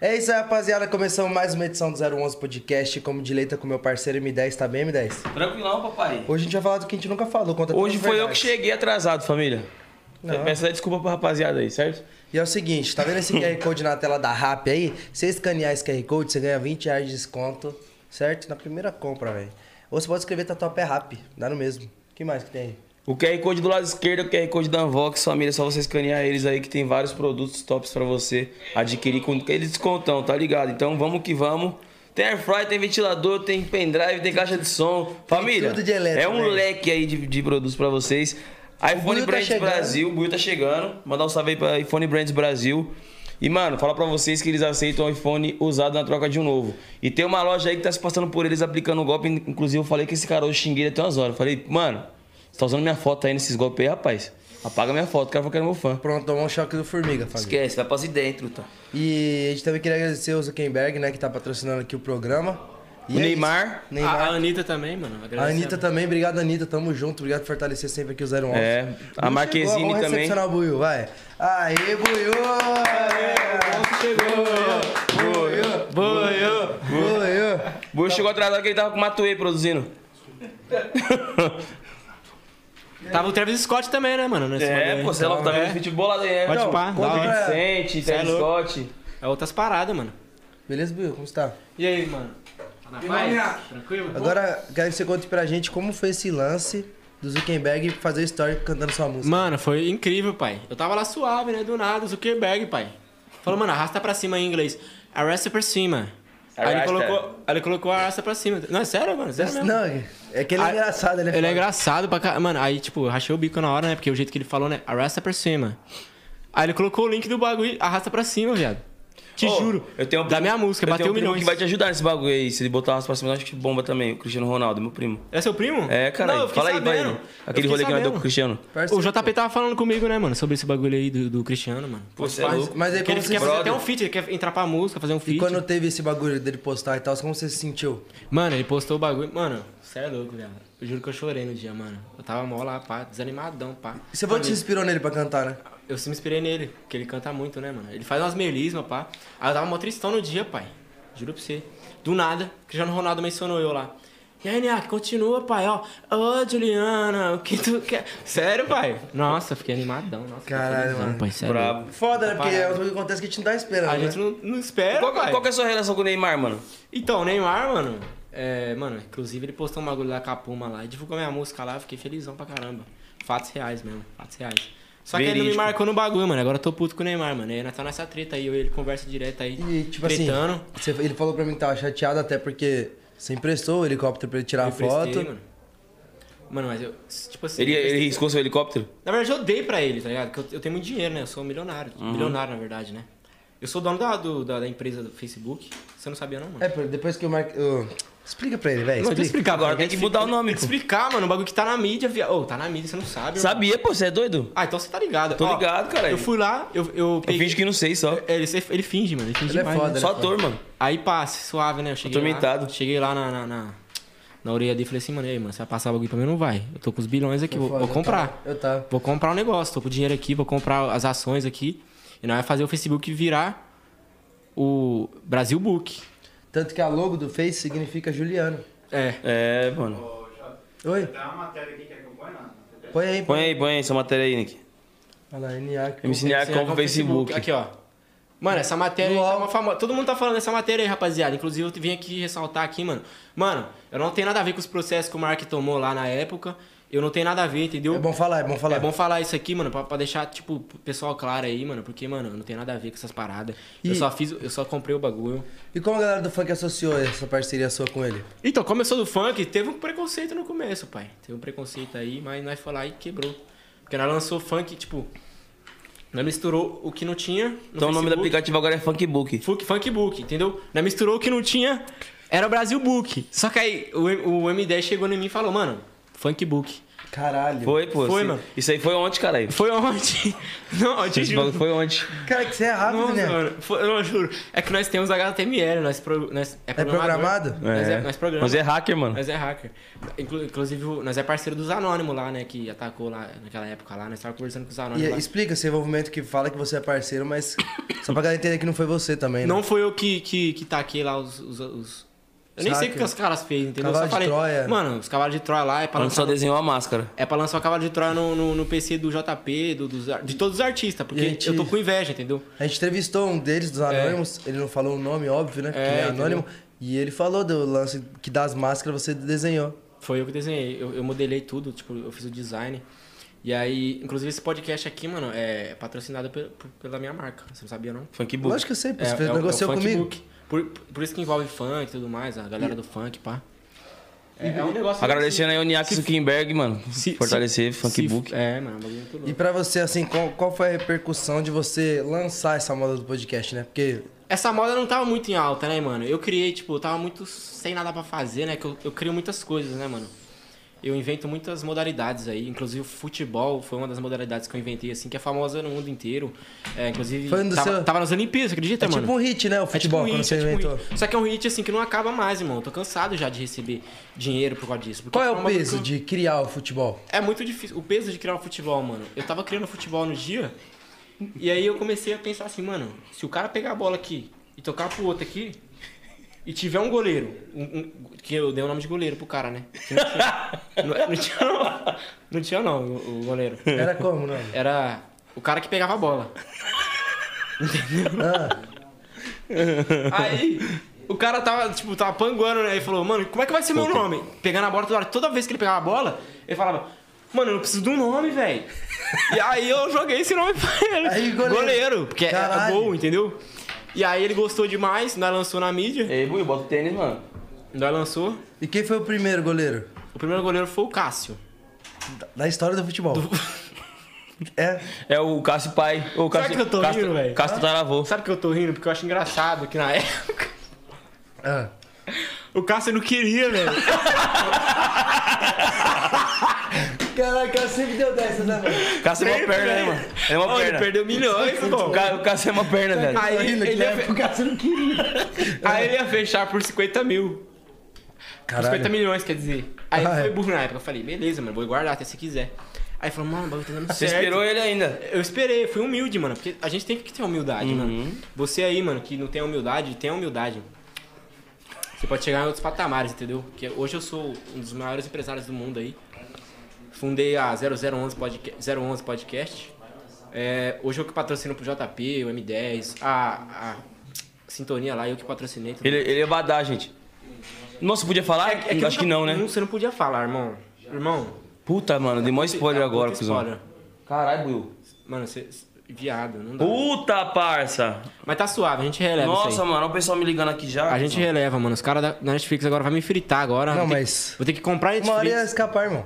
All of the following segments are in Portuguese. É isso aí, rapaziada. Começamos mais uma edição do 011 Podcast. Como de leita com meu parceiro M10, tá bem, M10? Tranquilão, papai. Hoje a gente vai falar do que a gente nunca falou. Conta todas Hoje as foi eu que verdades. cheguei atrasado, família. Não. Peço até desculpa pra rapaziada aí, certo? E é o seguinte, tá vendo esse QR Code na tela da RAP aí? Se você escanear esse QR Code, você ganha 20 reais de desconto, certo? Na primeira compra, velho. Ou você pode escrever Tatuapé RAP, dá no mesmo. O que mais que tem aí? O QR Code do lado esquerdo é o QR Code da Unvox, família. É só você escanear eles aí que tem vários produtos tops pra você adquirir com aquele descontão, tá ligado? Então vamos que vamos. Tem airfry, tem ventilador, tem pendrive, tem caixa de som. Família, tudo de elétrico, é um né? leque aí de, de produtos pra vocês. iPhone Buiu tá Brands chegando. Brasil, o Buiu tá chegando. Mandar um salve aí pra iPhone Brands Brasil. E, mano, falar pra vocês que eles aceitam o iPhone usado na troca de um novo. E tem uma loja aí que tá se passando por eles aplicando um golpe. Inclusive, eu falei que esse cara hoje xinguei ele até umas horas. Eu Falei, mano, você tá usando minha foto aí nesses golpes aí, rapaz. Apaga minha foto, o cara falou que era meu fã. Pronto, tomou um choque do Formiga, família. Esquece, vai pra dentro, tá? E a gente também queria agradecer o Zuckerberg, né, que tá patrocinando aqui o programa. E O é Neymar. Ah, isso. Neymar. A Anitta também, mano. A Anitta também, obrigado Anitta, tamo junto, obrigado por fortalecer sempre aqui o 011. É, a Buiu Marquezine chegou, vamos também. recepcionar o Buiu, vai. Aê, Buiu! Buiu! Boiô! Buiu! Boiô chegou atrasado que ele tava com o Matuê produzindo. Tava o Travis Scott também, né, mano? nesse bagulho É, aí. pô, você é louco, tá vendo? Fit bolado aí, né? Pode Então, Não, pá, Conta da hora. pra- Vicente, Cê é Terry louco. Scott. É outras paradas, mano. Beleza, Buiu? Como você tá? E aí, mano? Tá na paz? Tranquilo? Agora, quero que você conte pra gente como foi esse lance do Zuckerberg fazer story cantando sua música. Mano, foi incrível, pai. Eu tava lá suave, né? Do nada, Zuckerberg, pai. Falou, mano, arrasta pra cima em inglês. Arrasta pra cima. Aí ele, Arrasta. colocou, aí ele colocou arrasta pra cima. Não, é sério, mano? Sério mesmo. Não, é que ele é Ah, engraçado, ele é Ele é foda. engraçado pra caralho. Mano, aí, tipo, eu rachei o bico na hora, né? Porque o jeito que ele falou, né? Arrasta pra cima. Aí ele colocou o link do bagulho, arrasta pra cima, viado. Te Ô, juro. Eu tenho um da primo- minha música, eu tenho bateu um primo milhões. que vai te ajudar nesse bagulho aí. Se ele botar umas pra cima, eu acho que bomba também. O Cristiano Ronaldo, meu primo. É seu primo? É, Não, caralho. eu fiquei Fala aí, vai. sabendo. Eu Aquele rolê que fiquei nós deu sabendo. com o Cristiano. Parceiro. O JP tava falando comigo, né, mano? Sobre esse bagulho aí do, do Cristiano, mano. Pô, você é Mas- louco. Mas aí Porque como ele você... quer fazer brother. até um feat, ele quer entrar pra música, fazer um feat. E quando teve esse bagulho dele postar e tal, como você se sentiu? Mano, ele postou o bagulho. Mano, você é louco, velho. Eu juro que eu chorei no dia, mano. Eu tava mó lá, pá, desanimadão, pá. Você falou que se inspirou nele pra cantar, né? Eu se me inspirei nele, porque ele canta muito, né, mano? Ele faz umas melismas, pá. Aí eu tava mó tristão no dia, pai. Juro pra você. Do nada, Cristiano Ronaldo mencionou eu lá. E aí, Niak, continua, pai, ó. Ô, Juliana, o que tu quer? Sério, pai? Nossa, eu fiquei animadão, nossa. fiquei Caralho, felizão, mano. Pai, sério. Bravo. Foda, né? Porque Parado. é o que acontece que a gente não tá esperando, A né? gente não, não espera, Qual, pai. qual que é a sua relação com o Neymar, mano? Então, o Neymar, mano... É, mano, inclusive ele postou um bagulho da Capuma lá e divulgou minha música lá. eu Fiquei felizão pra caramba. Fatos reais mesmo, fatos reais. Só que ele não me Verídico. marcou no bagulho, mano. Agora eu tô puto com o Neymar, mano. Ele tá nessa treta aí, eu e ele conversa direto aí, E, tipo tá tretando. assim, você- ele falou pra mim que tava chateado até porque você emprestou o helicóptero pra ele tirar a Eu emprestei, foto. Mano. mano, mas eu. Tipo assim. Ele, eu ele emprestei- riscou seu helicóptero? Na verdade, eu dei pra ele, tá ligado? Porque eu, eu tenho muito dinheiro, né? Eu sou um milionário. Uhum. Milionário, na verdade, né? Eu sou dono da, do- da, da empresa do Facebook. Você não sabia, não, mano? É, pô, depois que o Mark. ô, Explica pra ele, velho. Não, deixa eu Explica. explicar, Agora mano. tem que mudar o nome, Tem que pô. explicar, mano. O bagulho que tá na mídia, viado. Ô, tá na mídia, você não sabe, irmão. Sabia, pô, você é doido? Ah, então você tá ligado. Tô Ó, ligado, caralho. Eu fui lá, eu. Eu, Eu finge que não sei só. Ele, ele finge, mano. Ele finge Ele é demais, foda, né? né? Só ator, mano. Aí passa, suave, né? Eu cheguei Atormentado. lá. Cheguei lá na, na, na, na orelha dele e falei assim, mano, e aí, mano, você vai passar o bagulho pra mim ou não vai? Eu tô com os bilhões aqui, vou, É Tá Foda, vou comprar. Eu tá. tava. Vou comprar um negócio, tô com dinheiro aqui, vou comprar as ações aqui. E nós vai fazer o Facebook virar o Brasil Book. Tanto que a logo do Face significa Juliano. É. É, mano. Oi? Dá uma matéria aqui que né? acompanha. Põe aí, põe. Põe aí, põe aí essa matéria aí, Nick. Olha lá, NA. MC Niak é compra o Facebook. Aqui, ó. Mano, essa matéria aí É Uau. tá uma famosa. Todo mundo tá falando dessa matéria aí, rapaziada. Inclusive, eu vim aqui ressaltar aqui, mano. Mano, eu não tenho nada a ver com os processos que o Mark tomou lá na época. Eu não tenho nada a ver, entendeu? É bom falar, é bom falar. É bom falar isso aqui, mano, pra, pra deixar, tipo, o pessoal claro aí, mano. Porque, mano, eu não tenho nada a ver com essas paradas. E- Eu só fiz, eu só comprei o bagulho. E como a galera do funk associou essa parceria sua com ele? Então, começou do funk, teve um preconceito no começo, pai. Teve um preconceito aí, mas nós foi lá e quebrou. Porque nós lançou funk, tipo, nós misturou o que não tinha. no Então o nome do Facebook. aplicativo agora é Funkbook. Funk, funk book, entendeu? Nós misturou o que não tinha, era o Brasil book. Só que aí o, M- o M10 chegou em mim e falou, mano, funk book. Caralho. Foi, pô. Foi, Isso- mano. Isso aí foi ontem, cara. Aí. Foi ontem. Não, eu te Esse juro. bagulho foi ontem. Cara, que você é rápido, Nossa, né? mano. Foi, não, eu juro. É que nós temos HTML, nós, pro, nós é programador. programado? Nós é, nós programamos. Mas é hacker, mano. Nós é hacker. Inclu- inclusive, o- nós é parceiro dos Anônimos lá, né? Que atacou lá naquela época lá. Nós tava conversando com os E é Anônimos lá. explica esse envolvimento que fala que você é parceiro, mas só pra galera entender que não foi você também, né? Não foi eu que, que, que taquei lá os. os- os- Eu nem sei o que, Hacker. os caras fez, entendeu? Cavalo eu só falei, de Troia. Mano, os cavalos de Troia lá é pra Falando lançar. só desenhou a máscara. É pra lançar o cavalo de Troia no, no, no PC do JP, do, dos ar- de todos os artistas, porque E a gente- eu tô com inveja, entendeu? A gente entrevistou um deles, dos anônimos, ele não falou o nome, óbvio, né? Porque É, ele é anônimo. E ele falou do lance que das máscaras você desenhou. Foi eu que desenhei, eu, eu modelei tudo, tipo, eu fiz o design. E aí, inclusive esse podcast aqui, mano, é patrocinado pe- por- pela minha marca. Você não sabia, não? Funk book. Lógico que eu sei, pô, É, você fez- é o- é o negociou funk comigo. book. Por, por isso que envolve funk e tudo mais, a galera do funk, pá. É, é um negócio. Agradecendo aí o Niak Zuckerberg, mano. Se- Fortalecer se- se- Funk Book. É, mano, é um bagulho muito louco. E pra você, assim, qual, qual foi a repercussão de você lançar essa moda do podcast, né? Porque Essa moda não tava muito em alta, né, mano? Eu criei, tipo, eu tava muito sem nada pra fazer, né? Que eu, eu crio muitas coisas, né, mano? Eu invento muitas modalidades aí. Inclusive, o futebol foi uma das modalidades que eu inventei, assim, que é famosa no mundo inteiro. É, inclusive, Foi um dos tava, seus- tava nas Olimpíadas, você acredita, é Então, mano? tipo um hit, né? O É tipo futebol, um quando hit, você é tipo um inventou. hit. Só que é um hit, assim, que não acaba mais, irmão. Eu tô cansado já de receber dinheiro por causa disso. porque Qual é foi o uma coisa peso que eu- de criar o futebol? é muito difícil. O peso de criar um futebol, mano. Eu tava criando futebol no dia. E aí eu comecei a pensar assim, mano, se o cara pegar a bola aqui e tocar pro outro aqui, e tiver um goleiro, um- um- que eu dei o nome de goleiro pro cara, né? Que Não tinha, não, não tinha, não, não tinha não, o, o goleiro. Era como, né? não? Era o cara que pegava a bola. Ah, Ah. Aí o cara tava, tipo, tava panguando, né? Ele falou, mano, como é que vai ser meu nome? Pegando a bola toda hora. Toda vez que ele pegava a bola, ele falava, mano, eu preciso de um nome, velho. e aí eu joguei esse nome pra ele. Aí, goleiro. porque é- é Caralho. gol, entendeu? E aí ele gostou demais, nós lançou na mídia. Ei, Bui, bota o tênis, mano. Nós lançou. e quem foi o primeiro goleiro O primeiro goleiro foi o Cássio. da, da história do futebol? É, É o Cássio Pai. O Cássio, que eu tô Cássio, rindo, velho? Cássio Taravô. Sabe que eu tô rindo? Porque eu acho engraçado que na época ah, o Cássio não queria, né? velho. Caraca, eu sempre deu dessas, né, mano? Cássio é uma Sempre, perna, né, velho. mano? Ele é uma Ô, Ele perna. perdeu milhões, pô. O Ca- o Cássio é uma perna, velho. Aí Tô Tá rindo né? que ele na é- época você não queria. Aí ele ia fechar por 50 mil. Caralho. 50 milhões, quer dizer. Aí Ah, foi é. burro na época. Eu falei, beleza, mano, vou guardar até se quiser. Aí falou, mano, o bagulho tá dando Você certo. esperou ele ainda. Eu esperei, fui humilde, mano. Porque a gente tem que ter humildade, mano. Uhum. Você aí, mano, que não tem humildade, tem humildade. Você pode chegar em outros patamares, entendeu? Porque hoje eu sou um dos maiores empresários do mundo aí. Fundei a 0011 Podcast. 011 podcast. É, hoje eu que patrocino pro JP, o M10, a, a Sintonia lá, eu que patrocinei. tudo Ele, ele ia badar, gente. Nossa, podia falar? Acho nunca- que não, né? Você não podia falar, irmão. Irmão. Puta, mano, dei mó spoiler ah, agora, puta cuzão. spoiler. Caralho, Will. Mano, você. Viado, não dá. Puta, parça. Mas tá suave, a gente releva isso Uh! Nossa, aí. mano, olha o pessoal me ligando aqui já. A gente cuzão. releva, mano. Os caras da da Netflix agora vão me fritar agora. Não, vou ter que- mas- vou ter que comprar Uma hora ia é Netflix. escapar, irmão.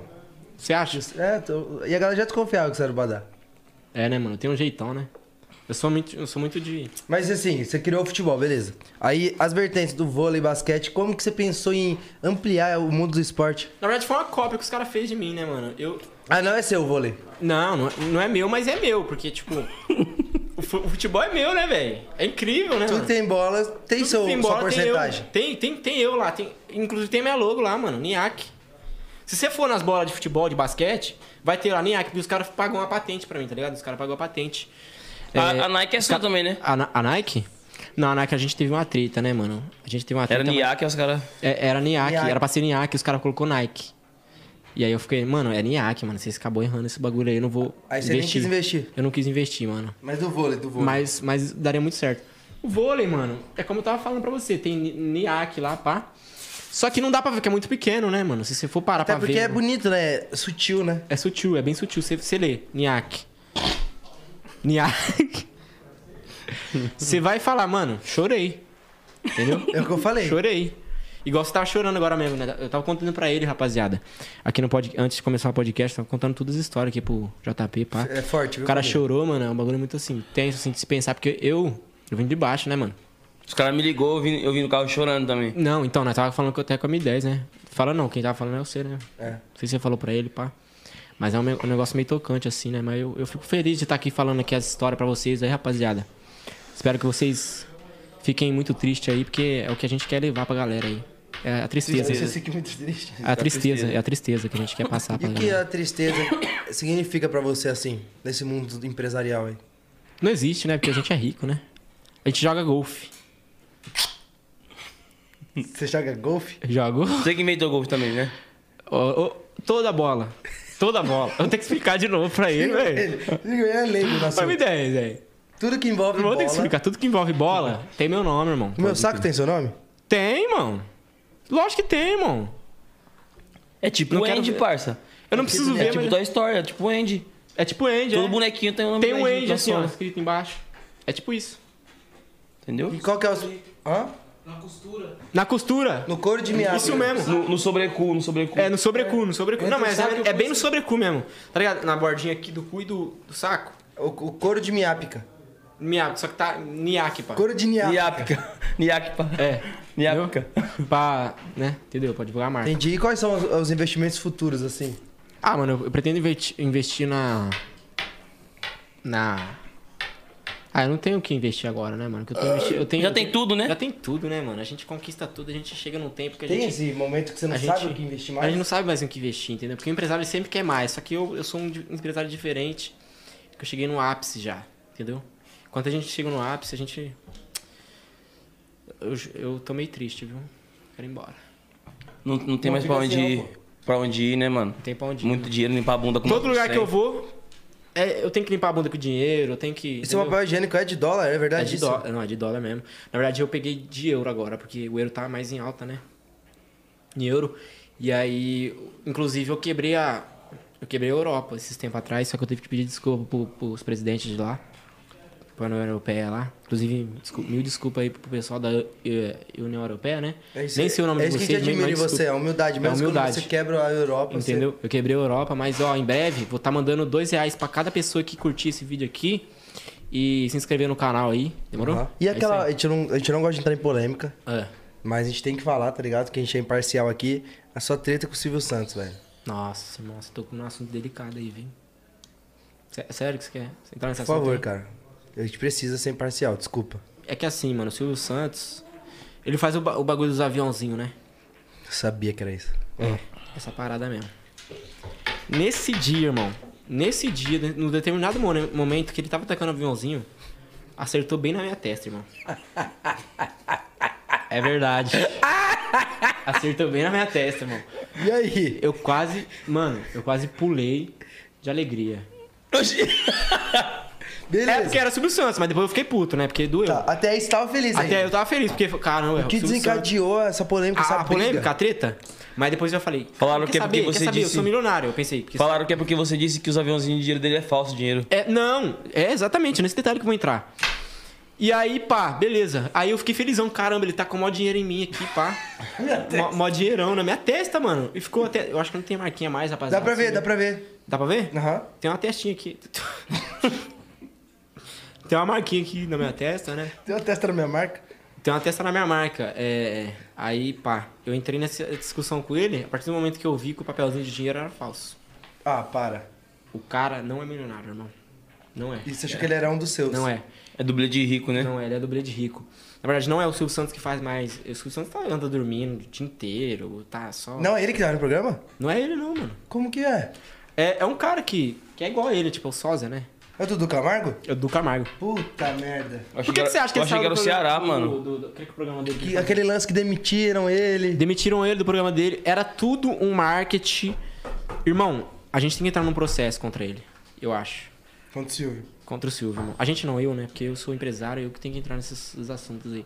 Você acha? É, tô- e a galera já desconfiava que você era o Badá. É, né, mano? Tem um jeitão, né? Eu sou muito, eu sou muito de. Mas assim, você criou o futebol, beleza. Aí as vertentes do vôlei e basquete, como que você pensou em ampliar o mundo do esporte? Na verdade, foi uma cópia que os caras fez de mim, né, mano? Eu. Ah, não é seu o vôlei. Não, não é, não é meu, mas é meu, porque, tipo. o fu- o futebol é meu, né, velho? É incrível, né? Tu mano? tem bola, tem Tudo seu, que tem sua bola, porcentagem. Tem eu, tem, tem, tem eu lá. Tem, inclusive tem minha logo lá, mano. NIAC. Se você for nas bolas de futebol, de basquete, vai ter lá NIAC. porque Os caras pagam a patente pra mim, tá ligado? Os caras pagam a patente. Ah, É, A, a Nike é sua também, né? a, Na- a Nike? Não, a Nike a gente teve uma treta, né, mano? A gente teve uma treta. Era Niak, aí os caras. mas- É, era NIAC. NIAC. Era pra ser NIAC. Os caras colocou Nike. E aí eu fiquei, mano, é NIAC, mano. Vocês acabou errando esse bagulho aí. Eu não vou Aí você nem quis investir. Eu não quis investir, mano. Mas do vôlei, do vôlei. Mas, mas daria muito certo. O vôlei, mano, é como eu tava falando pra você, tem ni- NIAC lá, pá. Só que não dá pra ver, que é muito pequeno, né, mano? Se você for parar Até pra porque ver. é bonito, né? Sutil, né? é sutil, é bem sutil. Você, você lê, NIAC. NIAC. você vai falar, mano, chorei. Entendeu? É o que eu falei. Chorei. Igual você tava chorando agora mesmo, né? Eu tava contando pra ele, rapaziada. Aqui no pod... Antes de começar o podcast, eu tava contando todas as histórias aqui pro JP, pá. É forte, viu? O cara Fabinho? chorou, mano. É um bagulho muito assim, tenso, assim, de se pensar, porque eu. Eu vim de baixo, né, mano? Os caras me ligou, eu vim, eu vim no carro chorando também. Não, então, nós tava falando que eu até com a M10, né? Fala não, quem tava falando é você, né? É. Não sei se você falou pra ele, pá. Mas é um, me- um negócio meio tocante, assim, né? Mas eu, eu fico feliz de estar aqui falando aqui essa história pra vocês aí, rapaziada. Espero que vocês fiquem muito tristes aí, porque é o que a gente quer levar pra galera aí. É a tristeza. Vocês ficam muito tristes. É a tristeza, é a tristeza que a gente quer passar E pra o que galera. a tristeza significa pra você, assim, nesse mundo empresarial aí? Não existe, né? Porque a gente é rico, né? A gente joga golfe. Você joga golfe? Jogo. Você que inventou golfe também, né? Ô, ô, toda bola. Toda bola. Eu tenho que explicar de novo pra ele, velho. Ele é leigo na Mas sua. me der, velho. Tudo que envolve Eu vou ter que bola... explicar. Tudo que envolve bola tem meu nome, irmão. Meu saco tem seu nome? Tem, irmão. Lógico que tem, irmão. É tipo Não o quero Andy, ver. parça. Eu não preciso É ver, tipo mas- Toy Story, é tipo o Andy. É tipo Andy, Todo é. bonequinho tem o nome Tem do um Andy da assim, ó, Sony, escrito embaixo. É tipo isso. Entendeu? E qual que é o... Hã? Na costura. No couro de miado. Isso mesmo. No, no sobrecu, no sobrecu. É, no sobrecu, no sobrecu. Entre Não, mas o saco e é, o é bem no sobrecu mesmo. Tá ligado? Na bordinha aqui do cu e do, do saco. O, o couro de miápica. Miaque, só que tá niaque, pá. Couro de miápica. Niápica. Niápica. É. Niápica. entendeu? pra, né? Entendeu? Pra divulgar a marca. Entendi. E quais são os, os investimentos futuros, assim? Ah, mano, eu- eu pretendo investi- investir na. Na. Ah, eu não tenho o que investir agora, né, mano? Que eu, tenho investi- eu tenho- Já eu tem tenho- tudo, né? Já tem tudo, né, mano? A gente conquista tudo, a gente chega num tempo que a Tem gente. esse momento que você não a sabe gente- o que investir A mais? gente não sabe mais em que investir, entendeu? Porque o empresário sempre quer mais. Só que eu, eu sou um di- um empresário diferente. Que eu cheguei no ápice já, entendeu? Quando a gente chega no ápice, a gente. Eu, eu tô meio triste, viu? Quero ir embora. Não, não tem Não mais pra fica onde assim, não, ir. Pra onde ir, né, mano? Não tem pra onde ir. Muito dinheiro, limpar a bunda com Todo lugar que eu vou. vou, é, eu tenho que limpar a bunda com dinheiro, eu tenho que. Esse entendeu? papel higiênico é de dólar, é verdade É de isso? dólar, não, é de dólar mesmo. Na verdade, eu peguei de euro agora, porque o euro tá mais em alta, né? Em euro. E aí, inclusive, eu quebrei a. Eu quebrei a Europa esses tempos atrás, só que eu tive que pedir desculpa pro, pros presidentes de lá. Pra União Europeia lá. Inclusive, desculpa- mil desculpa aí pro pessoal da eh, União Europeia, né? É isso, Nem sei o nome é de isso vocês, que a gente mas- mas admira em você, é um desculpa. a humildade. Mesmo humildade. quando você quebra a Europa, você- Entendeu? Eu quebrei a Europa, mas ó, em breve vou estar mandando dois reais pra cada pessoa que curtir esse vídeo aqui e se inscrever no canal aí. Demorou? Aham. E É aquela... isso a, gente não, a gente não gosta de entrar em polêmica, aí. É. mas a gente tem que falar, tá ligado? Que a gente é imparcial aqui. A sua treta com o Silvio Santos, velho. Nossa, nossa, tô com um assunto delicado aí, viu? Sé- Sério que você quer entrar nessa Por favor, cara. A gente precisa ser imparcial, desculpa. É que assim, mano, o Silvio Santos, ele faz o, ba- o bagulho dos aviãozinhos, né? Eu sabia que era isso. Essa parada mesmo. Nesse dia, irmão, nesse dia, de- no determinado mone- momento que ele tava atacando o aviãozinho, acertou bem na minha testa, irmão. É verdade. Acertou bem na minha testa, irmão. E aí? Eu quase, mano, eu quase pulei de alegria. Beleza. É porque era Silvio Santos, mas depois eu fiquei puto, né? Porque doeu. Tá, até aí você tava feliz Até aí ainda. eu tava feliz, porque, caramba, O que Silvio Santos- Ah, desencadeou essa polêmica, a, essa a briga? polêmica, a treta? Mas depois eu falei. Falaram quer que é saber, porque você quer saber? disse- Eu sou milionário, eu pensei. porque- Falaram que é porque você disse que os aviãozinhos de dinheiro dele é falso dinheiro. É, não, é exatamente nesse detalhe que eu vou entrar. E aí, pá, beleza. Aí eu fiquei felizão, caramba, ele tá com o maior dinheiro em mim aqui, pá. Mó- mó dinheirão na minha testa, mano. E ficou até. Eu acho que não tem marquinha mais, Dá rapaziada. pra ver, Assim, dá pra ver. Dá pra ver? Aham. Tem uma testinha aqui. tem uma marquinha aqui na minha testa, né? Tem uma testa na minha marca. Tem uma testa na minha marca. É, é. aí, pá, eu entrei nessa discussão com ele a partir do momento que eu vi que o papelzinho de dinheiro era falso. Ah, para. O cara não é milionário, irmão. Não é. E você achou que ele era um dos seus. Não é. É dublê de rico, né? Não é, ele é dublê de rico. Na verdade, não é o Silvio Santos que faz mais. O Silvio Santos tá, anda dormindo o dia inteiro, tá só. Não é ele que tava no programa? Não é ele, não, mano. Como que é? É, é um cara que, que é igual a ele, tipo, é o Sósia, né? É o Dudu Camargo? É o do Camargo. Puta merda. Eu achei Por que, que você acha que eu ele achei que era saiu o do Ceará, programa- do- mano? do- do- que é que o programa dele? Que- aquele lance que demitiram ele. Demitiram ele do programa dele. Era tudo um marketing. Irmão, a gente tem que entrar num processo contra ele, eu acho. Contra o Silvio. Contra o Silvio, irmão. A gente não, eu, né? Porque eu sou empresário, eu que tenho que entrar nesses nesses assuntos aí.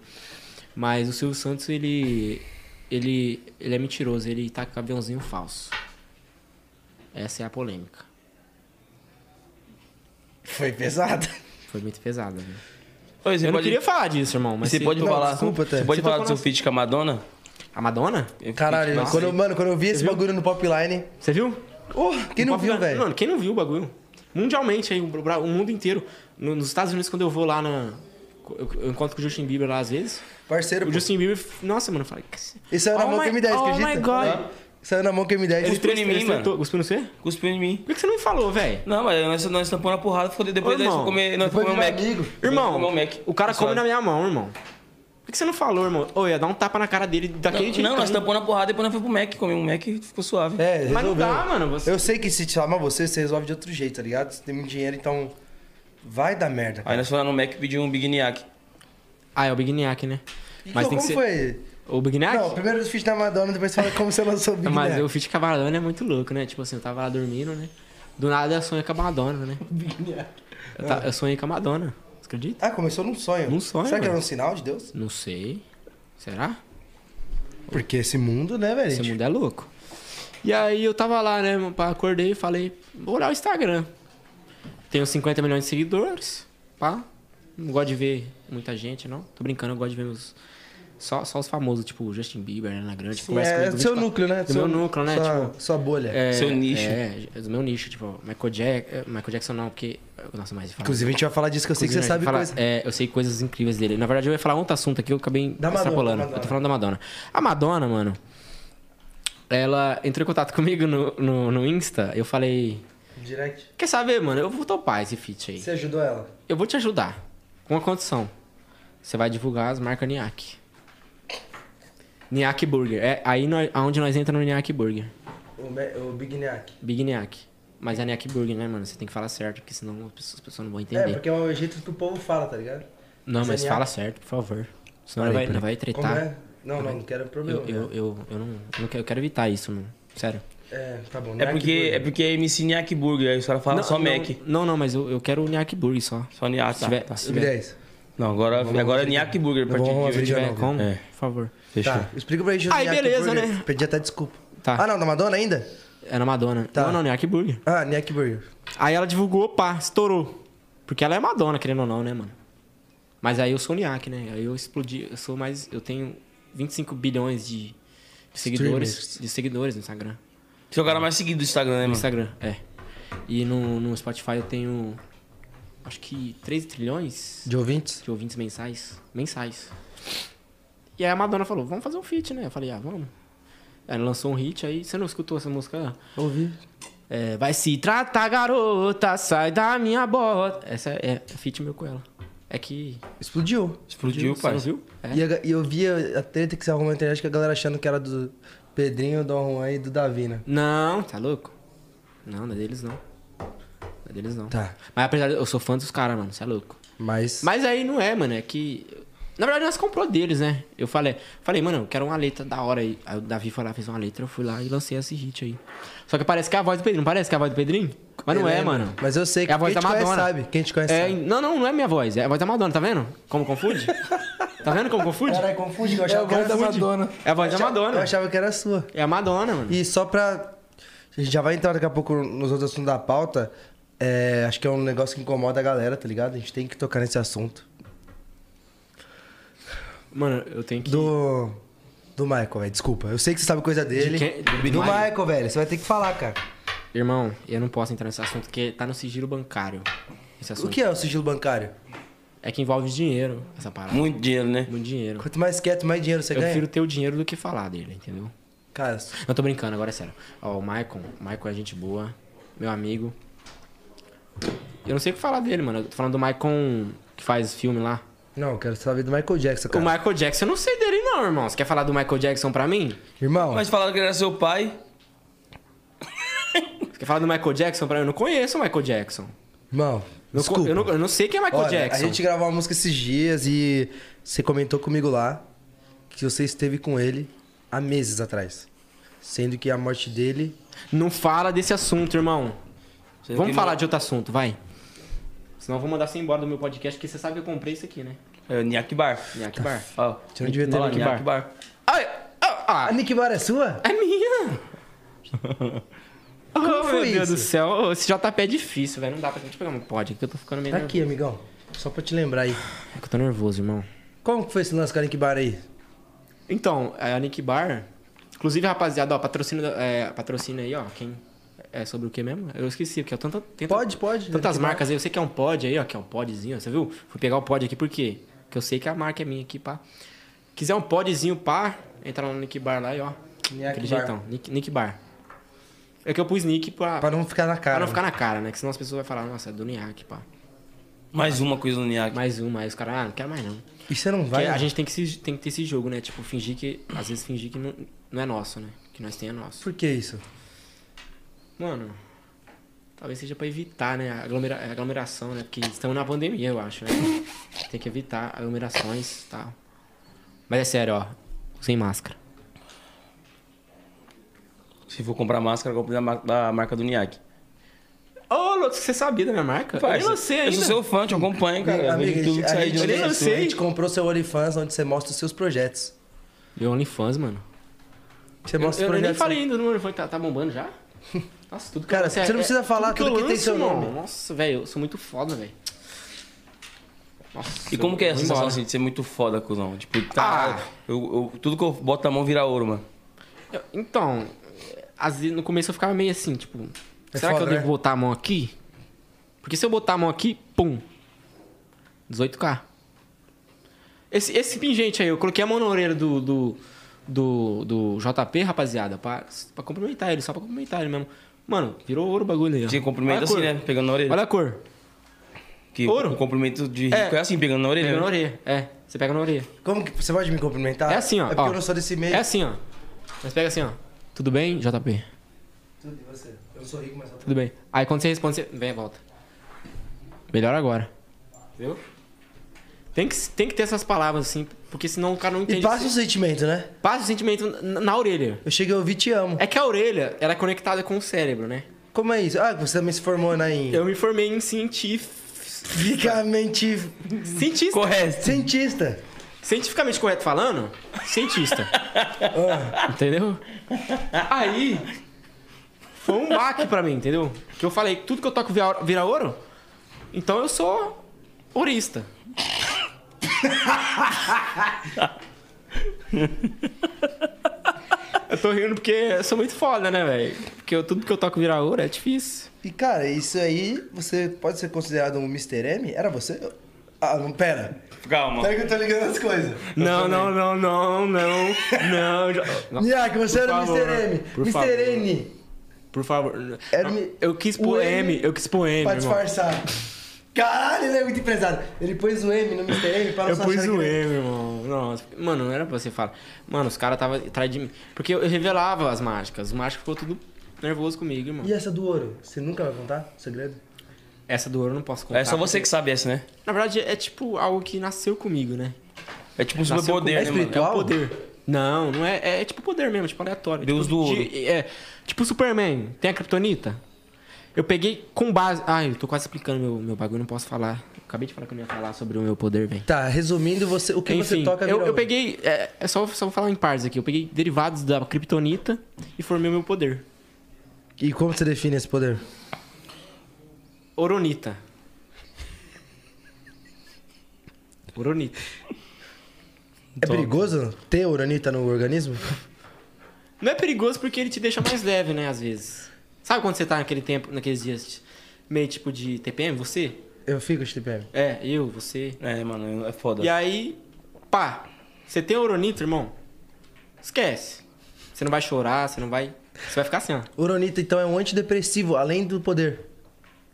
Mas o Silvio Santos, ele. Ele, ele é mentiroso, ele tá com aviãozinho falso. Essa é a polêmica. Foi pesado. Foi muito pesada, né? Oi, Eu você não pode, queria falar disso, irmão, mas. você se- pode Não, falar, desculpa, Té. você pode Você falar tá do seu falando- feat com a Madonna? A Madonna? Caralho, quando, eu- mano, quando eu vi esse bagulho no Popline... Você viu? Oh, quem não viu, velho? Mano, quem não viu o bagulho? Mundialmente, aí, o, bra- o mundo inteiro. No- Nos Estados Unidos, quando eu vou lá na. Eu, eu encontro com o Justin Bieber lá às vezes. Parceiro, O pô. Justin Bieber. Nossa, mano, eu falei. "Que- Isso era Oh uma my- Game 10, oh my acredita? God. Saiu na mão que me É, der. Ele Ele... cuspiu em mim, mano. tentou- Cuspiu no C? Cuspiu em mim. Por que que você não me falou, velho? Não, mas nós, nós tampamos a porrada, ficou- depois Ô, nós irmão, comemos nós depois comemos virou amigo. Nós Irmão, comemos um Mac. o cara come Suave. na minha mão, irmão. Por que você não falou, irmão? Ô, ia dar um tapa na cara dele daquele jeito. Não, não nós tampamos a porrada, depois nós fomos pro Mac, comemos um Mac e ficou suave. É, resolveu. Mas não dá, mano, você- Eu sei que se te chamar você, você resolve de outro jeito, tá ligado? Você tem muito dinheiro, então vai dar merda. Aí nós fomos lá no Mac e pedimos um Big Niak. Ah, é o Big Nhaque, né? E Mas co- Então, tem como que ser... foi? O Big Nhaque? Não, primeiro os feat da Madonna, depois fala como você lançou o Big Mas Mac. o feat com a Madonna é muito louco, né? Tipo assim, eu tava lá dormindo, né? Do nada eu sonhei com a Madonna, né? Eu, ta- eu sonhei com a Madonna. Você acredita? Ah, começou num sonho. Num sonho, Será que era mano. um sinal de Deus? Não sei. Será? Porque esse mundo, né, velho? Esse mundo é louco. E aí eu tava lá, né? mano, pá, Acordei e falei, vou olhar o Instagram. Tenho 50 milhões de seguidores. Pá. Não gosto de ver muita gente, não. Tô brincando, eu gosto de ver os. Só, só os famosos, tipo o Justin Bieber, Ariana Grande. que Sim, conversa é comigo do seu 24 núcleo, né? Do meu núcleo, né? Sua, Tipo, sua bolha. É, Seu nicho. É, é do meu nicho, tipo, Michael, Jack, eh, Michael Jackson não, porque. Nossa, mas. fala- Inclusive, a gente vai falar disso, que eu sei que Inclusive, você sabe falar, coisa. é, eu sei coisas incríveis dele. Na verdade, eu ia falar um outro assunto aqui, eu acabei Da Madonna, da extrapolando. Madonna. Eu tô falando da Madonna. A Madonna, mano, ela entrou em contato comigo no, no, no Insta, eu falei. Direct. Quer saber, mano? Eu vou topar esse feat aí. Você ajudou ela? Eu vou te ajudar. Com uma condição. Você vai divulgar as marcas Niak. Niak Burger. É aí nós, aonde nós entramos no Niak Burger. O, Me- o Big Neck. Big Niak. Mas é Niak Burger, né, mano? Você tem que falar certo, porque senão as pessoas as pessoas não vão É, entender. porque é o jeito que o povo fala, tá ligado? Não, Você mas é fala certo, por favor. Senão Peraí, vai, peraí. não vai Como tretar. é? Não, não, não quero problema. Tá Eu, é. eu, eu, eu não, eu não quero, eu quero evitar isso, mano. Sério. É, tá bom. É porque, é porque é MC Niak Burger, aí os caras falam não, só não, Mac. Não, não, mas eu, eu quero o Nyak Burger só. Só Niak. Se tá, tiver- tá. se Sub 10. Não, agora, agora é Niak Burger a partir Vamos de abrir de hoje. tiver novo. como, É. por favor. Fechou. Tá, explica pra gente o Aí, Nhaque beleza, Burger. né? Pedi até desculpa. Tá. Ah, não, da Madonna ainda? É na Madonna. Tá. Não, não, Nyak Burger. Ah, Neck Burger. Aí ela divulgou, pá, estourou. Porque ela é Madonna, querendo ou não, né, mano? Mas aí eu sou o Nyak, né? Aí eu explodi, eu sou mais... Eu tenho 25 bilhões de, de seguidores. Streamers. De seguidores no Instagram. Você é o cara mais seguido do Instagram, né, No mano? Instagram, é. E no, no Spotify eu tenho. Acho que 3 trilhões De ouvintes? de ouvintes mensais. Mensais. E aí a Madonna falou: vamos fazer um feat, né? Eu falei: ah, vamos. Ela lançou um hit aí. Você não escutou essa música? Ouvi. É, vai se tratar, garota, sai da minha bota. Essa é, é feat meu com ela. É que. Explodiu. Explodiu, Você pai. não viu? É. E, a- e eu vi a, a treta que você arrumou na internet que a galera achando que era do Pedrinho, do Juan e do né? Davina. Não, tá louco? Não, não é deles não. Não é deles não. Tá. Mas apesar de eu sou fã dos caras, mano. Você é louco. Mas. Mas aí não é, mano, é que. Na verdade, nós comprou deles, né? Eu falei, falei, mano, eu quero uma letra da hora aí. Aí o Davi foi lá, fez uma letra, eu fui lá e lancei esse hit aí. Só que parece que é a voz do Pedrinho, não parece que é a voz do Pedrinho? Mas não Eu é, lembro. mano. Mas eu sei que é a voz quem da te conhece Madonna. sabe, quem te conhece É, sabe. Não, não, não é minha voz, é a voz da Madonna, tá vendo? Como confunde? tá vendo como confunde? Caralho, confunde, eu achava a que era voz da sua. Madonna. É a voz da Eu achava- Madonna. Eu achava que era sua. É a Madonna, mano. E só pra. A gente já vai entrar daqui a pouco nos outros assuntos da pauta. É, acho que é um negócio que incomoda a galera, tá ligado? A gente tem que tocar nesse assunto. Mano, eu tenho que. Do. Do Michael, velho. Desculpa. Eu sei que você sabe coisa dele. quem? Do, Do Michael, Michael? velho. Você vai ter que falar, cara. Irmão, eu não posso entrar nesse assunto porque tá no sigilo bancário. Esse assunto. O que é o sigilo bancário? É que envolve dinheiro, essa parada. Muito dinheiro, né? Muito dinheiro. Quanto mais quieto, mais dinheiro você Eu ganha. prefiro ter o dinheiro do que falar dele, entendeu? Cara, Não tô brincando, agora é sério. Ó, o Maicon, o Maicon é gente boa, meu amigo. Eu não sei o que falar dele, mano. Eu tô falando do Maicon que faz filme lá. não, eu quero saber do Michael Jackson, O cara. Michael Jackson, eu não sei dele não, irmão. Você quer falar do Michael Jackson pra mim? Irmão, Mas falaram que ele era seu pai. Você quer falar do Michael Jackson pra mim? Eu não conheço o Michael Jackson. irmão, Eu não co- desculpa. Eu, não, eu não sei quem é Michael Olha, Jackson. A gente gravou uma música esses dias e você comentou comigo lá que você esteve com ele há meses atrás. Sendo que a morte dele. Não fala desse assunto, irmão. Você Vamos tem falar mal- de outro assunto, vai. Senão eu vou mandar você embora do meu podcast, porque você sabe que eu comprei isso aqui, né? É, Niak Bar. Nhaque Bar. Ó, Você não devia ter ó, Nhaque Nhaque Bar. Ai, ah, ah, A Nick Bar é sua? É minha! Como oh, foi meu Deus isso? do céu, Ô, esse JP é difícil, velho. Não dá pra gente pegar um pod aqui, eu tô ficando meio Tá aqui, amigão. Só pra te lembrar aí. nervoso. É que eu tô nervoso, irmão. Como que foi esse lance com a Nick Bar aí? Então, é, a Nick Bar. Inclusive, rapaziada, ó, patrocina, é, patrocina aí, ó. Quem. É sobre o que mesmo? Eu esqueci, porque é tanta. tanta- Pode, pode. Tantas Nick Bar. marcas aí, eu sei que é um pod aí, ó, que é um podzinho, ó, você viu? Fui pegar o pod aqui, por quê? Porque eu sei que a marca é minha aqui, pá. Quiser um podzinho, pá, entrar no Nick Bar lá e, ó. Nick Aquele Bar. jeitão. Nick, Nick Bar. É que eu pus Nick pra, Pra não ficar na cara. pra não ficar na cara, né? Que senão as pessoas vão falar, nossa, é do Niak, pá. Mais uma coisa no Niak. Mais uma, aí os caras, ah, não quero mais não. E você não Porque vai. né? a gente tem que, se- tem que ter esse jogo, né? Tipo, fingir que. Às vezes fingir que não, não é nosso, né? Que nós tem é nosso. Por que isso? Mano, talvez seja pra evitar, né? a aglomera- a aglomeração, né? Porque estamos na pandemia, eu acho, né? Tem que evitar aglomerações e tal. Mas é sério, ó. Sem máscara. Se for comprar máscara, compre da, ma- da marca do Niak. Ô, louco, você sabia da minha marca? eu nem lancei ainda. Eu sou seu fã, te acompanho, cara. É, Eu Amiga, vejo tudo que a, sai gente, de a, onde eu nem gente, lancei. a gente comprou seu OnlyFans onde você mostra os seus projetos. Meu OnlyFans, mano. Você Eu, mostra eu os nem projetos. falei ainda no meu OnlyFans. Tá, tá bombando já? Nossa, tudo que Cara, eu lanço é- você não é- precisa falar tudo que tem lanço, seu mano. nome. Nossa, velho, eu sou muito foda, velho. Nossa, E como que é eu essa vou sensação embora. assim, de ser muito foda, cuzão? Tipo, tá. Ah. Eu, eu- tudo que eu boto a mão vira ouro, mano. Eu- Então, às vezes no começo eu ficava meio assim, tipo, É será que eu foda, devo né? botar a mão aqui? Porque se eu botar a mão aqui, pum, 18k. Esse, esse pingente aí, eu coloquei a mão na orelha do, do, do, do JP, rapaziada, pra, pra cumprimentar ele, só pra cumprimentar ele mesmo. Mano, virou ouro o bagulho aí. ó. Tinha Olha cumprimento a assim, cor. né? Pegando na orelha. Olha a cor. que ouro. O cumprimento de rico é, É. assim, pegando na orelha. Pega na né? orelha. É, você pega na orelha. Como que. Você pode me cumprimentar? É assim, ó, É porque ó. eu não sou desse meio. É assim, ó. Mas pega assim, ó. Tudo bem, JP? assim. Tudo, e você? Eu não sou rico, mas. Tudo bem. Aí quando você responde, você. Vem, volta. Melhor agora. Viu? Tem que, tem que ter essas palavras assim, porque senão o cara não entende. E passa o sentimento, né? Passa o sentimento na, na orelha. Eu cheguei a ouvir te amo. É que a orelha, ela é conectada com o cérebro, né? Como é isso? Ah, você também se formou na em. Eu me formei em cientif... Ficamente. cientista. Correto. cientista. Cientificamente correto falando, cientista. Ah, Entendeu? Aí foi um baque pra mim, entendeu? Que eu falei, tudo que eu toco vira, vira ouro, então eu sou ourista. eu tô rindo porque eu sou muito foda, né, velho? Porque eu- tudo que eu toco vira ouro é difícil. E cara, isso aí você pode ser considerado um Mr. M? Era você? Eu- Ah, não, pera. Calma. Pera que eu tô ligando as coisas. Não, não, não, não, não, não. já- Nossa, Niak, você era o favor, Mr. M. por Mr. favor. N. Por favor. Era o- Eu quis o pôr M É M, eu quis pôr M, Pra irmão. disfarçar. Caralho, ele é muito empresário. Ele pôs o M no Mr. M pra não Eu só pus achar o que- M, irmão. Nossa, mano, não era pra você falar. Mano, os caras tava atrás de mim. Porque eu eu revelava as mágicas. Os mágicos ficou tudo nervoso comigo, irmão. E essa do ouro? Você nunca vai contar? o Segredo? Essa do ouro eu não posso contar. É só você que sabe essa, né? Na verdade, é tipo algo que nasceu comigo, né? É tipo um Nasceu superpoder, né, com- mano? É É Uau. o poder. Não, não é. É, tipo poder mesmo, tipo aleatório. Deus tipo, do ouro. de- é, tipo Superman. Tem a Kryptonita? Eu peguei com base. Ai, eu tô quase explicando meu, meu bagulho, não posso falar. Acabei de falar que eu não ia falar sobre o meu poder, velho. Tá, resumindo, você, o que Enfim, você toca vira eu, eu ouro. peguei. É, é só, só vou falar em pares aqui. Eu peguei derivados da Kryptonita e formei o meu poder. E como você define esse poder? É Oronita. Oronita. É perigoso ter uranita no organismo? Não é perigoso porque ele te deixa mais leve, né, às vezes. Sabe quando você tá naquele tempo, naqueles dias meio tipo de TPM, você? Eu fico de TPM. É, eu, você. É, mano, é foda. E aí, pá, você tem Oronita, irmão? Esquece. Você não vai chorar, você não vai. Você vai ficar assim, ó. Uranita, então, é um antidepressivo, além do poder.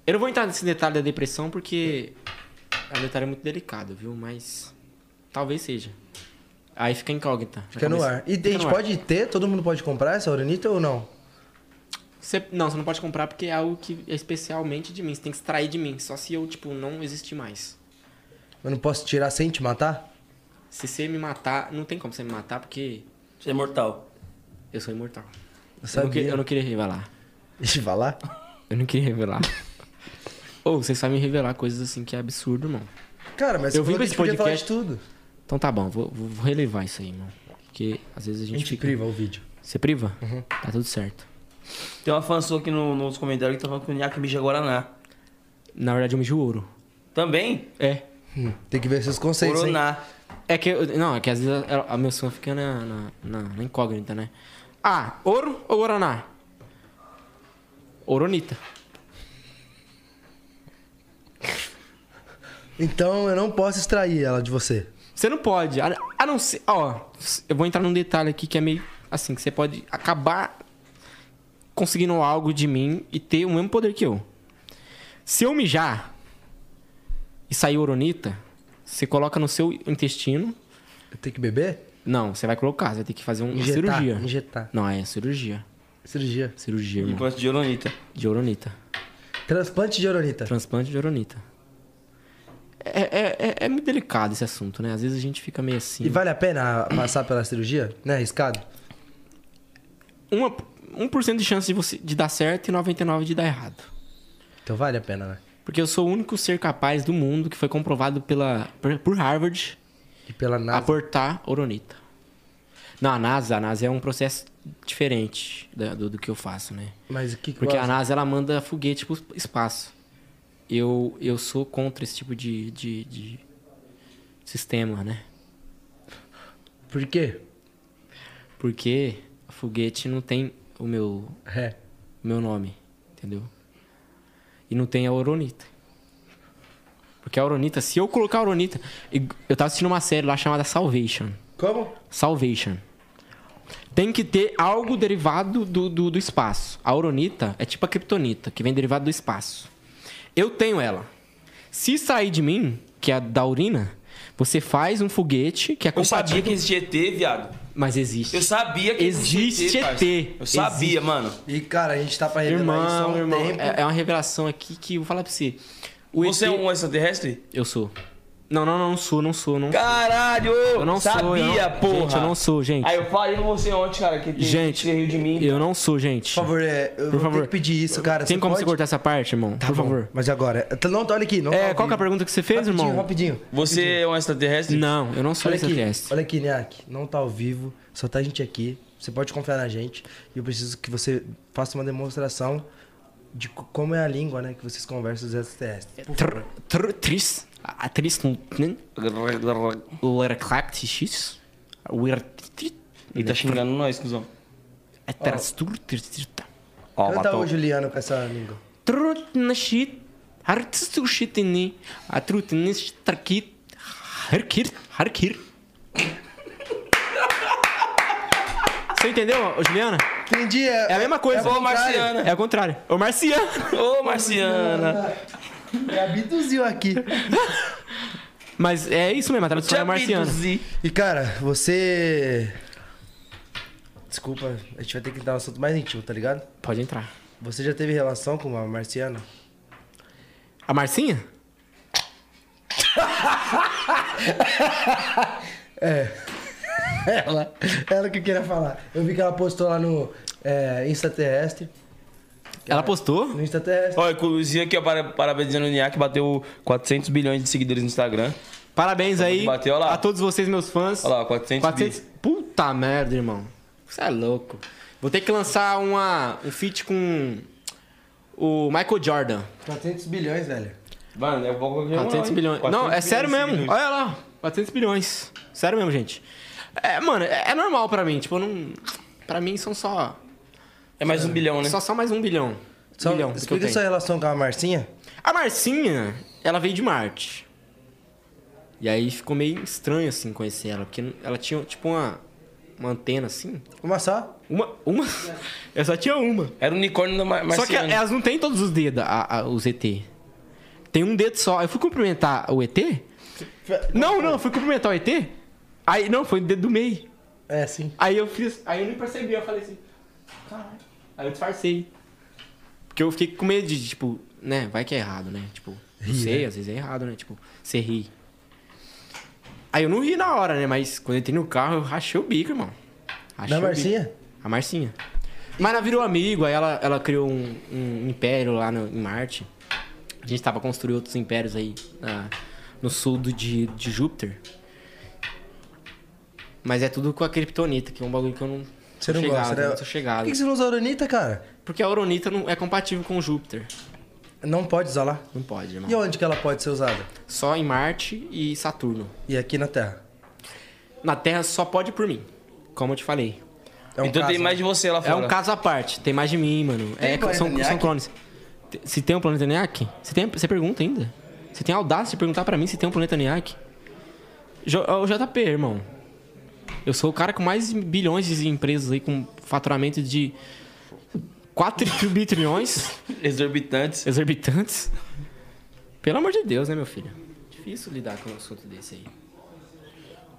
Eu não vou entrar nesse detalhe da depressão porque é um detalhe muito delicado, viu? Mas talvez seja. Aí fica incógnita. na Fica no cabeça. ar. E Fica a gente no ar. pode ter? Todo mundo pode comprar essa uranita ou não? Você- não, você não pode comprar porque é algo que é especialmente de mim. Você tem que extrair de mim. Só se eu, tipo, não existir mais. Eu não posso tirar sem te matar? Se você me matar, não tem como você me matar porque Você é mortal. eu sou imortal. Eu Eu não, que- sabia. eu não queria revelar. Deixa eu falar. Eu não queria revelar. Ou vocês sabem revelar coisas assim que é absurdo, irmão. Cara, mas Eu você vim falou pra que esse a gente podia falar podcast- de tudo. Então tá bom, vou, vou- vou relevar isso aí, irmão. Porque às vezes a A gente, gente fica- priva Uhum. o vídeo. Você priva? Tá tudo certo. Tem uma fã sua aqui no- nos comentários que tá falando que o Niak mija Guaraná. Na verdade, eu mijo ouro. Também? É. Hum, Tem que ver esses conceitos, hein? Coroná. É que, eu- não, é que às vezes a, a minha som fica na, na, na- na incógnita, né? Ah, ouro ou guaraná? Oronita. Então eu não posso extrair ela de você. Você não pode. A, a não ser. Ó, eu vou entrar num detalhe aqui que é meio assim, que você pode acabar conseguindo algo de mim e ter o mesmo poder que eu. Se eu mijar e sair uronita, você coloca no seu intestino. Tem que beber? Não, você vai colocar, você vai ter que fazer uma Injetar, cirurgia. injetar. Não, é cirurgia. Cirurgia. Cirurgia, irmão. Implante de uronita. De uronita. Transplante de oronita. Transplante de uronita. É, é, é, é muito delicado esse assunto, né? Às vezes a gente fica meio assim. E vale a pena passar pela cirurgia? Não é arriscado? Uma, 1% de chance de, você, de dar certo e 99% de dar errado. Então vale a pena, né? Porque eu sou o único ser capaz do mundo que foi comprovado pela, por- por Harvard E pela a NASA. aportar oronita. Não, a NASA, a NASA é um processo diferente da- do, do que eu faço, né? Mas o que que Porque a gosta? NASA ela manda foguete pro espaço. Eu, eu sou contra esse tipo de, de, de sistema, né? Por quê? Porque foguete não tem o meu, É. o meu nome, entendeu? E não tem a Oronita. Porque a Oronita, se eu colocar a Oronita. e- Eu tava assistindo uma série lá chamada Salvation. Como? Salvation. Tem que ter algo derivado do, do, do espaço. A Oronita é tipo a Kryptonita, que vem derivado do espaço. Eu tenho ela. Se sair de mim, que é a da urina, você faz um foguete que é Eu sabia compatível. que existia ET, viado. Mas existe. Eu sabia que Existe parça. ET. Eu sabia, Existe. mano. E, cara, a gente tá pra revelar isso há Irmão, um irmão, tempo. é, é uma revelação aqui que eu vou falar pra você. O Você é ET um extraterrestre? Eu sou. Não, não, não, não sou, não sou, não. Caralho! Eu não sabia, sou, eu não- porra. Gente, eu não sou, gente. Aí eu falei com você ontem, cara, que tem gente, que riu de mim. eu não sou, gente. Por favor, é, eu vou favor. ter que pedir isso, cara. Tem como pode? você cortar essa parte, irmão? Por Bom, favor. Mas agora, é- não, olha aqui. Não tá É, ao qual que é a vivo. pergunta que você fez, rapidinho, irmão? Rapidinho, Você é um extraterrestre? Não, eu não sou Olha esse aqui, teste. olha aqui, Niak, não tá ao vivo, só tá a gente aqui. Você pode confiar na gente. E eu preciso que você faça uma demonstração de co- como é a língua, né, que vocês conversam os extraterrestres. Por favor. Tris. A tris. Leraclactis. Ele tá xingando nós, cuzão. Ó, Canta matou. tá o Juliano com essa língua. Труднощит, артистушитыны, а трудность таркит, харкир, харкир. Você entendeu, ô, Juliana? Entendi. É a mesma coisa. É o contrário. É o contrário. Ô, Marciano. Ô, Marciana. Me abduziu aqui. Mas é isso mesmo, a tradução é marciana. abduzi. E cara, você. Desculpa, a gente vai ter que entrar no assunto mais íntimo, tá ligado? Pode entrar. Você já teve relação com uma marciana? A Marcinha? Ela, ela que eu queria falar. Eu vi que ela postou lá no é, Insta Terrestre. Ela postou? No Insta Terrestre. Ó, inclusive aqui, ó, para- parabenizando o Nia, que bateu 400 bilhões de seguidores no Instagram. Parabéns aí bateu lá. a todos vocês, meus fãs. Olha lá, 400 400... Puta merda, irmão. Você é louco. Vou ter que lançar uma, um feat com o Michael Jordan. 400 Tá bilhões, velho. Mano, é pouco que eu 400 hein? bilhões. Não, 400 é sério bilhões de mesmo. seguidores. Olha lá. 400 bilhões. Sério mesmo, gente. É, mano, é é normal pra mim. Tipo, eu não... Pra mim são só... É mais um bilhão, né? Só, só mais um bilhão. Só, bilhão do que eu explica tenho. sua relação com a Marcinha. A Marcinha, ela veio de Marte. E aí ficou meio estranho, assim, conhecer ela. Porque ela tinha, tipo, uma, uma antena, assim. Uma só? Uma, uma... Eu só tinha uma. Era o unicórnio da Mar Só que Marciana. elas não têm todos os dedos, a, a- os ET. Tem um dedo só. Eu fui cumprimentar o ET? Não, não, eu fui cumprimentar o ET. Aí, não, foi o dedo do meio. É, sim. Aí eu fiz. Aí eu não percebi, eu falei assim. Caralho. Aí eu disfarcei. Porque eu fiquei com medo de, tipo, né? Vai que é errado, né? Tipo, não sei, às vezes é errado, né? Tipo, você ri. Aí eu não ri na hora, né? Mas quando eu entrei no carro, eu rachei o bico, irmão. Rachei Da o bico. Marcinha? A Marcinha. Mas ela virou amigo, aí ela, ela criou um, um império lá no- em Marte. A gente tava construindo outros impérios aí na- no sul do, de, de Júpiter. Mas é tudo com a Kryptonita, que é um bagulho que eu não Você não chegado, gosta, né? não sou chegado. Por que que você não usa Oronita, cara? Porque a Oronita não é compatível com Júpiter. Não pode usar lá. Não pode, irmão. E onde que ela pode ser usada? Só em Marte e Saturno. E aqui na Terra. Na Terra só pode por mim, como eu te falei. É um então tem caso, mais de você lá É fora. um caso à parte, tem mais de mim, mano. Tem é, planeta são, Niak? são clones. Te- Se tem um planeta Niak? Você, tem, você pergunta ainda? Você é tem a audácia de perguntar pra mim se tem um planeta Niak? J, ô, JP, irmão. Eu sou o cara com mais bilhões de empresas aí, com faturamento de 4 tri- trilhões Exorbitantes. exorbitantes. Pelo amor de Deus, né, meu filho? Difícil lidar com um assunto desse aí.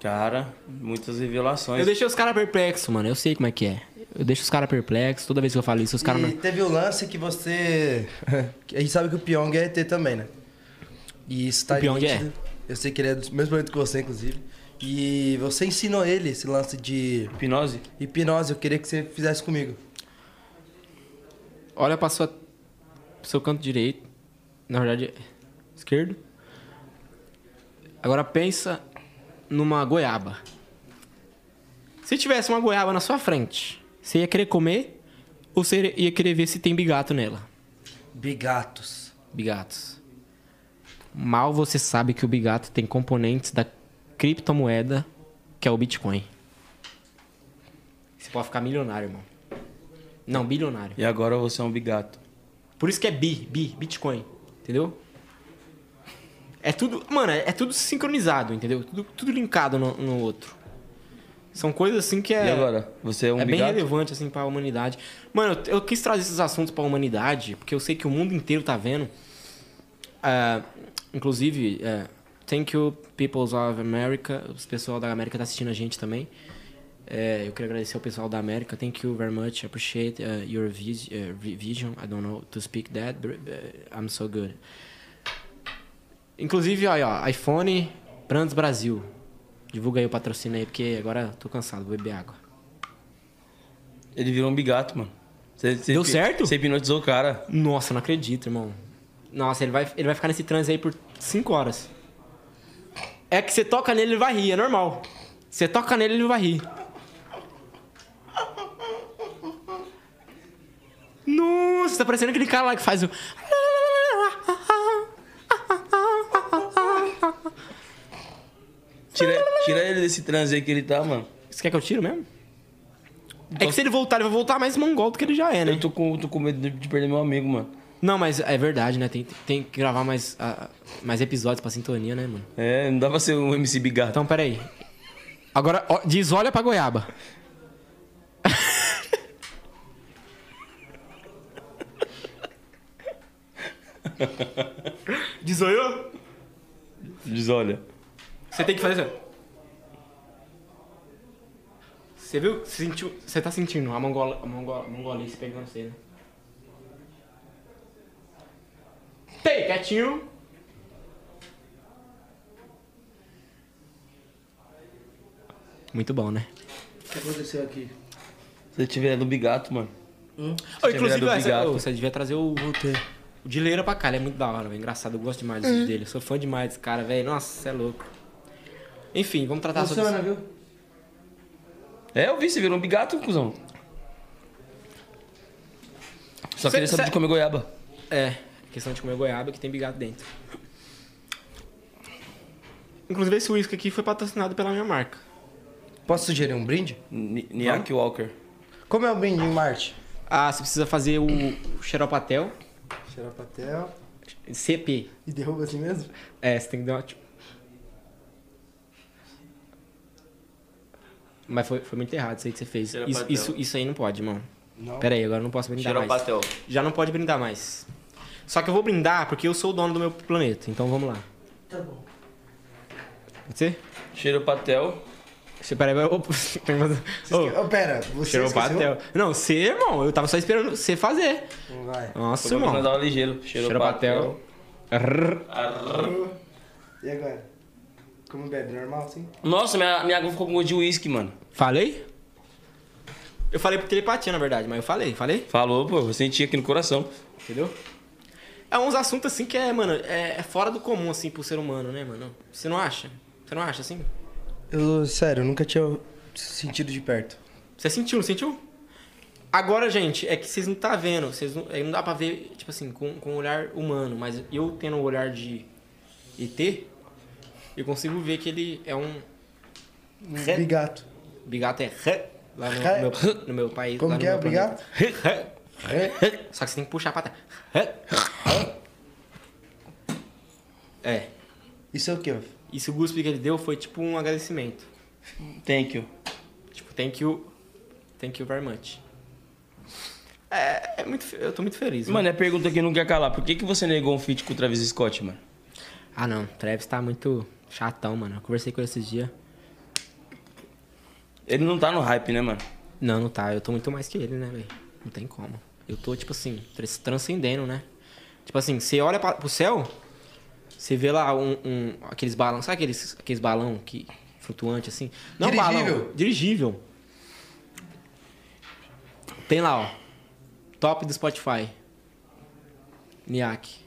Cara, muitas Eu revelações. deixei os caras perplexos, mano. Eu sei como é que é. Eu deixo os caras perplexos. Toda vez que eu falo isso, os caras e não. teve o lance que você. que A gente sabe que o Pyong é ET também, né? E isso tá O Pyong nítido. Eu sei que ele é do mesmo planeta que você, inclusive. E você ensinou ele esse lance de Hipnose? hipnose. Eu queria que você fizesse comigo. Olha pra sua. pro seu canto direito. Na verdade, esquerdo. Agora pensa numa goiaba. Se tivesse uma goiaba na sua frente, você ia querer comer ou você ia querer ver se tem bigato nela? Bigatos. Bigatos. Mal você sabe que o bigato tem componentes da criptomoeda que é o Bitcoin. Você pode ficar milionário, irmão. Não, bilionário. E agora você é um bigato. Por isso que é bi, bi, Bitcoin. Entendeu? É tudo. Mano, é é tudo sincronizado, entendeu? Tudo, tudo linkado no, no outro. São coisas assim que é. E agora? Você é um é bem bigato? relevante, assim, pra humanidade. Mano, eu, eu quis trazer esses assuntos pra humanidade, porque eu sei que o mundo inteiro tá vendo. Ah, inclusive, é, thank you, peoples of America. Os pessoal da América tá assistindo a gente também. É, eu queria agradecer ao pessoal da América. Thank you very much. Appreciate uh, your vis uh, vi- vision. I don't know to speak that, but uh, I'm so good. Inclusive, olha, ó, iPhone Brands Brasil. Divulga aí o patrocínio aí, porque agora eu tô cansado, vou beber água. Ele virou um bigato, mano. Você- você Deu hip- certo? Você hipnotizou o cara. Nossa, não acredito, irmão. Nossa, ele vai, ele vai ficar nesse transe aí por 5 horas. É que você toca nele, ele vai rir, é normal. Você toca nele, ele vai rir. Nossa, tá parecendo aquele cara lá que faz o. Tira, tira ele desse transe aí que ele tá, mano. Você quer que eu tiro mesmo? É que se ele voltar, ele vai voltar mais mongol do que ele já é, né? Eu tô com, tô com medo de- de perder meu amigo, mano. Não, mas é verdade, né? Tem, tem que gravar mais, ah, mais episódios pra sintonia, né, mano? É, não dá pra ser um MC bigato. Então, peraí. Agora, ó, diz olha pra goiaba. Desolhou? Diz, olha. Você tem que fazer assim. ó. Você viu? Você sentiu- Você tá sentindo a, mongola, a, mongola, a mongolice pegando você, né? Tem, quietinho. Muito bom, né? O que aconteceu aqui? Se ele tiver do bigato, mano. Ô, Tinha inclusive, virado ó, essa- bigato. ô, você devia trazer o, o, teu- o de Leira pra cá, ele é muito da hora, velho. Engraçado, eu gosto demais dos vídeos dele. Eu sou fã demais desse cara, velho. Nossa, você é louco. Enfim, vamos tratar sobre Funciona, isso. viu? É, eu vi, você virou um bigato, cuzão. Só Cê- queria saber cê- de comer goiaba. É, questão de comer goiaba que tem bigato dentro. Inclusive, esse uísque aqui foi patrocinado pela minha marca. Posso sugerir um brinde? Ni- Niak Walker. Como é o brinde, Marte? Ah, você precisa fazer o xeropatel Tirar papel CP. e derruba assim mesmo? É, você tem que dar uma... tipo- Mas foi, foi muito errado isso aí que você fez. Isso, Xeropatel. isso, isso aí não pode, irmão. Não. Pera aí, agora eu não posso brindar mais. Xeropatel. Já não pode brindar mais. Só que eu vou brindar porque eu sou o dono do meu planeta. Então vamos lá. Tá bom. Pode ser? Xeropatel. Você- Peraí, eu... tem que fazer- Você esque- Ô, Ô, pera, você Xeropatel. Não, você, irmão. Eu tava só esperando você fazer. esqueceu? Então Vai. Nossa, Vou irmão. mandar uma ligeiro. Xeropatel. Xeropatel. Arrr. E agora? Como bebe? Normal, sim? Nossa, minha, minha água ficou com gosto de uísque, mano. Falei? Eu falei por telepatia, na verdade. Mas eu falei, falei. Falou, pô, eu senti aqui no coração. Entendeu? É uns assuntos assim que é, mano, é, é fora do comum, assim, pro ser humano, né, mano? Você não acha? Você não acha, assim? Eu, sério, eu nunca tinha sentido de perto. Você sentiu, não sentiu? Agora, gente, é que vocês não tá vendo, vocês não, é, não dá pra ver, tipo assim, com, com um olhar humano, mas eu tendo um olhar de ET, eu consigo ver que ele é um Um bigato. bigato é rã, lá no, Rã. meu, no meu país. Como lá no que é meu o planeta. Rã. É? Só que você tem que puxar pra trás. Rã. É. Isso é o quê? Isso o guspe que ele deu foi tipo um agradecimento. Thank you. Tipo, Thank you. Thank you very much. É, é muito, fe- eu tô muito feliz. Mano, é a pergunta que não quer calar. Por que, que você negou um feat com o Travis Scott, mano? Ah, não. Travis tá muito chatão, mano. Eu conversei com ele esses dias. Ele não tá no hype, né, mano? Não, não tá. Eu tô muito mais que ele, né, velho? Não tem como. Eu tô, tipo assim, trans- transcendendo, né? Tipo assim, você olha pra, pro céu, você vê lá um, um- aqueles balões. Sabe aqueles, aqueles balão que flutuante, assim? Não balão. Dirigível. Dirigível. Tem lá, ó. Top do Spotify. Niak.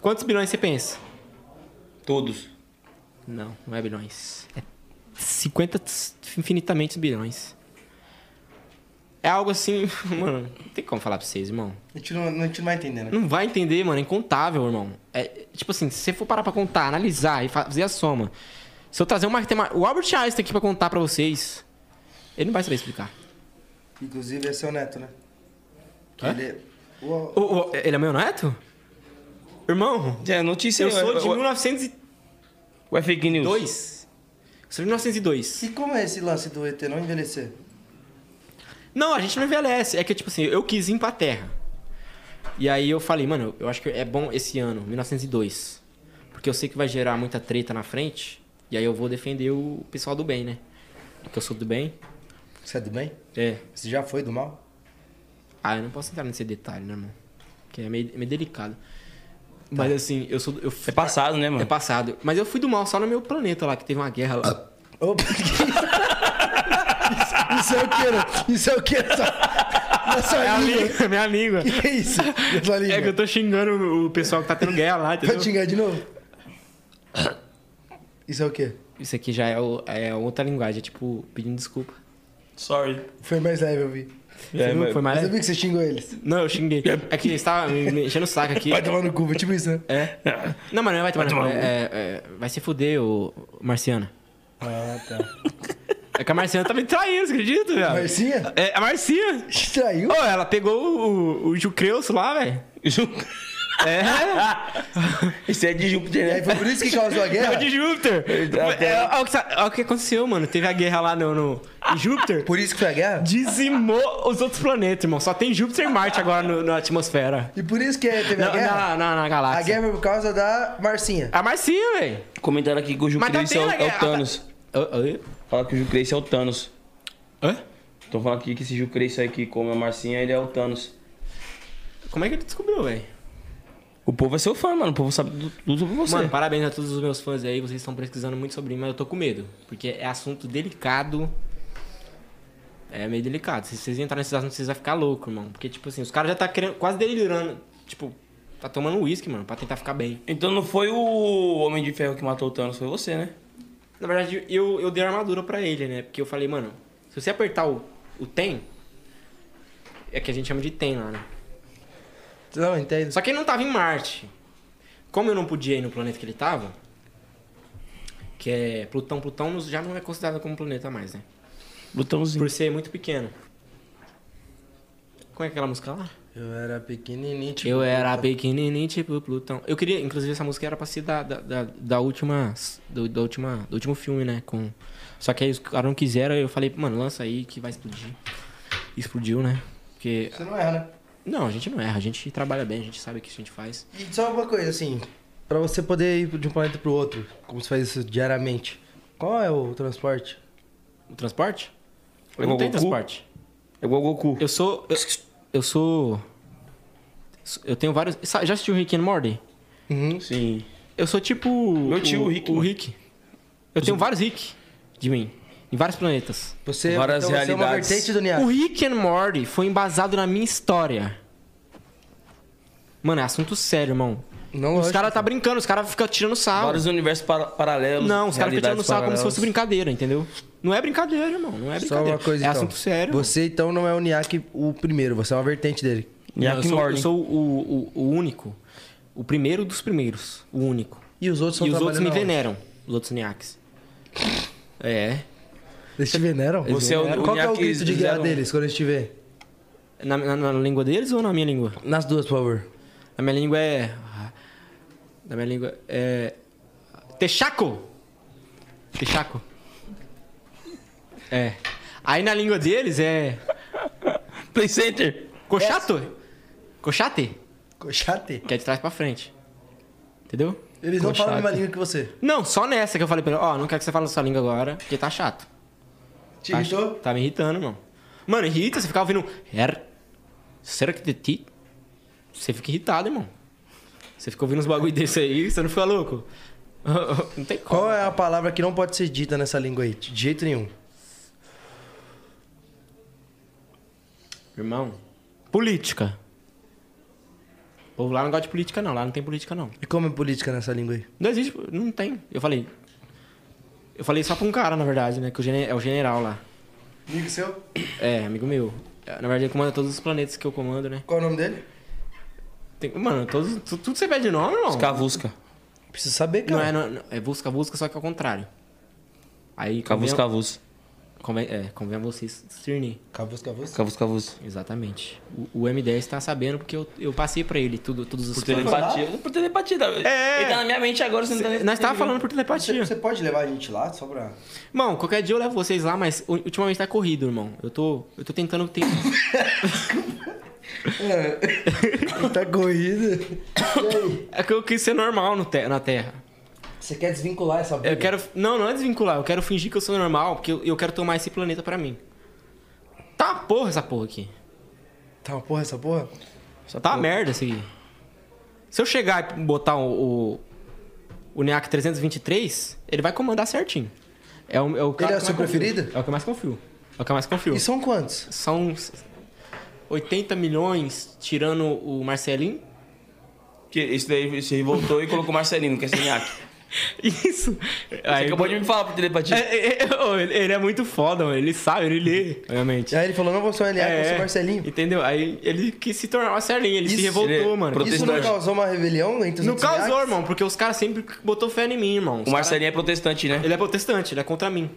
Quantos bilhões você pensa? Todos. Não, não é bilhões. É 50 tss- infinitamente bilhões. É algo assim, mano, não tem como falar pra vocês, irmão. A gente não, a gente não vai entender, né? Não vai entender, mano, é incontável, irmão. É, tipo assim, se você for parar pra contar, analisar e fa- fazer a soma. Se eu trazer um matema- o Albert Einstein aqui pra contar pra vocês, ele não vai saber explicar. Inclusive, esse é o Neto, né? Que Hã? ele... é- O- Ô, ô, ele é meu neto? Irmão, É, notícia. eu sou ué, de ué, 1902. ué, fake news. Eu sou de 1902. E como é esse lance do ET não envelhecer? Não, a gente não envelhece. É que, tipo assim, eu quis ir pra Terra. E aí eu falei, mano, eu acho que é bom esse ano, 1902. Porque eu sei que vai gerar muita treta na frente. E aí eu vou defender o pessoal do bem, né? Porque eu sou do bem. Você é do bem? É. Você já foi do mal? Ah, eu não posso entrar nesse detalhe, né, mano? Porque é meio, meio delicado. Mas assim, eu sou. do- Eu É passado, né, mano? É passado. Mas eu fui do mal só no meu planeta lá, que teve uma guerra lá. Opa, que isso? Isso é o que? né? Isso é o que? Essa... Nessa É a língua. língua, minha língua. Que é isso? Nessa língua. É que eu tô xingando o pessoal que tá tendo guerra lá, entendeu? Pode xingar de novo? Isso é o quê? Isso aqui já é, o- é outra linguagem, é tipo pedindo desculpa. Sorry. Foi mais leve, eu vi. É, viu? mas- Foi mais Mas eu vi que você xingou eles. Não, eu xinguei. É que eles estavam me me enchendo o saco aqui. Vai tomar no cu, foi tipo isso, né? É. Não, mas não vai tomar. no cu. É, é, vai se fuder, ô Marciana. Ah, tá. É que a Marciana tá me traindo, você acredita, velho? Marcinha? É, a Marcinha. Te traiu? Ô, ela pegou o, o, o Jucreus lá, velho. É. Esse é de Júpiter, E aí né? foi por isso que causou a É guerra? o de Júpiter. Tá, É, Olha o que sa- olha o que aconteceu, mano. Teve a guerra lá no, no em Júpiter. Por isso que foi a guerra? Dizimou os outros planetas, irmão. Só tem Júpiter e Marte agora no- na atmosfera. E por isso que teve Na, a guerra? na, na, na A galáxia. guerra foi por causa da Marcinha. A Marcinha, velho. Comentaram aqui que o Júpiter Mas tá é, o- tendo a é guerra. o Thanos. Falaram que o Jucreice é o Thanos. Hã? Estão falando aqui que esse Jucreice aí que come a Marcinha, ele é o Thanos. Como é que ele descobriu, velho? O povo é seu fã, mano. O povo sabe tudo- tudo sobre você. Mano, parabéns a todos os meus fãs aí. Vocês estão pesquisando muito sobre mim, mas eu tô com medo. Porque é assunto delicado. É meio delicado. Se vocês entrarem nesses assuntos, vocês vão ficar louco, irmão. Porque, tipo assim, os caras já tá querendo, quase delirando. Tipo, tá tomando uísque, mano, pra tentar ficar bem. Então não foi o Homem de Ferro que matou o Thanos, foi você, né? Na verdade, eu, eu dei armadura pra ele, né? Porque eu falei, mano, se você apertar o, o tem. É que a gente chama de tem lá, né? Não, entendo. Só que ele não tava em Marte. Como eu não podia ir no planeta que ele tava, que é Plutão, Plutão já não é considerado como planeta mais, né? Botãozinho. Por ser muito pequeno. Como é aquela música lá? Eu era pequenininho. tipo, eu era pequenininho, tipo Plutão. Eu queria, inclusive, essa música era pra ser da, da, da, da última, do, da última, do último filme, né? Com... Só que aí os caras não quiseram, eu falei, mano, lança aí que vai explodir. Explodiu, né? Porque. Você não erra, né? Não, a gente não erra, a gente trabalha bem, a gente sabe o que a gente faz. E só uma coisa, assim, pra você poder ir de um planeta pro outro, como você faz isso diariamente, qual é o transporte? O transporte? É Eu não igual tenho Goku? transporte. É igual o Goku. Eu sou. Eu, eu sou. Eu tenho vários. sa- Já assistiu Rick and Morty? Uhum. Sim. Eu sou tipo. Meu tio, o Rick, O mano. Rick. Eu tenho vários Rick de mim. Em vários planetas. Você, Várias então, você é uma realidades. vertente do O Niago. Rick and Morty foi embasado na minha história. Mano, é assunto sério, irmão. Não, Os lógico. caras tá brincando, os caras ficam tirando sarro. Vários universos para- paralelos. Não, os caras ficam tirando realidades sarro como se paralelas. fosse brincadeira, entendeu? Não é brincadeira, irmão. Não é Só brincadeira. uma coisa, é então. assunto sério. irmão. Você, então, não é o Niak o primeiro, você é uma vertente dele. Jack Não, eu sou, eu Morty. sou o, o- o único. O primeiro dos primeiros. O único. E os outros são e os outros me trabalhando aonde? veneram. Os outros niaques. É. Eles te veneram? Você é o- Qual que é o Niak grito de guerra zero um. deles quando eles te vê? Na, na- na língua deles ou na minha língua? Nas duas, por favor. Na minha língua é. Na minha língua é. Texaco! Texaco. É. Aí na língua deles é. Play Center. Cochato? Cochate? Cochate. Que é de trás pra frente. Entendeu? Eles não falam a mesma Cochate. língua que você. Não, só nessa que eu falei pra ele, ó, não quero que você fale na sua língua agora, porque tá chato. Te tá, irritou? Tá me irritando, mano. Mano, irrita, você ficar ouvindo. "Er, Será que de ti? Você fica irritado, irmão. Você fica ouvindo uns bagulho desse aí, você não fica louco? Não tem como. Qual é a palavra que não pode ser dita nessa língua aí? De jeito nenhum. Irmão. Política. O povo lá não gosta de política, não. Lá não tem política, não. E como é política nessa língua aí? Não existe, não tem. Eu falei. Eu falei só pra um cara, na verdade, né? Que o gene- é o general lá. Amigo seu? É, amigo meu. Na verdade, ele comanda todos os planetas que eu comando, né? Qual é o nome dele? Tem- mano, todos, tu- tudo você pede nome, irmão. Cavusca. Preciso saber, Não cara. é, não, não- é busca, busca, só que ao contrário. Aí Cavus, convém, cavus. convém, é, convém a vocês discernir. Cavus, cavus. Cavus, cavus. Exatamente. O, o M10 tá sabendo porque eu, eu passei pra ele tudo, todos os Por telepatia. Por telepatia. É. Ele tá na minha mente agora, você não tá nem Nós tava percebendo. falando por telepatia. Você, você pode levar a gente lá só pra. Irmão, qualquer dia eu levo vocês lá, mas u- ultimamente tá corrido, irmão. Eu tô, eu tô tentando ter... tá corrida. É que eu quis ser normal no te- na Terra. Você quer desvincular essa Eu quero. Não, não é desvincular. Eu quero fingir que eu sou normal, porque eu, eu quero tomar esse planeta pra mim. Tá uma porra essa porra aqui. Tá uma porra essa porra? Só tá uma merda isso aqui. Se eu chegar e botar o. O, o NEAC 323, ele vai comandar certinho. É o, é o cara Ele é o que seu eu mais confio. preferido? É o que eu mais confio. É o que eu mais confio. E são quantos? São uns 80 milhões, tirando o Marcelinho. Que isso daí se revoltou e colocou Marcelino, que é sem hack. Isso. Você acabou de me falar por telepatia. É, é, é, ô, ele ele é muito foda, mano. Ele sabe, ele lê, obviamente. Aí ele falou: não vou ser o LA, É, vou ser é, o Marcelinho. Entendeu? Aí ele quis se tornar Marcelinho, ele Isso, é se revoltou, ele- mano. pro- Isso não protestante. causou uma rebelião entre os Não outros causou, reacts? irmão, porque os caras sempre botou fé em mim, irmão. Os O cara- Marcelinho é protestante, né? Ele é protestante, ele é contra mim.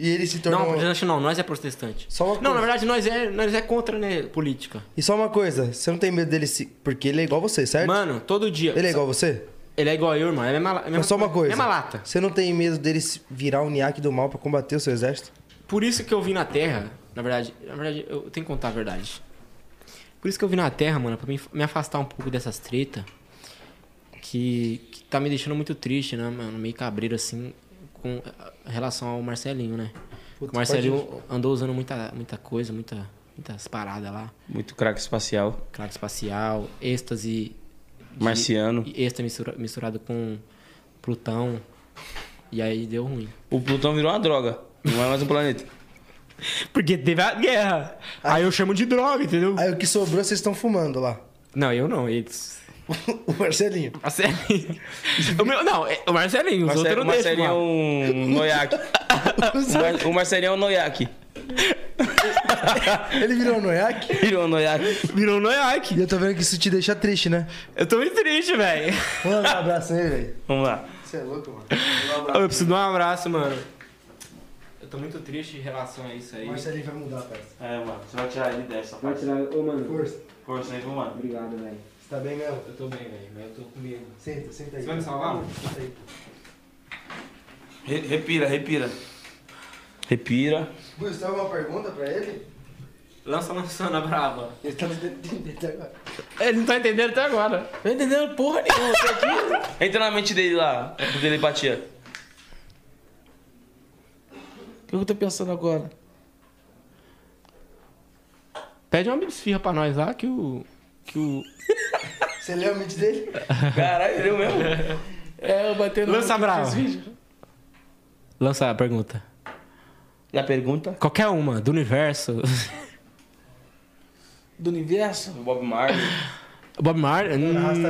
E ele se Não, tornou. protestante não, nós é protestante. Então Só uma não, coisa. na verdade, nós é, nós é contra, né, política. E só uma coisa, você não tem medo dele se. Porque ele é igual você, certo? Mano, todo dia. Ele é igual você? Ele é igual eu, irmão. É a mesma, a mesma Mas só uma coisa. Mesma lata. Você não tem medo dele se virar o Niak do mal pra combater o seu exército? Por isso que eu vim na Terra, na verdade, na verdade, eu tenho que contar a verdade. Por isso que eu vim na Terra, mano, pra me, me afastar um pouco dessas treta que, que tá me deixando muito triste, né, mano? Meio cabreiro, assim, com relação ao Marcelinho, né? Putz, o Marcelinho andou usando muita, muita coisa, muita, muitas paradas lá. Muito craque espacial. Crato espacial, êxtase... de- Marciano. e Êxtase mistura- misturado com Plutão. E aí deu ruim. O Plutão virou uma droga. Não é mais um planeta. Porque teve a guerra. Aí eu chamo de droga, entendeu? Aí o que sobrou vocês estão fumando lá. Não, eu não, eles. o Marcelinho. Marcelinho. o meu, não, é o Marcelinho, os Marce- outros o não deixam. Marcelinho é mano. um noiaque. O Mar- o Marcelinho é um noiaque. Ele virou Noiak? Virou um noiaque. Virou um E Noyak. eu tô vendo que isso te deixa triste, né? Eu tô muito triste, velho. Manda um abraço nele, velho. Vamos lá. Você é louco, mano. Eu preciso de um abraço, mano. Eu tô muito triste em relação a isso aí. Marcelinho vai mudar, cara. É, mano. Você vai tirar ele dessa. Ô, mano, Força. Força aí, mano. obrigado, velho. Você tá bem mesmo? Eu tô bem, velho, mas eu tô com medo. Senta, senta aí. Você vai me salvar, mano? Senta aí. Repira, repira. Repira. Gusto, tem alguma pergunta pra ele? Lança, lança na brava. Ele tá tentando entender até agora. Ele não tá entendendo até agora. Não tá entendendo porra nenhuma. Entra na mente dele lá, é do telepatia. O que eu tô pensando agora? Pede uma bisfirra pra nós lá que o. Que o. Você leu a mente dele? Caralho, eu mesmo. É, eu batendo. Lança a brava. Lança a pergunta. E a pergunta? Qualquer uma, do universo. Do universo? O Bob Marley. Bob Marley? Hum, Não arrasta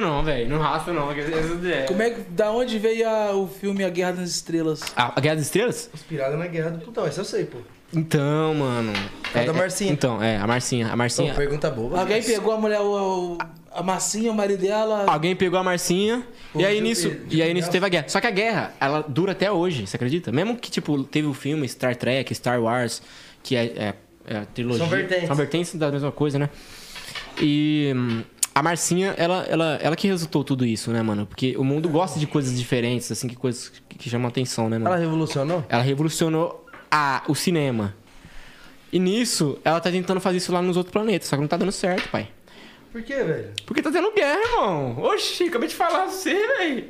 não, né? não, não velho. Não rasta não. que essas ideias. Como é que. Da onde veio a- o filme A Guerra das Estrelas? Ah, a Guerra das Estrelas? Inspirado na guerra do Plutão, esse eu sei, pô. Então, mano. É da Marcinha. Então, é, a Marcinha. A Marcinha. Pô, pergunta boba. Alguém pegou a mulher, o, o- a massinha, o marido dela. Alguém pegou a Marcinha e aí de- nisso, de- e aí nisso de- teve a guerra. Só que a guerra, ela dura até hoje, você acredita? Mesmo que tipo teve o filme Star Trek, Star Wars, que é, é- é a trilogia, São vertentes. são vertentes da mesma coisa, né? E hum, a Marcinha, ela, ela, ela que resultou tudo isso, né, mano? Porque o mundo gosta de coisas diferentes, assim, que coisas que, que chamam atenção, né, mano? Ela revolucionou? Ela revolucionou a, o cinema. E nisso, ela tá tentando fazer isso lá nos outros planetas, só que não tá dando certo, pai. Por quê, velho? Porque tá tendo guerra, irmão. Oxi, acabei de falar pra você, velho.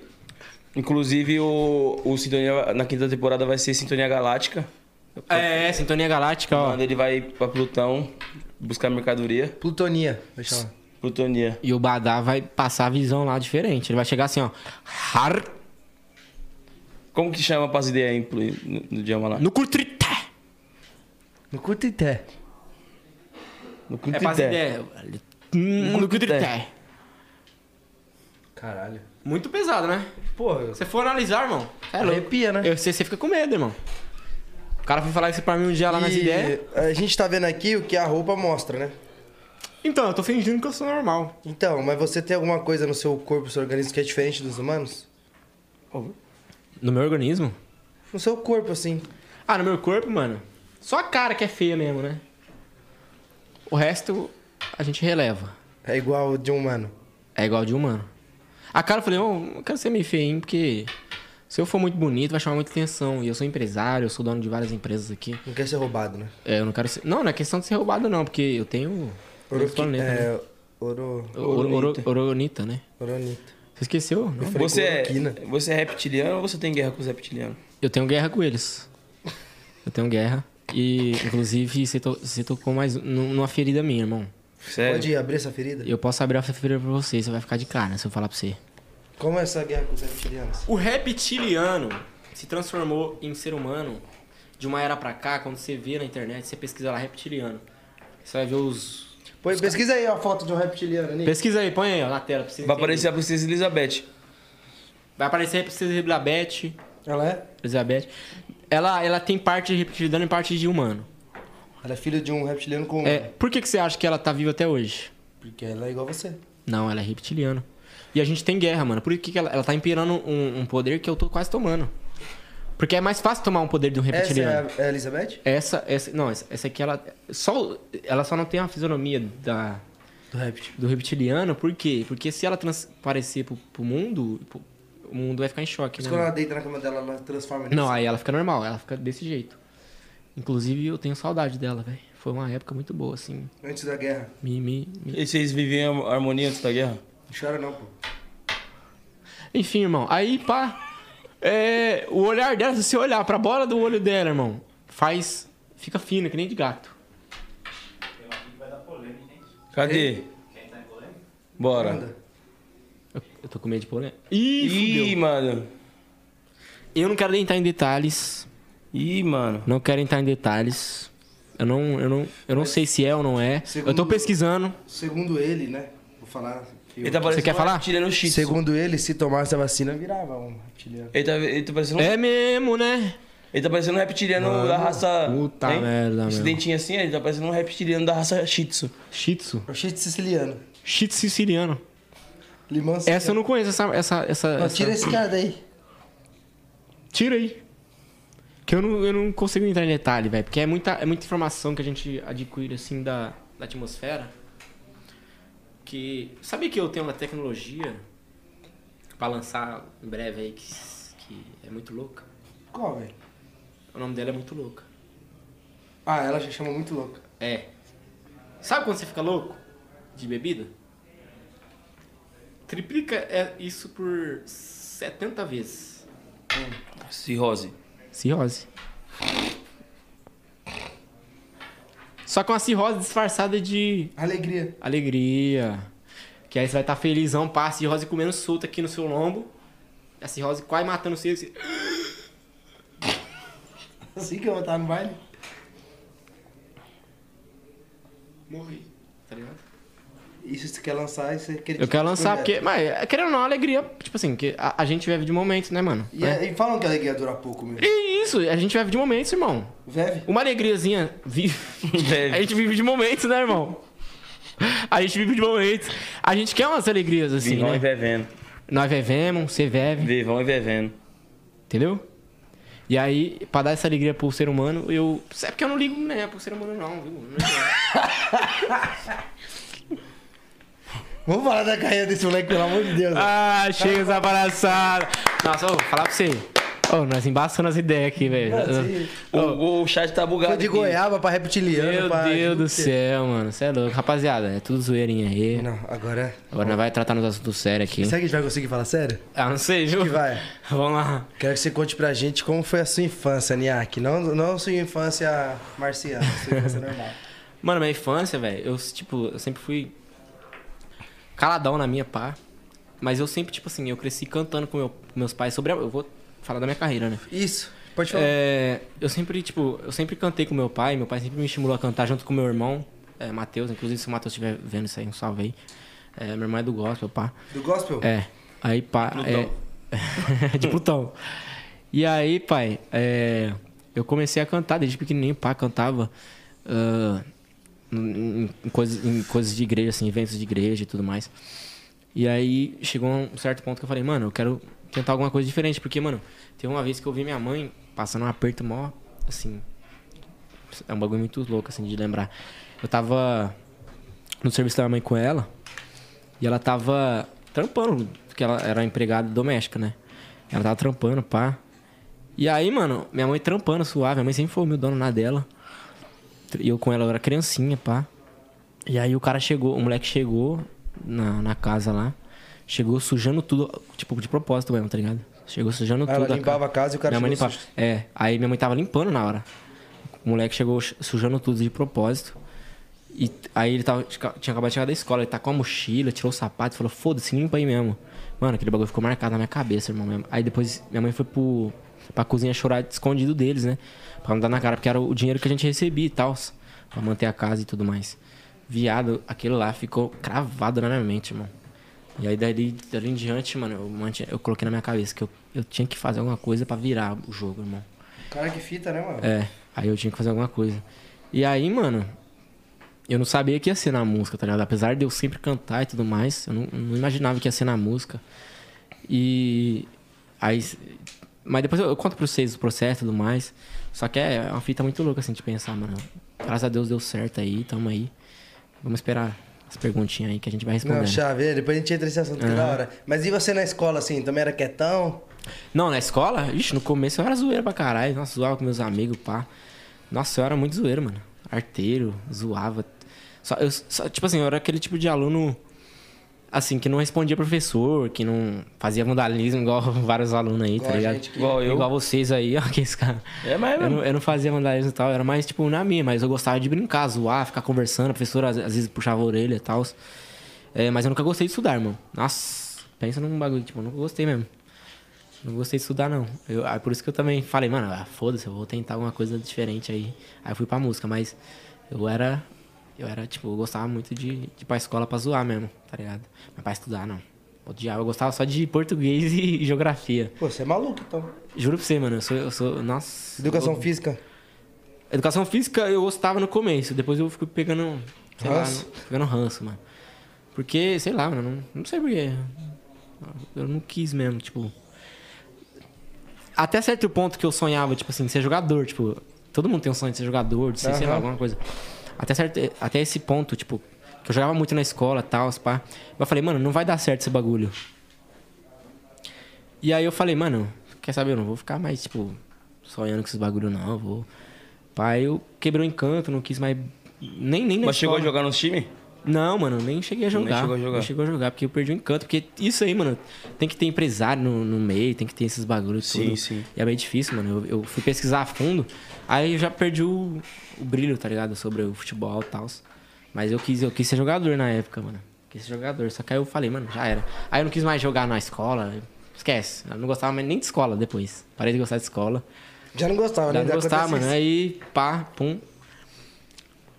Inclusive, o, o Sintonia na quinta temporada vai ser Sintonia Galáctica. É, Sintonia Galáctica, ó. Quando ele vai pra Plutão buscar mercadoria. Plutonia, vai chamar. Plutonia. E o Badá vai passar a visão lá diferente. Ele vai chegar assim, ó. Har Como que chama pras ideias aí pro- no, no idioma lá? no curtrité. No Cutité. No É pras Cutité. ideias. Hum, No curtrité. Caralho. Muito pesado, né? Porra, Se você for analisar, irmão. É louco. arrepia, né? Eu sei, você fica com medo, irmão. O cara foi falar isso pra mim um dia lá nas E ideias. A gente tá vendo aqui o que a roupa mostra, né? Então, eu tô fingindo que eu sou normal. Então, mas você tem alguma coisa no seu corpo, no seu organismo que é diferente dos humanos? No meu organismo? No seu corpo, assim. Ah, no meu corpo, mano. Só a cara que é feia mesmo, né? O resto a gente releva. É igual de um humano. É igual de humano. A cara eu falei, ô, eu quero ser meio feinho, porque se eu for muito bonito, vai chamar muita atenção. E eu sou empresário, eu sou dono de várias empresas aqui. Não quer ser roubado, né? É, eu não quero ser. Não, não é questão de ser roubado, não, porque eu tenho. Oro... tenho planeta, né? É, oro... Oro- oro- Oronita, né? Oronita. Você esqueceu? Não. Você é, Cloroquina. você é reptiliano ou você tem guerra com os reptilianos? Eu tenho guerra com eles. Eu tenho guerra. E, inclusive, você, to- você tocou mais num- numa ferida minha, irmão. Sério? Pode abrir essa ferida? Eu posso abrir a ferida pra você, você vai ficar de cara se eu falar pra você. Como é essa guerra com os reptilianos? O reptiliano se transformou em ser humano de uma era pra cá, quando você vê na internet, você pesquisa lá reptiliano. Você vai ver os. Pô, pesquisa aí a foto de um reptiliano, Nick. Pesquisa aí, põe aí ó, na tela pra você Vai entender. aparecer a princesa Elizabeth. Vai aparecer a princesa Elizabeth. Ela é? Elizabeth. Ela, ela tem parte de reptiliano e parte de humano. Ela é filha de um reptiliano com um. É, por que, que você acha que ela tá viva até hoje? Porque ela é igual a você. Não, ela é reptiliana. E a gente tem guerra, mano. Por que, que ela, ela tá empirando um, um poder que eu tô quase tomando? Porque é mais fácil tomar um poder de um Essa reptiliano. é a- é a Elizabeth? Essa, essa, não, essa, essa aqui ela só, ela só não tem a fisionomia da, Do reptil. do reptiliano, por quê? Porque se ela transparecer pro, pro mundo, pro- o mundo vai ficar em choque, Mas né? quando mano? ela deita na cama dela, ela transforma nisso. Não, aí ela fica normal, ela fica desse jeito. Inclusive, eu tenho saudade dela, velho. Foi uma época muito boa, assim. Antes da guerra. Me, me, me- E vocês viviam em harmonia antes da guerra? Não chora não, pô. Enfim, irmão, aí pá. É, o olhar dela, se você olhar pra bola do olho dela, irmão, faz. Fica fina, que nem de gato. Cadê? Bora. Manda. Eu, eu tô com medo de polêmica. Ih, Ih, mano. Eu não quero nem entrar em detalhes, Ih, mano. Não quero entrar em detalhes. Eu não, eu não, eu não sei se é ou não é. Eu tô Segundo- pesquisando. Segundo ele, né? Vou falar. que Ele eu- tá parecendo quer um falar? reptiliano shih tzu. Segundo ele, se tomasse a vacina, virava um reptiliano. Ele tá, ele tá parecendo um... É mesmo, né? Ele tá parecendo um reptiliano da raça... puta merda, Esse meu. dentinho assim, ele tá parecendo um reptiliano da raça shih tzu. Shih Tzu. Eu achei de siciliano. Shih Tzu siciliano. Limão Essa eu siciliano. não conheço, essa... essa, essa, Não, essa- tira esse cara daí. Tira aí. Que eu não, eu não consigo entrar em detalhe, velho. Porque é muita, é muita informação que a gente adquire, assim, da, da atmosfera. Que... Sabe que eu tenho uma tecnologia pra lançar em breve aí que, que é muito louca? Qual, velho? O nome dela é muito louca. Ah, ela já chama muito louca. É. Sabe quando você fica louco de bebida? Triplica é- isso por 70 vezes. Cirrose. Cirrose. Só que uma cirrose disfarçada de Alegria. alegria. Que aí você vai estar felizão, pá, a cirrose comendo solta aqui no seu lombo. A cirrose quase matando você. você- Assim que eu vou estar no baile. Morri, tá ligado? Isso você quer lançar, isso é tipo você quer Eu quero lançar, porque. Mas, querendo ou não, a alegria, tipo assim, que a, a gente vive de momentos, né, mano? E, Né? é- e falam que a alegria dura pouco mesmo. E isso, a gente vive de momentos, irmão. Veve? Uma alegriazinha vive. Vive. A gente vive de momentos, né, irmão? A gente vive de momentos. A gente quer umas alegrias assim, Vivão e né? vivendo. Nós vivemos, você vive, Vivão e vivendo. entendeu? E aí, pra dar essa alegria pro ser humano, eu. É porque eu não ligo, né, pro ser humano, não, viu? Vamos falar da carreira desse moleque, pelo amor de Deus. ah, chega essa palhaçada. Nossa, eu vou falar pra você. Ô, nós embaçando as ideias aqui, velho. O, o chat tá bugado. Foi de aqui. goiaba pra reptiliano. Meu pra... Deus do céu, mano. Você é louco. Rapaziada, é tudo zoeirinha aí. Não, agora. Agora nós vai tratar nos assuntos sérios aqui. Será que a gente vai conseguir falar sério? Ah, não sei, Ju. Que vai. Vamos lá. Quero que você conte pra gente como foi a sua infância, Niak. Não, não sua infância marciana, sua infância normal. Mano, minha infância, velho, eu, tipo, eu sempre fui caladão na minha pá. Mas eu sempre, tipo assim, eu cresci cantando com meu- com meus pais sobre a... Eu vou falar da minha carreira, né? Isso, pode falar. É, eu sempre, tipo, eu sempre cantei com meu pai, meu pai sempre me estimulou a cantar junto com meu irmão, é, Matheus, inclusive se o Matheus estiver vendo isso aí, um salve aí. É, meu irmão é do gospel, pá. Do gospel? É. Aí, pá. É... de Plutão. E aí, pai, é, eu comecei a cantar desde pequenininho, pá, cantava ah, em, em- em coisas, em coisas de igreja, assim, eventos de igreja e tudo mais. E aí chegou um certo ponto que eu falei, mano, eu quero tentar alguma coisa diferente, porque, mano, tem uma vez que eu vi minha mãe passando um aperto mó, assim. É um bagulho muito louco, assim, de lembrar. Eu tava no serviço da minha mãe com ela. E ela tava trampando, porque ela era empregada doméstica, né? Ela tava trampando, pá. E aí, mano, minha mãe trampando, suave. Minha mãe sempre foi humildona na dela. E eu com ela, eu era criancinha, pá. E aí o cara chegou, o moleque chegou na, na casa lá. Chegou sujando tudo, tipo, de propósito mesmo, tá ligado? Chegou sujando Ah, tudo. ela limpava a casa e o cara minha mãe chegou limpava. É, aí minha mãe tava limpando na hora. O moleque chegou sujando tudo de propósito. E t- aí ele tava, tinha acabado de chegar da escola, ele tacou a mochila, tirou o sapato e falou, foda-se, limpa aí mesmo. Mano, aquele bagulho ficou marcado na minha cabeça, irmão. mesmo. Aí depois minha mãe foi pro, pra cozinha chorar escondido deles, né? Pra não dar na cara, porque era o dinheiro que a gente recebia e tal. Pra manter a casa e tudo mais. Viado, aquilo lá ficou cravado na minha mente, mano. E aí dali, dali em diante, mano, eu, manti- eu coloquei na minha cabeça que eu, eu tinha que fazer alguma coisa pra virar o jogo, irmão. Cara, que fita, né, mano? É, aí eu tinha que fazer alguma coisa. E aí, mano, eu não sabia que ia ser na música, tá ligado? Apesar de eu sempre cantar e tudo mais, eu não, não imaginava que ia ser na música. E aí. Mas depois eu, eu conto pra vocês o processo e tudo mais. Só que é uma fita muito louca assim de pensar, mano. Graças a Deus deu certo aí, tamo aí. Vamos esperar as perguntinhas aí que a gente vai responder. Não, né? chave, é, depois a gente entra nesse assunto que da hora. Mas e você na escola, assim, também era quietão? Não, na escola, ixi, no começo eu era zoeira pra caralho. Nossa, zoava com meus amigos, pá. Nossa, eu era muito zoeiro, mano. Arteiro, zoava. Só, eu, só- tipo assim, eu era aquele tipo de aluno, assim, que não respondia professor, que não fazia vandalismo igual vários alunos aí, Igual tá a ligado? gente que- Igual eu. Igual vocês aí, ó, que esse cara. É, mas é eu, mesmo. não, eu não fazia vandalismo e tal, era mais, tipo, na minha, mas eu gostava de brincar, zoar, ficar conversando. A professora às, às vezes puxava a orelha e tal. É, mas eu nunca gostei de estudar, irmão. Nossa, pensa num bagulho, tipo, eu nunca gostei mesmo. Não gostei de estudar, não. Eu, ah, por isso que eu também falei, mano, ah, foda-se, eu vou tentar alguma coisa diferente aí. Aí eu fui pra música, mas eu era. Eu era, tipo, eu gostava muito de, de ir pra escola pra zoar mesmo, tá ligado? Mas pra estudar, não. Odiava, eu gostava só de português e geografia. Pô, você é maluco, então. Juro pra você, mano, eu sou. Eu sou nossa. Educação eu- física. Educação física eu gostava no começo, depois eu fico pegando. Sei Ranço? lá, pegando ranço, mano. Porque, sei lá, mano, não, não sei porquê. Eu não quis mesmo, tipo. Até certo ponto que eu sonhava, tipo assim, de ser jogador, tipo. Todo mundo tem um sonho de ser jogador, de ser, sei lá, Aham. alguma coisa. Até, certo, até esse ponto, tipo, que eu jogava muito na escola tal, os pá. Eu falei, mano, não vai dar certo esse bagulho. E aí eu falei, mano, quer saber? Eu não vou ficar mais, tipo, sonhando com esses bagulho, não. eu Vou. Pai, eu quebrei o encanto, não quis mais. Nem, nem na Mas chegou a escola. jogar nos times? Não, mano, nem cheguei a jogar. chegou a jogar. Nem chegou a jogar, porque eu perdi o encanto. Porque isso aí, mano, tem que ter empresário no, no meio, tem que ter esses bagulhos Sim, tudo. sim. E é bem difícil, mano. Eu, eu fui pesquisar a fundo, aí eu já perdi o, o brilho, tá ligado? Sobre o futebol e tal. Mas eu quis, eu quis ser jogador na época, mano. Quis ser jogador. Só que aí eu falei, mano, já era. Aí eu não quis mais jogar na escola. Esquece. Eu não gostava mais nem de escola depois. Parei de gostar de escola. Já não gostava, né? Já não gostava, acontece mano. isso. Aí, pá, pum.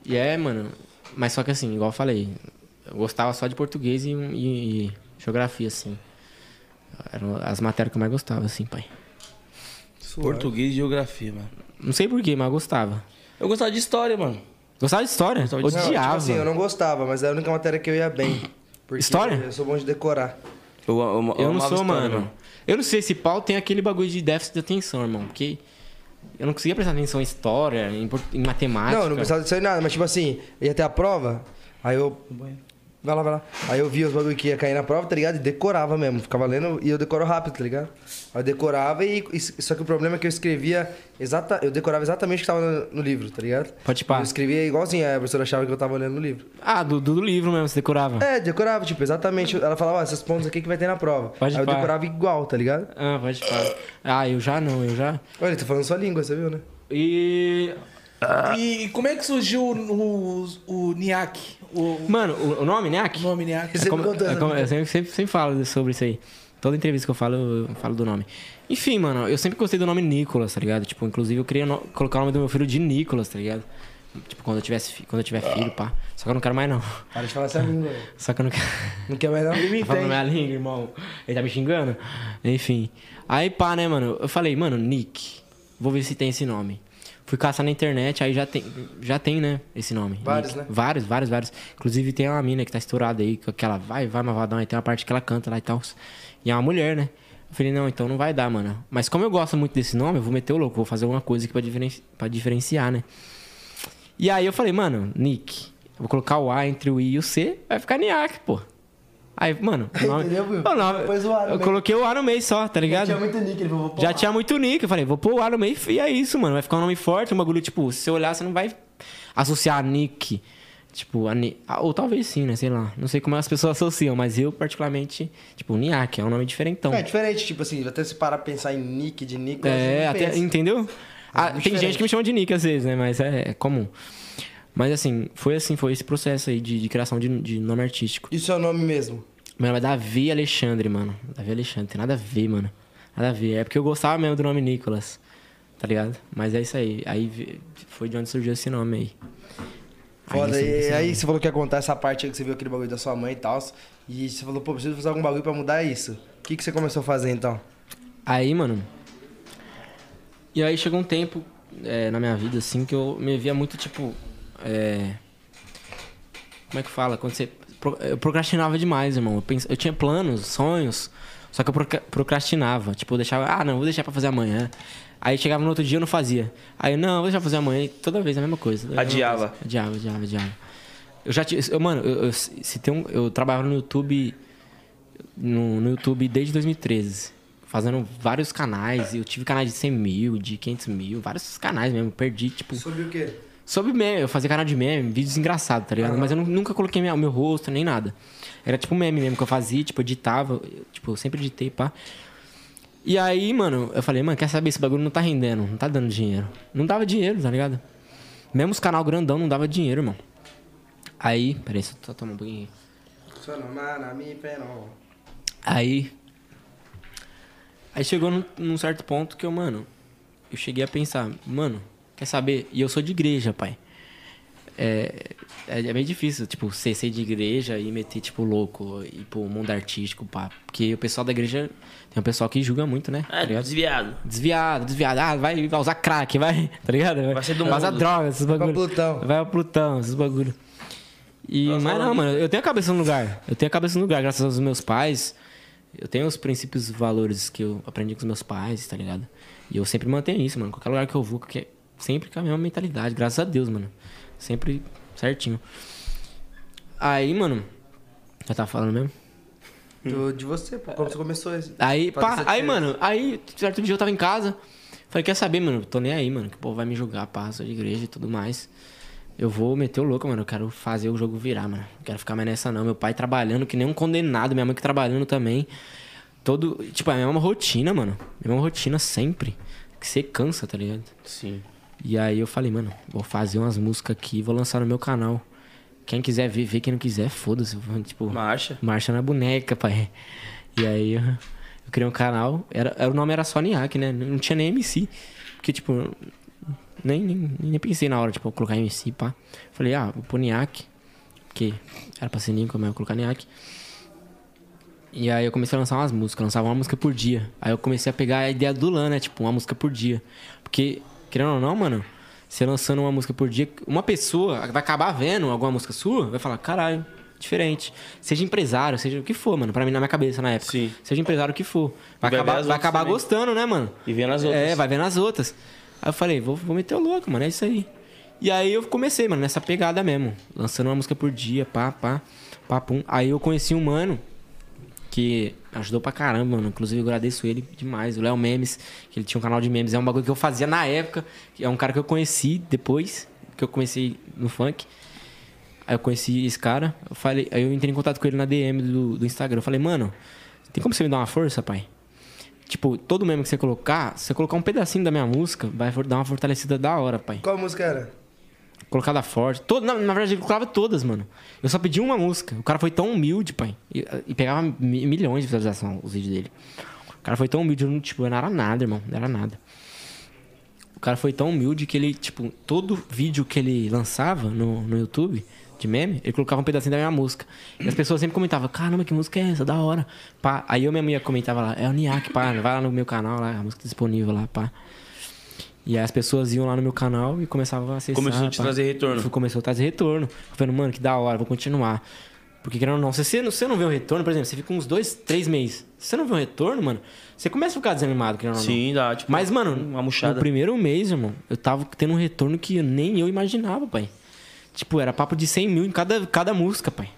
E é, mano. Mas só que assim, igual eu falei, eu gostava só de português e, e- e geografia, assim. Eram as matérias que eu mais gostava, assim, pai. Português e geografia, mano. Não sei porquê, mas eu gostava. Eu gostava de história, mano. Gostava de história? Gostava de Não, Odiava. tipo assim, eu não gostava, mas era a única matéria que eu ia bem. Porque História? Eu sou bom de decorar. Eu, eu, Eu não amava sou, história, mano. Eu não sei se pau tem aquele bagulho de déficit de atenção, irmão. Porque eu não conseguia prestar atenção em história, em, por- em matemática. não, eu não precisava disso aí nada, mas tipo assim, ia ter a prova, aí eu Vai lá, vai lá. Aí eu via os bagulho que ia cair na prova, tá ligado? E decorava mesmo. Ficava lendo e eu decoro rápido, tá ligado? Aí eu decorava e. e- Só que o problema é que eu escrevia. Exata, eu decorava exatamente o que tava no, no livro, tá ligado? Pode pá. Eu escrevia igualzinho, aí a professora achava que eu tava olhando no livro. Ah, do, do livro mesmo, você decorava. É, decorava, tipo, exatamente. Ela falava, ó, esses pontos aqui que vai ter na prova. Pode aí eu pá. decorava igual, tá ligado? Ah, pode falar. Ah, eu já não, eu já. Olha, ele tá falando sua língua, você viu, né? E. Ah. E, como é que surgiu o, o, o NIAC? O, Mano, o, o nome, né? o Aki? nome NIAC? Você Como- me contou é, essa- como- eu sempre, sempre, sempre falo sobre isso aí. Toda entrevista que eu falo, eu falo do nome. Enfim, mano, eu sempre gostei do nome Nicolas, tá ligado? Tipo, inclusive eu queria no- colocar o nome do meu filho de Nicolas, tá ligado? Tipo, quando eu, tivesse, fi- quando eu tiver filho, pá. Só que eu não quero mais, não. Para de falar essa língua. Só que eu não quero. Não quer mais não? Ele me Tá falando minha língua, irmão. Ele tá me xingando? Enfim. Aí pá, né, mano? Eu falei, mano, Nick. Vou ver se tem esse nome. Fui caçar na internet, aí já tem, já tem né, esse nome. Vários, né? Vários, vários, vários. Inclusive tem uma mina que tá estourada aí, que ela vai, vai, Mavadão, aí tem uma parte que ela canta lá e tal. E é uma mulher, né? Eu falei, não, então não vai dar, mano. Mas como eu gosto muito desse nome, eu vou meter o louco, vou fazer alguma coisa aqui pra, diferen- pra diferenciar, né? E aí eu falei, mano, Nick, eu vou colocar o A entre o I e o C, vai ficar Niak, pô. Aí, mano, o nome, Entendeu, Will? o nome- Depois o A no eu meio. coloquei o A no meio só, tá ligado? Tinha muito nick, ele falou, vou Já tinha muito nick. Eu falei, vou pôr o A no meio e é isso, mano. Vai ficar um nome forte, um bagulho, tipo, se você olhar, você não vai associar a nick. Tipo, a ni... ah, ou talvez sim, né? Sei lá. Não sei como as pessoas associam, mas eu, particularmente, tipo, Niak, é um nome diferentão. É diferente, tipo assim, até se parar pra pensar em nick de nick. É, não até, pensa. entendeu? Ah, muito tem diferente. gente que me chama de Nick às vezes, né? Mas é, é comum. Mas assim, foi assim, foi esse processo aí de, de criação de, de nome artístico. E é o seu nome mesmo? Meu nome é Davi Alexandre, mano. Davi Alexandre, tem nada a ver, mano. Nada a ver. É porque eu gostava mesmo do nome Nicolas, tá ligado? Mas é isso aí. Aí vi- foi de onde surgiu esse nome aí. Aí Foda, esse- e esse aí nome. você falou que ia contar essa parte aí que você viu aquele bagulho da sua mãe e tal. E você falou, pô, preciso fazer algum bagulho pra mudar isso. O que, que você começou a fazer então? Aí, mano. E aí chegou um tempo é, na minha vida, assim, que eu me via muito tipo. é, Como é que fala? Quando você. pro- Eu procrastinava demais, irmão. Eu, pens- eu tinha planos, sonhos, só que eu proca- procrastinava. Tipo, eu deixava. Ah, não, vou deixar pra fazer amanhã. Aí chegava no outro dia eu não fazia. Aí, eu, não, vou deixar pra fazer amanhã. E toda vez a mesma coisa. toda vez a mesma Adiava. coisa. Adiava, adiava, adiava. Eu já tinha. eu- mano, eu, eu- se tem um, eu trabalhava no YouTube no, no YouTube desde 2013. Fazendo vários canais. Eu tive canais de 100 mil, de 500 mil. Vários canais mesmo. Perdi, tipo... Sobre o quê? Sobre meme. Eu fazia canal de meme, vídeos engraçados, tá ligado? Mas eu nu- nunca coloquei minha, meu rosto, nem nada. Era tipo meme mesmo que eu fazia. Tipo, eu editava. eu- tipo, eu sempre editei, pá. E aí, mano, eu falei, mano, quer saber? Esse bagulho não tá rendendo. Não tá dando dinheiro. Não dava dinheiro, tá ligado? Mesmo os canal grandão não dava dinheiro, irmão. Aí... Peraí, só só tomar um pouquinho. ah, Aí. Aí chegou num, num certo ponto que eu, mano, eu cheguei a pensar, mano, quer saber? E eu sou de igreja, pai. É, é, é meio difícil, tipo, ser, ser de igreja e meter, tipo, louco, ir pro mundo artístico, pá. Porque o pessoal da igreja tem um pessoal que julga muito, né? Tá É, ligado? desviado. Desviado, desviado. Ah, vai, vai usar crack, vai. Tá ligado? Vai, Vai ser do vai usar mundo. droga, esses bagulho. pra Plutão. Vai pra Plutão, esses bagulho. E, Vai mas falar não, nisso. mano, eu tenho a cabeça no lugar. Eu tenho a cabeça no lugar, graças aos meus pais. Eu tenho os princípios e valores que eu aprendi com os meus pais, tá ligado? E eu sempre mantenho isso, mano. Qualquer lugar que eu vou, qualquer... sempre com a mesma mentalidade, graças a Deus, mano. Sempre certinho. Aí, mano. Já tava falando mesmo? Do, de você, pô. Como você começou esse? Aí, Fazer pá, essa aí, diferença. mano, aí, certo dia eu tava em casa. Falei, quer saber, mano? Tô nem aí, mano. Que o povo vai me julgar, pá, sou de igreja e tudo mais. Eu vou meter o louco, mano. Eu quero fazer o jogo virar, mano. Não quero ficar mais nessa, não. Meu pai trabalhando, que nem um condenado, minha mãe que trabalhando também. Todo. Tipo, é a mesma rotina, mano. Mesma rotina sempre. Que você cansa, tá ligado? Sim. E aí eu falei, mano, vou fazer umas músicas aqui e vou lançar no meu canal. Quem quiser ver, vê. Quem não quiser, foda-se. Tipo, Marcha. Marcha na boneca, pai. E aí eu, eu criei um canal. Era, era- o nome era só Niak, né? Não tinha nem MC. Porque, tipo, nem, nem, nem pensei na hora, tipo, colocar MC, pá. Falei, ah, vou pôr Niak. Porque era pra ser Nico, mas eu vou colocar Niak. E aí eu comecei a lançar umas músicas, eu lançava uma música por dia. Aí eu comecei a pegar a ideia do Lan, né? Tipo, uma música por dia. Porque, querendo ou não, mano, você lançando uma música por dia, uma pessoa vai acabar vendo alguma música sua, vai falar, caralho, diferente. Seja empresário, seja o que for, mano. Pra mim, na minha cabeça na época. Sim. Seja empresário o que for. Vai, E vai ver acabar, as vai outras acabar também. gostando, né, mano? E vendo as outras. É, vai vendo as outras. Aí eu falei, vou, vou meter o louco, mano, é isso aí. E aí eu comecei, mano, nessa pegada mesmo. Lançando uma música por dia, pá, pá, pá, pum. Aí eu conheci um mano que ajudou pra caramba, mano. Inclusive eu agradeço ele demais, o Léo Memes, que ele tinha um canal de memes. É um bagulho que eu fazia na época. que É um cara que eu conheci depois, que eu comecei no funk. Aí eu conheci esse cara, eu falei, aí eu entrei em contato com ele na DM do, do Instagram. Eu falei, mano, tem como você me dar uma força, pai? Tipo, todo meme que você colocar, se você colocar um pedacinho da minha música, vai for- dar uma fortalecida da hora, pai. Qual música era? Colocada forte. Todo, na, na verdade, ele colocava todas, mano. Eu só pedi uma música. O cara foi tão humilde, pai. E, e pegava mi- milhões de visualização os vídeos dele. O cara foi tão humilde, eu não, tipo, eu não era nada, irmão. Não era nada. O cara foi tão humilde que ele, tipo, todo vídeo que ele lançava no, no YouTube de meme, ele colocava um pedacinho da minha música. E as pessoas sempre comentavam, caramba, que música é essa? Da hora. Pá. Aí eu mesmo ia comentava lá, é o Niak, pá, vai lá no meu canal, lá, a música tá disponível lá, pá. E aí as pessoas iam lá no meu canal e começavam a acessar. Começou a te pá. trazer retorno. Fui- Começou a trazer retorno. Eu falei, mano, que da hora, vou continuar. Porque querendo ou não, se você, não- se você não vê o retorno, por exemplo, você fica uns dois, três meses. Se você não vê o retorno, mano, você começa a ficar desanimado, querendo ou não. Sim, dá. Tipo, Mas, mano, uma no murchada. primeiro mês, irmão, eu tava tendo um retorno que nem eu imaginava, pai. Tipo, era papo de 100 mil em cada, cada música, pai.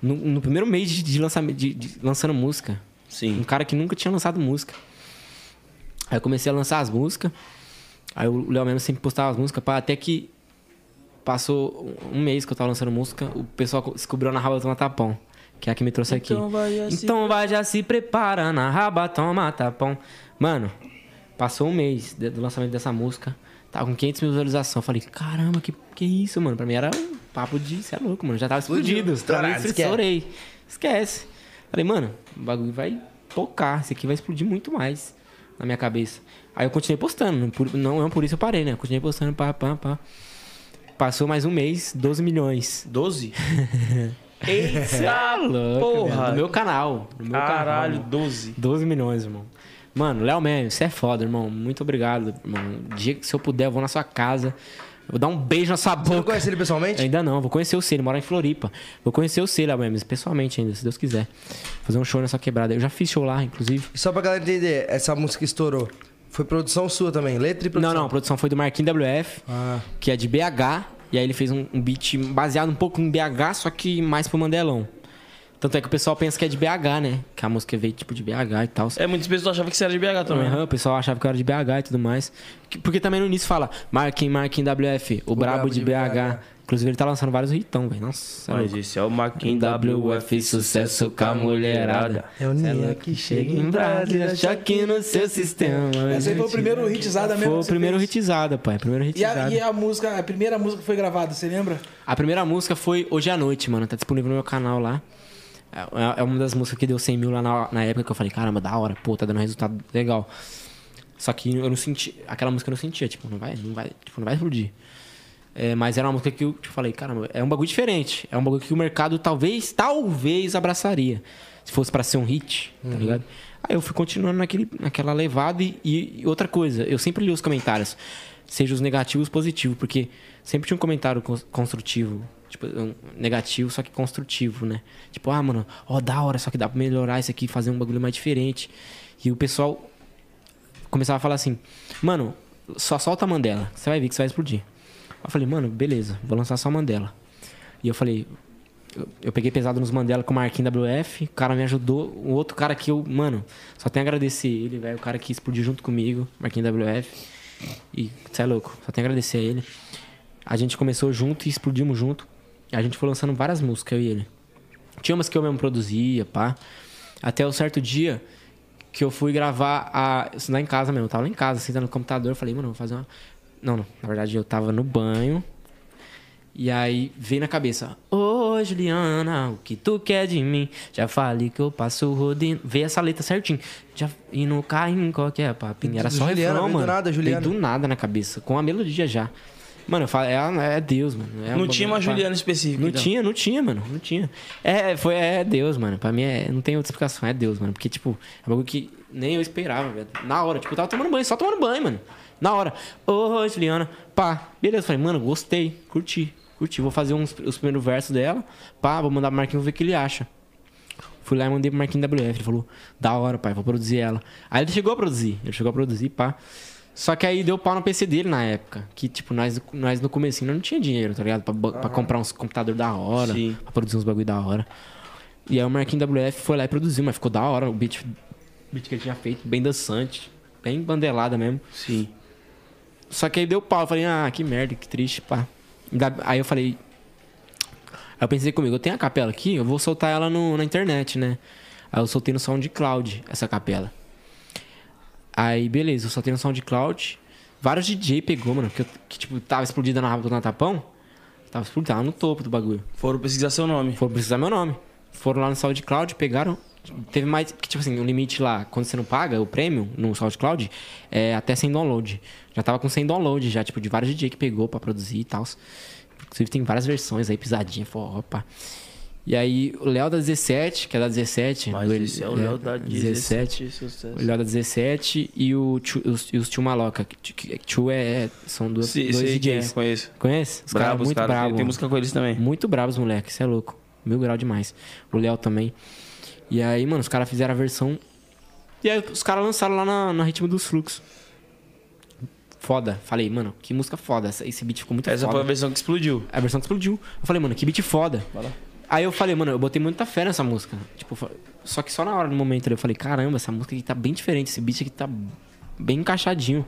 No, no primeiro mês de, de lançamento, de- de- lançando música. Um Sim. cara que nunca tinha lançado música. Aí eu comecei a lançar as músicas. Aí o Léo mesmo sempre postava as músicas, pá, até que passou um um mês que eu tava lançando música, o pessoal co- descobriu na raba toma tapão, que é a que me trouxe aqui. Então vai já se Então vai já se prepara na raba toma tapão. Mano, passou um mês de- do lançamento dessa música, tava com 500 mil visualizações. Eu Falei, caramba, que, que é isso, mano? Pra mim era um papo de, cê é louco, mano, já tava explodido. Pra mim, Estourado, esquece. estourei. Esquece. Falei, mano, o bagulho vai tocar, isso aqui vai explodir muito mais na minha cabeça. Aí eu continuei postando, não, por, não, não por isso eu parei, né? Eu continuei postando, pá, pá, pá. Passou mais um mês, 12 milhões. 12? Eita! Ah, Tá louco, Porra! velho. No meu canal. No meu canal, Caralho, irmão. 12. 12 milhões, irmão. Mano, Léo Mendes, você é foda, irmão. Muito obrigado, irmão. Dia que se eu puder, eu vou na sua casa. eu Vou dar um beijo na sua Você não boca. conhece ele pessoalmente? Ainda não, vou conhecer o C, ele mora em Floripa. Vou conhecer o C lá mesmo, pessoalmente ainda, se Deus quiser. Fazer um show nessa quebrada. Eu já fiz show lá, inclusive. E só pra galera entender, essa música estourou. Foi produção sua também, letra e Não, produção. não, a produção foi do Marquinhos WF, Ah. que é de BH. E aí ele fez um, um beat baseado um pouco em BH, só que mais pro Mandelão. Tanto é que o pessoal pensa que é de BH, né? Que a música veio tipo de BH e tal. É, muitas pessoas achavam que você era de BH também. né? Aham, o pessoal achava que eu era de BH e tudo mais. Que- Porque também no início fala, Marquinhos, Marquinhos WF, o, brabo, de, BH. Inclusive ele tá lançando vários ritão, velho. Nossa, é Mas louco. esse é o Maquin WF, sucesso com a mulherada. É o Nia que chega em Brasília, é choque no seu sistema. Esse aí foi o primeiro hitzada mesmo. Foi que o você primeiro fez? hitizada, pai. Primeiro E a, hitizada. e a música, a primeira música que foi gravada, você lembra? A primeira música foi Hoje à Noite, mano. Tá disponível no meu canal lá. É- É uma das músicas que deu 100 mil lá na, na época que eu falei, caramba, da hora, pô, tá dando resultado legal. Só que eu não senti. Aquela música eu não sentia, tipo, não vai, não vai, tipo, não vai explodir. É, mas era uma música que eu tipo, falei, caramba, é um bagulho diferente. É um bagulho que o mercado talvez, talvez abraçaria. Se fosse pra ser um hit, tá ligado? Aí eu fui continuando naquele, naquela levada e, e outra coisa, eu sempre li os comentários. Seja os negativos, os positivos, porque sempre tinha um comentário cons- construtivo. Tipo, um negativo, só que construtivo, né? Tipo, ah, mano, ó, da hora, só que dá pra melhorar isso aqui, fazer um bagulho mais diferente. E o pessoal começava a falar assim, mano, só solta a Mandela, você vai ver que você vai explodir. Eu falei, mano, beleza, vou lançar só a Mandela. E eu falei, eu, eu peguei pesado nos Mandela com o Marquinhos WF, o cara me ajudou, o outro cara que eu, mano, só tenho a agradecer ele, velho, o cara que explodiu junto comigo, Marquinhos WF. E você é louco, só tenho a agradecer a ele. A gente começou junto e explodimos junto. A gente foi lançando várias músicas, eu e ele. Tinha umas que eu mesmo produzia, pá. Até o certo dia que eu fui gravar a. Isso lá em casa mesmo, eu tava lá em casa, sentado no computador, eu falei, mano, eu vou fazer uma. Não, não. Na verdade, eu tava no banho. E aí veio na cabeça, ô Juliana, o que tu quer de mim? Já falei que eu passo rodando. Veio essa letra certinho. Já... E não cai em qualquer papinho. Era só Juliana, refrão, veio do mano. nada, Juliana. Veio do nada na cabeça, com a melodia já. Mano, eu falo, é, é Deus, mano. É um Não tinha uma bagulho, pá. Juliana específica. Não então. tinha, não tinha, mano. Não tinha. É, foi, é Deus, mano. Pra mim, é, não tem outra explicação. É Deus, mano. Porque, tipo, é um bagulho que nem eu esperava, velho. Na hora, tipo, eu tava tomando banho, só tomando banho, mano. Na hora. Ô, Juliana, pá. Beleza, falei, mano, gostei, curti, curti. Vou fazer uns, os primeiros versos dela, pá, vou mandar pro Marquinhos ver o que ele acha. Fui lá e mandei pro Marquinhos WF. Ele falou, da hora, pai, vou produzir ela. Aí ele chegou a produzir. Ele chegou a produzir, pá. Só que aí deu pau no PC dele na época. Que, tipo, nós, nós no começo não tinha dinheiro, tá ligado? Pra, ba- pra comprar uns computadores da hora, Sim. pra produzir uns bagulho da hora. E aí o Marquinhos WF foi lá e produziu, mas ficou da hora o beat, o beat que ele tinha feito, bem dançante, bem bandelada mesmo. Sim. Só que aí deu pau. Eu falei, ah, que merda, que triste, pá. Da- Aí eu falei. Aí eu pensei comigo, eu tenho a capela aqui, eu vou soltar ela no- na internet, né? Aí eu soltei no SoundCloud essa capela. Aí, beleza, eu soltei no SoundCloud. Vários DJ pegou, mano, que, eu- que, tipo, tava explodida na, na tapão. Tava explodida, tava no topo do bagulho. Foram pesquisar seu nome. Foram precisar meu nome. Foram lá no SoundCloud, pegaram. Teve mais. que, Tipo assim, o limite lá, quando você não paga o prêmio no SoundCloud, é até 100 download. Já tava com 100 download, já, tipo, de vários DJ que pegou pra produzir e tal. Inclusive tem várias versões aí, pisadinha, forró, pá. E aí, o Léo da 17, que é da 17. é do- é, O Léo da 17 e o Tio- os, e os Tio Maloca. que- que- que Tio é, é- São duas, Sim, dois sei quem é, DJs. conheço. Conhece? Os caras Brabo, os muito caras. bravos. Tem música com eles também. Muito bravos, moleque. Você é louco. Mil grau demais. O Léo também. E aí, mano, os caras fizeram a versão. E aí, os caras lançaram lá na, na Ritmo dos Fluxos. Foda. Falei, mano, que música foda. Essa- Esse beat ficou muito Tá, Essa foi foda. a versão que explodiu. A versão que explodiu. Eu falei, mano, que beat foda. Aí eu falei, mano, eu botei muita fé nessa música. Tipo, fa- só que só na hora, no momento ali, eu falei, caramba, essa música aqui tá bem diferente. Esse beat aqui tá bem encaixadinho.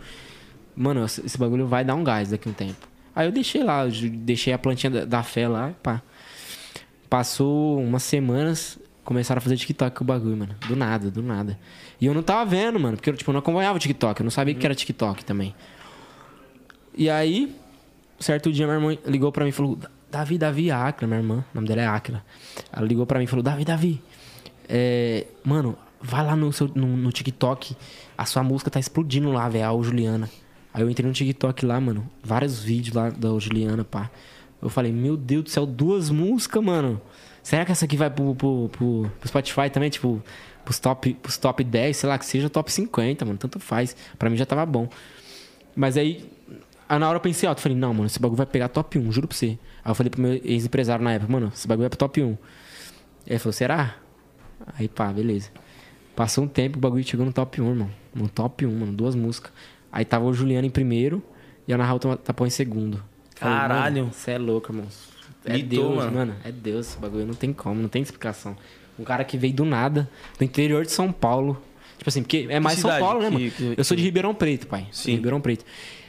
Mano, esse esse bagulho vai dar um gás daqui a um tempo. Aí eu deixei lá, eu ju- deixei a plantinha da, da fé lá, pá. Passou umas semanas, começaram a fazer TikTok com o bagulho, mano. Do nada, do nada. E eu não tava vendo, mano, porque eu, tipo, não acompanhava o TikTok. Eu não sabia o que era TikTok também. E aí, certo dia, minha irmã ligou pra mim e falou: Davi, Davi, a Acla, minha irmã, o nome dela é Acla. Ela ligou pra mim e falou: Davi, Davi, é, mano, vai lá no, seu, no, no TikTok, a sua música tá explodindo lá, velho, a Juliana. Aí eu entrei no TikTok lá, mano, vários vídeos lá da Juliana, pá. Eu falei: Meu Deus do céu, duas músicas, mano. Será que essa aqui vai pro, pro, pro, pro Spotify também? Tipo, pros top, pros top 10, sei lá, que seja top 50, mano, tanto faz. Pra mim já tava bom. Mas aí, aí na hora eu pensei, ó, eu falei, não, mano, esse bagulho vai pegar top 1, juro pra você. Aí eu falei pro meu ex-empresário na época, mano, esse bagulho vai pro top 1. Ele falou, será? Aí pá, beleza. Passou um tempo, o bagulho chegou no top 1, irmão. No top 1, mano, duas músicas. Aí tava o Juliano em primeiro e a Ana Raul tapou em segundo. Caralho. Você é louco, irmão. É Mitou, Deus, mano. mano. É Deus esse bagulho. Não tem como, não tem explicação. Um cara que veio do nada, do interior de São Paulo. Tipo assim, porque é mais cidade São Paulo, né, que- mano? que- Eu sou de Ribeirão Preto, pai. Sim. Sim. Ribeirão Preto.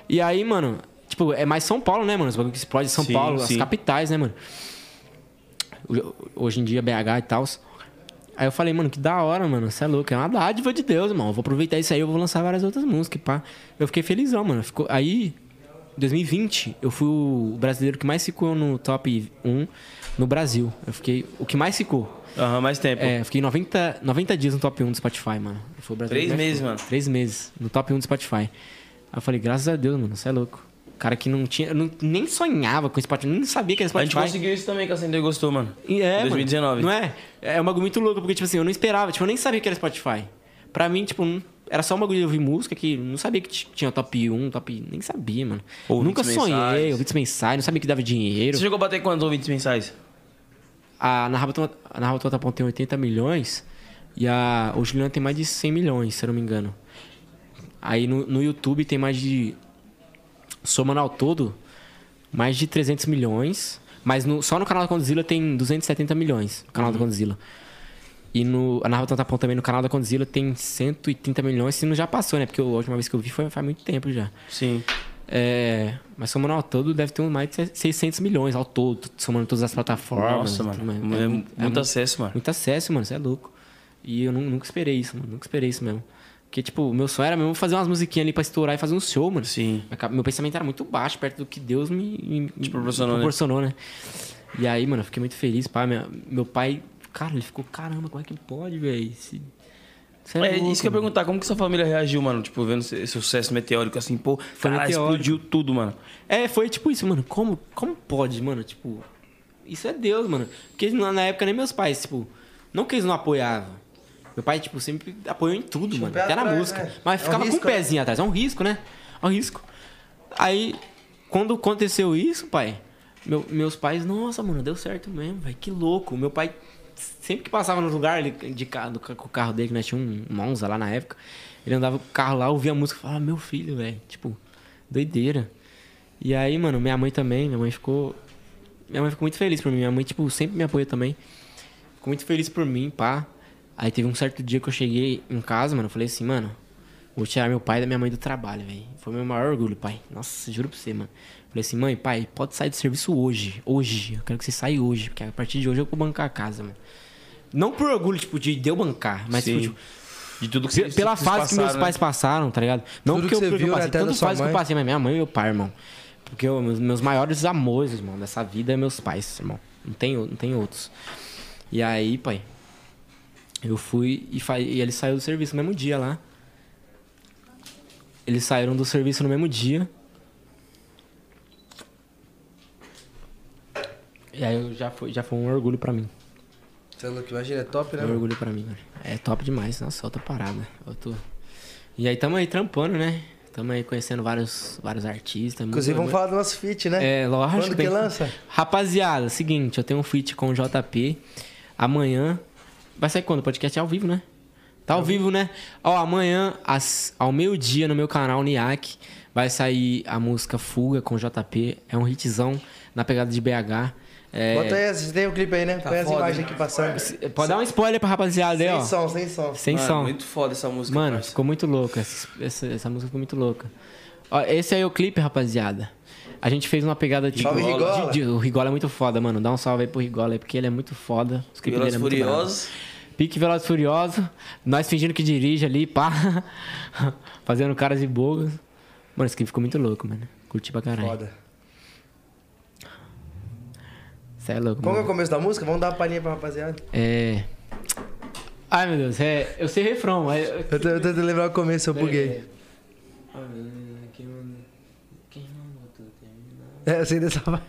E aí, mano, tipo, é mais São Paulo, né, mano? Os bagulho que explode São Sim, Paulo, sim. as capitais, né, mano? Ho- Hoje em dia, BH e tal. Aí eu falei, mano, que da hora, mano. Você é louco. É uma dádiva de Deus, irmão. Eu vou aproveitar isso aí, eu vou lançar várias outras músicas, pá. Eu fiquei felizão, mano. Ficou... Aí, 2020, eu fui o brasileiro que mais ficou no top 1 no Brasil. Eu fiquei... O que mais ficou. Aham, mais tempo. É, eu fiquei 90, 90 dias no top 1 do Spotify, mano. Foi o brasileiro Três que mais meses, ficou. mano. Três meses no top 1 do Spotify. Aí eu falei, graças a Deus, mano, você é louco. Cara que não tinha. eu não- nem sonhava com Spotify, nem sabia que era A Spotify. gente conseguiu isso também que a Acendeu gostou, mano. E É, mano. 2019. não é? É um bagulho muito louco, porque, tipo assim, eu não esperava, tipo, eu nem sabia que era Spotify. Pra mim, tipo, não- era só um bagulho de ouvir música que não sabia que t- tinha top 1, top. Nem sabia, mano. Ouvintes Nunca mensais. sonhei, ouvintes mensais, não sabia que dava dinheiro. Você chegou a bater quantos ouvintes mensais? A Narrabatona Tapão tem 80 milhões e a o Juliano tem mais de 100 milhões, se eu não me engano. Aí no, no YouTube tem mais de. Somando ao todo, mais de 300 milhões. Mas no- só no canal da Condzilla tem 270 milhões. O canal da Condzilla. E no, a Narrativa Tapão também no canal da Condzilla tem 130 milhões. Se não já passou, né? Porque a última vez que eu vi foi faz muito tempo já. Sim. É, mas somando ao todo, deve ter um mais de 600 milhões ao todo, somando todas as plataformas. Nossa, e mano. tudo mais. É, muito, é muito, acesso, mano. muito acesso, mano, você é louco. E eu nu- nunca esperei isso, mano, nunca esperei isso mesmo. Porque, tipo, o meu sonho era mesmo fazer umas musiquinhas ali pra estourar e fazer um show, mano. Sim. Minha ca- Meu pensamento era muito baixo, perto do que Deus me, me- me proporcionou, né? proporcionou, né? E aí, mano, eu fiquei muito feliz, pá. Minha- meu pai, cara, ele ficou, caramba, como é que pode, velho? Esse- você É, louco, isso que eu ia mano." perguntar, como que sua família reagiu, mano? Tipo, vendo esse esse sucesso meteórico assim, pô, cara, meteórico. explodiu tudo, mano. É, foi tipo isso, mano. Como, como pode, mano? Tipo, isso é Deus, mano. Porque na na época nem meus pais, tipo, não que eles não apoiavam. Meu pai, tipo, sempre apoiou em tudo, mano. pé Até na atrás, música. né? É um Mas ficava risco, com o pezinho atrás. É um risco, né? É um risco. Aí, quando aconteceu isso, pai, meu- meus pais, nossa, mano, deu certo mesmo, velho. Que louco. Meu pai sempre que passava no lugar ele, de carro, do ca- com o carro dele, que nós tinha um Monza lá na época, ele andava com o carro lá, ouvia a música e falava, "Ah, meu filho, velho. Tipo, doideira. E aí, mano, minha mãe também, minha mãe ficou. Minha mãe ficou muito feliz por mim. Minha mãe, tipo, sempre me apoiou também. Ficou muito feliz por mim, pá. Aí teve um certo dia que eu cheguei em casa, mano, eu falei assim, mano, vou tirar meu pai da minha mãe do trabalho, velho. Foi meu maior orgulho, pai. Nossa, juro pra você, mano. Falei assim, mãe, pai, pode sair do serviço hoje. Hoje. Eu quero que você saia hoje, porque a partir de hoje eu vou bancar a casa, mano. Não por orgulho, tipo, de de eu bancar, mas Sim. tipo, tipo, De tudo que Pe- vocês- pela vocês fase que meus passaram, né? pais passaram, tá ligado? Não Tudo porque que eu, você porque viu, eu né, passei, até da tanto sua fase que eu mãe. passei, mas minha mãe e meu pai, irmão. Porque eu- meus, meus maiores amores, irmão, dessa vida é meus pais, irmão. Não tem, o- não tem outros. E aí, pai, eu fui e, fa- e ele saiu do serviço no mesmo dia lá. Eles saíram do serviço no mesmo dia. E aí eu já foi, já foi um orgulho pra mim. Você é louco, imagina, é top, né? É um mano? orgulho pra mim, cara. É top demais, nossa, outra parada. Eu tô- E aí tamo aí trampando, né? Tamo aí conhecendo vários, vários artistas. muito- Inclusive, vamos falar do nosso feat, né? Uhum. É, lógico. Quando que tem- lança? Rapaziada, seguinte, eu tenho um feat com o JP. Amanhã. Vai sair quando? O podcast é ao vivo, né? Tá ao vivo, né? Ó, amanhã, às- ao meio-dia, no meu canal NIAC, vai sair a música Fuga com o JP. É um hitzão na pegada de BH. É, Bota aí, você tem o clipe aí, né? Põe as foda, imagens né? aqui passando. Sem Pode dar um spoiler pra rapaziada aí, ó. som, sem som. Sem Mano, som. Muito foda essa música. Mano, parça. ficou muito louca. Essa, essa- essa música ficou muito louca. Ó, esse aí é o clipe, rapaziada. A gente fez uma pegada tipo. Salve, Rigola. de- de- o Rigola é muito foda, mano. Dá um salve aí pro Rigola aí, porque ele é muito foda. Os clipes Velozes dele é muito brabo. Furiosos. Pique Veloz Furioso. Nós fingindo que dirige ali, pá. Fazendo caras e bogas. Mano, esse clipe ficou muito louco, mano. Curti pra caralho. Foda. Você é louco, Como é o mano. começo da música? Vamos dar uma palhinha pra rapaziada. É. Ai, meu Deus. É... Eu sei refrão, mas. Eu tô eu tô tentando lembrar o começo, eu buguei. É, eu sei dessa parte.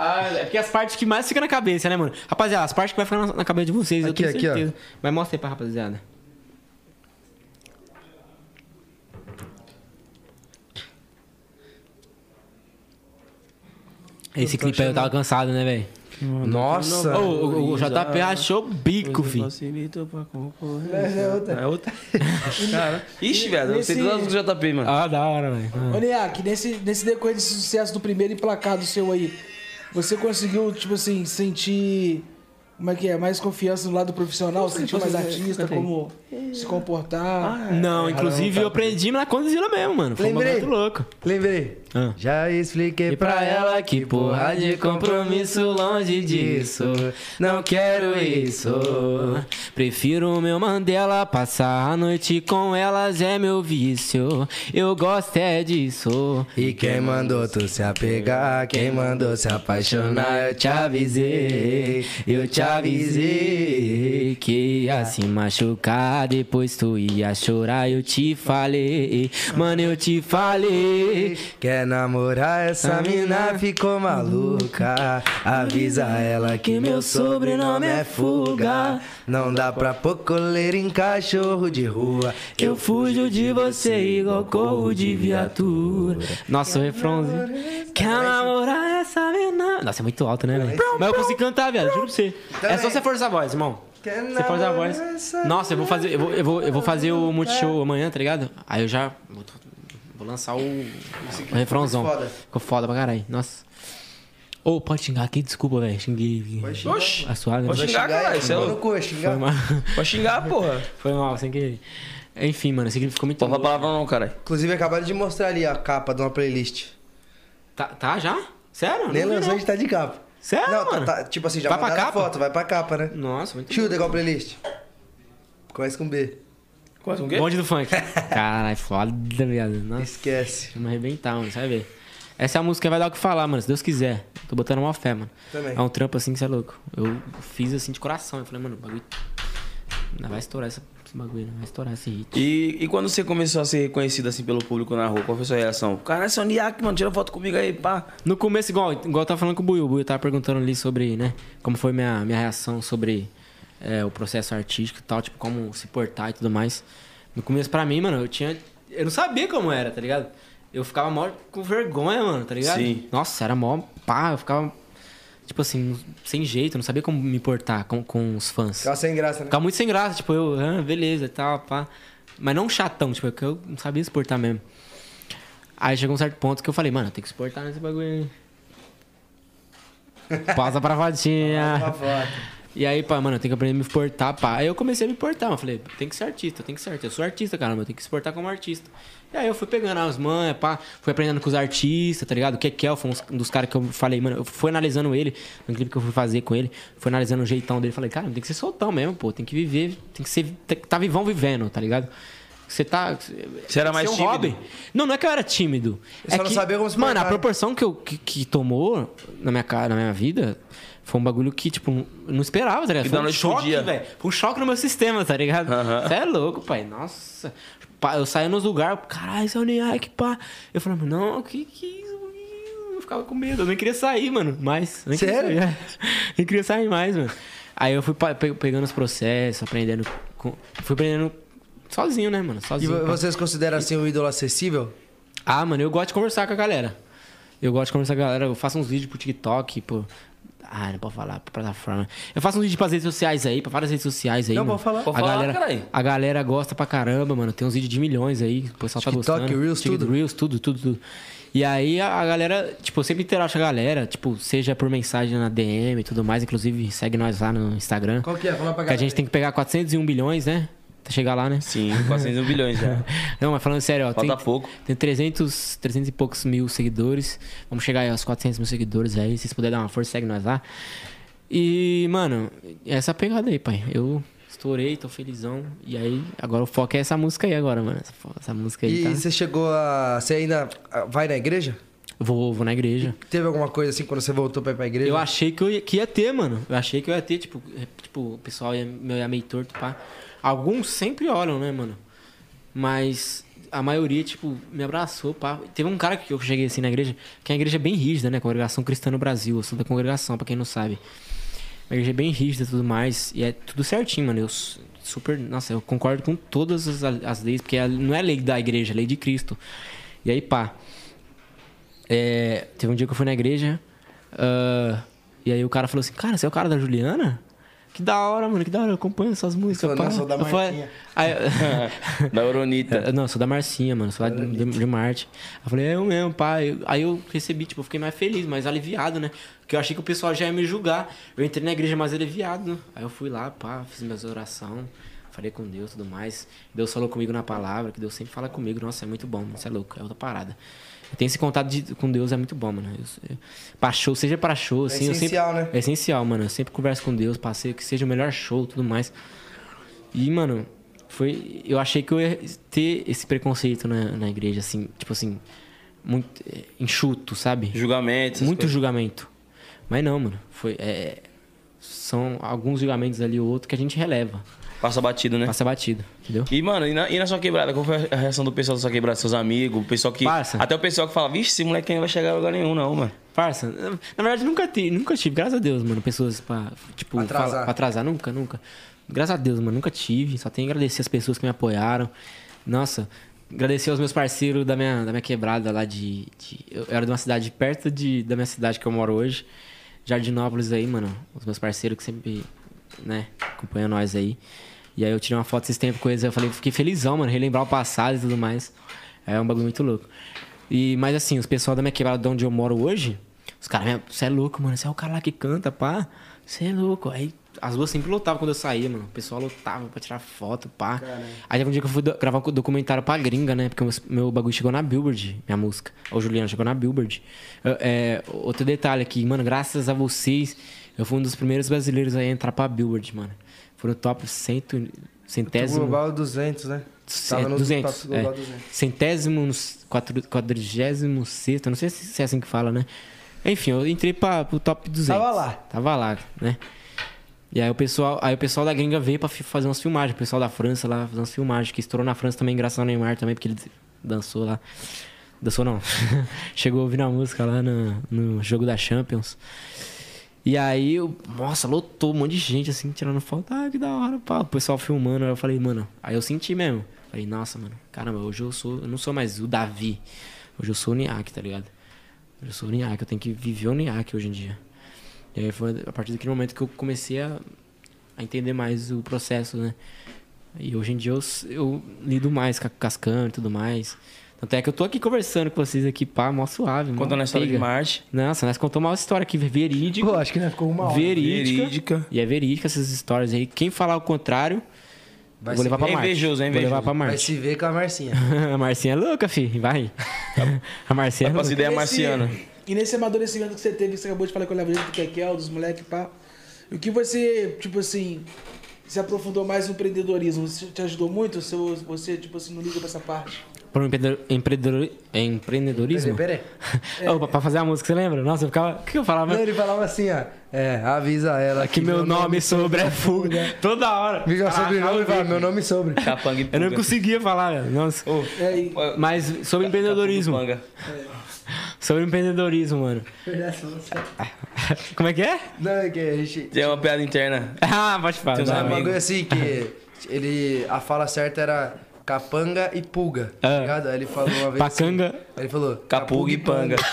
Ah, é porque as partes que mais ficam na cabeça, né, mano? Rapaziada, as partes que vai ficar na, na cabeça de vocês, eu Aqui, tenho aqui, certeza. Mas mostra aí pra rapaziada. Esse clipe aí eu tava cansado, né, velho? Nossa! Ô, o, o JP achou o bico, fi. Essa é outra. É outra. Cara. Ixi, velho, eu sei Nesse- todas as músicas do JP, mano. Ah, da hora, velho. Ô, Niak, nesse, nesse decorrer desse sucesso do primeiro emplacado seu aí, você conseguiu, tipo assim, sentir. Como é que é? Mais confiança no lado profissional? Sentir mais artista, como se Ah, comportar? Não, inclusive eu aprendi na Condzilla mesmo, mano. Foi um é, tá Lembrei. momento louco. Lembrei. Ah. Já expliquei pra ela que porra de compromisso longe disso. Não quero isso. Prefiro o meu Mandela passar a noite com elas é meu vício. Eu gosto é disso. E quem mandou tu se apegar, quem mandou se apaixonar, eu te avisei, eu te avisei. que ia se machucar, depois tu ia chorar, eu te falei, mano, eu te falei. Quer namorar essa mina ficou maluca Avisa ela que meu sobrenome é fuga Não dá pra pôr coleira em cachorro de rua Eu fujo de você igual corro de viatura. Nossa, o refrãozinho. Quer namorar essa menina? Nossa, é muito alto, né, velho? Mas eu consigo cantar, velho, juro pra você. É só você forçar a voz, irmão. Quer Você força a namorar voz. essa Nossa, eu vou fazer, eu vou, eu vou, eu vou fazer o multishow amanhã, tá ligado? Aí eu já vou, vou lançar o, o refrãozão. Ficou foda. Ficou foda pra caralho. Nossa. Ô, pode xingar aqui? Desculpa, velho. Xinguei. Oxi. A suave. né? Pode xingar, caralho. Você é Mano, louco. cu, xingar. Ah, Pode xingar, porra. Foi mal, sem querer. Enfim, mano, esse clipe ficou muito Pô, fala louco. palavrão não, caralho. Inclusive acabaram de mostrar ali a capa de uma playlist Tá, tá já? Sério? Não Nem vi, lançou não. a gente tá de capa Sério, Não, tá- mano? tá- tipo assim, já Vai pra mandaram a capa? foto, vai pra capa, né? Nossa, muito Chuta igual playlist Começa com B Quase um quê? Bonde do funk. Caralho, foda, viado. Nossa, Esquece vamos arrebentar, mano. Você vai ver. Essa é música vai dar o que falar, mano, se Deus quiser. Tô botando uma fé, mano. Também. É um trampo assim que você é louco. Eu fiz assim de coração. Eu falei, mano, o bagulho. Não vai estourar essa- esse bagulho, não vai estourar esse hit. E, e quando você começou a ser reconhecido assim pelo público na rua, qual foi a sua reação? Caralho, seu Niak, mano, tira foto comigo aí, pá. No começo, igual, igual eu tava falando com o Buiu, o Buiu tava perguntando ali sobre, né, como foi minha, minha reação sobre é, o processo artístico e tal, tipo, como se portar e tudo mais. No começo, pra mim, mano, eu tinha. Eu não sabia como era, tá ligado? Eu ficava mó com vergonha, mano, tá ligado? Sim. Nossa, era mó pá, eu ficava. tipo assim, sem jeito, não sabia como me portar com, com os fãs. Ficava sem graça, né? Ficava muito sem graça, tipo, eu, ah, beleza e tal, pá. Mas não chatão, tipo, é que eu não sabia exportar mesmo. Aí chegou um certo ponto que eu falei, mano, tem que exportar nesse bagulho aí. Passa pra Uma Tá fotinha. foto. E aí, pá, mano, eu tenho que aprender a me exportar, pá. Aí eu comecei a me portar, mas falei, tem que ser artista, tem que ser artista. Eu sou artista, caramba, eu tenho que exportar como artista. E aí eu fui pegando as manhas, pá, fui aprendendo com os artistas, tá ligado? O Kekel foi um dos caras que eu falei, mano, eu fui analisando ele, no clipe que eu fui fazer com ele, fui analisando o jeitão dele, falei, cara, tem que ser soltão mesmo, pô, tem que viver, tem que ser, tem que tá vivão vivendo, tá ligado? Você tá. Você era mais tímido? Não, não é que eu era tímido. um Eu É só não que, sabia como se Mano, a portar. proporção que, eu, que, que tomou na minha, cara- na minha vida foi um bagulho que, tipo, não- não esperava, tá ligado? E foi da um noite pro choque, dia. velho. Foi um choque no meu sistema, tá ligado? Aham. Você é louco, pai. Nossa. Pa- Eu saía nos lugares, caralho, esse é o Niak, pá. Eu falava, não, que que isso? que isso?" Eu ficava com medo, eu nem queria sair, mano. Mais. Eu nem queria Sério? sair. nem queria sair mais, mano. Aí eu fui pa- pe- pegando os processos, aprendendo. com- Fui aprendendo sozinho, né, mano? E Sozinho. vo- pá. vocês consideram assim o ídolo acessível? Ah, mano, eu gosto de conversar com a galera. Eu gosto de conversar com a galera. Eu faço uns vídeos pro TikTok, pô. Ah, não pode falar, pra plataforma. Eu faço uns vídeos pras redes sociais aí, pra várias redes sociais aí. Não, mano. pode falar. A Pode falar, galera, caralho. A galera gosta pra caramba, mano. Tem uns vídeos de milhões aí. O pessoal tá TikTok, gostando. Reels, Tik- tudo. Reels, tudo, tudo, tudo. E aí a, a galera, tipo, eu sempre interajo com a galera, tipo, seja por mensagem na DM e tudo mais. Inclusive, segue nós lá no Instagram. Qual que é? Fala pra Que a galera. gente tem que pegar 401 bilhões, né? Até chegar lá, né? Sim, 400 bilhões já. Não, mas falando sério, ó, Falta tem, pouco. tem 300, 300 e poucos mil seguidores. Vamos chegar aí aos 400 mil seguidores aí. Se vocês puderem dar uma força, segue nós lá. E, mano, é essa pegada aí, pai. Eu estourei, tô felizão. E aí, agora o foco é essa música aí agora, mano. Essa, fo- essa música aí E tá... você chegou a. Você ainda ah, vai na igreja? Vou, vou na igreja. Teve alguma coisa assim quando você voltou pra ir pra igreja? Eu achei que, eu ia, que ia ter, mano. Eu achei que eu ia ter, tipo, é, tipo o pessoal ia me olhar meio torto, pá. Alguns sempre olham, né, mano? Mas a maioria, tipo, me abraçou, pá. Teve um cara que eu cheguei assim na igreja, que a igreja é bem rígida, né? Congregação Cristã no Brasil. Eu sou da congregação, pra quem não sabe. A igreja é bem rígida e tudo mais. E é tudo certinho, mano. Eu su- super. Nossa, eu concordo com todas as, as leis, porque a- não é lei da igreja, é lei de Cristo. E aí, pá. É, teve um dia que eu fui na igreja. ah, e aí o cara falou assim: Cara, você é o cara da Juliana? Que da hora, mano, que da hora, eu acompanho essas músicas. Sou- pá." não, sou da Eu falei- Marquinha. Aí, da Euronita. eu- É. Não, eu sou da Marcinha, mano. Sou lá de, de Marte. Eu falei, é eu mesmo, pai. Aí eu recebi, tipo, eu fiquei mais feliz, mais aliviado, né? Porque eu achei que o pessoal já ia me julgar. Eu entrei na igreja mais aliviado, né? Aí eu fui lá, pá, fiz minhas orações. Falei com Deus e tudo mais. Deus falou comigo na palavra, que Deus sempre fala comigo. Nossa, é muito bom, mano. Isso é louco, é outra parada. Tem esse contato de- com Deus, é muito bom, mano. Eu, eu, pra show, seja pra show, assim. eu sempre- essencial, né? É essencial, mano. Eu sempre converso com Deus, passei que seja o melhor show e tudo mais. E, mano, foi. Eu achei que eu ia ter esse preconceito na, na igreja, assim, tipo assim, muito é, enxuto, sabe? Julgamento. Muito julgamento. Mas não, mano. Foi. é, são alguns julgamentos ali ou outro que a gente releva. Passa batido, né? Passa batido, entendeu? E, mano, e na, e na sua quebrada? Qual foi a reação do pessoal da sua quebrada? Seus amigos, o pessoal que. Passa. Até o pessoal que fala, vixe, esse moleque não vai chegar a lugar nenhum, não, mano. Parça, na na verdade nunca tive, nunca tive, graças a Deus, mano, pessoas pra, tipo, fala- pra Atrasar. atrasar. nunca, nunca. Graças a Deus, mano, nunca tive, só tenho a agradecer as pessoas que me apoiaram. Nossa, agradecer aos meus parceiros da minha, da minha quebrada lá de, de- Eu era de uma cidade perto de, da minha cidade que eu moro hoje, Jardinópolis aí, mano, os meus parceiros que sempre, né, acompanham nós aí. E aí eu tirei uma foto esses tempos com eles, eu falei, fiquei felizão, mano, relembrar o passado e tudo mais. É um bagulho muito louco. E, mas assim, os pessoal da minha quebrada de onde eu moro hoje, os caras, você é louco, mano, você é o cara lá que canta, pá. Você é louco. Aí as ruas sempre lotavam quando eu saía, mano. O pessoal lotava pra tirar foto, pá. Aí teve um dia que eu fui do- gravar um documentário pra gringa, né? Porque o meu- meu bagulho chegou na Billboard, minha música. O Juliano chegou na Billboard. Eu- é, outro detalhe aqui, mano, graças a vocês, eu fui um dos primeiros brasileiros a entrar pra Billboard, mano. Foram top 100, O centésimo. Global 200, né? É, Tava no 200. top Global é. 200. Centésimo, nos quatro- quadrigésimo sexto, não sei se se é assim que fala, né? Enfim, eu entrei pra, pro top 200. Tava lá. Tava lá, né? E aí o pessoal, aí o pessoal da gringa veio pra fi- fazer umas filmagens, o pessoal da França lá fazer umas filmagens, que estourou na França também, graças ao Neymar também, porque ele dançou lá. Dançou não. Chegou ouvindo a música lá no, no jogo da Champions. E aí, eu, nossa, lotou um monte de gente assim, tirando foto. Ah, que da hora, pá. O pessoal filmando. Aí eu falei, mano. Aí eu senti mesmo. Falei, nossa, mano, caramba, hoje eu sou. Eu não sou mais o Davi. Hoje eu sou o Niak, tá ligado? Hoje eu sou o Niak, eu tenho que viver o Niak hoje em dia. E aí foi a partir daquele momento que eu comecei a, a entender mais o processo, né? E hoje em dia eu, s- eu lido mais com a- com as canas e tudo mais. Tanto é que eu tô aqui conversando com vocês aqui, pá, mó suave, mó Contando a história de pega. Marte. Nossa, nós contamos uma história aqui, verídica. Pô, acho que né, ficou uma hora. Verídica. Verídica. E é verídica essas histórias aí. Quem falar o contrário, Vai vou se levar pra ver- É Marte. invejoso, é vou levar invejoso. pra Vai Marte. se ver com a Marcinha. a Marcinha é louca, fi. Vai. A Marcinha é As louca. ideias Esse- marcianas. E nesse amadurecimento que você teve, que você acabou de falar com o Lavrinho do Kekel, dos moleques, pá. E O que você, tipo assim, se aprofundou mais no empreendedorismo? Isso te ajudou muito? Se eu- você, tipo assim, não liga pra essa parte? Pro um empreendedor, empreendedor, empreendedorismo? Peraí, peraí. Ô, pra- pra fazer a música, você lembra? Nossa, eu ficava. O que eu falava? Não, ele falava assim, ó. É, avisa ela que meu nome sobre é fuga. Toda hora. Me dá Caraca, sobrenome e eu- fala, meu nome e sobre. Capanga e Eu não Puga. conseguia falar, velho. Nossa. Ô, E aí, ô, Mas sobre Tá empreendedorismo. Capanga e Puga. Sobre empreendedorismo, mano. Como é que é? Não, é que a gente. Tem uma piada interna. Ah, pode falar. Teus Não, é dá. um amigos. bagulho assim que ele. A fala certa era capanga e pulga. Ah. Tá ligado? Aí ele falou uma vez. Pacanga. assim, aí ele falou. Capuga e panga.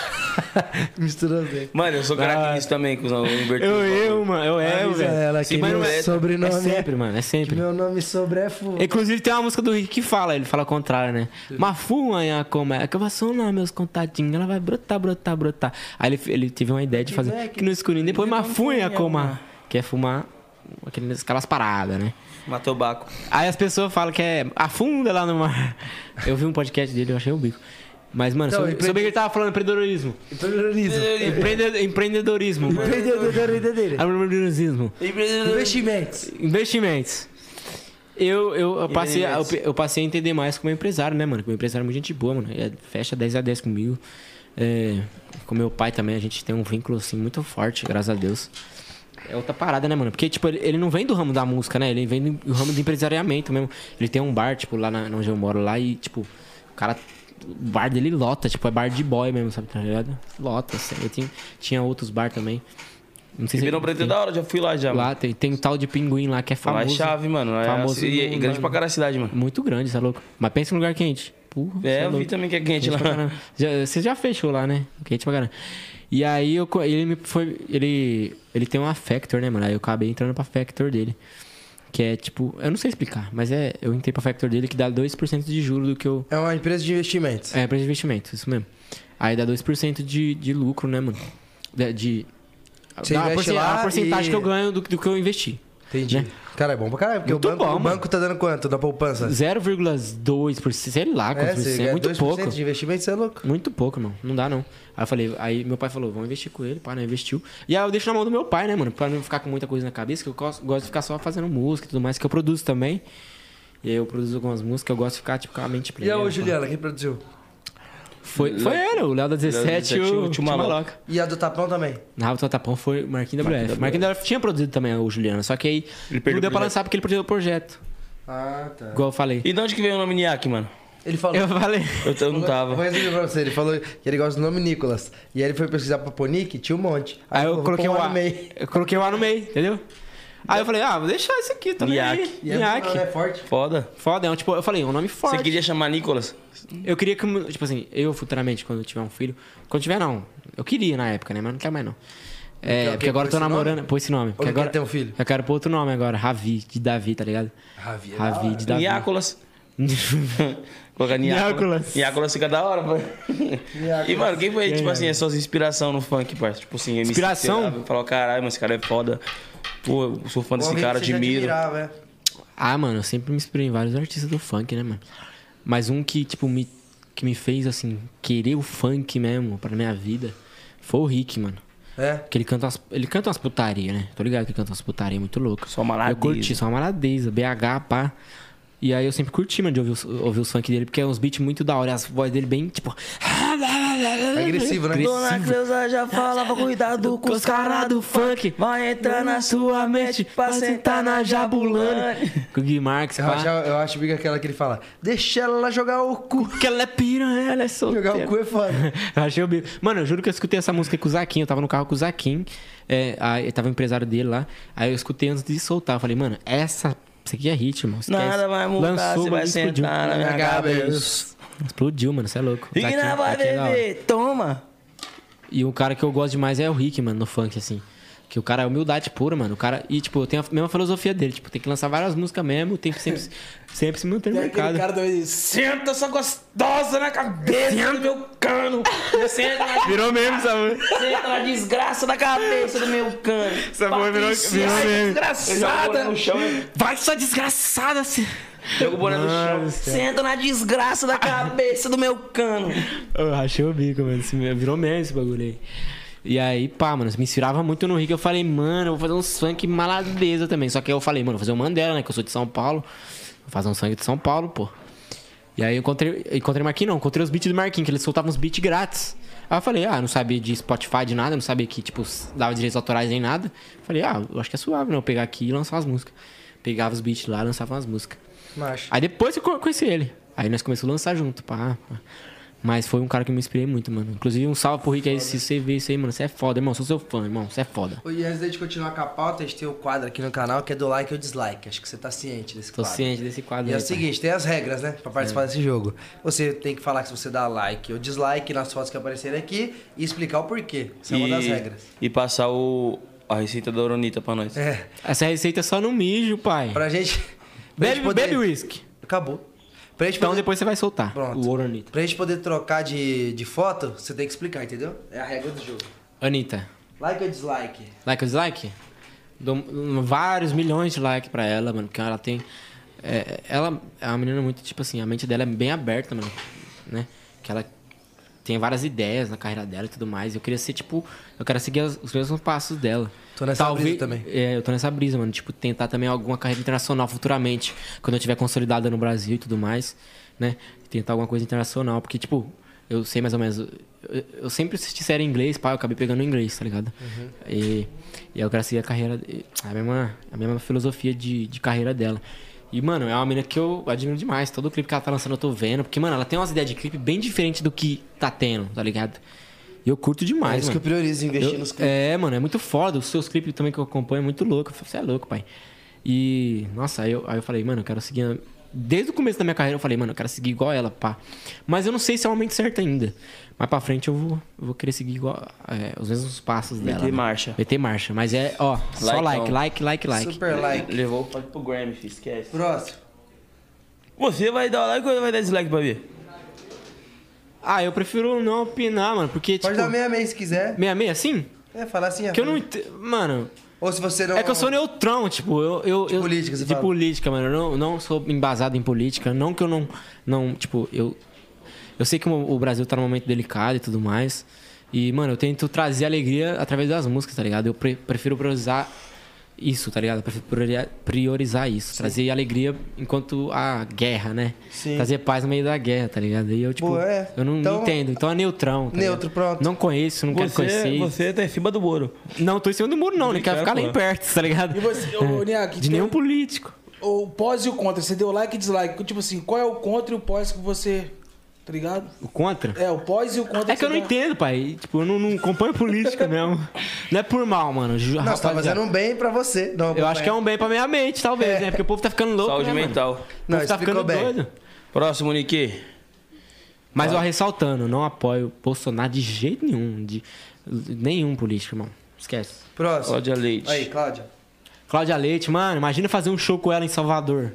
Misturou bem. Mano, eu sou craque nisso também, cuzão. Eu inverti Eu, os bagulho. eu, mano. Eu é, avisa velho. ela que mas meu não é- sobrenome É é, sempre, mano. É que sempre. meu nome e sobre é fuga. Inclusive tem uma música do Rick que fala, ele fala o contrário, né? Mafu, anha, como é? Que eu vou sonar meus contatinhos, ela vai brotar, brotar, brotar. Aí ele, ele teve uma ideia de fazer que no escurinho, depois mafunha, coma. Que é fumar aquelas, aquelas paradas, né? Matou o Baco. Aí as pessoas falam que é afunda lá no mar. Eu vi um podcast dele, eu achei o bico. Mas, mano, Então, sobre, empreende- sobre o que ele tava falando, empreendedorismo. Então Empreendedorismo. Empreende- empreendedorismo. Empreendedorismo. Empreendedorismo. Investimentos. Investimentos. Eu, eu, eu passei, a- eu, pe- eu passei a entender mais como empresário, né, mano? Como empresário é muito gente boa, mano. É, fecha 10 a 10 comigo. É, com meu pai também, a gente tem um vínculo, assim, muito forte, graças a Deus. É outra parada, né, mano? Porque, tipo, ele, ele não vem do ramo da música, né? Ele vem do, do ramo do empresariamento mesmo. Ele tem um bar, tipo, lá na, onde eu moro, lá, e, tipo, o cara... O bar dele lota, tipo, é bar de boy mesmo, sabe? Tá ligado? Lota, assim. Eu tinha, tinha outros bar também. Não sei Ribeirão Preto é tem- da hora, já fui lá já. mano. Lá tem, tem um tal de pinguim lá que é Lá é famoso. chave, mano. Lá é Famoso e, e no- grande na- pra caralho a cidade, mano. Muito grande, tá louco? Mas pensa num lugar quente. Porra, cê É, eu louco. vi também que é quente lá. Quente pra caramba. Já- Você já fechou lá, né? Quente pra caramba. E aí eu, co- ele me foi. Ele. Ele tem uma Factor, né, mano? Aí eu acabei entrando pra Factor dele. Que é tipo. Eu não sei explicar, mas é. Eu entrei pra Factor dele que dá 2% de juro do que eu. É uma empresa de investimentos. É, pra investimento, isso mesmo. Aí dá 2% de, de lucro, né, mano? De. de Você dá uma investe porcen- lá a porcentagem e- que eu ganho do, do que eu investi. Entendi. Né? Cara, é bom pra caralho, porque o Muito banco, bom, o mano. banco tá dando quanto da poupança? 0,2%, sei lá quantos por cento, É, é ganha muito 2% pouco. de investimento, você é louco. Muito pouco, irmão. Não dá, não. Aí eu falei, aí meu pai falou, vamos investir com ele, pá, né? Investiu. E aí eu deixo na mão do meu pai, né, mano? Pra não ficar com muita coisa na cabeça, que eu gosto, gosto de ficar só fazendo música e tudo mais, que eu produzo também. E aí eu produzo algumas músicas, eu gosto de ficar, tipo, com a mente E plena. a ô pá. Juliana, quem produziu? Foi, foi ele, o Léo da 17 e Léo da 17, o o Tio Tio Maloca. E a do Tapão também? Na Rádio Tapão foi o Marquinhos WF. Marquinhos WF tinha produzido também o Juliano, só que aí perdeu não deu o pra projeto. lançar porque ele perdeu o projeto. Ah, tá. Igual eu falei. E de onde que veio o nome Niak, mano? Ele falou. Eu falei. Eu, eu não Vou tava. resumir pra você, ele falou que ele gosta do nome Nicolas. E aí ele foi pesquisar pra Ponique, tinha um monte. Aí ele eu falou, coloquei "Pô, o lá A. um no meio. Eu coloquei o A no meio, entendeu? Aí eu falei, ah, vou deixar isso aqui, também. Iac. E é Iac. é forte. Foda. Foda, é um, tipo, eu falei, é um nome forte. Você queria chamar Nicolas? Eu queria que, o meu- tipo assim, eu futuramente, quando eu tiver um filho. Quando tiver, não. Eu queria na época, né? Mas não quero mais, não. É, quer o porque quê? agora eu tô Pôr esse namorando. nome? Pô, esse nome. Porque não quer agora ter um filho? Eu quero pôr outro nome agora. Ravi, de Davi, tá ligado? Ravi, é da Ravi, hora. de Davi. Niácolas. Colocar Niácolas. Niácolas. Niácolas fica da hora, mano. E, mano, quem foi, tipo assim, as suas inspirações no funk, parça? Tipo assim, MC Inspiração? Miserável, Falou, caralho, mas esse cara é foda. Pô, eu sou fã desse Alguém cara, que você já admiro. admirava, é. Ah, mano, eu sempre me inspirei em vários artistas do funk, né, mano? Mas um que, tipo, me, que me fez, assim, querer o funk mesmo pra minha vida foi o Rick, mano. É. Porque ele canta umas, ele canta umas putaria, né? Tô ligado que ele canta umas putaria muito louco. Só uma Eu curti, só uma maladeza, BH, pá. E aí eu sempre curti, mano, de ouvir, os- ouvir os funk dele, porque é uns beats muito da hora. e As vozes dele bem, tipo... Agressivo, né? Dona Cleusa já falava, cuidado Com os caras do funk, vai entrar na sua mente pra sentar na jabulane. Com o Gui Marques, Eu acho, pá. eu acho big aquela que ele fala, deixa ela jogar o cu. Que ela é piranha, ela é solteira. Jogar o cu é foda. Eu achei o bico. Mano, eu juro que eu escutei essa música com o Zaquinho. Eu tava no carro com o Zaquinho. É, aí tava o empresário dele lá. Aí eu escutei antes de soltar. Eu falei, mano, essa. Isso aqui é hit, irmão. Esquece. Nada vai mudar, você vai bagulho, sentar na minha cabeça. é Explodiu, mano, você é louco. E que Zaquinho- não vai Zaquinho é da hora. beber, toma. E o cara que eu gosto demais é o Rick, mano, no funk, assim. Que o cara é humildade pura, mano. O cara. E, tipo, tem a mesma filosofia dele. Tipo, tem que lançar várias músicas mesmo, tem que sempre, sempre se manter no Tem aquele mercado. cara também. Senta essa gostosa na cabeça do meu cano. Senta na, Virou mesmo, sabe? senta na desgraça da cabeça do meu cano. Essa porra é virou- virou Ai, meme. Desgraçada. no chão. né? Vai, sua desgraçada! se- Joga o boné no chão. Senta na desgraça da cabeça do meu cano. Eu rachei o bico, mano. Esse- Virou meme esse bagulho aí. E aí, pá, mano, me inspirava muito no Rick. Eu falei, mano, eu vou fazer uns funk maladeza também. Só que aí eu falei, mano, vou fazer o Mandela, né? Que eu sou de São Paulo. Vou fazer um funk de São Paulo, pô. E aí eu encontrei. Encontrei o Marquinhos, não. Encontrei os beats do Marquinhos, que eles soltavam uns beats grátis. Aí eu falei, ah, não sabia de Spotify, de nada, não sabia que, tipo, dava direitos autorais nem nada. Falei, ah, eu acho que é suave, né? Eu pegar aqui e lançar as músicas. Pegava os beats lá, lançava as músicas. Macho. Aí depois eu co- conheci ele. Aí nós começamos a lançar junto, pá. pá. Mas foi um cara que me inspirei muito, mano. Inclusive, um salve pro Rick aí, se você vê isso aí, mano. Você é foda, irmão. Sou seu fã, irmão. Você é foda. Oi, antes da gente continuar com a pauta, a gente tem o quadro aqui no canal que é do like ou dislike. Acho que você tá ciente desse Tô quadro. ciente desse quadro E é aí. tá. É. o seguinte, tem as regras, né? Pra participar desse jogo. Você tem que falar que você dá like ou dislike nas fotos que aparecerem aqui e explicar o porquê. Isso é uma das regras. E passar o, a receita da Oronita pra nós. É, pai. Essa receita é só no mijo, pai. pra gente. pra Bebe, gente poder- bebe whisky. Acabou. Pra gente Então poder... depois você vai soltar. Pronto. O ouro, Anitta. Pra gente poder trocar de, de foto, você tem que explicar, entendeu? É a regra do jogo. Anitta, Like ou dislike? like ou dislike? Dou hum, vários milhões de like pra ela, mano. Porque ela tem. é, ela é uma menina muito, tipo assim, a mente dela é bem aberta, mano. Né? Que ela tem várias ideias na carreira dela e tudo mais. Eu queria ser, tipo, eu quero seguir as- os mesmos passos dela. Tô nessa brisa também. É, eu tô nessa brisa, mano. Tipo, tentar também alguma carreira internacional futuramente. Quando eu tiver consolidada no Brasil e tudo mais, né? Tentar alguma coisa internacional. Porque, tipo, eu sei mais ou menos. Eu, eu sempre assisti série em inglês, pá, eu acabei pegando inglês, tá ligado? Uhum. E, e eu quero seguir a carreira. A mesma, a mesma filosofia de, de carreira dela. E, mano, é uma menina que eu admiro demais. Todo clipe que ela tá lançando eu tô vendo. Porque, mano, ela tem umas ideias de clipe bem diferentes do que tá tendo, tá ligado? E eu curto demais, é isso mano. que eu priorizo, investir Eu- nos clientes. É, mano, é muito foda. Os seus clipes também que eu acompanho é muito louco. Eu falei, Você é louco, pai. E, nossa, aí eu, aí eu falei, mano, eu quero seguir. a- Desde o começo da minha carreira eu falei, mano, eu quero seguir igual ela, pá. Mas eu não sei se é o momento certo ainda. Mas pra frente eu vou, eu vou querer seguir igual, é, os mesmos passos dela. Meter né? marcha. Meter marcha. Mas é, ó, só Likeão. like, like, like, like. Super like. Levou o papo pro Grammy, filho. Esquece. Próximo. Você vai dar like ou vai dar dislike pra mim? Ah, eu prefiro não opinar, mano, porque, Pode dar tipo... meia meia se quiser. Meia-meia, assim? É, falar assim. Que eu não... ó. ent- Mano, Ou se você não. É que eu sou neutrão, tipo, eu. eu, eu um política, você De fala. política, mano. Eu não, não sou embasado em política. Não que eu não. não tipo, eu. Eu sei que o o Brasil tá num momento delicado e tudo mais. E, mano, eu tento trazer alegria através das músicas, tá ligado? Eu pre- prefiro priorizar isso, tá ligado? Eu prefiro prioria- priorizar isso. Trazer alegria enquanto a guerra, né? Sim. Trazer paz no meio da guerra, tá ligado? E eu, tipo, Boa, é. eu não Então- entendo. Então é neutrão. tá Neutro, ligado? pronto. Não conheço, não quero Você, conhecer. você tá em cima do bolo. Não, tô em cima do muro, não. Não quero quero, ficar pô. nem perto, tá ligado? E você, ô, Niak, De é? nenhum político. o pós e o contra. Você deu like e dislike. Tipo assim, qual é o contra e o pós que você. Tá ligado? O contra? É, o pós e o contra. É que eu não tá- você dá- entendo, pai. Tipo, eu não, não acompanho política mesmo. Não é por mal, mano. Ju, Não, você tá rapaziada. fazendo um bem pra você. Não, Eu acho que é um bem pra minha mente, talvez, né? Porque o povo tá ficando louco, Saúde né, mano? mental. O Não, povo tá explicou ficando bem. doido. Próximo, Nick. Mas ó, ressaltando, não apoio Bolsonaro de jeito nenhum. De nenhum político, irmão. Esquece. Próximo. Cláudia Leite. Aí, Cláudia. Cláudia Leite, mano, imagina fazer um show com ela em Salvador.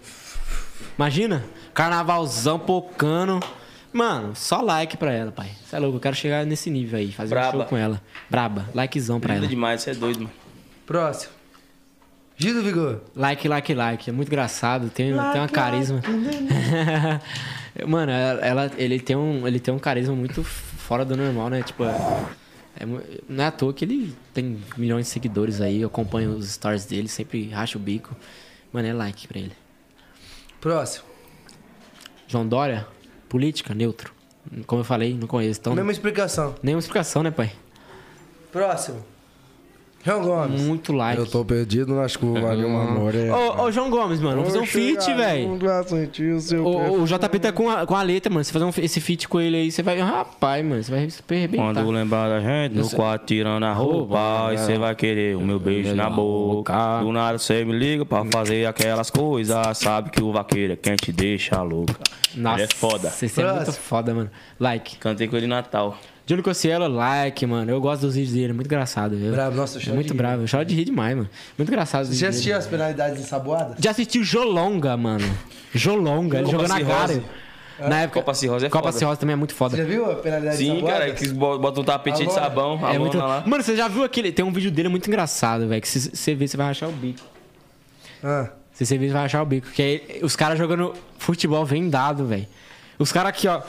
Imagina? Carnavalzão pocano. Mano, só like pra ela, pai. Você é louco, eu quero chegar nesse nível aí, fazer Braba. um show com ela. Braba, likezão pra Linda ela. demais, você é doido, mano. Próximo. Gil do Vigor. Like, like, like. É muito engraçado, tem, tem uma carisma. Mano, ela, ela- ele, tem um, ele tem um carisma muito fora do normal, né? Tipo, é, é mu- não é à toa que ele tem milhões de seguidores aí. Eu acompanho os stories dele, sempre racho o bico. Mano, é like pra ele. Próximo. João Dória, política, neutro. Como eu falei, não conheço. Então, Mesma explicação. nenhuma explicação, né, pai? Próximo. João Gomes. Muito like. Ô, perdido nas curvas, meu amor. É. ô, João Gomes, mano, vamos fazer um feat, velho. O, o JP né? tá com a, com a letra, mano. Você fazer um, esse feat com ele aí, você vai. Rapaz, mano, você vai super arrebentar. Quando lembrar da gente, no quarto tirando a roupa, e você vai querer o meu beijo na boca. Do nada você me liga pra fazer aquelas coisas. Sabe que o vaqueiro é quem te deixa louca. Ele é foda. Você é muito Próximo. foda, mano. Like. Cantei com ele em Natal. Júlio Cossiello, like, mano. Eu gosto dos vídeos dele, é muito engraçado. Eu... Bravo, nossa, eu choro É Muito de rir. bravo. Eu choro de rir demais, mano. Muito engraçado. os Você já vídeos dele. assistiu as penalidades ensaboadas? Já assistiu Jolonga, mano. Jolonga, ele jogou na Cirrose. cara. Na época, Copa Cirrose é Copa foda. Cirrose também é muito foda. Você já viu a penalidade Sim, ensaboada? cara, que bota um tapete de Alô? sabão, a É muito... lona lá. Mano, você já viu aquele. Tem um vídeo dele muito engraçado, velho. Que se você vê, você vai rachar o bico. Ah, Se você vê, você vai rachar o bico. Que aí os caras jogando futebol vendado, velho. Os caras aqui, ó.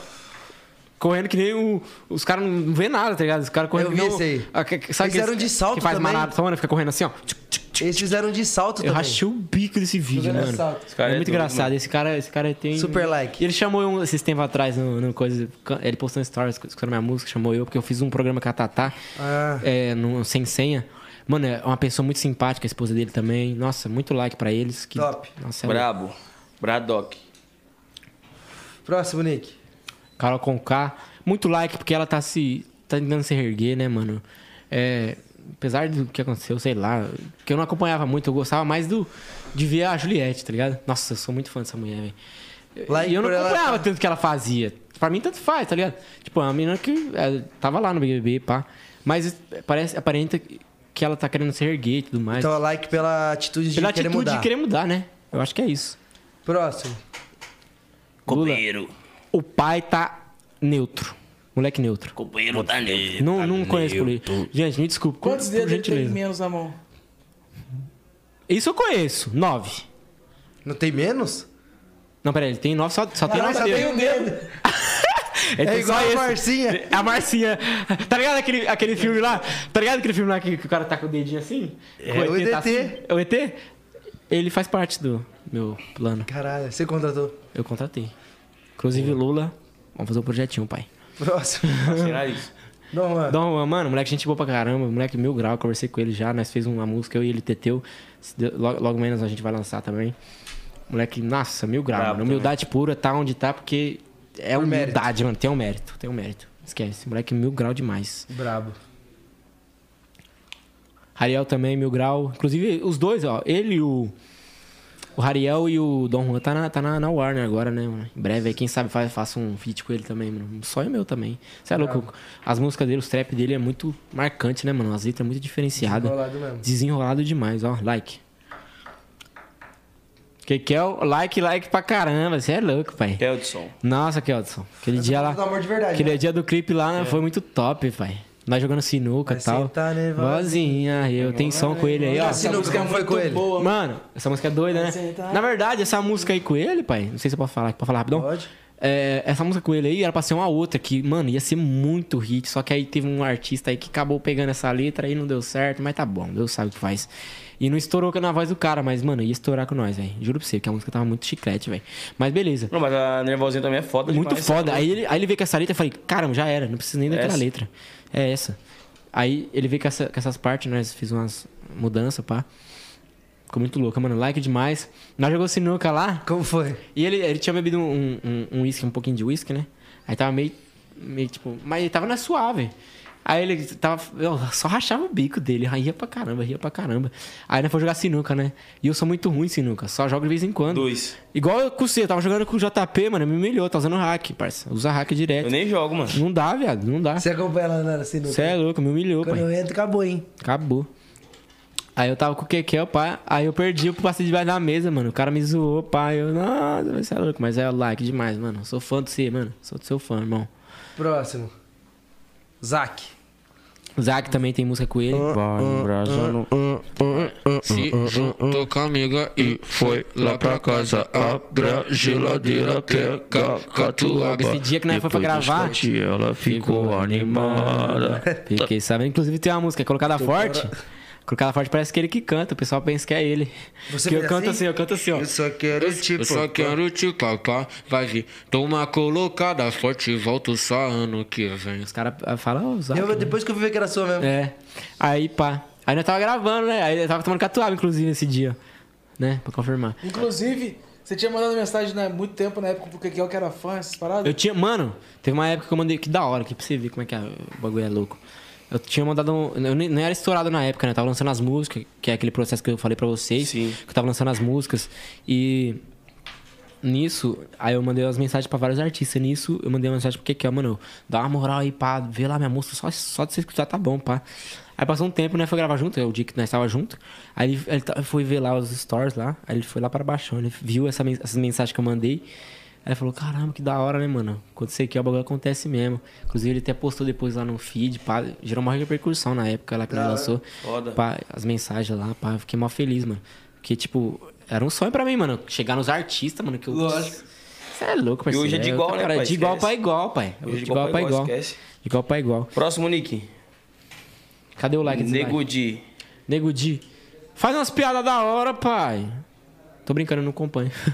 Correndo que nem o. Os caras não vê nada, tá ligado? Os caras correndo Eu que nem vi o- esse aí. Ah, que- que- Sabe Eles eram de salto que faz também. maratona, fica correndo assim, ó. eles fizeram de salto Eu também. rachei o bico desse vídeo, Jogando mano. assalto. Esse cara é, é muito doido, engraçado. mano. Esse cara, esse cara tem. Super like. E ele chamou eu esses tempos atrás no, no coisa. Ele postou um stories escutando minha música, chamou eu, porque eu fiz um programa com a Tatá, Ah. é, no, sem senha. Mano, é uma pessoa muito simpática, a esposa dele também. Nossa, muito like pra eles. Que, Top. Nossa, é Brabo. Bradock. Próximo, Nick. é Carol Conká. Muito like, porque ela tá se. tá tentando se reerguer, né, mano? É, apesar do que aconteceu, sei lá. Que eu não acompanhava muito, eu gostava mais do. de ver a Juliette, tá ligado? Nossa, eu sou muito fã dessa mulher, velho. Like e eu não por ela- tá. acompanhava tanto que ela fazia. Pra mim, tanto faz, tá ligado? Tipo, a menina que é, tava lá no BBB, pá. Mas é, parece, aparenta que ela tá querendo se erguer e tudo mais. Então, like pela atitude Pela de querer atitude mudar. de querer mudar, né? Eu acho que é isso. Próximo. Lula, Companheiro. o pai tá neutro. Moleque neutro. Companheiro tá nele. Não, não conheço por aí. Gente, me desculpe. Quantos por dedos ele tem gentileza. menos na mão? Isso eu conheço. Nove. Não tem menos? Não, peraí, ele tem nove, só, só tem Caralho, nove só tem dedos. um dedo. Ele É tem igual só a esse. É Marcinha. A Marcinha. Tá ligado aquele, aquele filme lá? Tá ligado aquele filme lá que, que o cara tá com o dedinho assim? É, Com o ET. tá assim? É o ET? Ele faz parte do meu plano. Caralho, você contratou. Eu contratei. Inclusive, Lula. Vamos fazer um projetinho, pai. Próximo. Ah. Será isso? Não, mano. Dom Juan, mano, moleque, gente boa pra caramba, moleque mil grau, conversei com ele já, nós fez uma música, eu e ele teteu. se deu- Logo, logo menos a gente vai lançar também. Moleque, nossa, mil grau, Brabo mano. Humildade pura, tá onde tá, porque é Por mérito. humildade, mano. Tem um mérito, tem um mérito. Esquece, moleque mil grau demais. Brabo. Ariel também, mil grau. Inclusive, os dois, ó, ele e o. O Ariel e o Dom Juan tá na, tá na, na Warner agora, né, mano? Em breve aí, quem sabe fa- faça um feat com ele também, mano. Um sonho meu também. Você é louco? As músicas dele, os trap dele é muito marcante, né, mano? As letras é muito diferenciadas. Desenrolado mesmo. Desenrolado demais, ó. Like. Que que é o like, like pra caramba. Você é louco, pai. Keldson. Nossa, Keldson. Aquele dia lá. Do amor de verdade. Aquele né? dia do clipe lá né, foi muito top, pai. Nós jogando sinuca e Vai tal. sentar, né, Vozinha, eu tenho som com ele aí, ó. Essa tá- sinuca, Ah, como foi com ele? é boa. Mano, essa música é doida, Vai né? sentar. Na verdade, essa música aí com ele, pai, não sei se eu posso falar, pode falar rapidão? Pode. É, essa música com ele aí era pra ser uma outra que, mano, ia ser muito hit, só que aí teve um artista aí que acabou pegando essa letra e não deu certo, mas tá bom, Deus sabe o que faz. E não estourou na voz do cara, mas, mano, ia estourar com nós, velho. Juro pra você, que a música tava muito chiclete, velho. Mas beleza. Não, mas a nervosinha também é foda Muito demais. foda. Aí ele, aí ele veio com essa letra e falei, caramba, já era, não precisa nem daquela Essa? letra. É essa. Aí ele veio com, essa- com essas partes, nós fiz umas mudanças, pá. Ficou muito louco, mano. Like demais. Nós jogou sinuca lá Como foi? e ele, ele tinha bebido um um- um uísque, um, pouquinho de uísque, né? Aí tava meio, meio tipo. Mas ele tava na suave. Aí ele tava. Eu só rachava o bico dele. Aí ia pra caramba, ria pra caramba. Aí nós foi jogar sinuca, né? E eu sou muito ruim em sinuca. Só jogo de vez em quando. Dois. Igual eu com você, eu tava jogando com o JP, mano, me humilhou, tá usando hack, parça. Usa hack direto. Eu nem jogo, mano. Não dá, viado, não dá. Você acompanha lá na sinuca? Você é louco, me humilhou, Quando pai. eu entro, acabou, hein? Acabou. Aí eu tava com o Kekel, pá. Aí eu perdi, eu passei debaixo da mesa, mano. O cara me zoou, pá. Eu, nossa, você é louco. Mas é like demais, mano. Sou fã de você, mano. Sou do seu fã, irmão. Próximo. Zac. O Zack também tem música com ele. Vai embrasando. Se juntou com a amiga e uh, foi lá pra casa. Abre a geladeira, pega a é catuaba. Esse dia que nós foi pra Depois dos gravar, corte, ela ficou animada. Então, Fiquei sabendo. Inclusive tem uma música, é Colocada Forte. Colocada Forte parece que ele que canta. O pessoal pensa que é ele. Você que eu fez canto assim? assim, eu canto assim, ó. Eu só quero tipo, te Eu só quero te calcar, vai vir. Toma colocada forte, volto só ano que vem. Os caras ah, falam, ó, Zack. Eu, depois que eu vi que era sua mesmo. É. Aí, pá. Aí nós tava gravando, né? Aí eu tava tomando catuaba, inclusive, esse dia. Né? Pra confirmar. Inclusive, você tinha mandado mensagem há muito tempo na época pro Kekel que era fã, essas paradas. Eu tinha. Mano, teve uma época que eu mandei. Que da hora, que pra você ver como é que é, o bagulho é louco. Eu tinha mandado um. Eu nem, nem era estourado na época, né? Eu tava lançando as músicas, que é aquele processo que eu falei pra vocês. Sim. Que eu tava lançando as músicas. E. nisso, aí eu mandei umas mensagens pra vários artistas. Nisso, eu mandei uma mensagem pro Kekel, mano, dá uma moral aí, pá, vê lá minha música, só, só de você escutar tá bom, pá. Aí passou um tempo, né? Foi gravar junto, é o dia que nós tava junto. Aí ele, ele tá- foi ver lá os stories lá, aí ele foi lá pra baixão, ele viu essa men- essas mensagens que eu mandei. Aí ele falou, caramba, que da hora, né, mano? Quando você quer, o bagulho acontece mesmo. Inclusive, ele até postou depois lá no feed, pá, gerou uma repercussão na época lá que ele lançou. Foda. Pá, as mensagens lá, pá, eu fiquei mó feliz, mano. Porque, tipo, era um sonho pra mim, mano. Chegar nos artistas, mano, que eu. Lógico. Você é louco, parceiro. hoje é de Eu- igual, né, cara, pai? De igual Esquece. pra igual, pai. Hoje é de igual pra igual, esquece. De igual pra igual. Próximo, Nick. Cadê o like? dislike? Nego Di. Nego Di. Faz umas piadas da hora, pai. Tô brincando, eu não acompanho.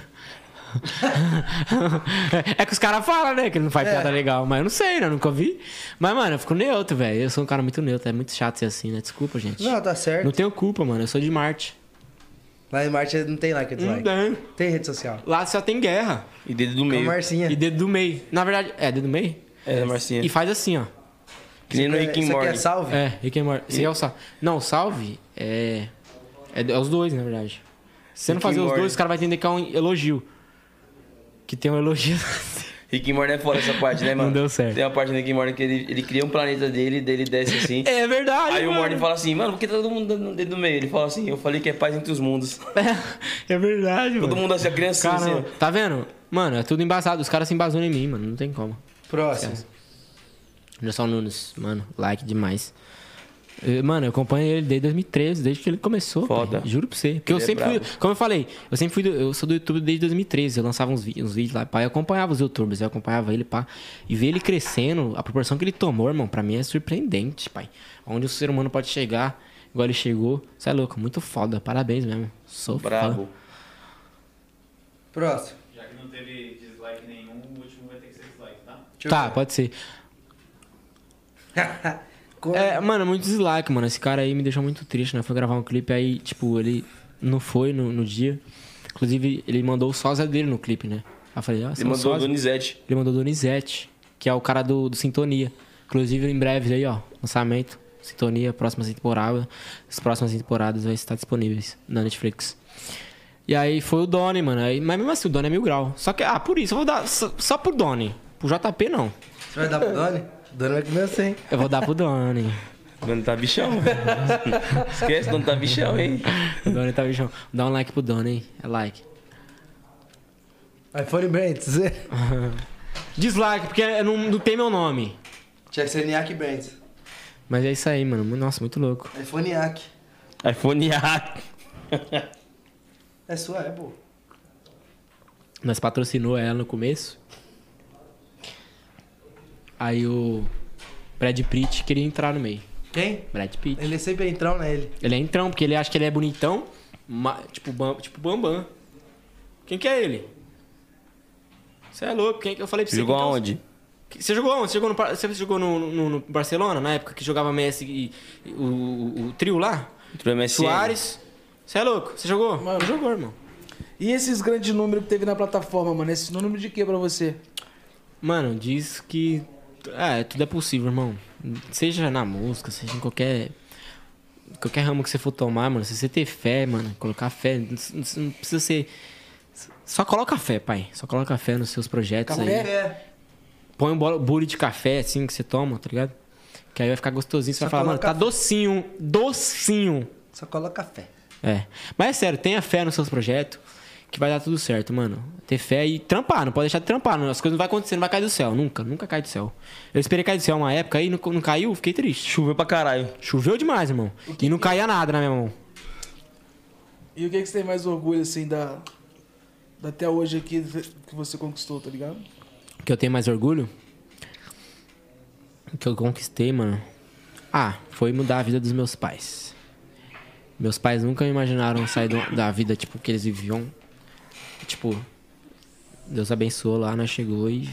é que os caras falam, né? Que ele não É. faz piada legal. Mas eu não sei, né? Eu nunca vi. Mas, mano, eu fico neutro, velho. Eu sou um cara muito neutro. É muito chato ser assim, né? Desculpa, gente. Não, tá é. certo. Não tenho culpa, mano. Eu sou de Marte. Lá em Marte não tem like e Não dislike. tem. Tem rede social. Lá só tem guerra. E dedo do Com a meio. Marcinha. E dedo do meio. Na verdade, é, dedo do meio? É, Marcinha. E faz assim, ó. Que nem no Rick and Isso aqui Morty. é salve? É, Rick and Morty. Você é o salve. Não, o salve é... é. é os dois, na verdade. Se você não Rick and fazer os Morty. dois, o cara vai entender que é um elogio. Que tem um elogio. Rick and Morty é fora essa parte, né, mano? Não deu certo. Tem uma parte do Rick and Morty que ele, ele cria um planeta dele, dele desce assim. é verdade. Aí o mano. Morty fala assim, mano, por que tá todo mundo dando dedo do meio? Ele fala assim, eu falei que é paz entre os mundos. É, é verdade, Todo mano. mundo assim, a criança Caramba, assim. tá vendo? Mano, é tudo embasado. Os caras se embasam em mim, mano. Não tem como. Próximo. Anderson Nunes, mano, like demais. Eh, Mano, eu acompanho ele desde 2013, desde que ele começou. Foda. pai. Juro pra você. Porque eu Ele é sempre fui. brabo. Como eu falei, eu sempre fui. do- eu sou do YouTube desde 2013. Eu lançava uns, vi- uns vídeos lá, pá. Eu acompanhava os youtubers, eu acompanhava ele, pá. E ver ele crescendo, a proporção que ele tomou, irmão, pra mim é surpreendente, pai. Onde o ser humano pode chegar, igual ele chegou. Você é louco, muito foda. Parabéns mesmo. Sou Brabo. fã. Próximo. Já que não teve dislike nenhum, o último vai ter que ser dislike, tá? Deixa eu Tá, ver. pode ser. Co- É, mano, muito dislike, mano. Esse cara aí me deixou muito triste, né? Foi gravar um clipe, aí, tipo, ele não foi no, no dia. Inclusive, ele mandou o sósia dele no clipe, né? Aí eu falei, ah, você é Ele um mandou o sósia? Donizete. Ele mandou Donizete, que é o cara do, do Sintonia. Inclusive, em breve aí, ó, lançamento. Sintonia, próxima temporada. As próximas temporadas vai estar disponíveis na Netflix. E aí foi o Doni, mano. Aí, mas mesmo assim, o Doni é mil grau. Só que, ah, por isso, eu vou dar só, só pro Doni. Pro JP, não. Você vai dar pro Doni? O Doni vai comer sem. Eu vou dar pro Doni. Mano, tá bichão, velho. Esquece, não tá bichão, hein? O Doni tá bichão. Dá um like pro Doni, hein? É like. iPhone Brands. Dislike, porque é- não, não tem meu nome. Tinha que ser Niak Brands. Mas é isso aí, mano. Nossa, muito louco. iPhone Niak. iPhone A. É sua Apple. Nós patrocinou ela no começo. Aí o Brad Pitt queria entrar no meio. Quem? Brad Pitt. Ele sempre é entrão, né? Ele. Ele é entrão, porque ele acha que ele é bonitão. ma- tipo, bam, tipo Bambam. Quem que é ele? Você é louco. Quem que eu falei pra você? Jogou quem que é o- aonde? Que- Você jogou onde? Você jogou no, Par- você jogou no, no- no Barcelona, na época que jogava Messi e, e o, o- o trio lá? Entrou MSN. Soares. Você é louco? Você jogou? Mano. Não jogou, irmão. E esses grandes números que teve na plataforma, mano? Esse número de que pra você? Mano, diz que. É, tudo é possível, irmão. Seja na música, seja em qualquer. Qualquer ramo que você for tomar, mano. Se você ter fé, mano, colocar fé. Não, não- não precisa ser. Só coloca fé, pai. Só coloca fé nos seus projetos aí. É. Põe um bolo- bule de café, assim, que você toma, tá ligado? Que aí vai ficar gostosinho. Você Só vai falar, mano, coloca tá docinho, docinho. Só coloca fé. É. Mas é sério, tenha fé nos seus projetos, que vai dar tudo certo, mano. Ter fé e trampar, não pode deixar de trampar. não. As coisas não vai acontecer, não vai cair do céu. Nunca, nunca cai do céu. Eu esperei cair do céu uma época e não, não caiu, fiquei triste. Choveu pra caralho. Choveu demais, irmão. E não caía nada na minha mão. E o que, que você tem mais orgulho, assim, da. da até hoje aqui que você conquistou, tá ligado? O que eu tenho mais orgulho? O que eu conquistei, mano? Ah, foi mudar a vida dos meus pais. Meus pais nunca imaginaram sair do- da vida, tipo, que eles viviam. Tipo, Deus abençoou lá, nós chegou e...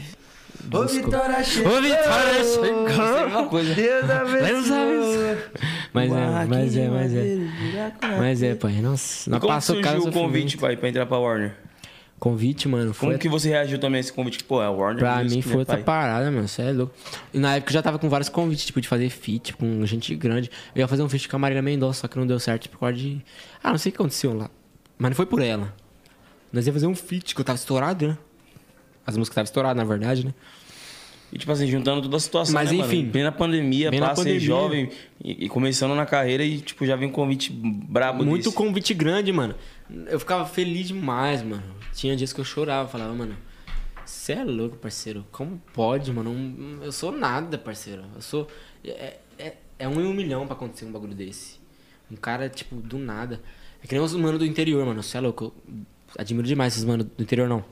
Ô, buscou. Vitória chegou. Ô, Vitória chegou. Uma coisa. Deus abençoe. Mas é, Barraquinha mas é, de mas Ah, é. madeira, buraco na Mas é, pai. Nossa, não E como que passou surgiu caso o convite, pai, pra entrar pra Warner? Convite, mano, Como foi que você reagiu também a esse convite? Pô, é a Warner Pra Music, mim né, foi outra pai? parada, mano. Você é louco. E na época eu já tava com vários convites, tipo, de fazer feat com gente grande. Eu ia fazer um feat com a Marília Mendonça, só que não deu certo por causa de. Ah, não sei o que aconteceu lá. Mas não foi por ela. Nós ia fazer um feat, que eu tava estourado, né? As músicas estavam estouradas, na verdade, né? E tipo assim, juntando toda a situação, Mas, né, enfim. mano? Plena pandemia, Plena pá, ser pandemia. jovem e, e começando na carreira e tipo, já vem um convite brabo Muito desse. convite grande, mano. Eu ficava feliz demais, mano. Tinha dias que eu chorava, falava, mano, você é louco, parceiro. Como pode, mano? Um- Eu sou nada, parceiro. Eu sou. É, é, é um em um milhão pra acontecer um bagulho desse. Um cara, tipo, do nada. É que nem os mano do interior, mano. Você é louco. Eu admiro demais esses mano do interior, não.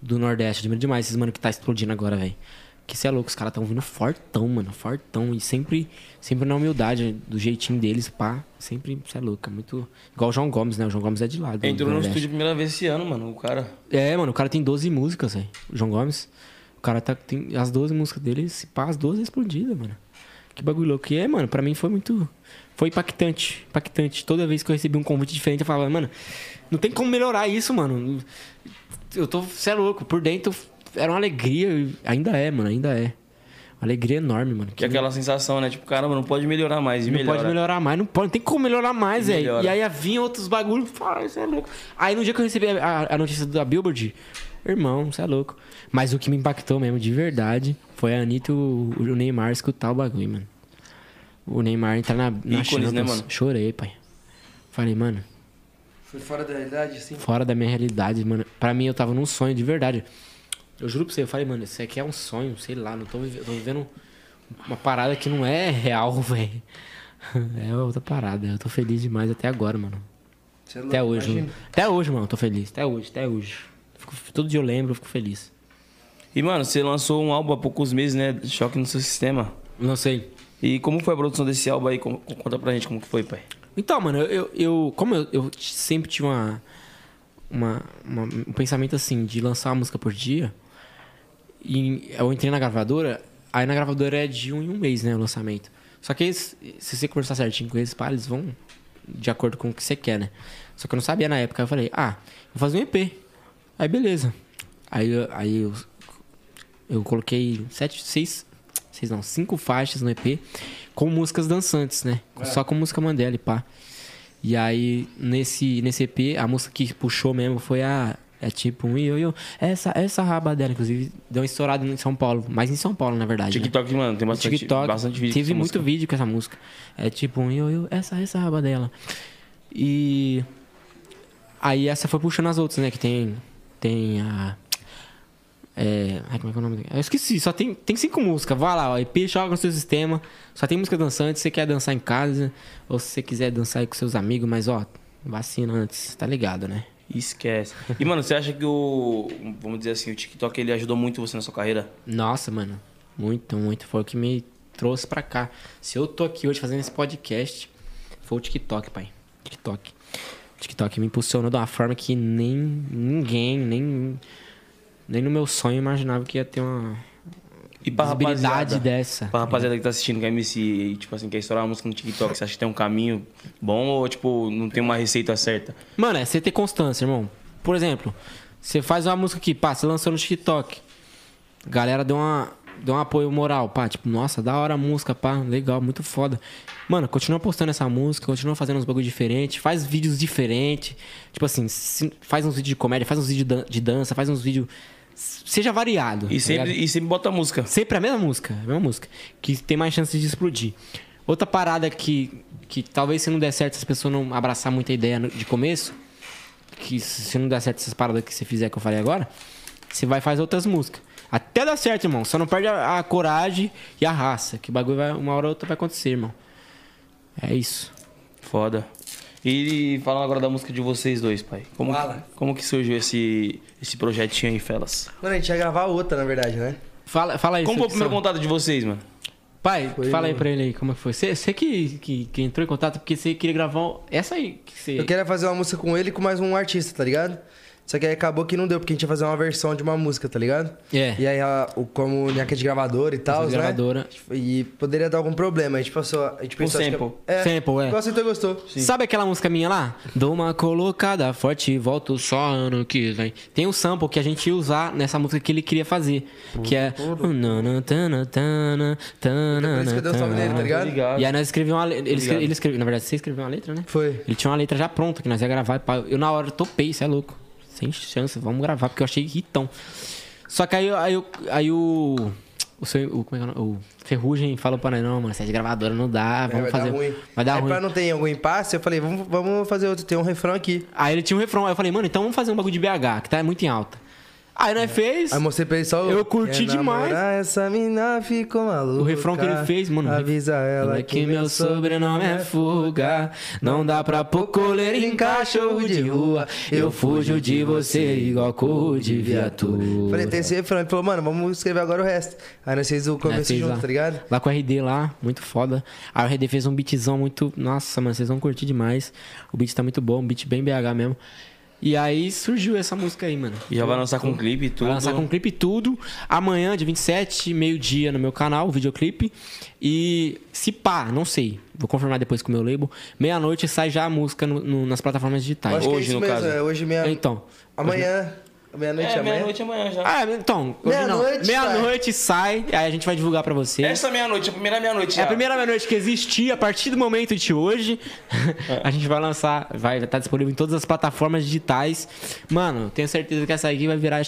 Do Nordeste. Admiro demais esses mano que tá explodindo agora, velho. Que você é louco, os caras tão vindo fortão, mano. Fortão. E sempre, sempre na humildade, do jeitinho deles, pá. Sempre, você é louco. É muito. Igual o João Gomes, né? O João Gomes é de lado. do Entrou no Nordeste. estúdio a primeira vez esse ano, mano. O cara. É, mano, o cara tem 12 músicas, velho. O João Gomes. O cara tá, tem as 12 músicas dele, se pá, as 12 é explodidas, mano. Que bagulho louco. E é, mano, pra mim foi muito. Foi impactante. Impactante. Toda vez que eu recebi um convite diferente, eu falava, mano, não tem como melhorar isso, mano. Eu tô. Você é louco. Por dentro era uma alegria. e Ainda é, mano, ainda é. Uma alegria enorme, mano. Que é aquela sensação, né? Tipo, caramba, não pode melhorar mais. E Não melhora. pode melhorar mais, não pode, não tem como melhorar mais, E velho. melhora. E aí ia vir outros bagulho, fala, isso é louco. Aí no dia que eu recebi a, a- a notícia da Billboard, irmão, isso é louco. Mas o que me impactou mesmo, de verdade, foi a Anitta e o, o Neymar escutar o bagulho, mano. O Neymar entrar na, na Ícones, Champions. né, mano? Chorei, pai. Falei, mano, Foi fora da realidade, assim. fora da minha realidade, mano. Pra mim, eu tava num sonho, de verdade. Eu juro pra você, eu falei, mano, isso aqui é um sonho, sei lá, não tô vivendo, tô vivendo uma parada que não é real, velho. É outra parada, eu tô feliz demais até agora, mano. Você é louco, Até hoje. imagina. mano. Até hoje, mano, eu tô feliz, até hoje, até hoje. Fico- todo dia eu lembro, eu fico feliz. E, mano, você lançou um álbum há poucos meses, né? Choque no seu sistema. Não sei. E como foi a produção desse álbum aí? Como- Conta pra gente como que foi, pai. Então, mano, eu, eu como eu, eu t- sempre tive uma, uma- uma- um pensamento assim de lançar uma música por dia, e eu entrei na gravadora, aí na gravadora é de um em um mês, né, o lançamento. Só que eles- se você conversar certinho com eles, pá, eles vão de acordo com o que você quer, né? Só que eu não sabia na época, eu falei, ah, vou fazer um EP. Aí beleza. Aí, eu- aí eu, eu coloquei sete, seis, seis não, cinco faixas no EP com músicas dançantes, né? Só com música Mandela e pá. E aí, nesse, nesse EP, a música que puxou mesmo foi a. É tipo um io, io. Essa, essa raba dela, inclusive, deu uma estourada em São Paulo. Mas em São Paulo, na verdade. né? TikTok, mano, tem bastante, TikTok, bastante vídeo. Teve com muito música. vídeo com essa música. É tipo, um, eu, eu, essa, essa raba dela. E. Aí essa foi puxando as outras, né? Que tem. Tem a. É. Ai, como é que é o nome? Eu esqueci, só tem, tem cinco músicas. Vai lá, ó, EP, joga no seu sistema. Só tem música dançante. Se você quer dançar em casa, ou se você quiser dançar aí com seus amigos, mas ó, vacina antes, tá ligado, né? Esquece. E, mano, você acha que o. Vamos dizer assim, o TikTok ele ajudou muito você na sua carreira? Nossa, mano. Muito, muito. Foi o que me trouxe pra cá. Se eu tô aqui hoje fazendo esse podcast, foi o TikTok, pai. TikTok. O TikTok me impulsionou de uma forma que nem ninguém, nem. Nem no meu sonho eu imaginava que ia ter uma E pra visibilidade rapaziada, dessa. pra rapaziada que tá assistindo que é MC e, tipo assim, quer estourar uma música no TikTok, você acha que tem um caminho bom ou, tipo, não tem uma receita certa? Mano, é você ter constância, irmão. Por exemplo, você faz uma música aqui, pá, você lançou no TikTok. Galera deu, uma, deu um apoio moral, pá. Tipo, nossa, da hora a música, pá. Legal, muito foda. Mano, continua postando essa música, continua fazendo uns bagulho diferentes, faz vídeos diferentes. Tipo assim, se- faz uns vídeos de comédia, faz uns vídeos de dan- de dança, faz uns vídeos. Seja variado. E tá ligado? sempre, e sempre bota música. Sempre a mesma música, a mesma música. Que tem mais chance de explodir. Outra parada que, que talvez se não der certo, se as pessoas não abraçar muita ideia no- de começo, que se se não der certo essas paradas que você fizer que eu falei agora, você vai fazer outras músicas. Até dar certo, irmão. Só não perde a, a coragem e a raça. Que bagulho vai, uma hora ou outra vai acontecer, irmão. É isso. Foda. E falando agora da música de vocês dois, pai. Como, Fala. como que surgiu esse, esse projetinho aí, Felas? né? Mano, a gente ia gravar outra, na verdade, né? Fala, fala aí, Como foi o Felixão. primeiro contato de vocês, mano? Pai, Foi fala aí no- pra ele aí como é que foi. Você você que, que, que entrou em contato porque você queria gravar um- essa aí. Que você... Eu queria fazer uma música com ele e com mais um artista, tá ligado? Só que aí acabou que não deu, porque a gente ia fazer uma versão de uma música, tá ligado? É. E aí, a- o- como linha de gravadora e tal, né? gravadora. E poderia dar algum problema, a gente passou... A gente pensou, acho que- sample. É, Sample, é. Igual aceitou, gostou. Sabe aquela música minha lá? Dou uma colocada forte e volto só ano que vem. Tem um sample que a gente ia usar nessa música que ele queria fazer. Que é. Nanana, tana, tana, tana, Por isso que eu dei o salve nele, tá tana. ligado? E aí nós escrevemos uma letra. Ele, escreve- ele escreveu, na verdade, você escreveu uma letra, né? Foi. Ele tinha uma letra já pronta que nós ia gravar. e pá, Eu na hora topei, isso é louco. Cê sem chance, vamos gravar, porque eu achei ritão. Só que aí, aí, aí o. O seu. O, como é que é o nome? O Ferrugem falou pra nós, não, mano, você é de gravadora, não dá, vamos vai fazer. dar ruim. Vai dar Aí ruim. pra não ter algum impasse, eu falei, vamos, vamos fazer outro. Tem um refrão aqui. Aí ele tinha um refrão. Aí eu falei, mano, então vamos fazer um bagulho de BH, que tá muito em alta. Aí nós fez. Aí eu mostrei pra ele só o- Eu curti Quer namorar, Essa mina ficou maluca. O refrão que ele fez, mano. Avisa ela que meu sobrenome é fuga. Não dá pra pôr coleira em cachorro de rua. Eu fujo de você igual corro de viatura. Falei, tem esse refrão. Ele falou, mano, vamos escrever agora o resto. Aí nós fizemos o Né, começo fez junto, lá, tá ligado? Lá com o RD lá, muito foda. Aí o RD fez um beatzão muito. Nossa, mano, vocês vão curtir demais. O beat tá muito bom, um beat bem BH mesmo. E aí surgiu essa música aí, mano. E já vai lançar com um clipe e tudo. Vai lançar com clipe e tudo. Amanhã, dia 27, meio-dia, no meu canal, o videoclipe. E se pá, não sei. Vou confirmar depois com o meu label. Meia-noite sai já a música no- no- nas plataformas digitais. Acho que é Hoje, isso no mesmo. caso. é Hoje mesmo. Então. Amanhã. Meia-noite É, amanhã. meia-noite amanhã já. Ah, então. hoje não. Meia-noite sai. Meia-noite sai. Aí a gente vai divulgar pra vocês. Essa meia-noite, a primeira meia-noite É já. a primeira meia-noite que existia, a partir do momento de hoje, a gente vai lançar, vai estar disponível em todas as plataformas digitais. Mano, tenho certeza que essa aqui vai virar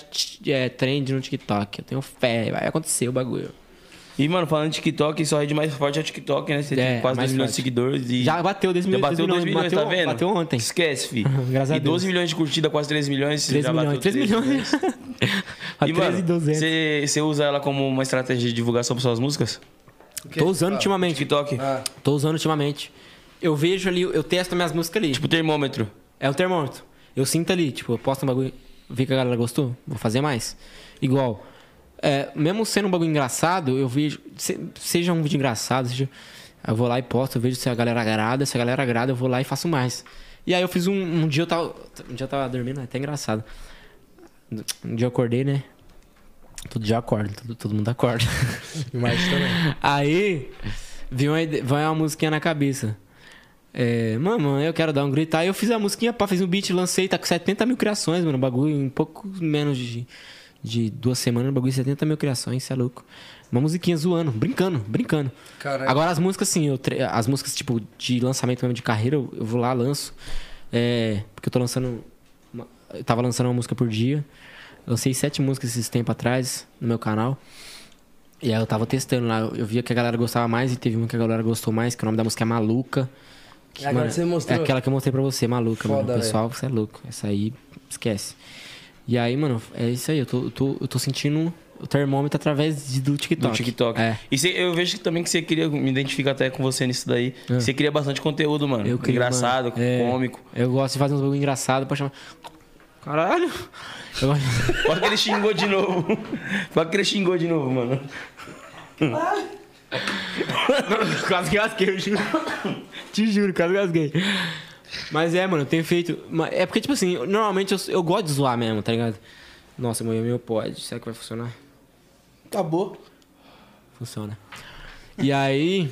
é, trend no TikTok. Eu tenho fé, vai acontecer o bagulho. E, mano, falando de TikTok, sua rede mais forte é o TikTok, né? Você É, tem quase mais 2 milhões de forte. seguidores e... Já bateu 10 Já milhões, bateu 2 10 milhões, bateu, tá vendo? Bateu ontem. Esquece, fi. Graças a e 12 Deus. milhões de curtida, quase 3 milhões. você 3 já milhões, bateu 3 milhões. A E, 13 e mano, 200. você você usa ela como uma estratégia de divulgação para suas músicas? Tô Ah. usando ultimamente. TikTok? Tô usando ultimamente. Eu vejo ali, eu testo minhas músicas ali. Tipo termômetro. É o termômetro. Eu sinto ali, tipo, eu posto um bagulho, vi que a galera gostou, vou fazer mais. Igual, é, mesmo sendo um bagulho engraçado, eu vejo, se- seja um vídeo engraçado, seja, eu vou lá e posto, eu vejo se a galera agrada, se a galera agrada, eu vou lá e faço mais. E aí eu fiz um, um dia eu tava, um dia eu tava dormindo, é até engraçado. Um dia eu acordei, né? Todo dia eu acordo, todo, todo mundo acorda. Aí, vi uma, ide- vai uma musiquinha na cabeça. É, mamãe, eu quero dar um grito. Aí eu fiz a musiquinha, pá, fiz um beat, lancei, tá com 70 mil criações, mano. O Bagulho em pouco menos de, de duas semanas, o bagulho 70 mil criações, isso é louco. Uma musiquinha zoando, brincando, brincando. Caralho. Agora as músicas, sim, eu tre- as músicas tipo de lançamento mesmo de carreira, eu, eu vou lá, lanço. É, porque eu tô lançando. uma- eu tava lançando uma música por dia. Lancei sete músicas esses tempos atrás no meu canal. E aí eu tava testando lá, eu- eu via que a galera gostava mais e teve uma que a galera gostou mais, que o nome da música é Maluca. Que, É aquela que você mostrou? É aquela que eu mostrei pra você, Maluca, Foda, mano. Pessoal, você é louco. Essa aí, esquece. E aí, mano, é isso aí. Eu tô, eu tô, eu tô sentindo o termômetro através de- do TikTok. Do TikTok. É. E você- eu vejo que também que você queria, me identifico até com você nisso daí. É. Você cria bastante conteúdo, mano. Eu crio, Engraçado, mano. É. cômico. Eu gosto de fazer uns bagulho engraçado pra chamar. Caralho! Eu gosto- Olha que ele xingou de novo. Olha que ele xingou de novo, mano. quase gasguei, eu juro. Te juro, quase gasguei. Mas é, mano, eu tenho feito. ma- É porque, tipo assim, eu- normalmente eu, eu gosto de zoar mesmo, tá ligado? Nossa, meu meu pode. Será que vai funcionar? Acabou. Funciona. E aí.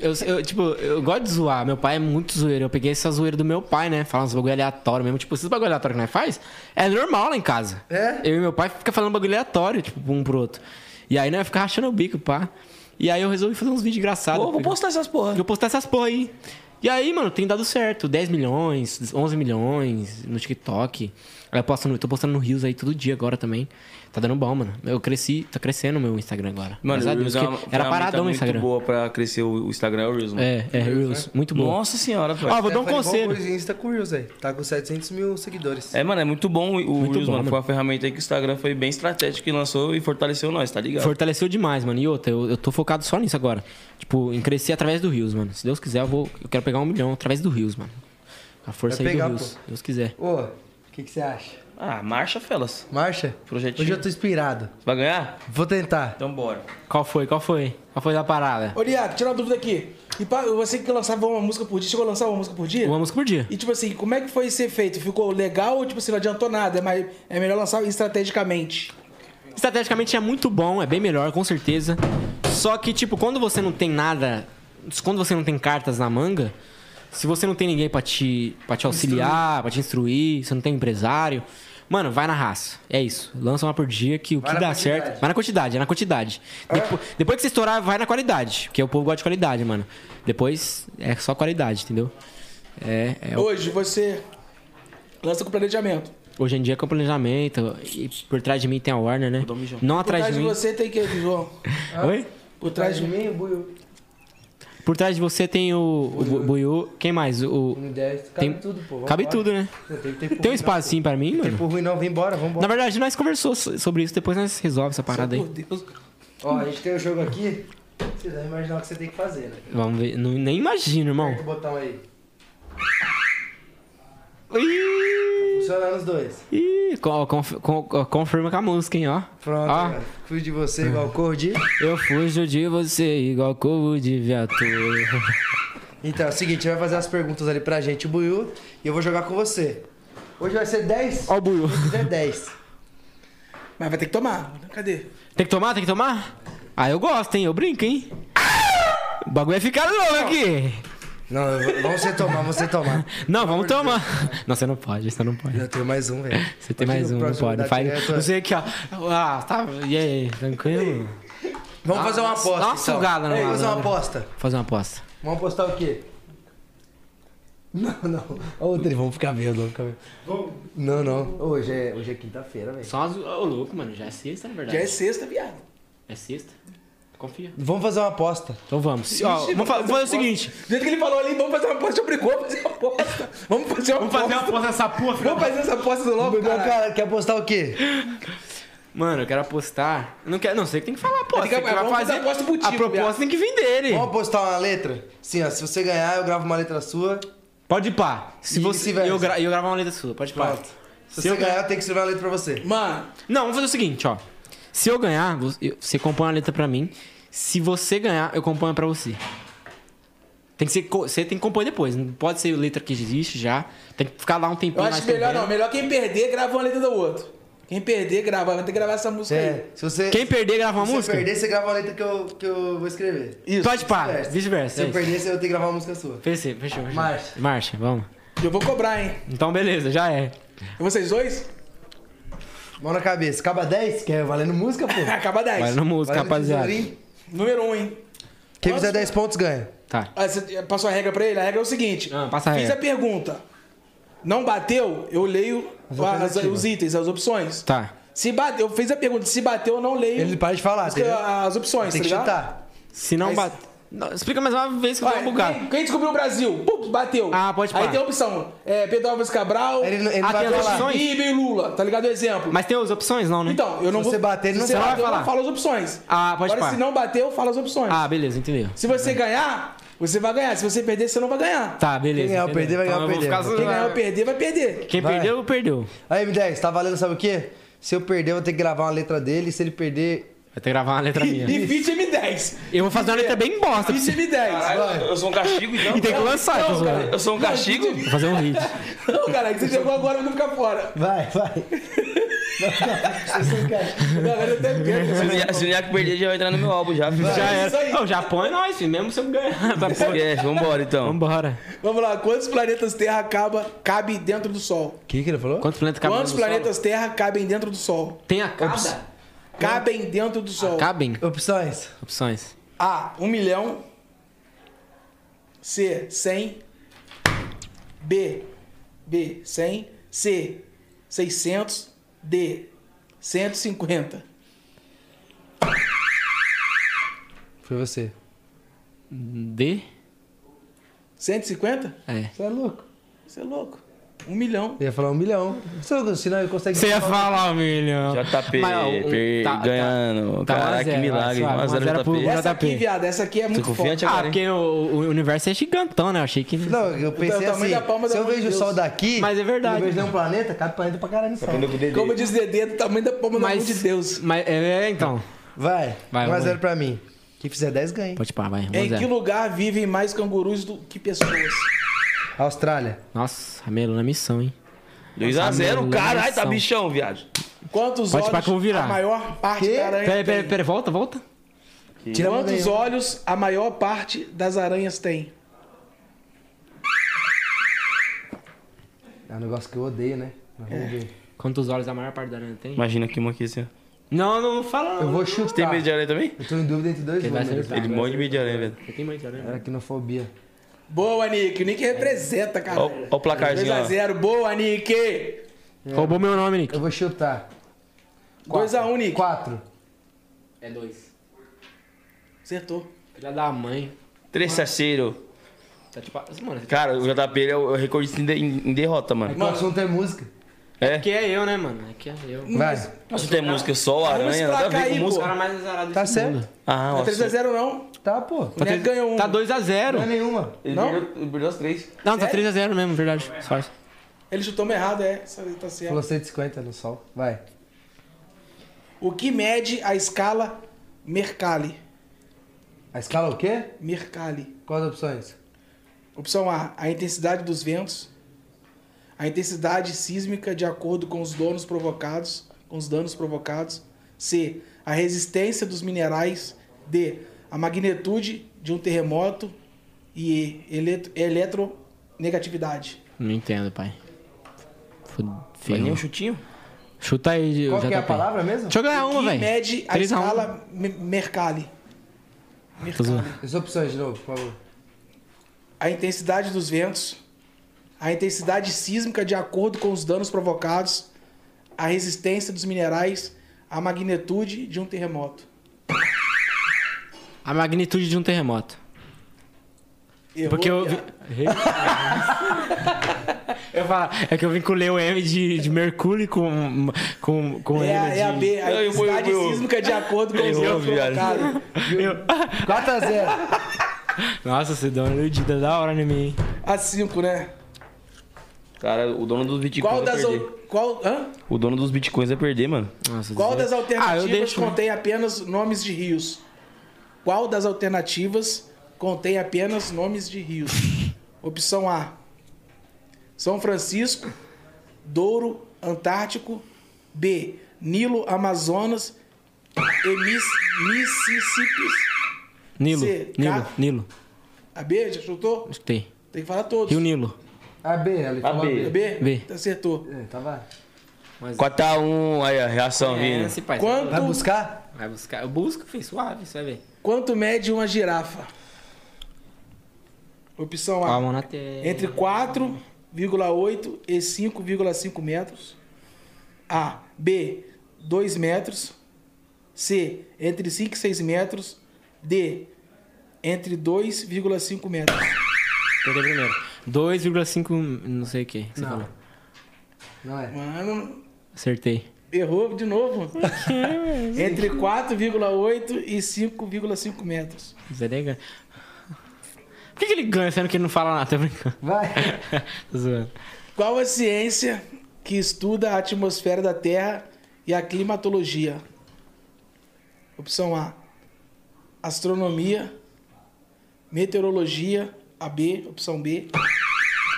Eu, eu, tipo, eu gosto de zoar. Meu pai é muito zoeiro. Eu peguei essa zoeira do meu pai, né? Falar uns bagulho aleatório mesmo. Tipo, esses bagulho aleatório que nós faz, é normal lá em casa. É? Eu e meu pai fica falando bagulho aleatório, tipo, um pro outro. E aí, né, eu ficava rachando o bico, pá. E aí eu resolvi fazer uns vídeos engraçados. Pô, vou postar essas porra. Vou postar essas porra aí. E aí, mano, tem dado certo. 10 milhões, 11 milhões no TikTok. Aí eu posto no, tô postando no Rios aí todo dia agora também. Tá dando bom, mano. Eu cresci, tá crescendo o meu Instagram agora. Mano, Graças a o Reels Deus, é porque uma era ferramenta paradão o muito Instagram. boa pra crescer o o Instagram, é Ah, o Reels, mano. É, é, Reels. Muito bom. Nossa tá senhora, velho. Ó, É, vou dar um conselho. Insta com o Reels aí. Tá com 700 mil seguidores. É, mano, é muito bom o o Muito Reels, mano. bom, mano. Foi uma ferramenta aí que o Instagram foi bem estratégico que lançou e fortaleceu nós, tá ligado? Fortaleceu demais, mano. E outra, eu, eu tô focado só nisso agora. Tipo, em crescer através do Rios, mano. Se Deus quiser, eu, vou, eu quero pegar um milhão através do Rios, mano. A força Vai aí pegar, do Rios. pô. Se Deus quiser. Ô, o que que você acha? Ah, marcha, felas. Marcha? Projetinho. Hoje eu tô inspirado. Vai ganhar? Vou tentar. Então bora. Qual foi? Qual foi? Qual foi da parada? Ô, Riato, tira uma dúvida aqui. E pá, você que lançava uma música por dia, chegou a lançar uma música por dia? Uma música Um por dia. E tipo assim, como é que foi ser feito? Ficou legal ou tipo assim, não adiantou nada? É, mais, é melhor lançar estrategicamente. Estrategicamente é muito bom, é bem melhor, com certeza. Só que, tipo, quando você não tem nada. Quando você não tem cartas na manga, se você não tem ninguém pra te, pra te auxiliar, pra te instruir, você não tem empresário. Mano, vai na raça. É isso. Lança uma por dia que o Vai que na dá quantidade. certo. Vai na quantidade, é na quantidade. Depo- depois que você estourar, vai na qualidade. Porque o povo gosta de qualidade, mano. Depois é só qualidade, entendeu? É, é o- Hoje você lança com planejamento. Hoje em dia é com planejamento. E por trás de mim tem a Warner, né? Não Por atrás trás de de mim. você tem que João. Oi? Por trás de mim, Buiu. Por trás de você tem o, o Bu- Buiu. Quem mais? O. M10, cabe Tem, tudo, pô. cabe tudo, né? Tem um espacinho pra mim, mano? Tempo ruim não, vem embora, vambora. Na verdade, nós conversou so- sobre isso, depois nós resolve essa parada aí. Por Deus. Ó, a gente tem o jogo aqui. Você deve imaginar o que você tem que fazer, né? Vamos ver. Não- nem imagino, irmão. Aperta o botão aí. Ih, Funcionando os dois. ih, co- conf- con- co- confirma com a música, hein, ó. Pronto, Ó. cara. Fui de você igual cor de. Eu fujo de você igual corvo de viatura. Então, é o seguinte, vai fazer as perguntas ali pra gente, o Buiu, e eu vou jogar com você. Hoje vai ser 10? Ó o Buiu. É 10. Mas vai ter que tomar. Cadê? Tem que tomar? Tem que tomar? Ah, eu gosto, hein? Eu brinco, hein? O bagulho é ficar louco aqui. Não, eu vou- vamos você tomar, vamos você tomar. Não, vamos tomar. Não, você não pode, você não pode. Eu tenho mais um, velho. Você tem mais um, não pode. Faz, não sei aqui, ó. Ah, tá. E aí, tranquilo? Vamos fazer uma aposta. dá uma então. sugada no Vamos fazer uma malandro. aposta. Vou fazer uma aposta. Vamos apostar o quê? Não, não. Ó, o Dri, vamos ficar vendo, vamos ficar vendo. Não, não. Hoje é, hoje é quinta-feira, velho. Só as... Ô, louco, mano. Já é sexta, na verdade. Já é sexta, viado. É sexta? Confia. Vamos fazer uma aposta. Então vamos. Ó, vamos, fa- vamos fazer o seguinte. Do jeito que ele falou ali, vamos fazer uma aposta, obrigou a fazer uma aposta. Vamos fazer uma aposta. aposta dessa porra, Vamos fazer essa aposta logo, Meu cara. cara, quer apostar o quê? Mano, eu quero apostar. Eu Não quero, não sei o que tem que falar, aposta. Tem que- Você vai vamos fazer aposta pro A time, proposta viado. tem que vir dele. Vamos apostar uma letra? Sim, ó. Se você ganhar, eu gravo uma letra sua. Pode ir pá. Se E você vice-versa. eu, gra, eu gravar uma letra sua, pode ir pá. Pronto. Se, Se você eu ganhar, eu tenho que escrever uma letra pra você. Mano, Não, vamos fazer o seguinte, ó. Se eu ganhar, vo- eu- você compõe uma letra pra mim. Se você ganhar, eu componho pra você. Tem que ser, co- você tem que compor depois. Não pode ser letra que existe já. Tem que ficar lá um eu tempinho. acho que melhor não. Melhor quem perder, grava uma letra do outro. Quem perder, grava. Vai ter que gravar essa música É, aí. se você, Quem perder, grava uma se você música. perder, você grava a letra que eu, que eu vou escrever. Isso. pode ir pá. vice-versa. Vice-versa. Se é eu isso. perder, você vai ter que gravar uma música sua. Fechou, fechou. fechou. Marcha. Marcha, vamos. Eu vou cobrar, hein? Então, beleza, já é. E vocês dois? Mão na cabeça. Acaba 10? Que é valendo música, pô. Acaba 10. Vai na música, Valendo rapaziada. tesourinho. Número 1, um, hein? Quem fizer 10 pontos ganha. Tá. Ah, você passou a regra pra ele? A regra é o seguinte: Ah, passa a fiz regra. a pergunta. Não bateu, eu leio as- alternativas. os itens, as opções. Tá. Se bateu, eu fiz a pergunta, se bateu, eu não leio Ele para de falar, as, entendeu? as opções, Tem que tá ligado? chutar. Se não Mas- bate. Não, Explica mais uma vez que eu tô Vai, bugado. quem, quem descobriu o Brasil? Pum, bateu. Ah, pode Aí pá. tem a opção: é, Pedro Alves Cabral, Ele, não- ele não Ah, vai tem as falar. opções? Ibe e Lula, tá ligado? Exemplo. Mas tem as opções, não, né? então, eu não Se vou. você bater, ele não se você vai bater, eu falar. não falo as opções. Ah, pode Agora, pá. se não bater, eu falo as opções. Ah, beleza, entendeu. Se você ganhar, você vai ganhar. Se você perder, você não vai ganhar. Tá, beleza. Quem ganhar ou entendeu. perder, vai Então ganhar ou eu vou perder. Quem ganhar ou Ficar... perder, vai perder. Quem Vai. perdeu, perdeu. Aí, M10, tá valendo sabe o quê? Se eu perder, eu vou ter que gravar uma letra dele. Se ele perder... Vai ter que gravar uma letra minha. E 20 M10. Eu vou fazer uma letra bem bosta. pra 20 você. M10. Caralho, eu sou um castigo, então? E tem que lançar, tá zoando. Eu sou um castigo? Vou fazer um hit. Não, cara, que você jogou agora não fica fora. Vai, vai. A galera até Se o perde. Niaco- Se o Niaco perder, já vai entrar no meu álbum, já. filho. Já isso era. aí. Não, já põe nós, filho. Mesmo se eu ganhar. Tá bom. Esquece, vambora, então. Vambora. Vamos lá, quantos planetas Terra acaba, cabe dentro do Sol? O que, que ele falou? Quantos planetas cabem? Quantos no Sol? planetas Terra cabem dentro do Sol? Tem a cada? Cabem dentro do Sol. Cabem? Opções. Opções. A, 1 milhão. C, 100. B, B, 100. C, 600. D, 150. Foi você. D? 150? É. Você é louco. Você é louco. 1 milhão. Eu ia falar um milhão. Você não, se não, ele consegue... Você ia falar, milhão. JP, Mas, ó, um- per- tá- tá- ganhando. tá um a Caraca, zero, que milagre. vai, suave, 1x0 um a zero pro- JP. Essa JP. aqui, viado, essa aqui é Tô muito confiante forte. Ah, agora, hein? porque o, o universo é gigantão, né? Eu achei que. Não, eu pensei tamanho assim, Então, da palma se da eu mão de vejo o Deus. sol daqui... Mas é verdade. Eu vejo nenhum planeta, cabe planeta pra caralho no sol. Como diz Dedê, do tamanho da palma da mas. mão de Deus. Mas, é, é, então. Vai, Vai, 1 a vamos 0 aí. pra mim. Quem fizer 10 ganha. Pode parar, vai. Em vamos que zero. lugar vivem mais cangurus do que pessoas? Austrália. Nossa, Ramelo na é missão, hein? 2x0, Nossa, caralho, tá noção. bichão, viado. Quantos Pode parar olhos que eu vou virar. a maior parte Quê? da aranha Peraí, peraí, tem? peraí, volta, volta. Tira a mão Quantos daí, ó. olhos a maior parte das aranhas tem? É um negócio que eu odeio, né? Mas vamos ver. Quantos olhos a maior parte da aranha tem? Imagina que uma aqui assim. ó. Não, não fala. não. Eu vou Você tem chutar. medo de aranha também? Eu tô em dúvida entre dois Ele vai números. tá? É acertar. Ele morre de medo de aranha, velho. Você tem mais de aranha? Era quinofobia. Boa, Nick. O Nick representa, cara. Ó, ó o placarzinho, ó. 2x0. Boa, Nick. Roubou meu nome, Nick. Eu vou chutar. 2x1, Nick. 4. É dois. Acertou. é Filha da mãe. Três terceiro. Tá tipo. Mano, Cara, o JP ele é o recordista em, de- em- em derrota, mano. O assunto é música. É. aqui é eu, né, mano? Aqui é eu. Vai. Você tem música só, aranha, nada a ver esplacar com aí, O música. cara mais azarado Tá desse mundo. certo? Ah, Não é nossa. 3x0 não. Tá, pô. O Neto ganhou um. Tá 2x0. Não é nenhuma. Ele Não? brilhou- ele brilhou as três. Não, tá 3x0 mesmo, verdade. Sorte. Ele chutou uma errada, é. Isso aí Tá certo. Falou 150 no sol. Vai. O que mede a escala Mercalli? A escala é o quê? Mercalli. Quais as opções? Opção A, a intensidade dos ventos. A intensidade sísmica de acordo com os danos provocados, com os danos provocados. C, a resistência dos minerais. D, a magnitude de um terremoto e E, elet- eletronegatividade. Não entendo, pai. Vai nem Fudeu. um chutinho? Chuta aí, Qual já que é a palavra mesmo? Deixa eu ganhar O que uma, velho. mede a 3 a 1. escala Me- Mercalli? Tô zoando. Mercalli. As opções de novo, por favor. A intensidade dos ventos. A intensidade sísmica de acordo com os danos provocados. A resistência dos minerais. A magnitude de um terremoto. A magnitude de um terremoto. Errou, Porque eu. viado. vi- eu falo, é que eu vinculei o M de, de Mercúrio com. com, com É, a- M é a de- B, a Eu- eu- eu- intensidade eu- sísmica de acordo com os Errou, danos viado. provocados. 4x0. Nossa, você deu uma iludida da hora em mim, hein? A 5, né? Cara, o dono dos bitcoins Qual vai das, perder. al- qual, hã? O dono dos bitcoins vai perder, mano. Nossa, qual das Ah, alternativas eu deixo. contém apenas nomes de rios? Qual das alternativas contém apenas nomes de rios? Opção A: São Francisco, Douro, Antártico. B: Nilo, Amazonas e Miss- Mississippi. Nilo, C, Nilo, K. Nilo. A B, já chutou? Escutei. Tem que falar todos. Rio Nilo. A B, ela falou B. a B. B? B. Acertou. É, tá, vai. 4x1, aí, a É, reação vindo. É, esse pai. Quanto, Vai buscar? Vai buscar. Eu busco, filho, suave, você vai ver. quanto mede uma girafa? Opção Com A. a mão na tela. Entre 4,8 e 5,5 metros. A. B. 2 metros. C. Entre 5 e 6 metros. D. Entre 2,5 metros. Perdi primeiro. 2,5. Não sei o que. Você falou. Não é. Mano, Acertei. errou de novo. Entre 4,8 e 5,5 metros. Zé nem ganha. Por que, que ele ganha sendo que ele não fala nada? Tô brincando. Vai. Tô zoando. Qual a ciência que estuda a atmosfera da Terra e a climatologia? Opção A. Astronomia. Meteorologia. A B. Opção B.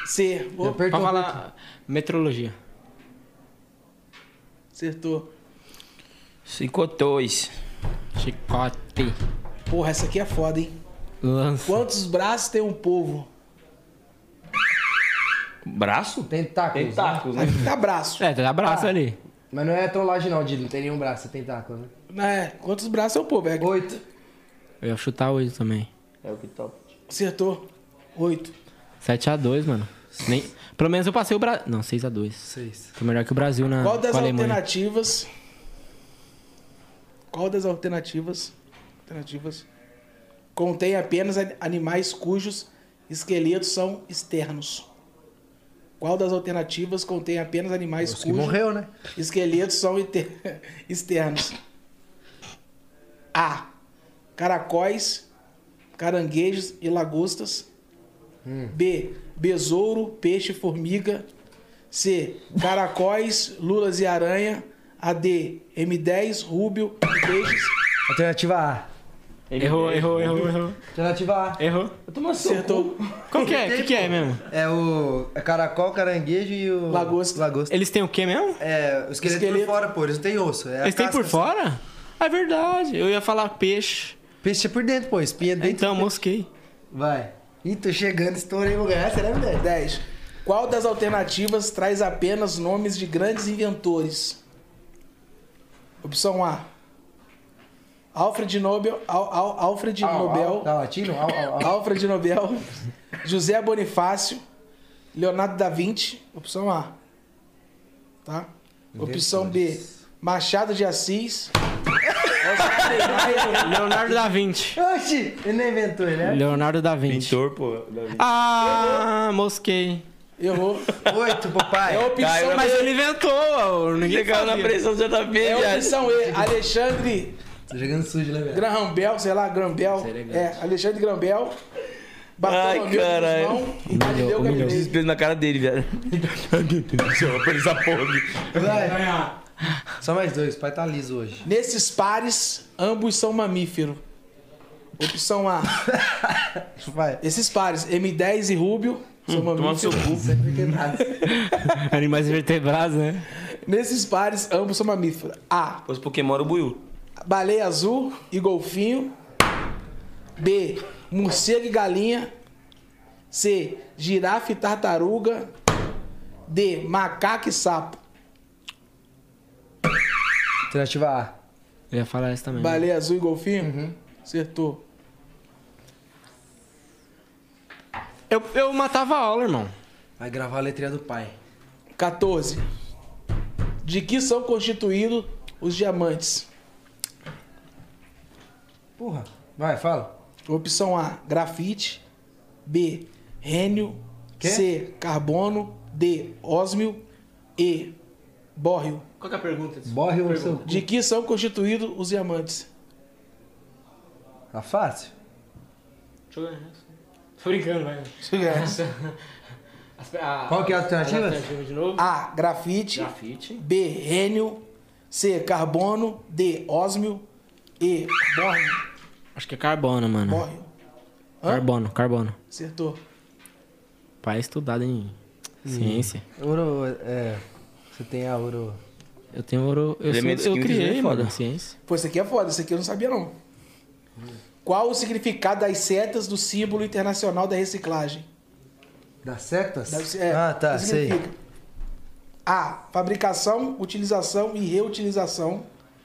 C. Opa, Eu perdi Pra um falar metrologia. acertou. 5x2. Chicote. Porra, essa aqui é foda, hein? Lança. Quantos braços tem um povo? Braço? Tentáculos. Tem táculos. Tacos, né? Aqui tá braço. É, tá abraço ali. né? Mas não é trollagem não, Dino. Não tem nenhum braço, tem tentáculo, né? É, quantos braços é um povo? É, 8. Eu ia chutar 8 também. É o que top. acertou. Oito. 7x2, mano. Nem... Pelo menos eu passei o Brasil. Não, 6x2. 6. Foi melhor que o Brasil na Qual das com a Alemanha. alternativas? Qual das alternativas? Alternativas contém apenas a- animais cujos esqueletos são externos. Qual das alternativas contém apenas animais Os que cujos morreu, né? esqueletos são inter- externos? A. Caracóis, caranguejos e lagostas. B. Besouro, peixe, formiga. C. Caracóis, lulas e aranha. A D. M10, rúbio e peixes. Alternativa A. Errou, errou, errou, errou. Alternativa A. Errou. Acertou. Qual que é? O que, que é mesmo? É o é caracol, caranguejo e o... Lagosta. Lagosta. Eles têm o quê mesmo? É, o esqueleto, Esqueleto. por fora, pô. Eles não têm osso. É a Eles têm casca, por assim. fora? É verdade. Eu ia falar peixe. Peixe é por dentro, pô. Espinha dentro. Então, mosquei. Vai. Ih, tô chegando, estourei, vou ganhar. Será, moleque? 10. Qual das alternativas traz apenas nomes de grandes inventores? Opção A. Alfred Nobel. Al- Al- Alfred Au, au. Nobel. Tá latino? Au, au, au. Alfred Nobel, José Bonifácio, Leonardo da Vinci, opção A. tá? Opção B, Machado de Assis. Leonardo da Vinci. Oxi, ele não inventou, né? Leonardo da Vinci. Pintor, é pô. da vida. Ah, mosquei. Errou. Oito, papai. É opção, Caiu mas Mas ele inventou, ó, ninguém Ele caiu na sabia. pressão do JP, é viado. opção E, Alexandre Tô jogando sujo, né, velho? Graham Bell, sei lá, Graham Bell. É, Alexandre Graham Bell. Bartolomeu Ai, de caralho. Guzmão e Galileu Galilei. Desespero na cara dele, velho. Ai, meu Deus do céu, pra essa porra aqui. Vai. Só mais dois, o pai tá liso hoje. Nesses pares, ambos são mamífero. Opção A. Vai. Esses pares, M10 e Rúbio, são Hum, Toma no seu mamíferos. cu. Animais vertebrados, né? Nesses pares, ambos são mamíferos. A. Pois Pokémon era o Buiu. Baleia azul e golfinho. B. Morcego e galinha. C. Girafa e tartaruga. D. Macaco e sapo. Alternativa A. Eu ia falar essa também. Baleia azul e golfinho? Acertou. Eu, eu matava a aula, irmão. Vai gravar a letrinha do pai. 14. De que são constituídos os diamantes? Porra. Vai, fala. Opção A, grafite. B, rênio. Quê? C, carbono. D, ósmio. E, bórreo. Qual que é a pergunta? Borre o seu cu. De que são constituídos os diamantes? Tá fácil? Deixa eu ganhar essa. Tô brincando, vai. As- a- Qual que é a as- alternativa? as alternativas Ah, de novo. A, grafite. Grafite. B, rênio. C, carbono. D, ósmio. E, bórreo. Acho que é carbono, mano. bórreo. Carbono, carbono. Acertou. Pai estudado em ciência. Ouro, é. Você tem a ouro. Eu tenho ouro. Eu, sou, Elementos eu químicos criei, é mano. foda. Ciência. Pô, esse aqui é foda, esse aqui eu não sabia não. Qual o significado das setas do símbolo internacional da reciclagem? Das setas? Deve ser, é, ah, tá, que sei. significa? A. Fabricação, utilização e reutilização.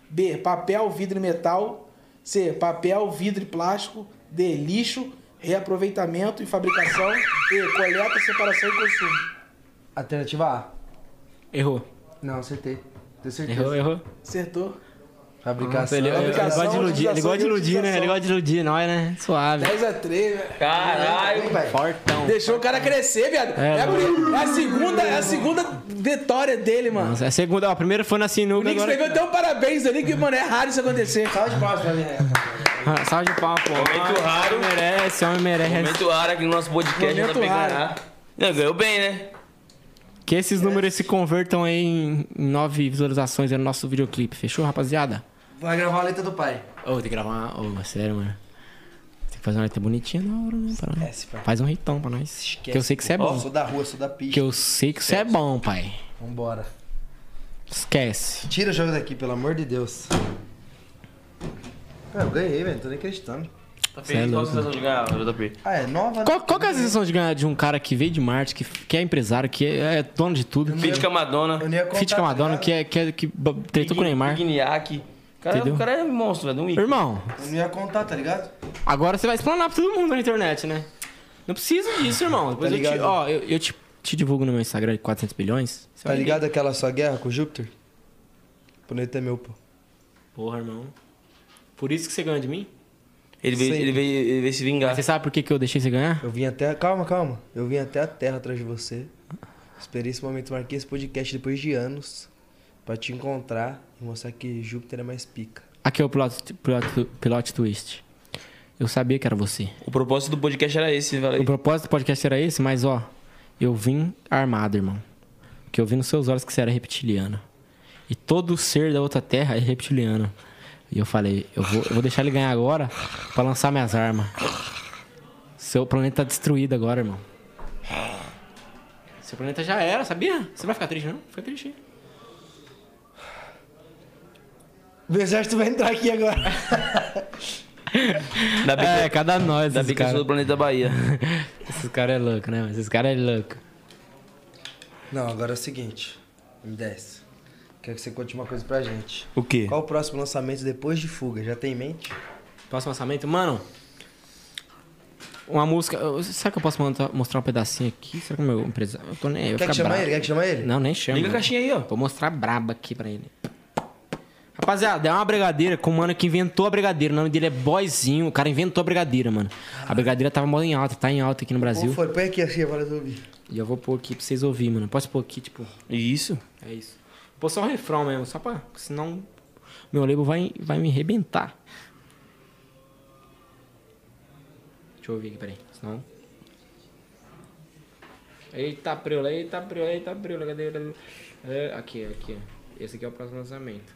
B. Papel, vidro e metal. C. Papel, vidro e plástico. D. Lixo, reaproveitamento e fabricação. E. Coleta, separação e consumo. Alternativa A. Errou. Não, acertei. Tenho certeza. Errou, errou. Acertou? Fabricação. É, Ele, ele- ele Fabricação, gosta de iludir, ele utilização gosta de e iludir, né? utilização. Ele gosta de iludir, nós, né? Suave. 10 a 3, velho. Caralho. Fortão. Deixou o cara crescer, viado. É, a, pri- é a segunda, é a segunda vitória dele, mano. Nossa, é a segunda, ó. A primeira foi na O sinuca. Nick Agora... escreveu até um parabéns ali, que, mano, é raro isso acontecer. Salve de palmas pra mim, né? Ah, Salve de palma, pô. Momento raro. Homem merece, homem merece. Momento raro aqui no nosso podcast. Momento JP raro. ganhar. Não, ganhou bem, né? Que esses números se convertam aí em em nove visualizações aí no nosso videoclipe. Fechou, rapaziada? Vai gravar a letra do pai. Ô, tem que gravar uma. Ô, mas sério, mano. Tem que fazer uma letra bonitinha na hora, né? Pra... Faz um ritão pra nós. que eu sei que você é bom. Sou da rua, sou da Que pista. eu sei que você é bom, pai. Vambora. Esquece. Tira o jogo daqui, pelo amor de Deus. Ah, eu ganhei, velho. Não tô nem acreditando. Tá Cê é feliz? Qual a louco. sensação de ganhar, JP? Ah, é nova? Qual, qual que é a sensação de ganhar de um cara que veio de Marte, que, que é empresário, que é, é dono de tudo? Fit com a Madonna. Eu nem ia contar, Fit com a Madonna, tá que é que, é, que ba- tretou com o Neymar. Guignac. Cara, Entendeu? o cara é um monstro, velho. Um ícone. Irmão, ligado? Eu não ia contar, tá ligado? agora você vai explanar pra todo mundo na internet, né? Não precisa disso, irmão. Depois eu te, Tá ligado? ó, eu, eu te, te divulgo no meu Instagram de 400 bilhões. Você Tá vai ver. ligado aquela sua guerra com Júpiter? O planeta é meu, pô. Porra, irmão. Por isso que você ganha de mim? Ele veio, Sim. ele, veio, ele veio se vingar. Você sabe por que, que eu deixei você ganhar? Eu vim até. Calma, calma. Eu vim até a terra atrás de você. Esperei esse momento, marquei esse podcast depois de anos. Pra te encontrar e mostrar que Júpiter é mais pica. Aqui é o plot, plot, plot twist. Eu sabia que era você. O propósito do podcast era esse, O velho. propósito do podcast era esse, mas ó, eu vim armado, irmão. Porque eu vi nos seus olhos é que você era reptiliano. E todo ser da outra terra é reptiliano. E eu falei, eu vou, eu vou deixar ele ganhar agora pra lançar minhas armas. Seu planeta tá destruído agora, irmão. Seu planeta já era, sabia? Você vai ficar triste, não? Fica triste. O exército vai entrar aqui agora. Ainda bem É, que, cada nós, ainda bem esses que eu sou do caras. planeta Bahia. Esses caras é louco, né? mano? Esses caras é louco. Não, agora é o seguinte. Me desce. Quero que você conte uma coisa pra gente. O quê? Qual o próximo lançamento depois de fuga? Já tem em mente? Próximo lançamento, mano. uma música. eu- Será que eu posso monta- mostrar um pedacinho aqui? Será que o meu empresário. Eu tô nem. Eu Quer ficar que chamar bravo. ele? Quer que chamar ele? Não, nem chama. Liga a mano. caixinha aí, ó. Vou mostrar braba aqui pra ele. Rapaziada, é uma brigadeira com o mano que inventou a brigadeira. O nome dele é Boizinho. O cara inventou a brigadeira, mano. A brigadeira tava mó em alta, tá em alta aqui no Como Brasil. foi? Põe aqui assim, agora eu ouvi. E eu vou pôr aqui pra vocês ouvirem, mano. Posso pôr aqui, tipo. Isso. É isso. Pôr só o refrão mesmo, só pra. Senão meu label vai, vai me arrebentar. Deixa eu ouvir aqui, peraí. Senão. Eita preula, eita preula, eita preula. Cadê? cadê? É, Aqui, aqui. ó. Esse aqui é o próximo lançamento.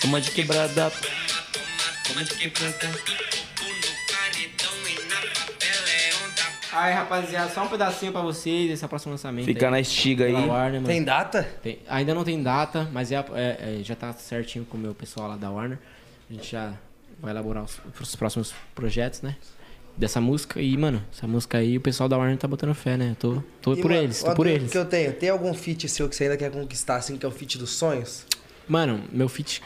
Toma de quebrada. Aí, rapaziada, só um pedacinho pra vocês. Esse é o próximo lançamento. Fica na estiga aí. aí. Warner, mano. Tem data? Tem- ainda não tem data, mas é, a- é- é- já tá certinho com o meu pessoal lá da Warner. A gente já vai elaborar os, os próximos projetos, né? Dessa música. E, mano, essa música aí, o pessoal da Warner tá botando fé, né? Eu tô, tô E por uma- eles, tô uma por dúvida eles. que eu tenho, tem algum feat seu que você ainda quer conquistar, assim, que é o feat dos sonhos? Mano, meu feat.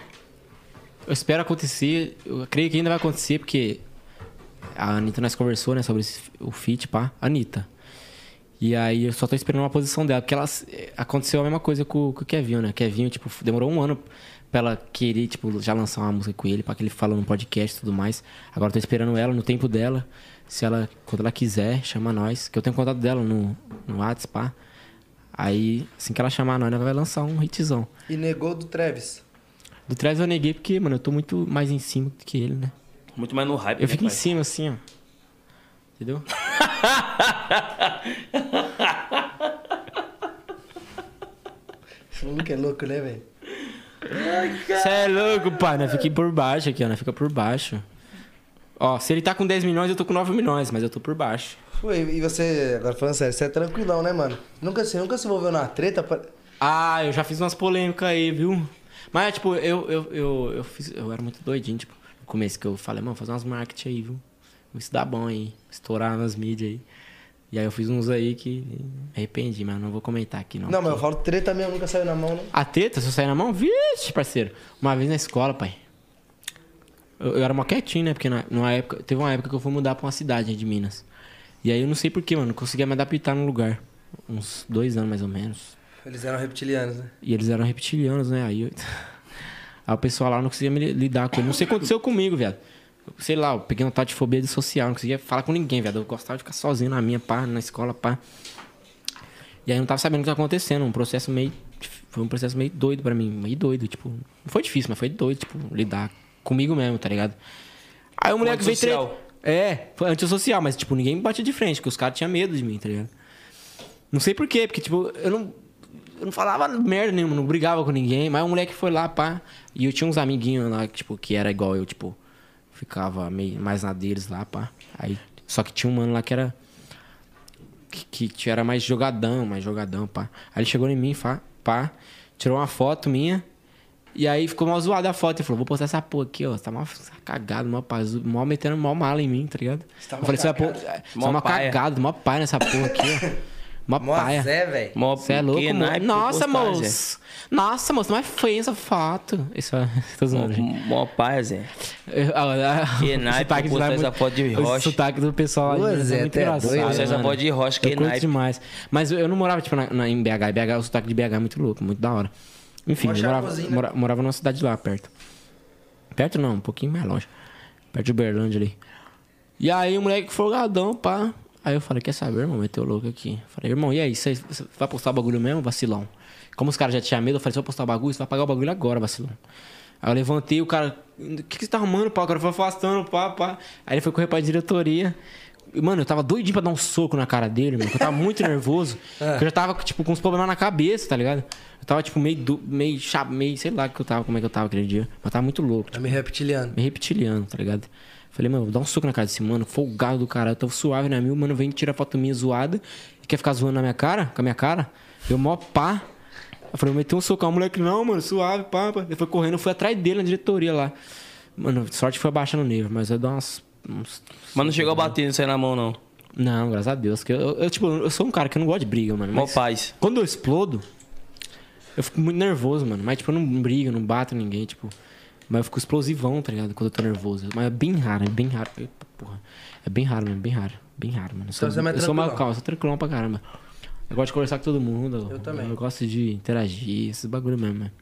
Eu espero acontecer. Eu creio que ainda vai acontecer, porque a Anitta nós conversou, né, sobre esse- o feat, pá. Anitta. E aí eu só tô esperando uma posição dela, porque ela eh, aconteceu a mesma coisa com, com o Kevinho, né? Kevinho, tipo, demorou um ano pra ela querer, tipo, já lançar uma música com ele, pra que ele falou no podcast e tudo mais. Agora eu tô esperando ela no tempo dela. Se ela, quando ela quiser, chama nós. Que eu tenho contato dela no, no WhatsApp, pá. Aí, assim que ela chamar nós, ela vai lançar um hitzão. E negou do Travis. Do trás eu neguei porque, mano, eu tô muito mais em cima do que ele, né? Muito mais no hype. Eu né, fico em pai? cima, assim, ó. Entendeu? Esse maluco é louco, né, velho? Cê é louco, pai. Né? Fiquei por baixo aqui, ó. Né? Fica por baixo. Ó, se ele tá com 10 milhões, eu tô com 9 milhões, mas eu tô por baixo. Ué, e você, agora falando sério, você é tranquilão, né, mano? Nunca, você nunca se envolveu na treta? pra- Ah, eu já fiz umas polêmicas aí, viu? Mas, tipo, eu, eu, eu, eu, fiz, eu era muito doidinho, tipo, no começo que eu falei, mano, fazer umas marketing aí, viu? Isso dá bom aí, estourar nas mídias aí. E aí eu fiz uns aí que arrependi, mas não vou comentar aqui, não. Não, mas eu falo treta mesmo, nunca saiu na mão, né? A treta, se eu sair na mão, vixe, parceiro. Uma vez na escola, pai. Eu, eu era mó quietinho, né? Porque na, numa época, teve uma época que eu fui mudar pra uma cidade de Minas. E aí eu não sei porquê, mano. Não conseguia me adaptar no lugar. Uns dois anos mais ou menos. Eles eram reptilianos, né? E eles eram reptilianos, né? Aí, eu... aí o pessoal lá não conseguia me li- lidar com ele. Não sei o que aconteceu comigo, viado. Eu, Sei lá, eu peguei uma tal de fobia de social, não conseguia falar com ninguém, viado. Eu gostava de ficar sozinho na minha, pá, na escola, pá. E aí eu não tava sabendo o que tava acontecendo. Um processo meio. Foi um processo meio doido pra mim. Meio doido, tipo. Não foi difícil, mas foi doido, tipo, lidar comigo mesmo, tá ligado? Aí o moleque veio. Tre... antissocial. É, foi antissocial, mas, tipo, ninguém me batia de frente, porque os caras tinham medo de mim, tá ligado? Não sei porquê, porque, tipo, eu não. Eu não falava merda nenhuma, não brigava com ninguém, mas o moleque foi lá, pá. E eu tinha uns amiguinhos lá, que, tipo, que era igual eu, tipo, ficava meio mais na deles lá, pá. Aí, só que tinha um mano lá que era que, que era mais jogadão, mais jogadão, pá. Aí ele chegou em mim, pá, pá tirou uma foto minha. E aí ficou mal zoada a foto. Ele falou, vou postar essa porra aqui, ó. Você tá mal cagado, mal pazu, mal metendo mal mala em mim, tá ligado? eu falei, você vai pôr. Você Mó tá mal paia." cagado, mal paia nessa porra aqui, ó. Mó Mó paia. Zé, velho. Mó- Você é louco, que mano. naipe Nossa, postagem. moço. Nossa, moço, mas feia essa foto. Isso é. Tô Mó- zoando, gente. Mó pai, Zé. Eu- ah, ah, Que o naipe, sotaque postar lá é essa muito- foto de o rocha. sotaque do pessoal lá de Ô, Minas Zé, é muito tu é engraçado. doido, Postar essa mano. foto de rocha, que Eu curto naipe. demais. Mas eu eu não morava, tipo, na, na- em BH. BH, o sotaque de BH é muito louco, muito da hora. Enfim, Mó eu morava, chapozinho, né? mora- morava numa cidade lá, perto. Perto não, um pouquinho mais longe. Perto de Uberlândia ali. E aí o moleque folgadão, pá. Aí eu falei, quer saber, irmão? Meteu louco aqui. Falei, irmão, e aí? Você você vai postar o bagulho mesmo, vacilão? Como os caras já tinham medo, eu falei, se eu postar o bagulho, você vai pagar o bagulho agora, vacilão. Aí eu levantei, o cara, o que, que você tá arrumando, pá? O cara foi afastando, pá, pá. Aí ele foi correr pra diretoria. E, Mano, eu tava doidinho pra dar um soco na cara dele, mano. que Eu tava muito nervoso. que Eu já tava, tipo, com uns problemas na cabeça, tá ligado? Eu tava, tipo, meio, do, meio, cha- meio, sei lá que eu tava, como é que eu tava aquele dia. Mas eu tava muito louco. Tá me reptiliano. Meio reptiliano, tá ligado? Falei, mano, vou dar um soco na cara desse mano, folgado do caralho, tão suave na minha, o mano vem tirar foto minha zoada e quer ficar zoando na minha cara, com a minha cara. Eu mó pá. Eu falei, eu meti um socão, o moleque, não, mano, suave, pá, pá. Ele foi correndo, eu fui atrás dele na diretoria lá. Mano, sorte que foi abaixando o nível, mas eu dou umas. uns- Mas não chegou a bater nisso aí na mão, não. Não, graças a Deus. Que eu, eu- eu, tipo, eu sou um cara que eu não gosto de briga, mano. Mó Mas paz. quando eu explodo, eu fico muito nervoso, mano. Mas, tipo, eu não brigo, eu não bato em ninguém, tipo. Mas eu fico explosivão, tá ligado? Quando eu tô nervoso. Mas é bem raro, é bem raro. Eita, porra. É bem raro, mano, bem raro. Bem raro, mano. Eu sou, Então você é mais eu sou tranquilão. mal calmo, eu sou tranquilão pra caramba. Eu gosto de conversar com todo mundo. Eu também. Eu gosto de interagir, esses bagulho mesmo, mano.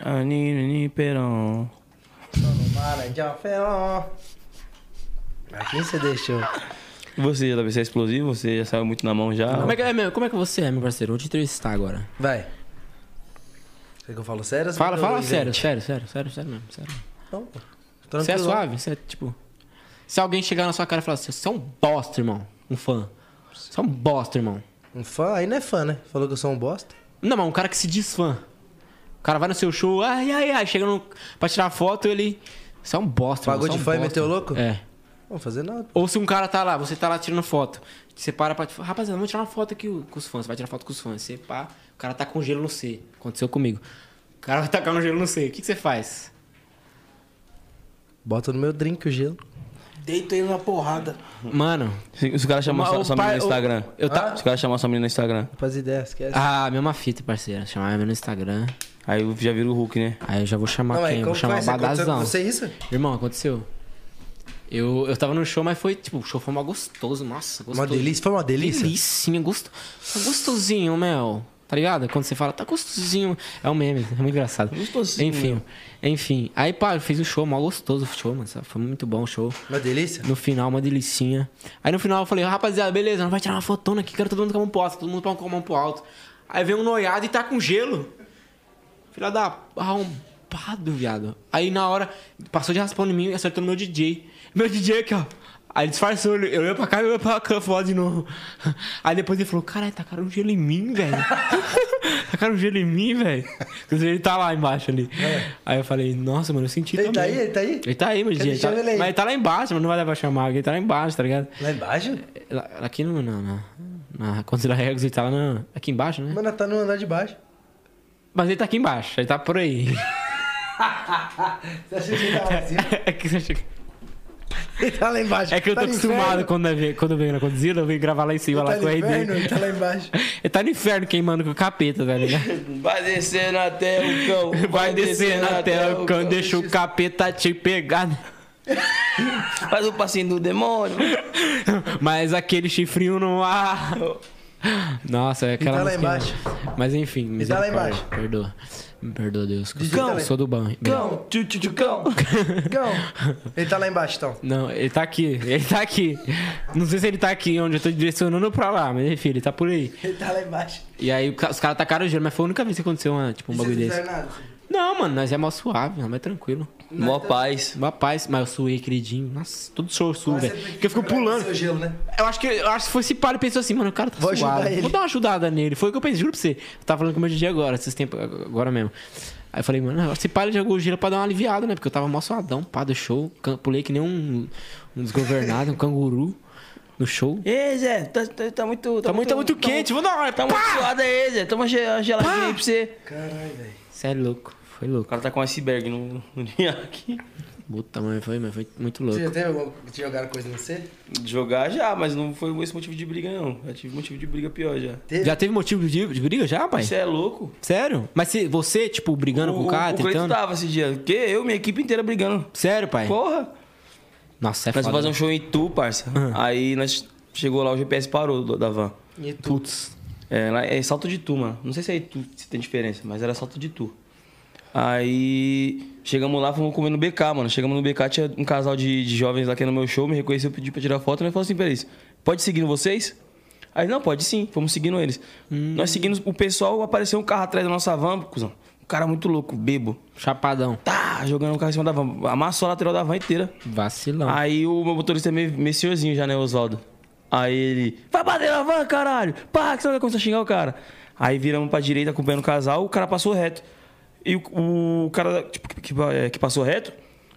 Ah, Anini Perão. Pra quem você deixou? E você, JB, você é explosivo? Você já saiu muito na mão já? Como é, que, é, meu, como é que você é, meu parceiro? Vou te entrevistar agora. Vai. Quer que eu falo sério? ou você Fala, quer fala ouvir, sério, gente? sério, sério, sério, sério mesmo, sério. Então, pô. Você é Tranquilão. suave? Você é tipo. Se alguém chegar na sua cara e falar assim, você é um bosta, irmão. Um fã. Você é um bosta, irmão. Um fã? Aí não é fã, né? Falou que eu sou um bosta. Não, mas um cara que se diz fã. O cara vai no seu show, ai, ai, ai, chega no... pra tirar foto, ele. Você é um bosta, Pagou irmão, de você é fã e um bosta." meteu louco? É. Não vou fazer nada. Ou se um cara tá lá, você tá lá tirando foto. Você para pra. Rapaziada, vamos tirar uma foto aqui com os fãs. Você vai tirar foto com os fãs. Você pá, o cara tá com gelo no C. Aconteceu comigo. O cara vai tacar um gelo no C. O que, que você faz? Bota no meu drink o gelo. Deito ele na porrada. Mano, Se, se o cara chamar Mas sua, o sua pai- menina no Instagram. o- eu tá- Se o cara chamar sua menina no Instagram. Faz ideia, esquece. ah, mesma fita, parceiro. Chamar minha no Instagram. Aí eu já vira o Hulk, né? Aí eu já vou chamar mas quem? Vou chamar o Você aconteceu Badazão. com você isso? Irmão, aconteceu. Eu, eu tava no show, mas foi, tipo, o show foi mó gostoso, nossa, Uma gostoso. delícia? Foi uma delícia? Delicinha, gosto, tá gostosinho, Mel. Tá ligado? Quando você fala, tá gostosinho. É um meme, é muito engraçado. Gostosinho, Enfim, enfim. Aí, pá, eu fiz o show, mó gostoso o show, mano. sabe? Foi muito bom o show. Uma delícia? No final, uma delicinha. Aí no final eu falei, rapaziada, beleza, nós vai tirar uma fotona aqui, quero todo mundo com a mão pro alto, todo mundo com a mão pro alto. Aí vem um noiado e tá com gelo. Filha da arrombado, viado. Aí na hora, passou de raspão em mim e acertou no meu DJ. Meu DJ aqui, ó. Aí ele disfarçou, ele- eu ia pra cá e eu ia pra cá, foda de novo. Aí depois ele falou, caralho, tacaram um gelo em mim, velho. tacaram um gelo em mim, velho. Inclusive ele tá lá embaixo ali. Aí eu falei, nossa, mano, eu senti Ele tá também. aí? Ele tá aí? Ele tá aí, meu Cadê? DJ. Ele tá- Chama ele aí. Mas ele tá lá embaixo, mas não vai dar pra chamar. Ele tá lá embaixo, tá ligado? Lá embaixo? Lá- Aqui no, na, na, na Conselho Regos, ele tá lá na- aqui embaixo, né? Mano, tá no andar de baixo. Mas ele tá aqui embaixo, ele tá por aí. Você achou que ele tava assim? É que você acha que- Ele tá lá embaixo. É que eu Tá tô no acostumado inferno. quando eu, venho- quando eu venho na conduzida, eu venho gravar lá em cima, lá Ele com tá a no ideia. inferno, ele tá lá embaixo. Ele tá no inferno queimando com o capeta, tá ligado? Vai descendo até o cão. Vai descendo até o cão, deixa o capeta te pegar. né? Faz o passinho do demônio. Mas aquele chifrinho no ar. Nossa, é aquela tá lá música- embaixo. Mas enfim, me tá lá embaixo. Perdoa. Me perdoa, Deus. que eu Digita sou- lá. sou do bem. Cão, tchutchucão. Cão. Ele tá lá embaixo, então. Não, ele tá aqui, ele tá aqui. Não sei se ele tá aqui onde eu tô direcionando pra lá, mas enfim, ele tá por aí. Ele tá lá embaixo. E aí o ca- os caras tacaram o gelo, mas foi a única vez que aconteceu uma, tipo, um E vocês bagulho não desse. fizeram nada? Não, mano, nós é mó suave, nós é mais tranquilo. Mó paz. Uma paz, mas eu suei, queridinho. Nossa, todo show eu suo, Mas velho. você Porque eu fico quebrou pulando. seu gelo, né? Eu acho que eu acho que foi esse par e pensou assim, mano, o cara tá Vou suado. ajudar ele. Vou dar uma ajudada nele. Foi o que eu pensei, juro pra você. Eu tava falando com o meu DJ agora, esses tempos, agora mesmo. Aí eu falei, mano, esse par ele jogou o gelo pra dar uma aliviada, né? Porque eu tava mó suadão, pá, do show. Can- Pulei que nem um, um desgovernado, um canguru no show. Ei, Zé, tá, tá- tá muito. Tá muito, tá muito quente, vou dar uma. Tá muito suado aí, Zé. Toma ge- uma geladinha aí pra você. Você é louco, foi O louco. cara tá com um iceberg no, no dia aqui. Puta, mãe, foi, mas foi Você muito louco. já teve alguma... Te jogaram coisa no você? Jogar já, mas não foi esse motivo de briga, não. Já tive motivo de briga pior já. Já teve motivo de, de briga já, pai? Você é louco? Sério? Mas se, você, tipo, brigando com o cara, o Cleiton tá- tentando. tava esse dia. Que eu, minha equipe inteira brigando. Sério, pai? Porra! Nossa, é Nós foda. Ah. fomos fazer um show em Itu, parça. Aí nós chegou lá, o GPS parou do- da van. E tu? Putz. É, lá é salto de tu, mano. Não sei se é Itu, se tem diferença, mas era salto de tu. Aí chegamos lá, fomos comer no BK, mano. Chegamos no BK, tinha um casal de, de jovens lá que era no meu show, me reconheceu, pediu pra tirar foto, nós falamos assim pra eles: pode seguindo vocês? Aí, não, pode sim, fomos seguindo eles. Nós seguimos o pessoal, apareceu um carro atrás da nossa van, cuzão. Um cara muito louco, bebo. Chapadão. Tá, jogando o carro em cima da van. Amassou a lateral da van inteira. Vacilão. Aí o meu motorista é meio, meio senhorzinho já, né, Oswaldo? Aí ele, vai bater na van, caralho! Pá, que você começou a xingar o cara. Aí viramos pra direita acompanhando o casal, o cara passou reto. E o, o cara tipo, que, que- é, que passou reto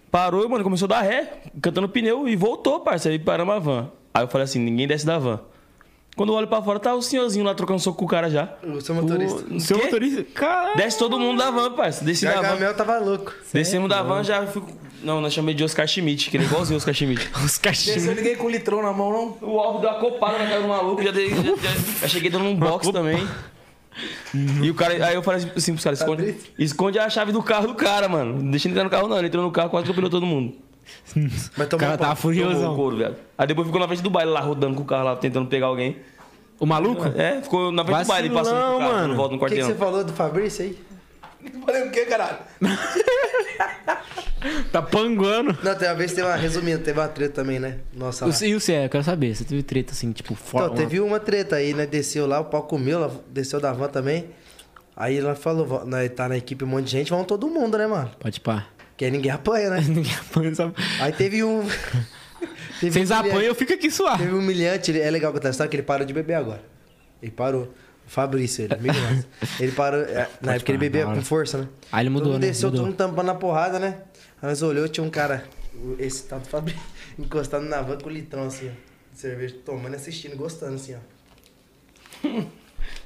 Parou, mano, começou a dar ré, cantando pneu e voltou, parceiro. E paramos a van. Aí eu falei assim: ninguém desce da van. Quando eu olho pra fora, tá o senhorzinho lá trocando soco com o cara já. O seu motorista. O Seu quê? motorista? Caralho. Desce todo mundo da van, parceiro. Desci da van. Gargamel tava louco. Descemos da van, já fui. Não, nós chamei de Oscar Schmidt, que ele é igualzinho o Oscar Schmidt. Os Desceu cachimbo. ninguém com litrão na mão, não? O alvo deu uma copada na cara do maluco, já, dei, já, já, já cheguei dando um box também. E o cara, aí eu falei assim pros caras, esconde, esconde a chave do carro do cara, mano. Não deixa ele entrar no carro, não. Ele entrou no carro, quase atropelou todo mundo. Mas O tomou cara tá um pau. tava Tomou o furiosão. couro, velho. Aí depois ficou na frente do baile lá, rodando com o carro lá, tentando pegar alguém. O maluco? É, ficou na frente do baile, Vacilão, passando com o carro, mano. dando volta no O que, que quarteirão. você falou do Fabrício aí? Falei o quê, caralho? Tá panguando. Não, tem uma vez, teve uma, resumindo, teve uma treta também, né? Nossa, lá. O- E o Cé, eu quero saber, você teve treta assim, tipo, fora. Então, teve uma treta aí, né? Desceu lá, o pau comeu, ela desceu da van também. Aí ela falou, "Vó, nós tá na equipe um monte de gente, vão todo mundo, né, mano? Pode pá. Porque aí ninguém apanha, né? Ninguém apanha essa. Aí teve um... teve Vocês um humilhante- apanham, eu fico aqui suar. Teve um humilhante, ele- é legal contar a história, que ele parou de beber agora. Ele parou. O Fabrício, ele, amigo nosso. Ele parou, é, na época falar, ele bebia da hora. com força, né? Aí ele mudou, todo mundo né? desceu, Mudou. todo mundo tampando a porrada, né? Aí nós olhou, tinha um cara, o- esse tal do Fabrício, encostado na van com o litrão, assim, ó. De cerveja, tomando e assistindo, gostando, assim, ó.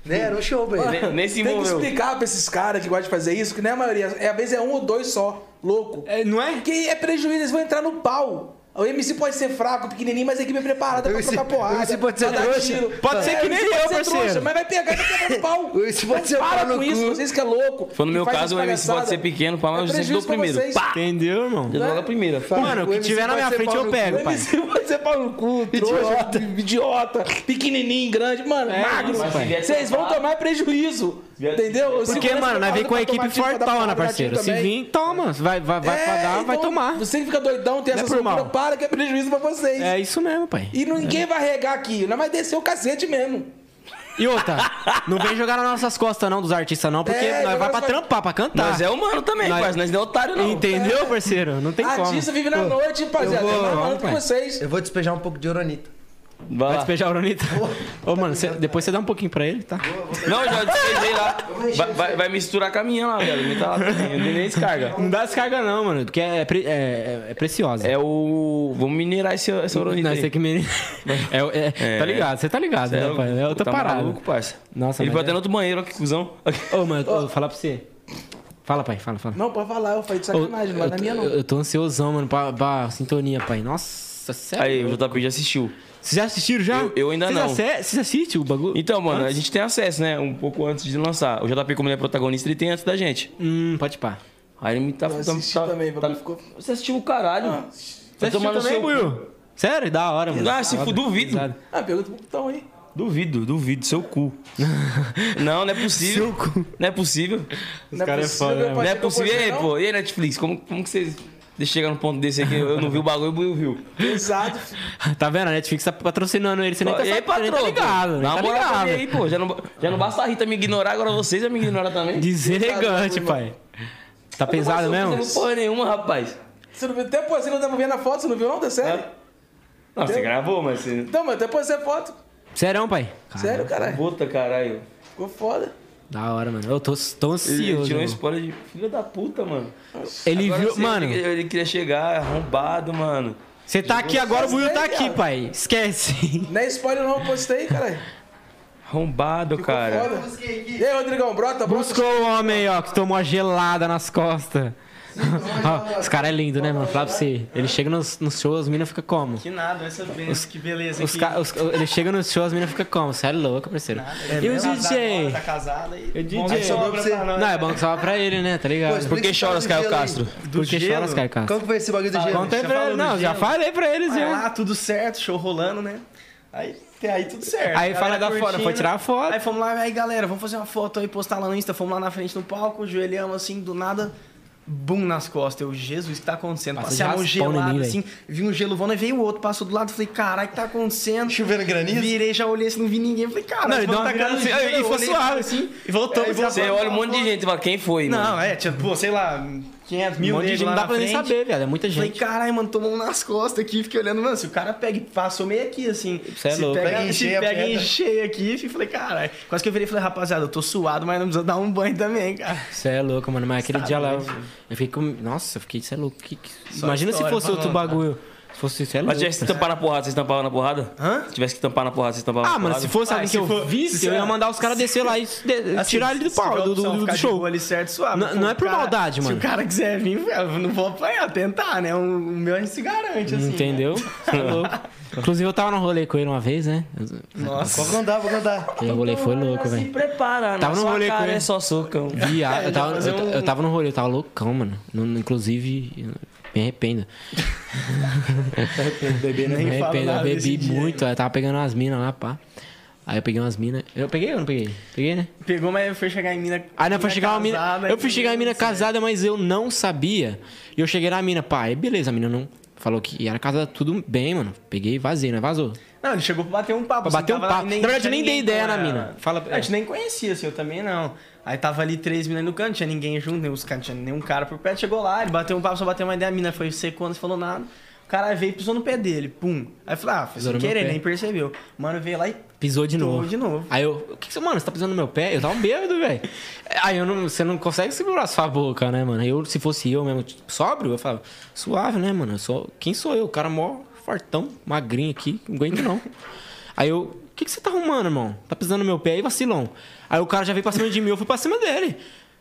né? Era um show, velho. Nem, nem se Tem que envolveu. explicar pra esses caras que gostam de fazer isso, que nem a maioria. É, às vezes é um ou dois só, louco. É, não é? Porque é prejuízo, eles vão entrar no pau. O MC pode ser fraco, pequenininho, mas a equipe é preparada O pra MC trocar porrada. o MC pode ser pra dar É, trouxa. Pode ser que o MC nem eu, parceiro. mas vai pegar e vai quebrar no pau. O MC pode Então ser para pau no com isso, cu. vocês que é louco. Foi no que meu faz caso, essas o MC pode palhaçadas. É ser pequeno, pá, mas eu sempre prejuízo dou pra primeiro. vocês. Pá! Entendeu, irmão? Já joga a primeira. Mano, o que MC tiver na pode minha ser frente pau eu no O pego, pai. MC pode ser pau no cu, idiota, idiota, pequenininho, grande, mano, magro. É, mas se vier Vocês vão trocar- tomar prejuízo, vier- entendeu? Porque, mano, nós vem com a equipe fortona, parceiro. Se vir vir, toma. Vai, vai, vai pagar, vai tomar. É, então, Você que fica doidão, tem Não é essa por mal. loucura, para que é prejuízo pra vocês. É isso mesmo, pai. E ninguém vai regar aqui, não vai descer o cacete mesmo. E outra, não vem jogar nas nossas costas, não, dos artistas, não, porque É, nós vai nós pra vai- trampar, pra cantar. Nós é humano também, Nós- parceiro. Nós não é otário, não. Entendeu, parceiro? Não tem como. Artista vive na noite, rapaziada, vou- eu não falando com pai. vocês. Eu vou despejar um pouco de Oronita. Vai Vai lá. despejar o Ronita? Ô, mano, cê- depois você dá um pouquinho pra ele, tá? Não, já despejei lá. Vai, vai- vai misturar com a minha lá, velho. A minha tá lá também. Eu dei nem descarga. Não dá descarga, não, mano, porque é, pre- é, é- é preciosa. É o. Vamos minerar esse, essa oronita. Nós aí. tem que me... é, o- é- É. Tá ligado, você tá ligado, Cê né, pai? É outra tá parada. maluco, parça. Nossa, Ele mas foi até é- no outro banheiro, olha que cuzão. Ô, mano, ô, falar pra você. Fala, pai, fala, fala. Não, pode falar, eu falei de é Ô, sacanagem, não eu, vai na minha não. eu- eu tô ansiosão, mano, pra, pra sintonia, pai. Nossa, sério. Aí, o JP já assistiu. Vocês já assistiram já? Eu- eu ainda Vocês não. asse- Vocês assistem o bagulho? Então, mano, a gente tem acesso, né? Um pouco antes de lançar. O JP, como ele é protagonista, ele tem antes da gente. Hum, pode pá. Aí ele me tá. Eu tá- assisti tá- também, tá- bagulho ficou- Você assistiu o caralho. Você Buiu? Sério? Da hora, mano. Ah, se Da hora. fu- duvido. Pesado. Ah, pergunta pro botão aí. Duvido, duvido, seu cu. não, não é possível. Seu cu. Não é possível. Os cara é foda, né, Não é possível. E aí, pô, e aí, Netflix, como, como que vocês chegam num ponto desse aqui? Eu não vi o bagulho, o Buiu viu. Exato. Tá vendo? A Netflix tá patrocinando ele. Você nem tá, e aí, sabendo, nem tá patroa, ligado. pô, Nem dá tá uma moral pra mim aí, ligado. pô. Já não, já não basta a Rita me ignorar, agora vocês já me ignoram também. Deselegante, Pesado, pai. Tá pesado Eu mesmo? Não fiz porra nenhuma, rapaz. Você não viu? Até pô, você não tava vendo a foto, você não viu não, da série? É. Não, você gravou, mas você... Então, mas depois você é foto. Sério, pai? Sério, caralho. Puta, caralho. Ficou foda. Da hora, mano. Eu tô, tô Ele ansioso. tirou um mano. spoiler de... Filho da puta, mano. Ele Agora viu. você- Mano, Ele, ele queria chegar arrombado, mano. você tá aqui agora, o Buiu tá Sério, aqui, viado? pai. Esquece. Não é spoiler não, eu postei, caralho. Arrombado, Ficou cara. foda. E aí, Rodrigão, brota, brota. Buscou o homem aí, ó, que tomou a gelada nas costas. Ó, Os caras é lindo, né, mano? Fala pra você. Ele chega nos, nos shows, as minas ficam como? Que nada, essa benção, que beleza. Os que- ca... os... Ele chega nos shows, as minas ficam como? Você é louco, parceiro. É e o DJ? Tá casada e. E o Bom, DJ? sobra pra você- nós. Não, é bom que só pra ele, né? Tá ligado? Pô, Por que choras, Caio Castro? Porque gelo? choras, Caio Como Castro. que foi esse bagulho do gelo? Conta aí Já pra falou ele. do Não, já gelo? falei pra eles, Vai já. lá, tudo certo, show rolando, né? Aí, até aí tudo certo. Aí fala Galera da foto, curtindo. foi tirar a Aí foto. fomos lá, aí galera, vamos fazer uma foto aí, postar lá no Insta. Fomos lá na frente no palco, joelhamos assim, do nada, bum nas costas. Eu, Jesus, o que tá acontecendo? Passa Passei a de mão raspão em mim, gelada velho. assim, vi um gelo voando, aí veio o outro, passou do lado, falei, caralho, o que tá acontecendo? Chovendo granizo? Virei, já olhei assim, não vi ninguém, falei, cara, Não, ele deu uma virada assim, gelo, e foi olhei suave. é, assim, e voltamos. um um Você olha um monte de gente e fala, quem foi, mano? Não, é, tipo, sei lá, 500 Mil mil negros negros não lá dá na pra nem frente. saber, velho. É muita Falei, gente. caralho, mano, tomou um nas costas aqui, fiquei olhando, mano, se o cara pega e passou meio aqui, assim. Cê é se louco. pega, Pega e se encheia a pega e pedra. encheia aqui, fi, falei, caralho. Quase que eu virei e falei, rapaziada, eu tô suado, mas não precisa dar um banho também, cara. Você é louco, mano. Mas aquele Sabe, dia lá. Eu né, eu fiquei com. Nossa, eu fiquei. Você é louco. que- que- Só Imagina se história, fosse outro falando, bagulho. Se fosse. Você é Mas louco. tivesse que tampar na porrada, vocês tampavam na porrada? Hã? Se tivesse que tampar na porrada, vocês tampavam Ah, na mano, porrada? se fosse alguém Ah, que se eu for- visse, se eu ia era- mandar os caras descer lá e de- Assim, tirar ele do se pau, tiver do, opção, do- do ficar de show. boa ali certo, suave. Não- Pô, não é por cara, maldade, mano. Se o cara quiser vir, eu não vou apanhar, tentar, né? O o meu a gente se garante, assim. Entendeu? Inclusive, eu tava no rolê com ele uma vez, né? Vou contar, vou contar. Aquele rolê foi é louco, velho. prepara, Tava no rolê com ele. é só socão. É, Viado, eu, tava, eu, eu tava no rolê, eu tava loucão, mano. Não- inclusive, eu me arrependo. Bebê né? nem me fala arrependo, eu nada desse bebi dia. muito. Eu tava pegando umas minas lá, pá. Aí eu peguei umas minas. Eu peguei ou não peguei? Peguei, né? Pegou, mas foi chegar em mina. Aí né, não, foi chegar uma mina. casada, Eu fui chegar em mina casada, mas eu não sabia. E eu cheguei na mina, pá. Aí beleza, a mina não. Falou que era casada, tudo bem, mano. Peguei e vazei, né? Vazou. Não, ele chegou pra bater um Pra papo. assim, bater um tava lá papo. e Na verdade, tinha eu nem dei ninguém ideia com na ela. mina. É. Fala- A gente nem conhecia, assim, eu também não. Aí tava ali três minas no canto, tinha ninguém junto, nem os caras, tinha nenhum cara por perto. Chegou lá, ele bateu um papo, só bateu uma ideia. A mina foi secou, não falou nada. O cara veio e pisou no pé dele, pum. Aí eu falei, ah, foi Pisou no meu sem querer, pé. nem percebeu. Mano, veio lá e Pisou de Tomou novo. de novo. Aí eu, o que, que você, mano, você tá pisando no meu pé? Eu tava bêbado, velho. Aí eu não, você não consegue segurar sua boca, né, mano? Eu, se fosse eu mesmo, tipo, sóbrio, eu falava, suave, né, mano? Eu sou, quem sou eu? O cara mó fartão, magrinho aqui, não aguento não. Aí eu, o que, que você tá arrumando, irmão? Tá pisando no meu pé aí, vacilão. Aí o cara já veio pra cima de mim, eu fui pra cima dele.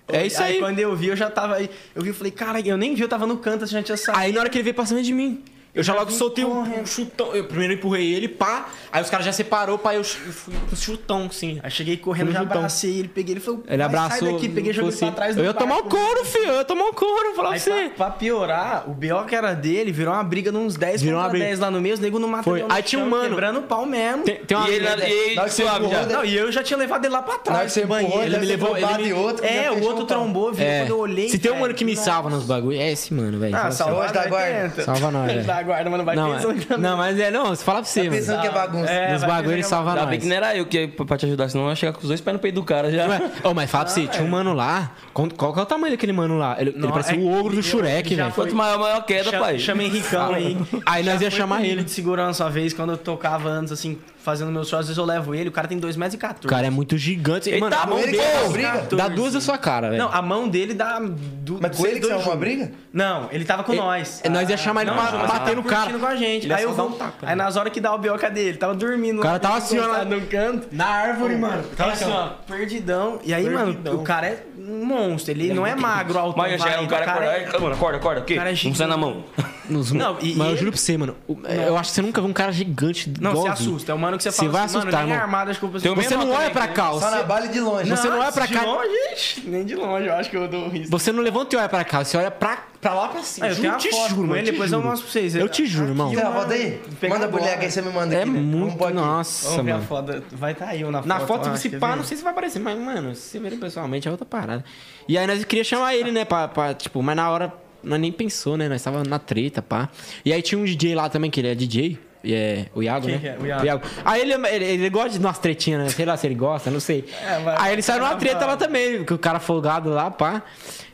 É isso aí. quando eu vi, eu já tava aí. Eu vi, eu falei, cara, eu nem vi, eu tava no canto, assim, já tinha saído. Aí na hora que ele veio pra cima de mim, eu já logo soltei um, um chutão. Eu primeiro empurrei ele, pá. Aí os caras já separou, pá, eu ch- eu fui pro chutão, sim. Aí cheguei correndo, Fui já juntão. abracei ele, peguei ele, falou, Ele "Vai, abraçou. sai daqui, peguei, joguei fosse- pra trás do Eu ia tomar o barco. couro, filho. Eu ia tomar o couro, falar pra Aí, você. pra, pra piorar, o B.O. que era dele virou uma briga de uns 10 Virou contra uma briga. 10 lá no meio, os nego não matam Foi. ele no Aí tinha um chão, mano- Quebrando o pau mesmo. Tem, tem uma. E ele, na- e Na hora ele que você suave já. empurrou, Não, e eu já tinha levado ele lá pra Na hora que trás, você no banheiro. empurrou, ele me levou- ele ele me- e outro. É, já o fechou outro pau. trombou, virou é, quando eu olhei. se tem um mano velho, que me não. salva nos bagulho, é esse mano, velho. Ah, Fala pra salva Hoje da guarda. você. Salva nós. velho. Da guarda, mano, vai Não, pensando é- que eu não, mas é, não, você fala pra você, mano. Pensando que é bagunça. É, Nos vai bagulho ele pegar- salva Ainda bem que nós. não era eu que ia pra te ajudar, senão eu ia chegar com os dois pés no peito do cara já. Ué, ô, mas fala pra você, tinha um mano lá. Qual, qual que é o tamanho daquele mano lá? Ele, ele Não, parecia é- o ogro do Shurek, já velho. foi- Quanto maior, maior a queda, Chama- pai. Chama Henricão aí. Aí nós Já ia foi chamar comigo ele. um De segurança uma vez, quando eu tocava antes, assim, fazendo meu show, às vezes eu levo ele, o cara tem 2,14m. O cara é muito gigante. Ele mano, tá a mão bom, ele dele- que é Ô, tá briga. Dá duas da sua cara, velho. Não, a mão dele dá. Du... Mas com ele que dois saiu uma juntos. briga? Não, ele tava com nós. Nós ia chamar ele Não, pra mas bater ele no tava é cara. curtindo com a gente. Ele ia aí eu só dar vou... um tapa, Aí nas horas que dá o BO, cadê ele? Tava dormindo. O cara tava assim, ó, lá- no canto. Na árvore, mano. Tava assim, ó, perdidão. E aí, mano, o cara é um monstro. Ele não é magro, alto. Mas já era um varrido, cara, o é- acordar. Ei, Mano, acorda, acorda. Aqui. o cara é Não sai na mão. Nos- Não, e- mas e eu ele- juro pra você, mano. o- Eu acho que você nunca viu um cara gigante Não, igual você eu vi. assusta. É o mano que você Você fala vai assim, assustar, mano, nem mano. armado, acho que eu Tem o Você não olha pra cá, Só na você, bala e de longe. você não olha pra assim." de cá. longe, ixi, nem de longe, eu acho que eu dou um risco. você não levanta e olha pra cá, você olha pra, pra lá pra cima. Ah, eu Juro, tenho uma te foto juro, com mano, ele, te depois eu juro. mostro pra tá? vocês. Eu te juro, irmão. Então, roda aí. Pega Manda pro agora. Leque aí, você me manda É aqui. né? Vamos muito. pôr aqui. Nossa, Vamos ver a mano. foto. Vai tá aí eu na foto. Na foto, ó, se quer pá, ver? não sei se vai aparecer, mas, mano, se você ver ele pessoalmente é outra parada. E aí nós queríamos chamar ele, né, pra, pra, tipo, mas na hora nós nem pensou, né, nós tava na treta, pá. E aí tinha um DJ lá também, que ele é DJ, e é o Iago, Quem né? que é? O Iago. Aí ele, ele, ele gosta de umas tretinhas, né, sei lá se ele gosta, não sei. É, vai- aí ele saiu numa vai- treta vai. lá também, que o cara folgado lá, pá.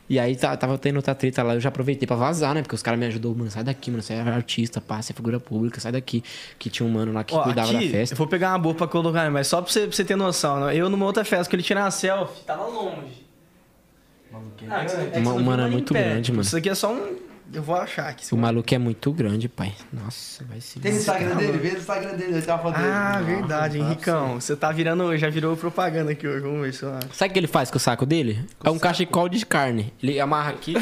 E aí tá- tava tendo outra treta lá, eu já aproveitei pra vazar, né, porque os caras me ajudou, mano, sai daqui, mano, você é artista, pá, você é figura pública, sai daqui. Que tinha um mano lá que Ó, cuidava aqui, da festa. Eu vou pegar uma boa pra colocar, mas só pra você, pra você ter noção. né? Eu numa outra festa, que ele tirar uma selfie, tava longe. Ah, isso daqui- Uma- isso daqui mano, é em muito pé. grande, mano. Isso aqui é só um. Eu vou achar aqui. O maluco é muito grande, pai. Nossa, vai se. Tem o Instagram dele? Vê o Instagram dele. Ele tem uma foto dele. Ah, verdade, Henricão. Você tá virando. Já virou propaganda aqui hoje. Vamos ver se eu acho. Sabe o que ele faz com o saco dele? é um cachecol de carne. Ele amarra aqui,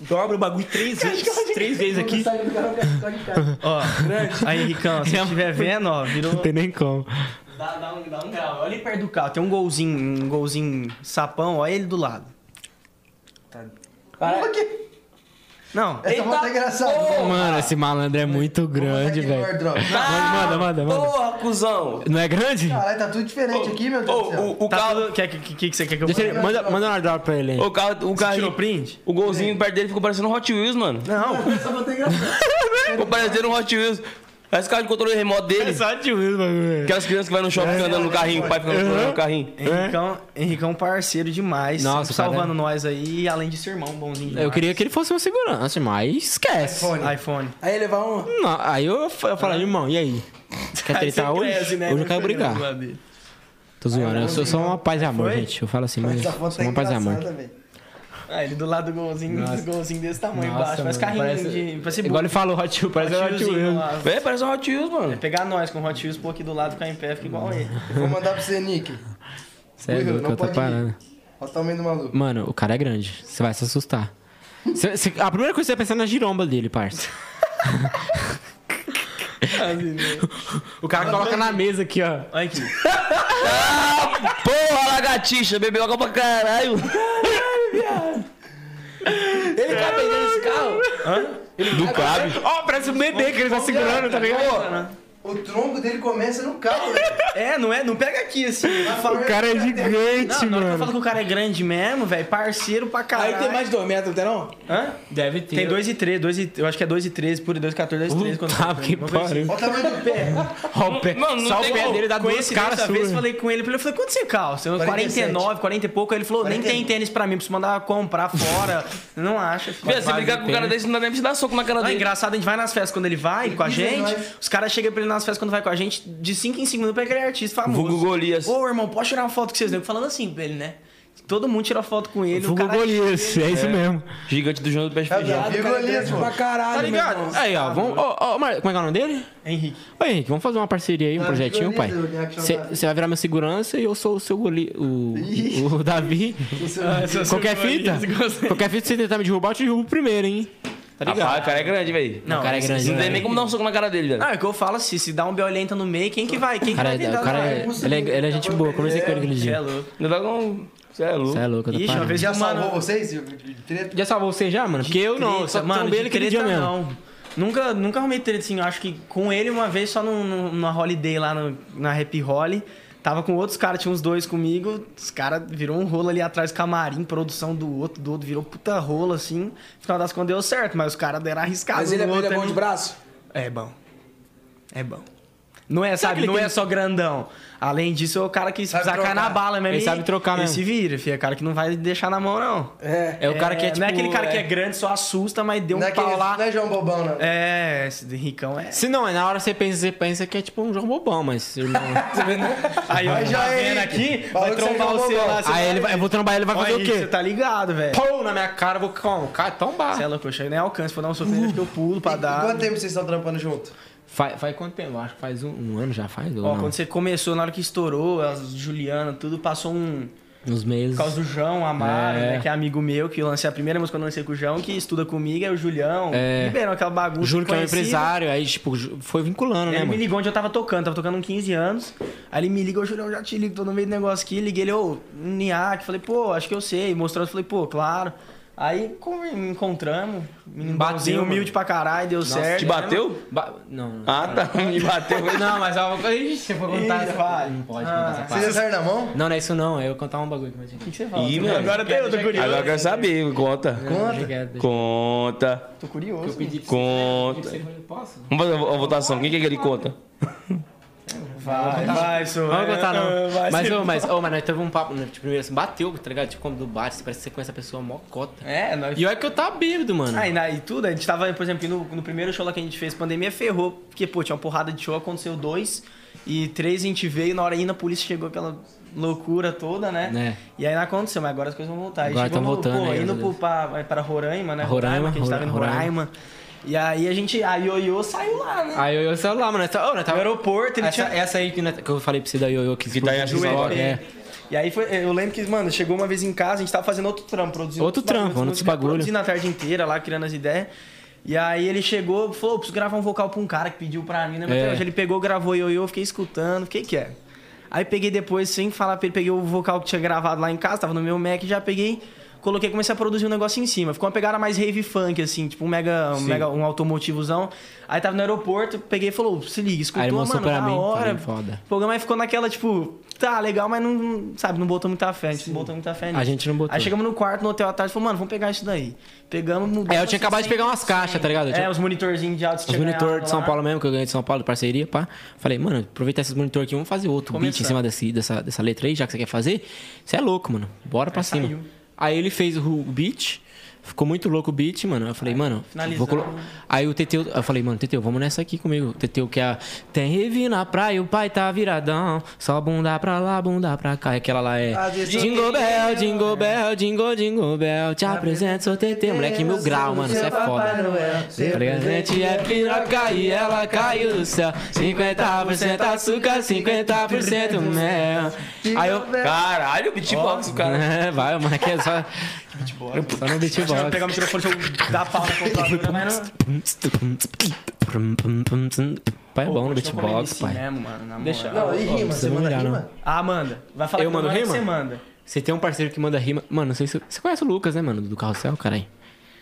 dobra o bagulho três vezes, três vezes aqui. Ó, aí, Henricão, se você estiver vendo, ó, virou. Não tem nem como. Dá, dá um, dá um grau. Olha ali perto do carro, tem um golzinho, um golzinho sapão, olha ele do lado. Olha aqui. Não, Essa foto é engraçada. Mano, esse malandro é muito grande, velho. Manda, manda, manda, manda. Porra, cuzão. Não é grande? Caralho, tá tudo diferente aqui, meu Deus do Ô, céu. o, o tá carro. tudo- Quer que, que, que você quer que eu Deixa ele, manda, manda um airdrop pra ele. hein? O carro. O Você tirou carro. print? O golzinho perto dele ficou parecendo um Hot Wheels, mano. Não. Ficou parecendo um Hot Wheels. Esse carro de controle remoto dele. Só Tá de Will, bagulho. Aquelas crianças que vai no shopping andando no carrinho, o pai fica andando no carrinho. Henricão, Henricão, parceiro demais. É? Nossa, sempre cara. salvando nós aí, além de ser irmão, bonzinho demais. Eu queria que ele fosse um segurança, mas esquece. iPhone. Aí levar um. Não, aí eu, fa- eu falo, irmão, e É. aí? Quer tretar tá hoje? né? hoje eu não quero brigar. Tô zoando, eu sou só uma paz e amor, gente. Eu falo assim, mas Essa foto sou é uma paz e amor. engraçada, velho. Ah, ele do lado do golzinho, do golzinho desse tamanho Nossa, embaixo. Faz mano, carrinho parece- de. Parece Igual ele falou, Hot Wheels, parece Hot Hot Wheelzinho Wheels. lá. É, parece um Hot Wheels, mano. Pegar nós com o Hot Wheels, pôr aqui do lado, ficar em pé, fica igual ele. Vou mandar pra você, Nick. Você é Will, louco, não eu tô pode ir. parando. Olha o tamanho do maluco. Mano, o cara é grande. Você vai se assustar. Cê- cê- a primeira coisa que você vai pensar é na giromba dele, parça. o cara coloca na mesa aqui, ó. Olha aqui. Porra, lagartixa, bebeu água pra caralho. Ele tá pegando esse carro. tá Do cabe. Ó, parece um bebê que ele tá segurando, tá ligado? O tronco dele começa no carro, velho. É, não é? Não pega aqui assim. O cara é gigante, Não, na hora que mano. eu falo que o cara é grande mesmo, velho, parceiro pra Aí caralho. tem mais de dois metros, não tem não? Hã? Deve ter. Tem 2 e 3, dois e, eu acho que é 2 e 13, por 2 e 14, 2 e 13. quando Tá, foi, que uma coisa assim. pariu. Olha o tamanho do pé. Ó, o pé- Mano, não Só tem o pé como. dele dá duas Coincidência, caras uma vez suas. falei com ele, eu falei, quanto você calça? Eu, 47. 49, 40 e pouco, ele falou, nem um. tem 49. tênis pra mim, preciso mandar comprar fora. não acha. Vê, se brigar com um cara desse, não dá nem pra te dar soco na Tá cara Não, é dele. engraçado, a gente vai nas festas quando ele vai com a pisa em gente. nós. Os caras chegam pra ele nas festas quando vai com a gente, de 5 em 5 minutos pra aquele artista famoso. Vulgo Golias. Ô, irmão, posso tirar uma foto com vocês? né? Falando assim pra ele, né? Todo mundo tira foto com ele. o Vulgo cara Golias, é isso mesmo. Gigante do João do Pé de Tá É o Feijão. diabo, cara, Cara, ele é grande mesmo. pra caralho, Tá meu ligado? irmão. Aí, ó, vamos. Ó, ó, Mar- como é que é o nome dele? Henrique. Ô, Henrique, vamos fazer uma parceria aí, um Ah, projetinho, Golias, pai. eu tenho que chamar. Você vai virar meu segurança e eu sou o seu goli... o, o Davi. Ah, Qualquer fita, qualquer fita que você tentar me derrubar, eu te derrubo primeiro, hein? Tá ligado? Rapaz, o cara é grande, velho. Não, o cara é grande, Não né? tem nem como dar um soco na cara dele, velho. Não, é o que eu falo assim, se dá um BO entra no meio, quem que vai? Quem O que cara, vai é, tentar o cara dar? é, ele, é, ele é gente boa, comecei com ele aquele Cê é dia. louco. Ainda tá com. Você é louco. Você é louco, eu tô Ixi, uma parado. vez Já que o mano- salvou vocês? de- de- de Treta? Já salvou você já, mano? Porque eu não, Treta, só mano, trombei de ele aquele treta, dia mesmo. Não. Nunca, nunca arrumei treta assim. Eu acho que com ele uma vez só num- num- numa holiday lá no- na Happy Holly. Tava com outros caras, tinha uns dois comigo. Os caras virou um rolo ali atrás, camarim, produção do outro, do outro, virou puta rolo assim. No final das contas deu certo, mas os caras deram arriscado. Mas ele é, no ele é outro bom de ali. braço? É bom. É bom. Não é, que sabe, ele não tem- é só grandão. Além disso, é o cara que se Sabe precisar cair trocar. na bala é mesmo. Ele sabe trocar ele mesmo. se vira, filho. É cara que não vai deixar na mão, não. É. É o cara que é, Não tipo, é aquele cara que é grande, só assusta, mas deu um Não é, pau aquele, lá. não é João Bobão, não. É, esse de ricão é. Se não, é na hora que você pensa, você pensa que é tipo um João Bobão, mas irmão. Aí, ó, já tá é vendo Henrique. aqui, Falou vai que você trombar é o seu bobão. lá. você Aí ele vai, eu vou trombar ele, vai Ó, fazer o Henrique, quê? Você tá ligado, velho. Pô, na minha cara, eu vou com- cara, tombar. Você é louco, eu chego nem alcance. Vou dar um soco nele, acho que eu pulo pra E dar. Quanto tempo vocês estão trampando junto? Faz, faz quanto tempo? Acho que faz um, um ano já faz, ou Ó, não? quando você começou, na hora que estourou, as Juliana, tudo, passou um... Uns meses. Por causa do João, Amaro, É. né? Que é amigo meu, que eu lancei a primeira música que eu lancei com o João, que estuda comigo, é o Julião. É. Liberam aquela bagunça. O Júlio que é um conhecido. empresário, aí, tipo, ju- foi vinculando, né, Ele me mano? ligou onde eu tava tocando, tava tocando com 15 anos. Aí ele me liga, ô Julião, já te ligo, tô no meio do negócio aqui. Liguei ele, ô, Niak. Falei, pô, acho que eu sei. Mostrando, falei, pô, claro. Aí con- encontramos, menino Bateu, bonzinho, mano. humilde pra caralho, deu certo. Te bateu? Ba- Não, não. Ah, tá. Me bateu. Não, mas é uma coisa. Ixi, você foi contar. Ih, essa- vai. Não pode Ah. contar essa Vocês já parte. saíram na mão? Não, não é isso não. Eu ia contar um bagulho que eu O tinha. que, que você fala? Ih, Você- mano. Agora tem, eu tô curioso. Agora eu quero saber. Conta. Conta. É. Conta. Tô curioso. Conta. Posso? Vamos fazer a votação. Quem que é que ele conta? Vai, vai, sou. Não vou contar, não. Vai, Mas, sim. ô, mas, ô, mas nós teve um papo, né? Tipo, primeiro assim, bateu, tá ligado? Tipo, como do bar, você parece que você conhece a pessoa mó cota. É, nós E olha que eu tava bêbado, mano. Ah, e, na- e tudo, a gente tava, por exemplo, no, no primeiro show lá que a gente fez, pandemia ferrou, porque, pô, tinha uma porrada de show, aconteceu dois, e três a gente veio, na hora ainda a polícia chegou aquela loucura toda, né? E aí não aconteceu, mas agora as coisas vão voltar. Aí Agora chegou tão no- voltando, pô, aí, indo graças a pro, Deus. pra, pra Roraima, né? Roraima, que a gente tava em Roraima. Roraima. E aí a gente, a Ioiô saiu lá, né? Aí eu ia celular, mano. Essa, ô, nós No tava- aeroporto, ele essa, tinha... essa aí que, nós- que eu falei pra você da Yoyo que, Que tá em explodiu, Assinova. é. E aí foi, eu lembro que, mano, chegou uma vez em casa, a gente tava fazendo outro trampo, produzindo Outro bagulho, trampo, outros música, bagulho. Produzindo a tarde inteira lá, criando as ideias. E aí ele chegou, falou, preciso gravar um vocal pra um cara que pediu pra mim, né? Mas É. até hoje ele pegou, gravou eu, eu fiquei escutando, fiquei quieto. Aí peguei depois, sem falar pra ele, peguei o vocal que tinha gravado lá em casa, tava no meu Mac, já peguei, coloquei, comecei a produzir um negócio em cima. Ficou uma pegada mais rave funk, assim, tipo um mega, um, mega, um automotivozão. Aí tava no aeroporto, peguei e falou, se liga, escutou, Aí mostrou mano, pra da mim, hora. falei, foda. O programa aí ficou naquela, tipo, tá, legal, mas não, sabe, não botou muita fé. A gente não botou muita fé nisso. gente não botou. Aí chegamos no quarto, no hotel à tarde, falou, mano, vamos pegar isso daí. Pegamos, mudamos. É, eu tinha acabado de pegar umas caixas, tá ligado? Eu tinha- É, os monitorzinhos de áudio que Os tinha monitor ganhado de São lá. Paulo mesmo, que eu ganhei de São Paulo, parceria, pá. Falei, mano, aproveitar esses monitor aqui, vamos fazer outro beat em Começar. cima desse, dessa, dessa letra aí, já que você quer fazer. Você é louco, mano. Bora pra cima. saiu. Aí ele fez o beat, ficou muito louco o beat, mano. Eu falei, mano, vou finalizamos. colo... Aí o Teteu, eu falei, mano, Teteu, vamos nessa aqui comigo. Teteu que é a... Tem revi na praia, o pai tá viradão. Só bunda pra lá, bunda pra cá. E Aquela lá é... Jingle bell, jingle bell, jingle, jingle bell. Te apresento, sou Teteu. Moleque mil grau, mano, isso é foda. Tá ligado? Gente é piroca e ela caiu do céu. 50% açúcar, 50% mel. Aí eu. Caralho, beatbox, o cara. É, vai, o moleque é só. Só no Eu vou beatbox. pegar o microfone, eu dar pau no computador, mas não... Pai é bom no Continua como beatbox, MC pai. Mesmo, mano, na moral. Deixa- Não, e rima, você manda Não. rima? Ah, manda. Vai falar Eu que mando não é que rima? Você manda. Você tem um parceiro que manda rima. Mano, não sei se. Você conhece o Lucas, né, mano? Do Carrossel, caralho.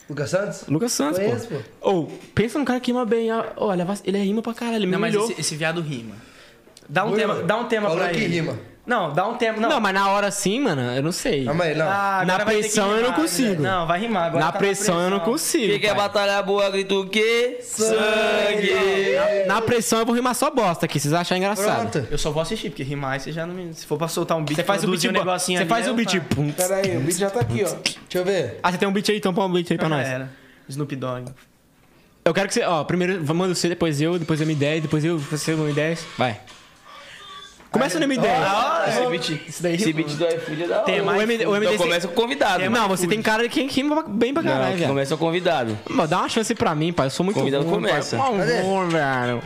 Lucas Santos? Lucas Santos, Conheço, pô. Ou, pensa num cara que rima bem. ah, Olha, ele é rima pra caralho. Ele me Não, mas humilhou. esse, esse viado rima. Dá um Ui, tema, mano. dá um tema Falou pra que ele. rima. Não, dá um tema. Não, Não, mas na hora sim, mano, eu não sei. Calma aí, não. Ah, agora na vai ter que pressão eu não rimar, consigo. né? Não, vai rimar agora. Na tá pressão eu não consigo. Quem quer pai. batalha boa, grito o quê? Sangue! Na pressão eu vou rimar só bosta aqui, vocês acham engraçado. Pronto. Eu só vou assistir, porque rimar aí você já não me. Se for pra soltar um beat, Você faz o beat, produzir um bo- negocinho Você ali, faz o eu beat. faço. pum. Pera aí, o vídeo já tá aqui, ó. Deixa eu ver. Ah, você tem um beat aí, então põe um beat aí pra Já nós. era. Snoop Dogg. Eu quero que você, ó, primeiro manda você, depois eu, depois M10, depois eu, você M10. Vai. Começa no M10. Esse Ah, beat, É Isso daí. esse beat do iFood é da hora. Tem mais- o MD então começa com o convidado. Não, você tem cara de quem rima bem pra um. Não, caralho, que velho. começa o convidado. Mano, dá uma chance pra mim, pai. Eu sou muito Convidado ruim, pai. começa. Eu sou um bom, velho.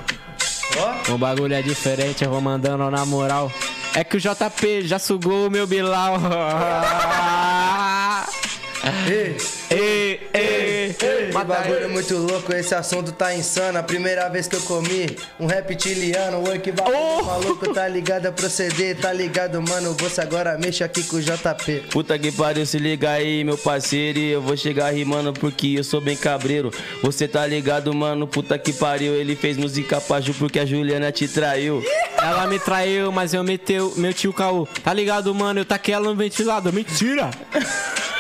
O bagulho é diferente, eu vou mandando na moral. É que o JP já sugou o meu Bilal. Ei, ei, ei. Que bagulho é muito louco, esse assunto tá insano. A primeira vez que eu comi um reptiliano, o que bagulho Oh! maluco, tá ligado a proceder, tá ligado, mano. Você agora mexe aqui com o JP. Puta que pariu, se liga aí, meu parceiro. e Eu vou chegar rimando porque eu sou bem cabreiro. Você tá ligado, mano? Puta que pariu. Ele fez música pra Ju porque a Juliana te traiu. Ela me traiu, mas eu meteu meu tio Caô. Tá ligado, mano? Eu taquei ela no ventilador. Mentira!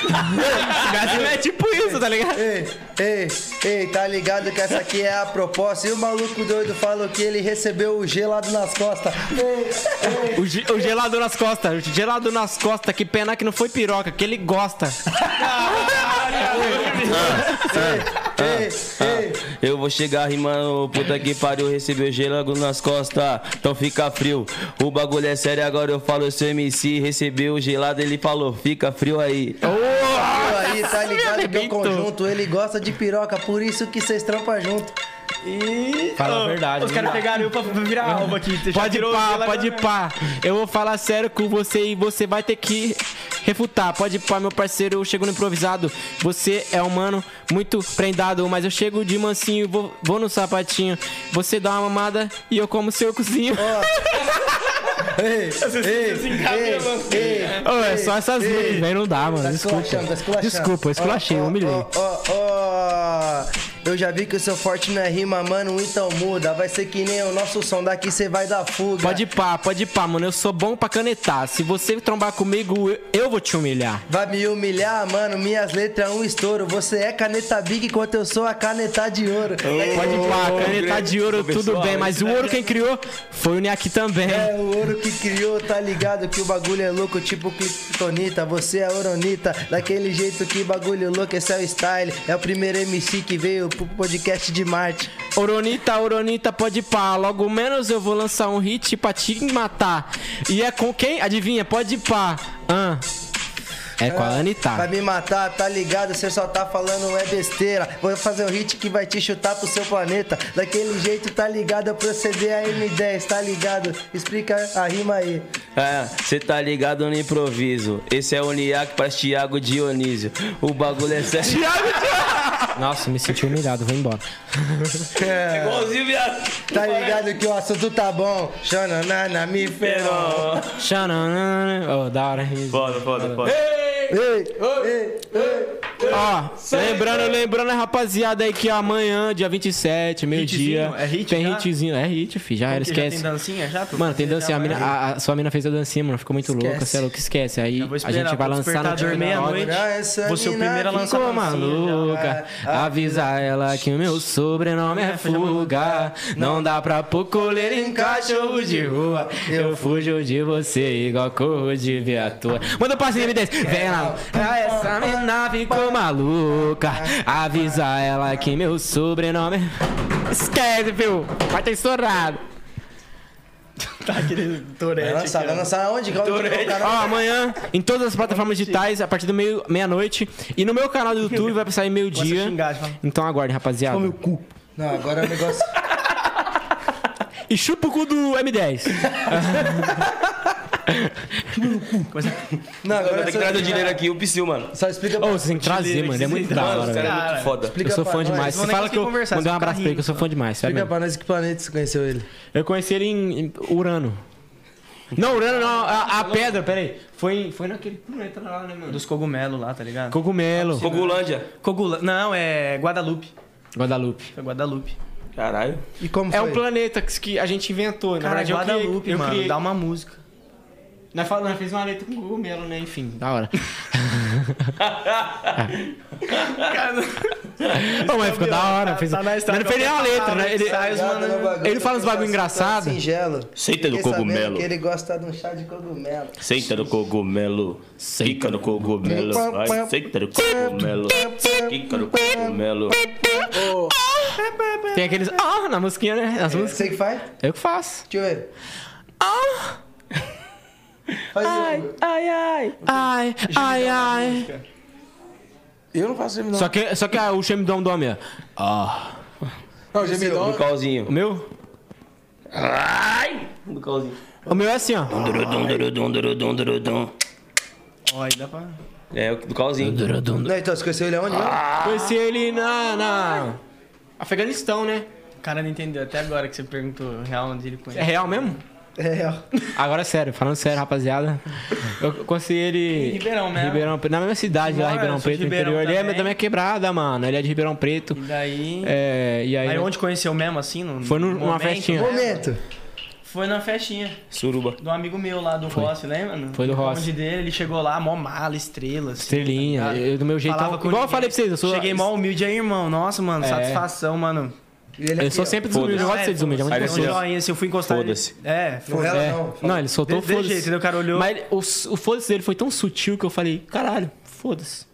Brasil é tipo isso, tá ligado? Ei, ei, ei, tá ligado que essa aqui é a proposta. E o maluco doido falou que ele recebeu o gelado nas costas. Ei, ei. O, ge- o gelado nas costas, o gelado nas costas, que pena que não foi piroca, que ele gosta. Ei, ei, Eu vou chegar rimando, puta que pariu, recebeu gelo nas costas, então fica frio. O bagulho é sério, agora eu falo, eu sou MC, recebeu o gelado, ele falou, fica frio aí. viu aí, tá ligado que o arrebentou. conjunto ele gosta de piroca, por isso que vocês trampam junto. E. Fala a Ô, verdade, Os né? caras pegaram eu pra pra virar alvo aqui. já Pode tirou pá, ela pode da- pá. Eu vou falar sério com você e você vai ter que refutar. Pode pá, meu parceiro, eu chego no improvisado. Você é um mano muito prendado, mas eu chego de mansinho, vou, vou no sapatinho. Você dá uma mamada e eu como seu cozinho. Ei, ei, ei, ei. Ô, é só essas linhas, velho, não dá, mano. Tá Desculpa. esculachando, tá esculachando. Desculpa, eu esculachei, eu humilhei. Ó, ó, ó. Eu já vi que o seu forte não é rima, mano, então muda. Vai ser que nem o nosso som, daqui cê vai dar fuga. Pode pá, pode pá, mano. Eu sou bom pra canetar. Se você trombar comigo, eu, eu vou te humilhar. Vai me humilhar, mano, minhas letras é um estouro. Você é caneta big enquanto eu sou a caneta de ouro. Pode pá, caneta de ouro, tudo pessoal, bem. Mas o ouro quem criou foi o Niaki também. né? É o ouro que criou, tá ligado? Que o bagulho é louco, tipo Kryptonita. Você é Oronita, daquele jeito que bagulho louco, esse é o style. É o primeiro MC que veio pro podcast de Marte. Oronita, Oronita, pode pá. Logo menos eu vou lançar um hit pra te matar. E é com quem? Adivinha, pode pá. Ahn. É com a Ah, Vai Anitta. me matar, tá ligado? Você só tá falando é besteira. Vou fazer um hit que vai te chutar pro seu planeta. Daquele jeito, tá ligado? Eu proceder a M10, tá ligado? Explica a rima aí. É, cê tá ligado no improviso. Esse é o Niak pra Thiago Dionísio. O bagulho é sério. Nossa, me senti humilhado, vou embora. Igualzinho, viado. É. Tá ligado que o assunto tá bom. Xananana, me ferou. Xanana. Oh, da hora. Foda, foda, foda. Ó, lembrando, lembrando a rapaziada aí que amanhã, dia 27, meio-dia. Hitzinho? É hit Tem já? hitzinho. É hit, fi. Já era, Porque já tem esquece. dancinha já? tu? Mano, tem Você já dancinha. A, vai- mina, a- a- sua mina fez a dancinha, mano. Ficou muito louca. Você é louco, esquece. Aí Eu vou a esperar gente vai pro lançar no despertador meia-noite. TikTok. Você é o primeiro a lançar Ficou a dancinha já. maluca, avisa ela que o meu sobrenome Ah, é fuga. Não dá pra pôr coleira em cachorro de rua. Eu fujo de você igual corro de viatura. Manda um passinho me desce, vem lá. Ah, Essa mina Ah. ficou maluca, avisa ela que meu sobrenome é. Esquece, viu? Vai ter estourado. Tá aquele Vai Tourette. lançar, vai lançar onde? Qual Ó, amanhã, em todas as plataformas digitais, a partir do meio- meia-noite. E no meu canal do YouTube vai sair Começa a meio-dia. xingar, já fala. Então aguardem, rapaziada. Não, agora é um negócio. E chupa o cu do M10. Não, agora Eu tenho que só- trazer o dinheiro aqui, o Psyu, mano. Só explica Ô, pra vocês têm que trazer, mano. É muito da Mano, hora. os caras é velho. muito foda. Explica Eu sou pra fã nós. demais. Vão Você nem fala que eu conseguir conversar, mandei um eles vão abraço pra ele, que eu sou fã demais. sério Explica mesmo. pra nós que planeta você conheceu ele. Eu conheci ele em em Urano. Não, Urano não. A, a pedra, peraí. Foi, em- foi naquele planeta lá, né, mano? Dos cogumelos lá, tá ligado? Cogumelo. Cogulândia. Cogula... Não, é Guadalupe. Guadalupe. Foi Guadalupe. Caralho. E como É foi? um planeta que, que a gente inventou, na Cara, verdade eu criei- Guadalupe, eu mano. criei- Dá uma música. Nós, falamos, nós fez uma letra com cogumelo, né? Enfim, da hora. Ô, mas ficou da hora. Tá- Fez... tá na mas história não fez nem uma da- letra, né? Ele, Sai os Obrigado mano- Tá assim, pelo Tá bagulho. ele fala uns bagulho Tão engraçado. Singelo. Seita do Fiquei sabendo cogumelo. que ele gosta de um chá de cogumelo. Seita no cogumelo, quica no cogumelo, vai. Seita no cogumelo, quica no cogumelo. assim. Tem aqueles... Ah, na musiquinha, né? É. Nas músicas. Você que faz? Eu que faço. Deixa eu ver. Ah! Faz um. Ai, ai, ai. Eu não faço gemidão. Só que, só que ah, o gemidão do homem é... Ah. Não, gemidão. No calzinho. O meu? Ai! No calzinho. O meu é assim, ó. Durudum, durudum, durudum, durudum. Ó, aí dá pra... É, o do calzinho. Não, então, você conheceu ele aonde? mesmo? Ah. Conheci ele na... na... Afeganistão, né? O cara não entendeu até agora que você perguntou real onde ele É conhece. real mesmo? É, ó. Agora é sério, falando sério, rapaziada. Eu consegui ele. Em Ribeirão mesmo. Ribeirão Preto, na mesma cidade lá, Mora, Ribeirão eu sou Preto, de no Ribeirão interior. Ele é também. também é quebrada, mano. Ele é de Ribeirão Preto. E daí... É, e aí. Aí onde conheceu mesmo, assim? No Foi num- numa momento, festinha. né? Momento. Foi na festinha. Suruba. Do amigo meu lá, do Rossi, né, mano? Foi do Rossi. Rossi. dele, ele chegou lá, mó mala, estrela, assim, Estrelinha, tá ligado? eu- do meu jeitão. Falava com Igual eu ninguém. falei pra vocês, eu sou- Cheguei mó humilde aí, irmão. Nossa, mano, É. satisfação, mano. E ele Eu aqui, sou ó. sempre desumilde, eu Não, gosto de é, ser desumilde. É muito Aí Deu um você- gostoso. joinha, assim, eu fui encostar ele- Foda-se. É, Foi foda-se. ela, É. não. Não, ele soltou Desse foda-se. jeito, né? O cara olhou. Mas ele- o, s- o foda-se dele foi tão sutil que eu falei, caralho, foda-se.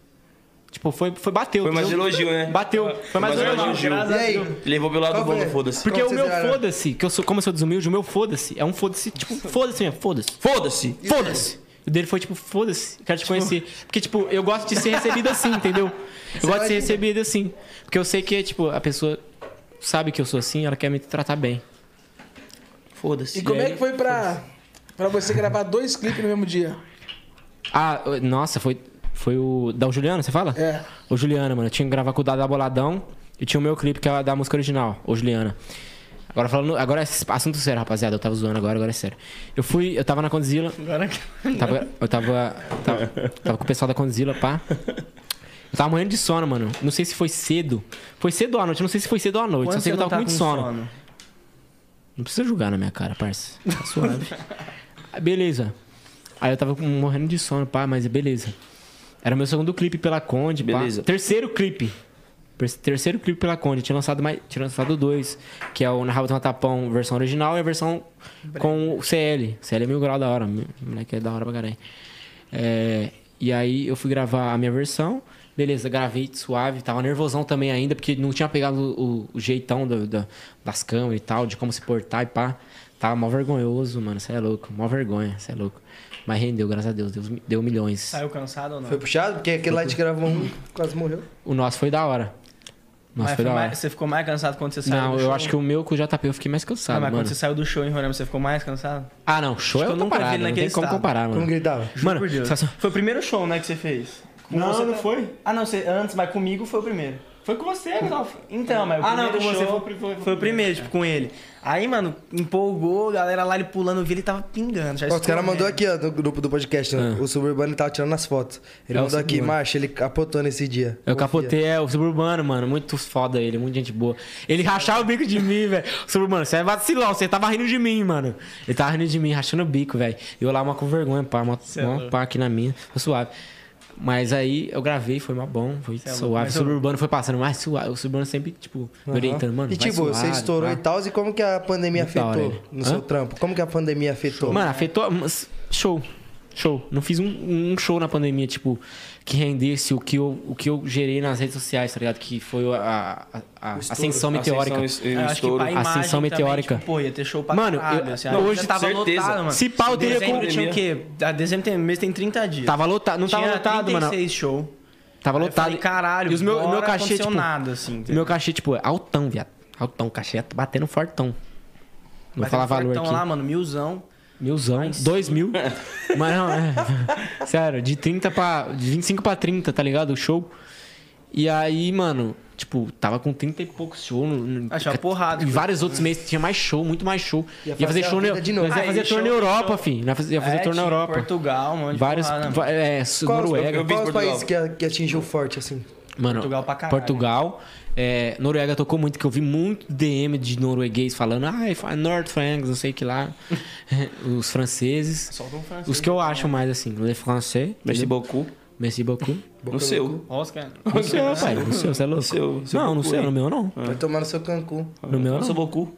Tipo, foi, foi bateu. Foi mais entendeu? elogio, né? Bateu. Foi mais mais elogio. elogio. E aí? Ele levou pelo lado Qual bom é? foi? do foda-se. Porque Como o vocês meu viraram? foda-se, que eu sou, como eu sou desumilde, o meu foda-se é um foda-se, tipo, foda-se mesmo, foda-se. Foda-se! Foda-se. O dele foi tipo, foda-se, quero te conhecer. Porque, tipo, eu gosto de ser recebido assim, entendeu? Eu gosto de ser recebido assim. Porque eu sei que, tipo, a pessoa sabe que eu sou assim, ela quer me tratar bem. Foda-se. E como E é aí- que foi pra, pra você gravar dois clipes no mesmo dia? Ah, eu- nossa, foi, foi o. Da o Juliano, você fala? É. O Juliana, mano. Eu tinha que gravar com o Dada Boladão e tinha o meu clipe, que é da música original, o Juliana. Agora falando. Agora é assunto sério, rapaziada. Eu tava zoando agora, agora é sério. Eu fui, eu tava na Condzilla. Agora que- Tava, eu tava, tava. Tava com o pessoal da Condzilla, pá. Eu tava morrendo de sono, mano. Não sei se foi cedo. Foi cedo ou à noite, eu não sei se foi cedo ou à noite. só sei que eu tava não tá com muito sono. sono? Não precisa julgar na minha cara, parça. Tá suave. Aí, beleza. Aí eu tava com- morrendo de sono, pá, mas beleza. Era meu segundo clipe pela Conde, pá. Beleza. Terceiro clipe. Per- Terceiro clipe pela Conde. Eu tinha lançado, mais, tinha lançado dois, que é o Narrava do Matapão, versão original, e a versão com o CL. CL é mil grau da hora. mo- Moleque é da hora pra caralho. É, e aí eu fui gravar a minha versão. Beleza, gravei suave, tava nervosão também ainda, porque não tinha pegado o, o jeitão do- da- das câmeras e tal, de como se portar e pá. Tava mó vergonhoso, mano, você é louco, mó vergonha, você é louco. Mas rendeu, graças a Deus, Deus me- deu milhões. Saiu cansado ou não? Foi puxado? Porque aquele lá te gravou um, quase morreu. O nosso foi da hora. O nosso Mas foi foi da hora. mais- Você ficou mais cansado quando você saiu Não, do eu show? acho que o meu com o JP eu fiquei mais Não, cansado, mas mano. quando você saiu do show em Roraima, você ficou mais cansado? Ah, não, show Acho é que eu outra nunca vi parada, ele não tem naquele como estado. comparar, mano. Como gritava? Juro Mano, por Deus. só- só- Foi o primeiro show, né, que você fez? Com Não, não foi. Ah, não, você, antes, mas comigo foi o primeiro. Foi com você, Rodolfo. Então, mas o Ah, não, primeiro com você show foi- foi, foi- foi- o primeiro, tipo, com ele. Aí, mano, empolgou, a galera lá, ele pulando, viu, ele tava pingando. Já Ó, Os caras estourando. mandou aqui, ó, no grupo do podcast. ó. O Suburbano tava tirando as fotos. Ele Ah. É o mandou aqui, Suburbano. Marcha, ele capotou nesse dia. Eu Confia. capotei, é, o suburbano, mano. Muito foda ele, muita gente boa. Ele rachava o bico de mim, velho. Suburbano, você é vacilão, você tava rindo de mim, mano. Ele tava rindo de mim, rachando o bico, velho. Eu lá, uma com vergonha, pá, uma, é uma pá aqui na minha, tá suave. Mas aí eu gravei, foi mal bom, foi é suave. O suburbano foi passando mais suave. O suburbano sempre, tipo, me orientando, mano. E vai tipo, você suave, estourou pá. e tal, e como que a pandemia Muito da hora afetou ele. no Hã? seu trampo? Como que a pandemia afetou? Mano, afetou. mas Show. Show. Não fiz um, um show na pandemia, tipo, que rendesse o que, eu, o que eu gerei nas redes sociais, tá ligado? Que foi a, a- a ascensão meteorônica. Ascensão e- e Eu Ah, acho que Assim, estouro. pra imagem Ascensão também, meteórica. tipo, pô, ia ter show pra Mano, caralho, eu- assim, não, a hoje- já tava certeza. lotado, mano. Se pau, eu teria Dezembro como- tinha o quê? A dezembro tem, mês tem 30 dias. Tava lotado, não tinha tava lotado, mano. 36 show. Tava Aí eu lotado. falei, caralho, e os meu, bora, meu cachê, aconteceu tipo, nada, assim. entendeu? meu cachê, tipo, é altão, viado. Altão, cachê é batendo fortão. Não vou Mas falar tem um valor portão aqui. lá, mano, milzão. Milzão, dois mil. Mas não, é. Sério, de 30 pra. De 25 pra 30, tá ligado? O show. E aí, mano, tipo, tava com 30 e poucos shows. No, no- Achei uma Ah, porrada. Em vários outros meses tinha mais show, muito mais show. Ia fazer, fazer a show na- vida de novo. Nós ia Ah, fazer e tour na show- Europa, show- filho. Nós ia fazer É, tour na tinha Europa. Portugal, mano. Vários. porrada, va- É, su- Qual os- Noruega. qual os Portugal. países que, a- que atingiu forte, assim? Mano, Portugal pra caralho. Portugal. é, Noruega tocou muito, que eu vi muito DM de norueguês falando, ai, ah, North Franks, não sei o que lá. Os franceses. Os que eu acho mais assim, Le Français. Mestre Boku. Merci beaucoup. No seu. Oscar. No seu, pai. No seu, você é louco? Seu- seu não, no Goku seu, aí. no meu não. Vai tomar no seu Cancún. No meu Seu não. Boku.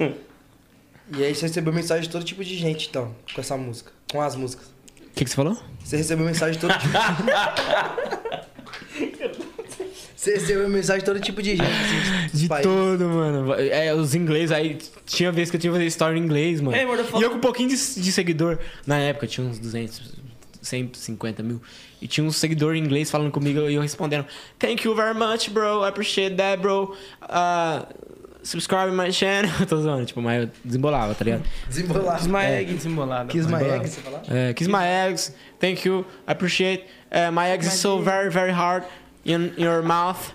E aí você recebeu mensagem de todo tipo de gente, então, com essa música. Com as músicas. O que, que você falou? Você recebeu mensagem de todo tipo. Você recebeu mensagem de todo tipo de gente. Assim, dos De países. todo, mano. É, os ingleses aí. Tinha vez que eu tinha que fazer story em inglês, mano. Hey, motherfucker. e eu com um pouquinho de, de seguidor. Na época tinha uns 200, 150 mil. E tinha um seguidor em inglês falando comigo e eu respondendo: Thank you very much, bro. I appreciate that, bro. Uh, subscribe my channel. Tô zoando, tipo, mas eu desembolava, tá ligado? Desembolado. Desmaeg. Desembolada. Kiss mano. my É. egg, você fala? Uh, kiss my eggs. Thank you. I appreciate. Uh, my eggs is so very, very hard in your mouth.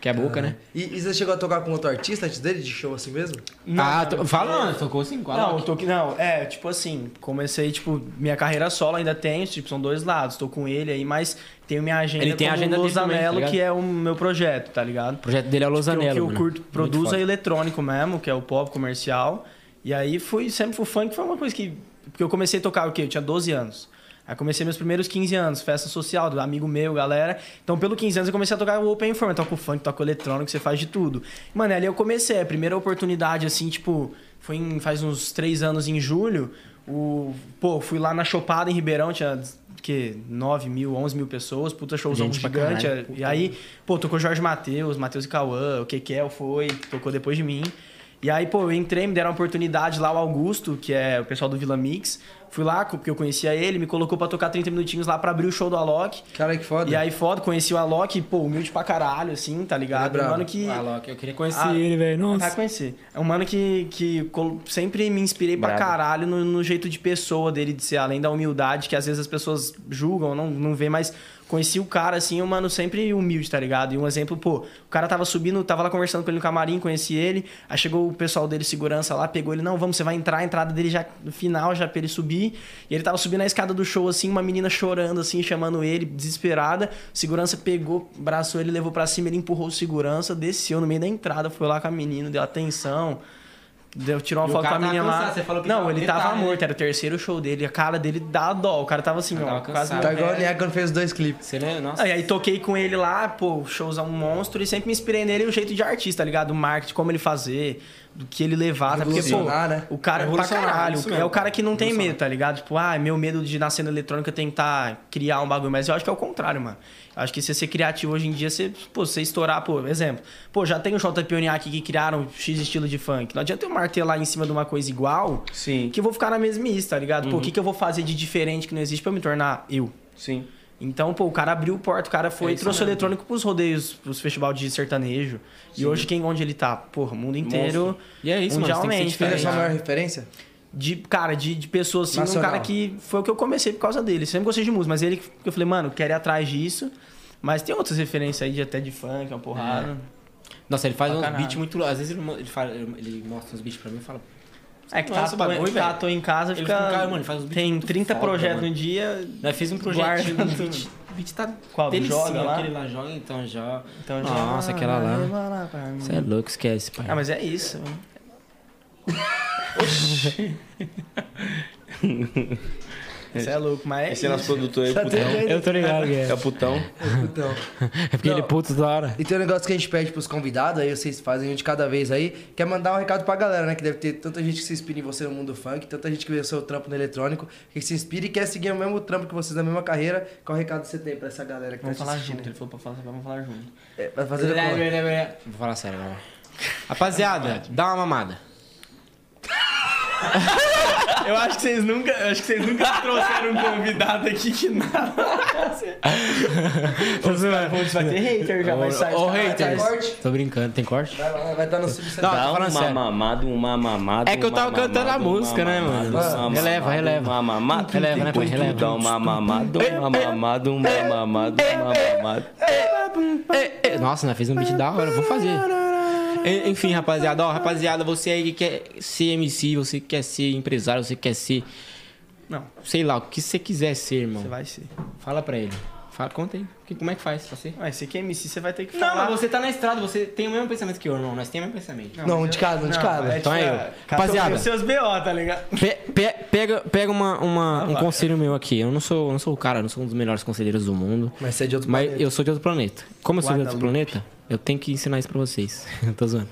Que é a boca, né? E, e você chegou a tocar com outro artista antes dele, de show assim mesmo? ah, to- fala, não, tocou sim, qual? Não, eu tô, não, é, tipo assim, comecei, tipo, minha carreira solo ainda tem, tipo, são dois lados, tô com ele aí, mas tenho minha agenda Ele tem a como agenda dele Lozanello, também, tá ligado? que é o meu projeto, tá ligado? O projeto dele é o que eu, que Losanello, eu mano. curto, Muito produzo foda. é eletrônico mesmo, que é o pop comercial. E aí fui, sempre fui funk, foi uma coisa que. Porque eu comecei a tocar o quê? Eu tinha 12 anos. Aí comecei meus primeiros 15 anos, festa social, do amigo meu, galera. Então, pelo 15 anos, eu comecei a tocar o Open Form. Eu toco funk, toco eletrônico, você faz de tudo. Mano, ali eu comecei. A primeira oportunidade, assim, tipo, foi em- faz uns 3 anos em julho. O, pô, fui lá na Chopada, em Ribeirão, tinha que 9 mil, 11 mil pessoas, puta showzão Gente pra gigante. é, caralho. E aí, pô, tocou Jorge Matheus, Matheus e Cauã, o Kekel foi, tocou depois de mim. E aí, pô, eu entrei, me deram uma oportunidade lá, o Augusto, que é o pessoal do Vila Mix. Fui lá, porque eu conhecia ele, me colocou pra tocar 30 minutinhos lá pra abrir o show do Alok. Cara, que foda. E aí, foda, conheci o Alok, pô, humilde pra caralho, assim, tá ligado? Ele é brabo. mano que. eu queria conhecer Ah, ele, velho. Nossa. Vai conhecer. É um mano que, que col- sempre me inspirei pra Brabo. caralho no, no jeito de pessoa dele de ser, além da humildade, que às vezes as pessoas julgam, não, não vê, mas conheci o cara assim, um mano sempre humilde, tá ligado? E um exemplo, pô, o cara tava subindo, tava lá conversando com ele no camarim, conheci ele, aí chegou o pessoal dele, segurança lá, pegou ele, não, vamos, você vai entrar, a entrada dele já no final, já pra ele subir. E ele tava subindo a escada do show, assim, uma menina chorando, assim, chamando ele, desesperada. O segurança pegou, braçou ele, levou pra cima, ele empurrou o segurança, desceu no meio da entrada, foi lá com a menina, deu atenção. Deu, tirou uma E o foto com cara a tava menina lá. cansado, você falou que não, tava ele detalhe, tava né? morto, era o terceiro show dele. A cara dele dá dó. O cara tava assim, ó, tava quase cansado. Tá morrendo. igual o Niaga quando fez os dois clipes. Você não é, nossa. Ah, E aí toquei com ele lá, pô, showzão monstro, e sempre me inspirei nele o jeito de artista, tá ligado? O marketing, como ele fazer, do que ele levar, tá? Porque, pô, Revolucionar, né? o cara é pra Revolucionar, isso caralho, mesmo. é o cara que não tem medo, tá ligado? Tipo, ah, meu medo de na cena eletrônica é tentar criar um bagulho, mas eu acho que é o contrário, mano. Eu acho que você ser criativo hoje em dia, você, pô, você estourar, pô, exemplo, pô, já tem o JPNA aqui que criaram X estilo de funk, não adianta eu martelar em cima de uma coisa igual, Sim, que eu vou ficar na mesmice, tá ligado? Uhum. Pô, o que, que eu vou fazer de diferente que não existe pra eu me tornar eu? sim. Então, pô, o cara abriu o porta, o cara É foi e isso trouxe o mesmo. eletrônico pros rodeios, pros festivais de sertanejo. E hoje quem onde ele tá? Porra, mundo inteiro. E é isso, mano. Você tem que ser Mundialmente, Ele é a diferente. sua Tá. maior referência? De, cara, de, de pessoas assim, Nacional. um cara que foi o que eu comecei por causa dele. Sempre gostei de música, mas ele que eu falei, mano, quero ir atrás disso. Mas tem outras referências aí de até de funk, é uma porrada. Nossa, ele faz uns Sacanagem. beats muito. Às vezes ele, mo- ele, fala- ele mostra uns beats pra mim e fala. É, que Nossa, tá, à toa- bagulho, velho. tá à toa em casa, Ele fica... fica, cara, mano, ele faz uns beats tem muito 30 foda, projetos mano. no dia. Nós fiz um projetinho. Guarda. O beat, o beat tá Qual? delicinha, Joga lá? aquele lá joga, então já. Então, Nossa, aquela lá. Você lá. é louco, esquece, pai. Ah, mas é isso. mano. Oxi. Você é louco, mas é Esse é isso. nosso produtor aí, Tá putão. tendo Eu tô ligado, É Guilherme. o putão. Então. É porque ele é puto da hora. E tem um negócio que a gente pede pros convidados, aí vocês fazem um de cada vez aí, que é mandar um recado pra galera, né? Que deve ter tanta gente que se inspira em você no mundo funk, tanta gente que vê o seu trampo no eletrônico, que se inspira e quer seguir o mesmo trampo que vocês, na mesma carreira. Qual recado você tem pra essa galera que Vamos tá te falar assistindo? junto. Ele falou pra falar, vamos falar junto. É, pra fazer o corre. Vou falar sério agora. Rapaziada, dá uma mamada. Eu acho que vocês nunca, eu acho que vocês nunca trouxeram um convidado aqui que nada. Você vai ter hater já, vai sair. Ô, vai sair- haters. Corte. Tô brincando, tem corte? Vai lá, vai estar no subcentrado. Não, Dá um tô Tá, falando uma sério. mamada, uma mamada. É que eu uma tava cantando a mamada, uma música, né, mamada, mano? uma Ah, mamada, releva, releva. Uma mamada. Releva, né, pai? Depois tu Releva. Dá um uma mamada, uma mamada, uma mamada, uma mamada. É, é, Nossa, nós fez um beat da hora, eu vou fazer. E- Enfim, rapaziada, ó, rapaziada, você aí que quer ser MC, você que quer ser empresário, você que quer ser. Não. Sei lá, o que você quiser ser, irmão. Você vai ser. Fala pra ele. Fala, conta aí. Que- como é que faz pra ser? Mas você que é MC, você vai ter que Não, falar. mas você tá na estrada, você tem o mesmo pensamento que eu, irmão. Nós temos o mesmo pensamento. Não, um de cada, um de cada. Então é eu. Rapaziada. Rapaziada. Os seus BO, tá ligado? Pe- pe- pega pega uma, uma- um conselho meu aqui. Eu não sou, eu não sou o cara, eu não sou um dos melhores conselheiros do mundo. Mas você é de outro Mas planeta. eu sou de outro planeta. Como eu sou de outro Guadalupe. planeta, eu tenho que ensinar isso pra vocês. Eu tô zoando.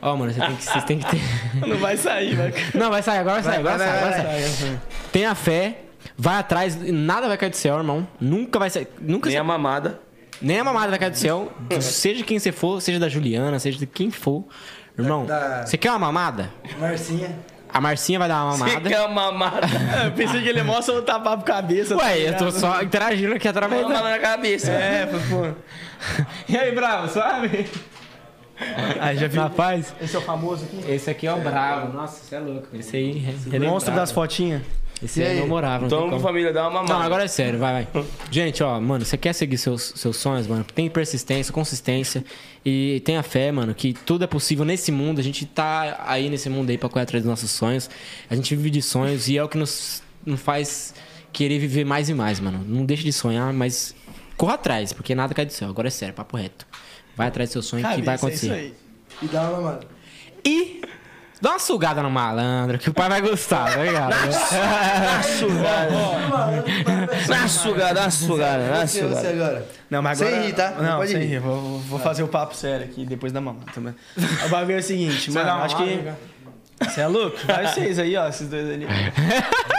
Ó, mano, você tem que- vocês têm que, ter. Não vai sair, vai. Não, vai sair, agora sai, agora vai, sai, vai, agora sai. Tenha fé, vai atrás, nada vai cair do céu, irmão. Nunca vai sair. Nunca Nem sa- a mamada. nem a mamada vai cair do céu. Hum. seja quem você for, seja da Juliana, seja de quem for. Irmão, Da- da- você quer uma mamada? Marcinha. A Marcinha vai dar uma mamada. Que é uma mamada. Eu pensei que ele é mostra o tapar pro cabeça. tá Ué, eu ligado? tô só interagindo aqui através Uma da... mamada na cabeça. É, pô. E aí, Bravo, sabe? Aí já viu. Rapaz, Esse é o famoso aqui. esse aqui é o bravo. Nossa, você é louco. Esse aí... Ele é Monstro das fotinhas. Esse aí é memorável. não tem Então, como. família, dá uma Não, mamada. agora é sério, vai, vai. Gente, ó, mano, você quer seguir seus, seus sonhos, mano? Tem persistência, consistência e tenha fé, mano, que tudo é possível nesse mundo. A gente tá aí nesse mundo aí pra correr atrás dos nossos sonhos. A gente vive de sonhos e é o que nos, nos faz querer viver mais e mais, mano. Não deixe de sonhar, mas corra atrás, porque nada cai do céu. Agora é sério, papo reto. Vai atrás do seu sonho que vai acontecer. É isso aí. E dá uma mamada. E dá uma sugada no malandro, que o pai vai gostar, tá ligado? Dá sugada, dá sugada, Ah, dá Você, você sugada. agora. Não, mas Sem agora... rir, tá? Não Não, pode sem rir. rir. Vou, vou- vou fazer o papo sério aqui, depois da mamada também. O bagulho é o seguinte, mano, dá uma acho que... Você é louco? Vai vocês aí, ó, esses dois ali.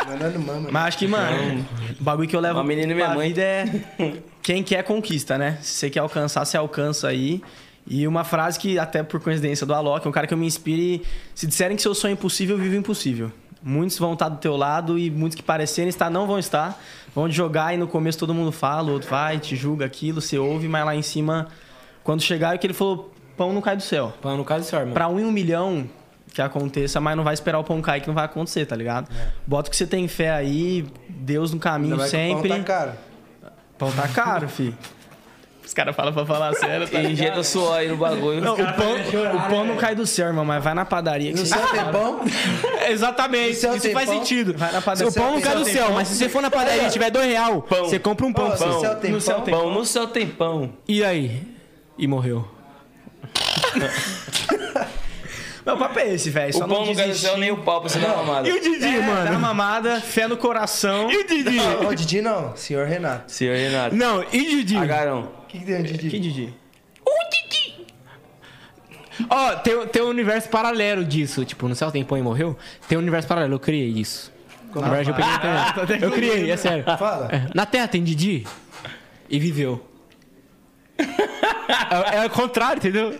Mandando mama. Mas acho que, mano, o bagulho que eu levo Uma menina e minha pra mãe. vida é quem quer conquista, né? Se você quer alcançar, você alcança aí. E uma frase que, até por coincidência, do Alok, é um cara que eu me inspire. Se disserem que seu sonho é impossível, vive o impossível. Muitos vão estar do teu lado e muitos que parecerem estar não vão estar. Vão te jogar e no começo todo mundo fala, o outro vai, te julga aquilo, você ouve, mas lá em cima, quando chegar, é o que ele falou, pão não cai do céu. Pô, no caso do seu irmão. Pra um em um milhão que aconteça, mas não vai esperar o pão cair que não vai acontecer, tá ligado? Bota o que você tem fé aí, Deus no caminho É. Ainda vai que o sempre. Pau tá caro. pão tá caro, fi. Os caras falam pra falar sério, tá ligado? Injeta suor aí no bagulho. Não, o pão, o pão não cai do céu, irmão, mas vai na padaria. que né? No você- seu é tempão, é Exatamente, No céu isso tem faz pão? sentido. Vai na padaria. O pão não tem- cai no do céu céu, mas se você for na padaria e tiver dois real, você compra um pão. Pô, pra no você. seu tempão. No céu tem pão. No céu tem pão. E aí? E morreu. Meu papo é esse, velho. O Só pão não não cai do desistir. céu nem o pau pra você dar mamada. E o Didi, É, dá mano? mamada, fé no coração. E o Didi? Não, ô, Didi não. Senhor Renato. Senhor Renato. Não, e o Didi? O Agarão. que, que tem, Didi? Que Didi? Ó, tem, tem um universo paralelo disso. Tipo, no céu tem pão e morreu? Tem um universo paralelo, eu criei isso. Na verdade, eu Ah, peguei tá na internet. Eu criei, né? é sério. Fala. É, Na Terra tem Didi e viveu. É, é o contrário, entendeu?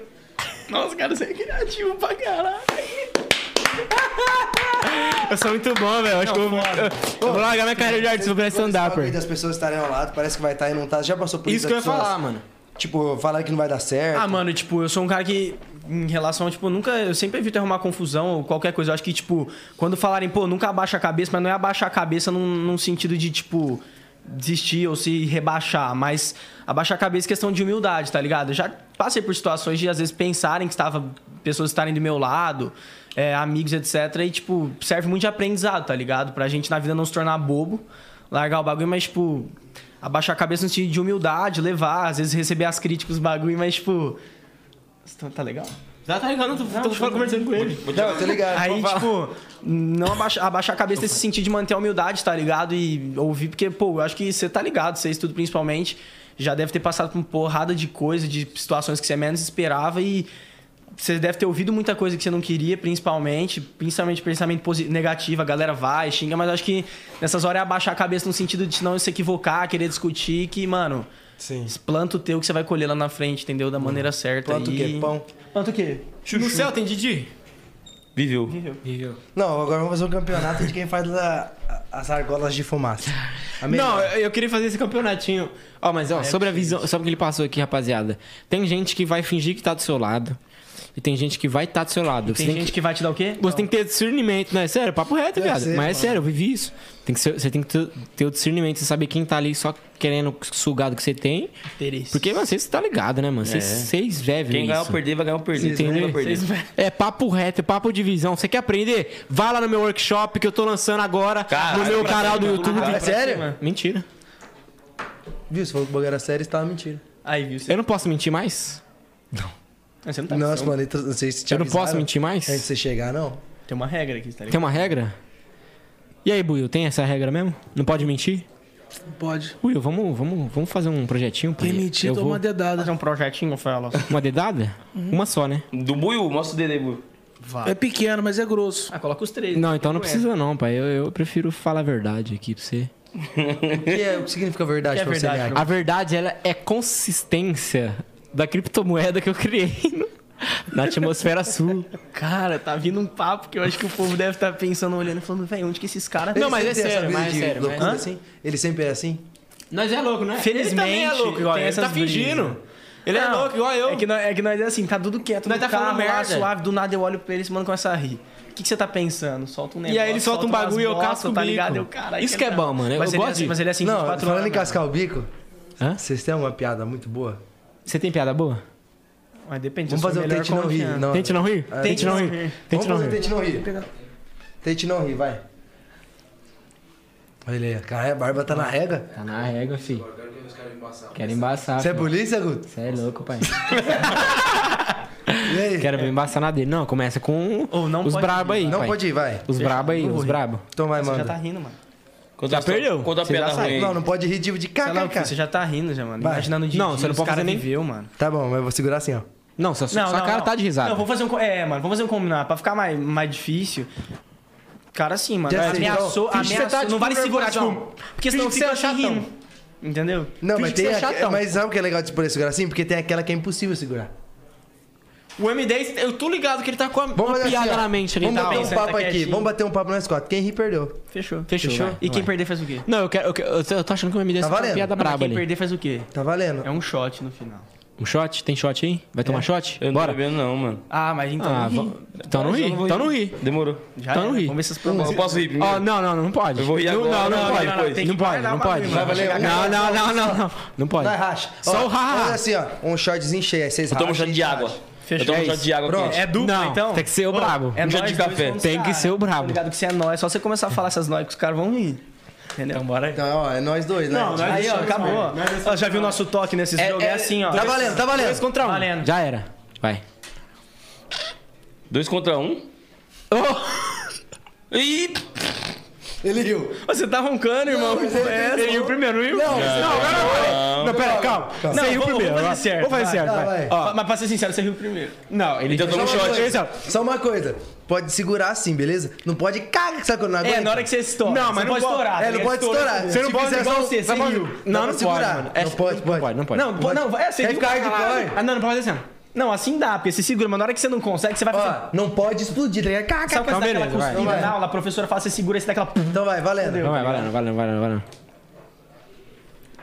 Nossa, cara, você é criativo pra caralho. Eu sou muito bom, velho. Acho que eu, vou- eu, eu vou largar minha carreira de artista vou virar Esse bagulho stand-upper. das pessoas estarem ao lado, parece que vai estar e não tá. Já passou por Isso que eu ia das pessoas, falar, mano. Tipo, falar que não vai dar certo. Ah, mano, tipo, eu sou um cara que, em relação, tipo, nunca. Eu sempre evito arrumar confusão ou qualquer coisa. Eu acho que, tipo, quando falarem, pô, nunca abaixa a cabeça, mas não é abaixar a cabeça num, num sentido de, tipo. desistir ou se rebaixar, mas abaixar a cabeça é questão de humildade, tá ligado? Eu já passei por situações de às vezes pensarem que estava pessoas estarem do meu lado, é, amigos, etc. E tipo, serve muito de aprendizado, tá ligado? Pra gente na vida não se tornar bobo, largar o bagulho, mas tipo, abaixar a cabeça no sentido de humildade, levar, às vezes receber as críticas do bagulho, mas tipo, tá- tá legal? Tá, tá ligado, tô, tô, falando- conversando com ele. Não, tô ligado. Aí, tipo, não abaixa- abaixar a cabeça nesse sentido de manter a humildade, tá ligado? E ouvir, porque, pô, eu acho que você tá ligado, você estuda principalmente, já deve ter passado por uma porrada de coisa, de situações que você menos esperava e você deve ter ouvido muita coisa que você não queria, principalmente, principalmente pensamento posi- negativo, a galera vai, xinga, mas eu acho que nessas horas é abaixar a cabeça no sentido de não se equivocar, querer discutir, que, mano, Sim. planta o teu que você vai colher lá na frente, entendeu? Da maneira certa. Planta o e- quê? Pão? Planta o quê? No céu tem Didi? Viveu. Não, agora vamos fazer um campeonato de quem faz a- a- as argolas de fumaça. A Não, melhor. eu, eu queria fazer esse campeonatinho. Ó, mas ó, sobre a visão, sobre o que ele passou aqui, rapaziada. Tem gente que vai fingir que tá do seu lado. E tem gente que vai estar tá do seu lado. Você Tem tem, gente que, que vai te dar o quê? você tem que ter discernimento, né? Sério, papo reto, Deve viado. ser, mas é sério, eu vivi isso. Tem que ser- você tem que ter, ter o discernimento, você saber quem tá ali só querendo sugar do que você tem. Interesse. Porque, mano, vocês tá ligado, né, mano? Vocês- Vocês vivem Quem ganhar ou isso. perder, vai ganhar ou perder. Entendeu? Nunca vai perder. É papo reto, é papo de visão. Você quer aprender? Vá lá no meu workshop que eu tô lançando agora Caralho, no meu pra canal do YouTube. Ah, é sério? Mentira. Viu? Você falou que o bagulho era sério, você tava mentindo. Aí, viu? Você, Eu não posso mentir mais? você não tá Não, não, as planetas, então, não sei se te Eu não posso avisaram mentir mais? É Antes de você chegar, não. Tem uma regra aqui, tá Tem ligado? uma regra? E aí, Buiu, tem essa regra mesmo? Não pode mentir? Pode. Buiu, vamos, vamos, vamos fazer um projetinho? pai? Quem mentir, Eu toma Uhum. vou... uma dedada. Fazer um projetinho, fala. Uma dedada? Uma só, né? Do Buiu, mostra o dedo aí, Buiu. É pequeno, mas é grosso. Ah, coloca os três. Não, então não precisa não, pai. Eu, eu prefiro falar a verdade aqui pra você. O que, é, o que significa verdade O que é pra você, verdade Niaki? A verdade, ela é consistência da criptomoeda que eu criei no- na atmosfera sul. Cara, tá vindo um papo que eu acho que o povo deve estar pensando, olhando e falando, velho, onde que esses caras... Ele Não, mas sempre é essa sério, brisa mas é de sério, mas- loucura Hã? assim? Ele sempre é assim? Nós é louco, né? Felizmente, Ele também é louco, igual tem eu. Ele tá essas fingindo. brisas. Ele é Não, louco, igual eu. É que, nós, é que nós é assim, tá tudo quieto Nós no tá carro, falando lá, merda. suave, do nada eu olho pra ele e esse mano começa a rir. O que, que você tá pensando? Solta um negócio. aí ele solta um umas bagulho e eu bosta, casco o tá bico. ligado? Eu, caralho, Isso que é tá- bom, mano. Eu mas ele é gosto assim, de- mas ele é assim, não, 24 falando em anos. né? cascar o bico, Hã? vocês têm uma piada muito boa? Você tem piada boa? Mas depende, Vamos eu sou fazer o melhor Tente Não Rir. confiante. Não. É. Tente não rir? Tente não não rir. rir. Tente Vamos não fazer rir. Tente Não Rir. Tente Não Rir, vai. Olha ele aí, cara, a barba tá na rega. Tá na régua, fi. Quero embaçar. Você é polícia, Guto? Você é louco, pai. E aí? Quero ver embaçar na dele. Não, começa com Ou não os pode brabo rir, aí, Não pai. pode ir, vai. Os brabo aí, os brabo. Então vai, Você já tá mano. rindo, mano. Conta Já uma história- perdeu. Conta a Você já piada sabe. ruim. aí. Não, não pode rir de, de Sei lá, você kkk. já tá rindo, já, mano. Vai. Imaginando o dia Não, a dia, você não os pode cara fazer nem- viveu, mano. Tá bom, mas eu vou segurar assim, ó. Não, sua, sua cara tá de risada. Não, vou fazer um. co- É, mano, vamos fazer um combinado. Pra ficar mais, mais difícil. Cara, assim, mano. Já sei, ameaçou, então, tá ameaçou. não vale segurar, tipo. Porque senão finge que você você é acha chatão. rindo. Entendeu? Não, mas, Finge que tem você é a- chatão. mas sabe o que é legal de poder segurar assim? Porque tem aquela que é impossível segurar. O M10, eu tô ligado que ele tá com a... Vamos fazer piada assim, ó. na mente ali, Vamos tá? bater um Pensa, papo tá aqui, quietinho. vamos bater um papo nós quatro. Quem rir, perdeu. Fechou. Fechou, vai, E vai. quem perder faz o quê? Não, eu quero. Eu, quero- eu tô- eu tô achando que o MD Tá tá uma valendo. piada Não, mas braba quem ali. perder faz o quê? Tá valendo. É um shot no final. Um shot? Tem shot aí? Vai tomar shot? Eu não tô Bora. bebendo, não, mano. Ah, mas então. Ah, ri. va- então não ri. não vou Então rir. não ri. Demorou. já então era. não ri. Vamos ver essas Não, promoções. posso ir Ó, primeiro? não, não, não pode. Eu vou rir Não, agora, Não, não, não, não, pode. depois. tem Não que pode, guardar não pra pode. mim, Não, vai valer um, não, um só. não, não, não, não. Não pode. Nós racha. Só Ó, o ha-ha. faz assim, ó. Um shotzinho cheio. Aí vocês Eu tomo um racham shot e de água. racham. Eu tomo um shot de água Pronto. quente. É dupla, Não, então? tem que ser o Ô, brabo. É Um dia nós de dois café. contra os Tem que caras. ser um- o brabo. Tá ligado que você é nóis. Só você começar a falar essas nóis que os caras vão rir. Entendeu? Então bora aí. Então, ó, é nós dois, né? Não, é aí, ó, acabou. Ó, já viu o nosso toque nesses jogos? É, assim, ó. Tá valendo, tá valendo. contra um. Valendo. Já era. Vai. Dois contra um. Ih, Ele riu. Você tá roncando, irmão. mas ele- É, ele- você riu primeiro, não riu? Não, Não, pera, calma. você riu primeiro, Vamos vai. fazer certo. Vamos fazer certo, vai. vai. Ó, mas pra ser sincero, você riu primeiro. Não, ele Então toma um shot. Esse, ó. Só uma coisa. Pode segurar assim, beleza? Não pode cagar, sabe quando não aguenta? É, na hora que você estoura. Não, mas você não pode- estourar. É, não tá pode ligado? estourar. Você não Se pode fizer igual só- você, dá você pra- riu. dá pra Não, não segurar. pode, mano. É- Não pode, não pode, não pode. Não, pô, não, vai assim. Quer ficar hardcore? Ah, não, não pode fazer assim. ó. Não, assim dá, porque você segura, mas na hora que você não consegue, você vai fazer. Ó, não pode explodir, tá ligado? Cá, cá, Sabe cá. quando você dá beleza, aquela vai. cuspida né? Vai. na aula, a professora fala, você segura, você dá aquela... Então vai, valendo. Não, vai, valendo, valendo, valendo, valendo.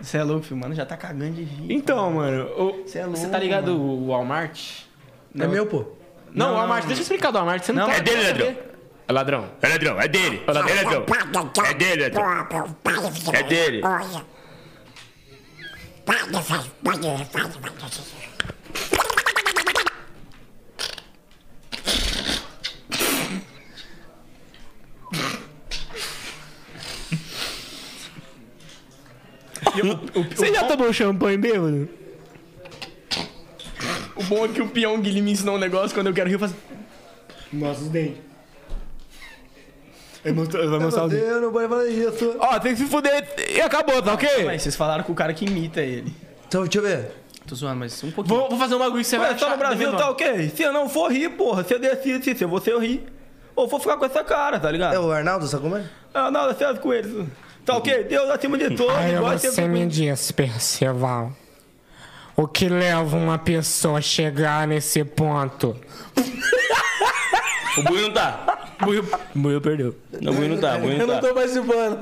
Você é louco, filho, mano, já tá cagando de rir. Então, mano, o- Você é louco, você tá ligado mano. o Walmart? É meu, pô. Não, Não, o Walmart, não. deixa eu explicar do Walmart. Você não, Não, tá é dele, saber. Leandro. É ladrão. É ladrão, é dele. É ladrão. É dele, ladrão. É dele. Você já tomou champanhe bêbado? O bom é que o peão Guilherme me ensinou um negócio quando eu quero rir, eu faço. Mostra os dentes. Ele mostrou- ele vai mostrar os dentes. Eu não vou falar isso. Ó, tem que se fuder e acabou, tá ok? Mas vocês falaram com o cara que imita ele. Então, deixa eu ver. Tô zoando, mas um pouquinho. Vou, vou fazer um bagulho que você vai Mas tá achar no Brasil, devendo, tá ó. ok? Se eu não for rir, porra, você decide se eu vou ser eu rir. Ou vou ficar com essa cara, tá ligado? É o Arnaldo, sabe como é? Ah, não, certo com eles. Tá ok? Deus acima de todos. Aí igual você sempre- me diz, Perceval, o que leva uma pessoa a chegar nesse ponto? O Buio não tá. Murilo perdeu. Não, o Buio não tá, o Buio Eu não não tá. tô participando.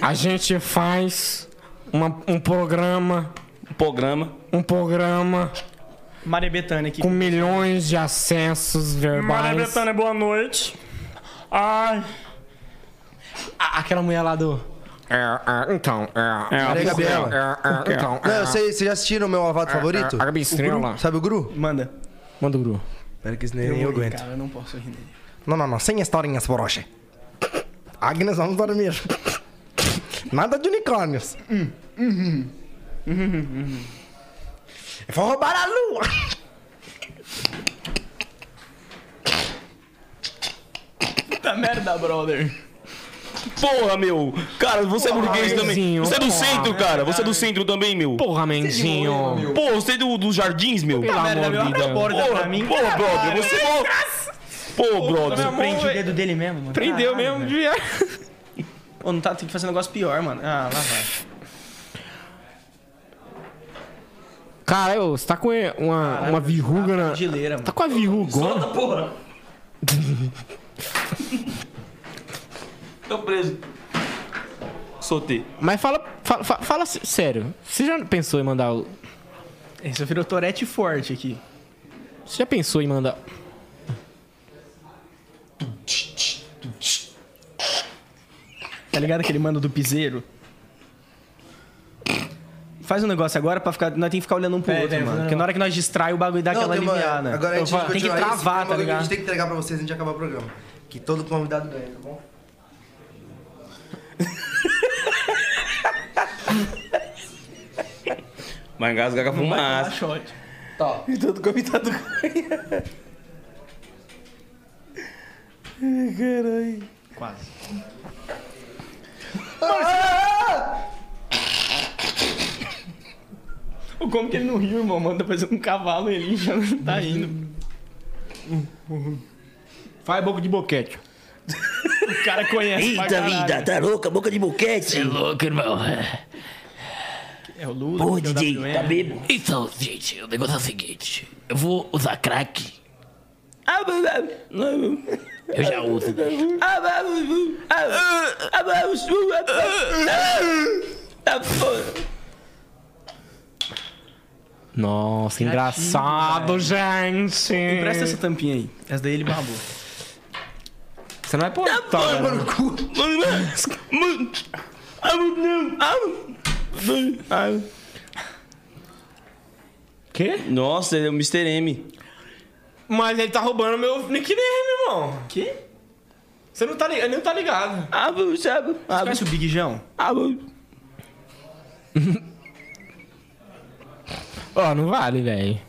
A gente faz uma- um programa, Programa. um programa Maria Bethânia aqui. com milhões de acessos verbais. boa noite. Ah, Aquela mulher lá do. É, é, então, é. Maria Gabriela. é, Uhum. é, então, Não, é, eu sei, vocês já assistiram o meu avado favorito? Ah, A Gabi Estrela. Sabe o Gru? Manda. Manda o Gru. Pera que isso nem eu aguento. Cara, eu não posso rir dele. Não, não, não. Sem historinhas, broche. Agnes, vamos dormir. Nada de unicórnios. Eu vou roubar a lua. Puta Tá merda, brother. Porra, meu. Cara, você é burguês também. Luizinho, Você é do porra. centro, cara. Você é do centro também, meu. Porra, Menzinho. Pô, você é do, dos jardins, meu. Pelo merda, meu, amor de abre Deus. a porta pra mim. Pô, brother, você é louco. Pô, brother. Prende o dedo dele mesmo, mano. Prendeu Caralho, mesmo, velho. viado. Ô, não tá, tem que fazer um negócio pior, mano. Ah, lá vai. Cara, ô, você tá com uma, uma verruga na. Gileira, mano. Tá com a verrugona. Tô preso. Soltei. Mas fala, fala, fala, fala sé- sério. Você já pensou em mandar o. Esse virou Torete forte aqui. Você já pensou em mandar. Tá ligado aquele mano do piseiro? Faz um negócio agora pra ficar. Nós tem que ficar olhando um pro outro, mano. Porque na hora que nós distrai, o bagulho dá aquela uma- aliviada. Agora a gente tem que continuar isso, travar, tem um tá bagulho que A gente ligado? tem que entregar pra vocês antes de acabar o programa. Que todo convidado ganha, tá bom? Vai engasgar com a fumaça. E todo convidado ganha. Ai, Caralho. Quase. Ô, Como que ele não riu, irmão? Manda fazer um cavalo ele já não tá indo. Faz boca de boquete. O cara conhece. pra caralho. tá louca? Boca de boquete. Louco, irmão. É o Lula. que é o WM. bebo. Então, gente, o negócio é o seguinte. Eu vou usar crack. Eu já uso. Tá, Nossa, engraçado, gente. Presta essa tampinha aí. Essa daí ele babou. Você não vai pôr. Tá, cara. Ah, Quê? Nossa, ele é o Mr. M. Mas ele tá roubando meu nickname, irmão. Que? Você não tá ligado, ele não tá ligado. Ah, bu, sabe? Você conhece o Big Jão? Ah, bu. Ó, não vale, velho.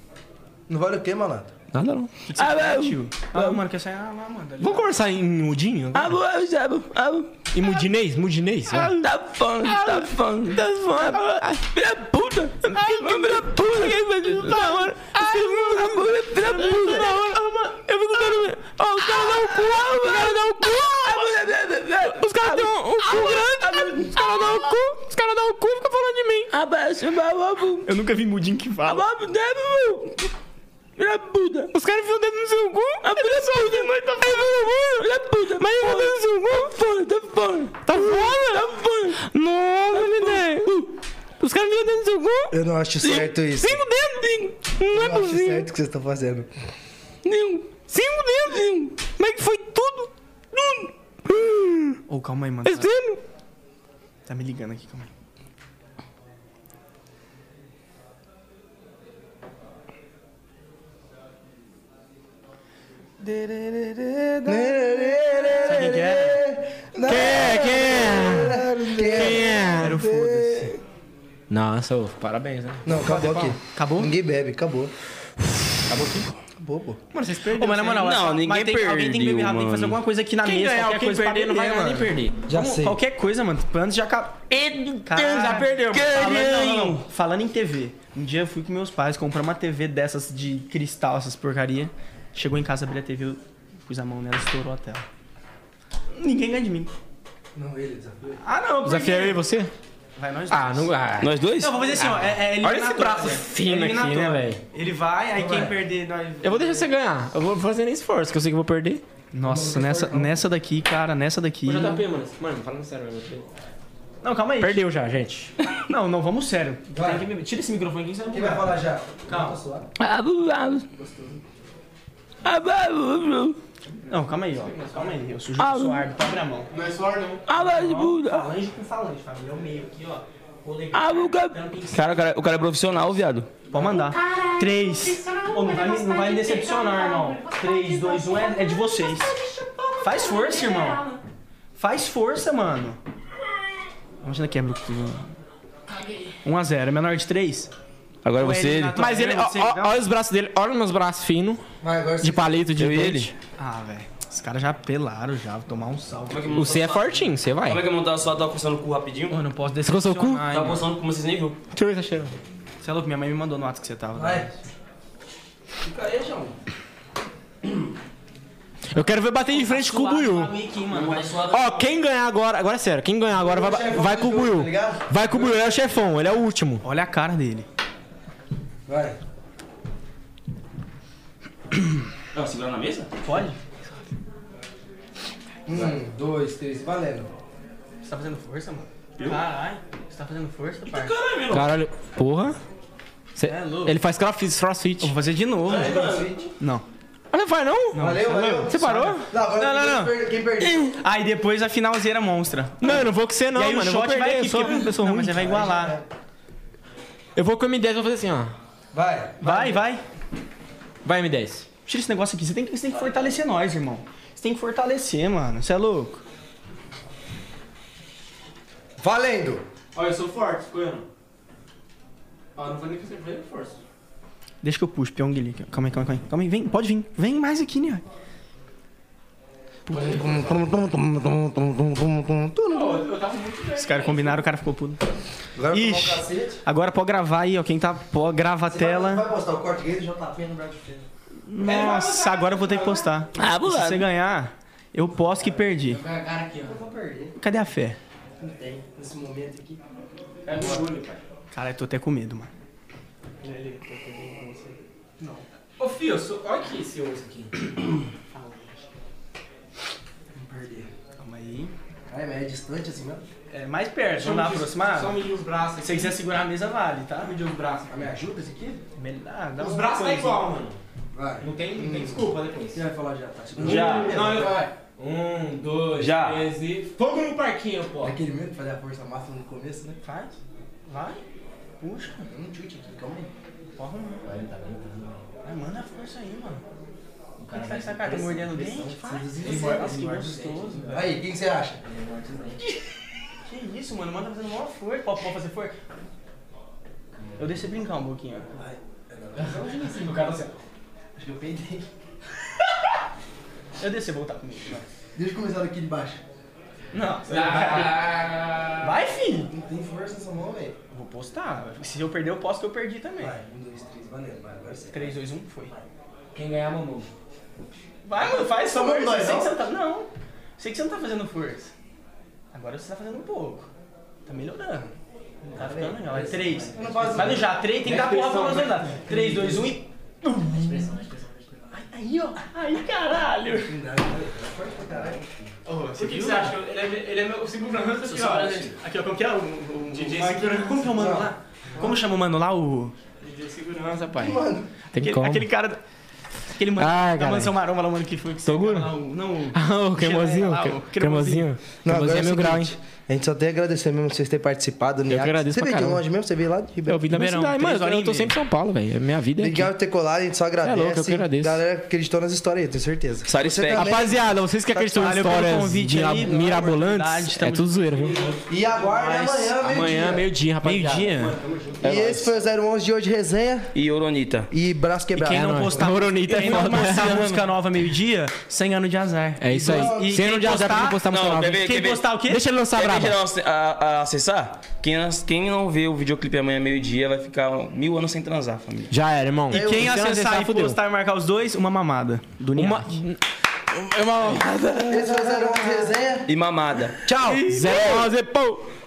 Não vale o quê, malandro? Nada não. O que que você quer, tio? Ah, mano, quer sair? Ah, lá, mano. ali. Vamos conversar em mudinho? Ah, bu, ah, bu, sabe? Ah, bu. Em mudinês? Mudinês? é. vai. Tá fã, tá fã, tá fã. Filha da puta. Filha da puta. Da hora. Filha da puta. Da hora. Eu fico dando... Ó, os caras dão o cu. Os caras dão o cu. Os caras dão o cu grande. Os caras dão o cu. Os caras dão o cu e ficam falando de mim. Abaixa, bababu. Eu nunca vi mudinho que fala. Vamos, deve, Filha puta. Os caras enfiam o dedo no seu cu? A filha puta. Filha puta. Mas eu vou dando seu cu. Fora, tá fora. Tá foda? Tá fora. Nossa, me deu. Os caras enfiam o dedo no seu cu? Eu não acho certo isso. Cinco dedos? Não é Eu não acho possível. certo o que vocês estão fazendo. Nenhum. Cinco dedos? Mas que foi Ô, calma aí, mano. Tá, Entendo. tá me ligando aqui, calma aí. Sabe quem que era? Quem é? Quem é? Quem é? Era o foda-se. Nossa, ô. Parabéns, né? Não, acabou aqui. Acabou? Ninguém bebe, acabou. Acabou aqui? Acabou, pô. Mano, vocês perderam. mas na moral, Não, essa- ninguém mas tem- Alguém tem que beber perdeu, rápido, tem que fazer mano. alguma coisa aqui na Quem mesa. ganhar, qualquer quem coisa pra perder, né, não vai ganhar nem perder. Já Vamos- sei. Qualquer coisa, mano. Tipo, Antes de acabar. Caralho. já perdeu. Falando, não, não, não. Falando em TV, um dia eu fui com meus pais comprar uma TV dessas de cristal, essas porcaria. Chegou em casa, abri a TV, eu pus a mão nela, estourou a tela. Ninguém ganha de mim. Não, ele desafiou. Ah, não, por Desafiei quê? eu e você? Vai nós dois. Ah, não. Ah. Nós dois? Não, vou fazer assim, ó. É, Olha é esse eliminatório, braço velho. fino É aqui, eliminatório. né, velho? Ele vai, aí quem perder, nós. Eu vou deixar você ganhar. Eu vou fazer nem esforço, que eu sei que eu vou perder. Nossa, nessa, nessa daqui, cara, nessa daqui. Ô, JP, mano. Mano, falando sério, meu Não, calma aí. Perdeu já, gente. Não, não, vamos sério. Vai. Tem que- Tira esse microfone aqui, sabe? Quem vai falar já? Calma. Não, calma aí, ó. Calma aí, eu sujo o suar, abre a mão. Não é suor, não. Falange com falange, família. É o meio aqui, ó. Rolei. Tampa em cima. Cara, o cara, o cara é profissional, viado. Pode mandar. Três. Ô, não, vai me, não vai me decepcionar, irmão. Três, dois, um é, é de vocês. Faz força, irmão. Faz força, mano. Imagina quebra o tudo. 1 a 0 é menor de 3? Agora você. ele. Mas ele, ó, ó, olha os braços dele, olha meus braços finos, Vai, agora de palito de Eu e dente. Ah, velho. Os caras já apelaram já, vou tomar um salve. Você é fortinho, você vai. Como é que eu montar a sua tava coçando o cu rapidinho? Eu não posso Você coçou o cu? Ai, Tava mano. coçando como vocês nem viu. Deixa eu ver se cheiro. Você é louco, minha mãe me mandou no WhatsApp que você tava. né? Vai. Fica aí, João. Eu quero ver bater de frente com o Buiu. Ó, quem ganhar agora, agora é sério, quem ganhar agora vai, vai com o tá Buiu. Vai com o Buiu, ele é o chefão, ele é o último. Olha a cara dele. Vai. Não, segurar Tá na mesa? Pode? Um, dois, três, valendo. Você tá fazendo força, mano? Caralho, você tá fazendo força, pai? Caralho, porra. Cê- É ele faz crossfit, Eu crossfit. vou fazer de novo. Não. Ah, não faz não? Valeu, valeu. Você parou? Não, agora Não, não, quem per- Quem perdeu? Aí Ah, depois a finalzeira monstra. Não, eu não vou com você não, e aí mano. o Eu vou shot vai perder, aqui, eu sou, porque- eu sou não, ruim. É, mas você vai igualar. Eu vou com o M10 e vou fazer assim, ó. Vai. Vai, vai. Vai, M10. Tira esse negócio aqui. Você tem, que- você tem que fortalecer nós, irmão. Você tem que fortalecer, mano. Você é louco. Valendo. Olha, eu sou forte, ficou eu. Ó, não vou nem fazer fazer força. Deixa que eu puxo, Pyongyi. Calma aí, calma aí, calma aí. Calma aí, vem, pode vir. Vem mais aqui, né? Os caras combinaram, o cara ficou puto. Agora eu vou Ixi. tomar um cacete. Agora pode gravar aí, ó. Quem tá, pô, grava a Vai, tela. vai postar o corte dele, JP no braço dele. Nossa, agora eu vou ter que postar. Ah, Se você ganhar, eu posso que perdi. Cara aqui, ó. Eu vou perder. Cadê a fé? Não tem. Nesse momento aqui. É no olho, pai. Cara, eu tô até com medo, mano. Ô, fio, eu sou... olha aqui esse osso aqui. Calma aí. Cara, mas é distante assim mesmo? É mais perto, não dá Só aproximado? medir os braços. Se você quiser segurar a mesa, vale, tá? Só medir os braços. Ah, me ajuda esse aqui? Melhor- ah, dá Os uma braços tá coisinha. igual, mano. Vai. Não tem, não tem desculpa depois. Quem vai falar já, tá? Já. Não, eu- Vai. Um, dois, Já. três e... Fogo no parquinho, pô. É aquele mesmo que fazia a força máxima no começo, né? Vai, vai. Puxa, Tem um chute aqui, calma aí. pode arrumar. Mas manda a força aí, mano. O cara faz essa cara, tá mordendo o dente? Faz. Nossa, que gostoso, velho. assim, né? Aí, quem você acha? Que isso, mano? Manda fazendo maior força. Pode pode fazer força? Eu deixo você brincar um pouquinho, ó. Então, O cara assim, ó. Acho que eu peidei. Eu deixo você voltar comigo, vai. Deixa eu começar daqui de baixo. Não, você vai. Vai, filho. Não tem força nessa mão, velho. Eu Vou postar. Se eu perder, eu posto que eu perdi também. Vai, um, dois, três, valendo. Vai, agora você. 3, 2, 1, foi. Quem ganhar, mamou. Vai, mano, faz Só força. vamos nós, Eu sei que não? você não tá. Não. Sei que você não tá fazendo força. Agora você tá fazendo um pouco. Tá melhorando. Tá ficando legal. É 3. Vai no já. 3, tem que dar porra pra um nós andar. 3, 2, 1 e. Aí, ó. Aí, caralho. Não dá, não dá. Forte pra caralho. Você O que você acha? Ele é, ele é meu segundo meu Aqui, ó, gente. Aqui, ó, como que é o. o, o DJ Como que é o mano lá? Como chama o mano lá? O. De segurança, pai. Tem Aquele, como. aquele cara. Aquele mano Ai, da caralho. mansão maromba lá, mano, que foi que você Ah, Toguro? lá, o- Não, o- Ah, o cremosinho? lá, o cre- Cremosinho? Não, agora Cremosinho é mil o grau, hein? seguinte, A gente só tem a agradecer mesmo vocês terem participado. Eu agradeço Você pra veio de caramba. longe mesmo? Você veio lá de Ribeirão? Eu vim da minha cidade, três mano. Agora eu horas tô e sempre em São Paulo, velho. Minha vida é aqui. Obrigado por ter colado, a gente só agradece. louco, eu que agradeçço. Galera acreditou nas histórias aí, eu tenho certeza. Satisfaction. Você também. Rapaziada, vocês que acreditam em Valeu pelo histórias convite mira- aí, pela oportunidade, mirabolantes, é estamos- tudo zoeira, viu? E aguarda amanhã, meio Amanhã, meio-dia, rapaziada. Meio-dia. E esse foi o 011 de hoje, resenha E Oronita. e braço quebrado. Quem não nóis. postar Noronita é quem não foda, né? postar música nova meio-dia, 100 anos de azar. É isso aí. E- Sem e não de azar pra não postar Não, música nova. quer hein? ver? Quem postar o quê? Deixa ele lançar Quer ver brava. geral ac- a- a acessar? Quem, as- quem não vê o videoclipe amanhã meio-dia vai ficar mil anos sem transar, família. Já era, irmão. E quem Se não acessar e fudeu. postar e marcar os dois, uma mamada. Do Niak. Esse foi o 011 resenha. E mamada. Tchau. Zé, Zé, pô.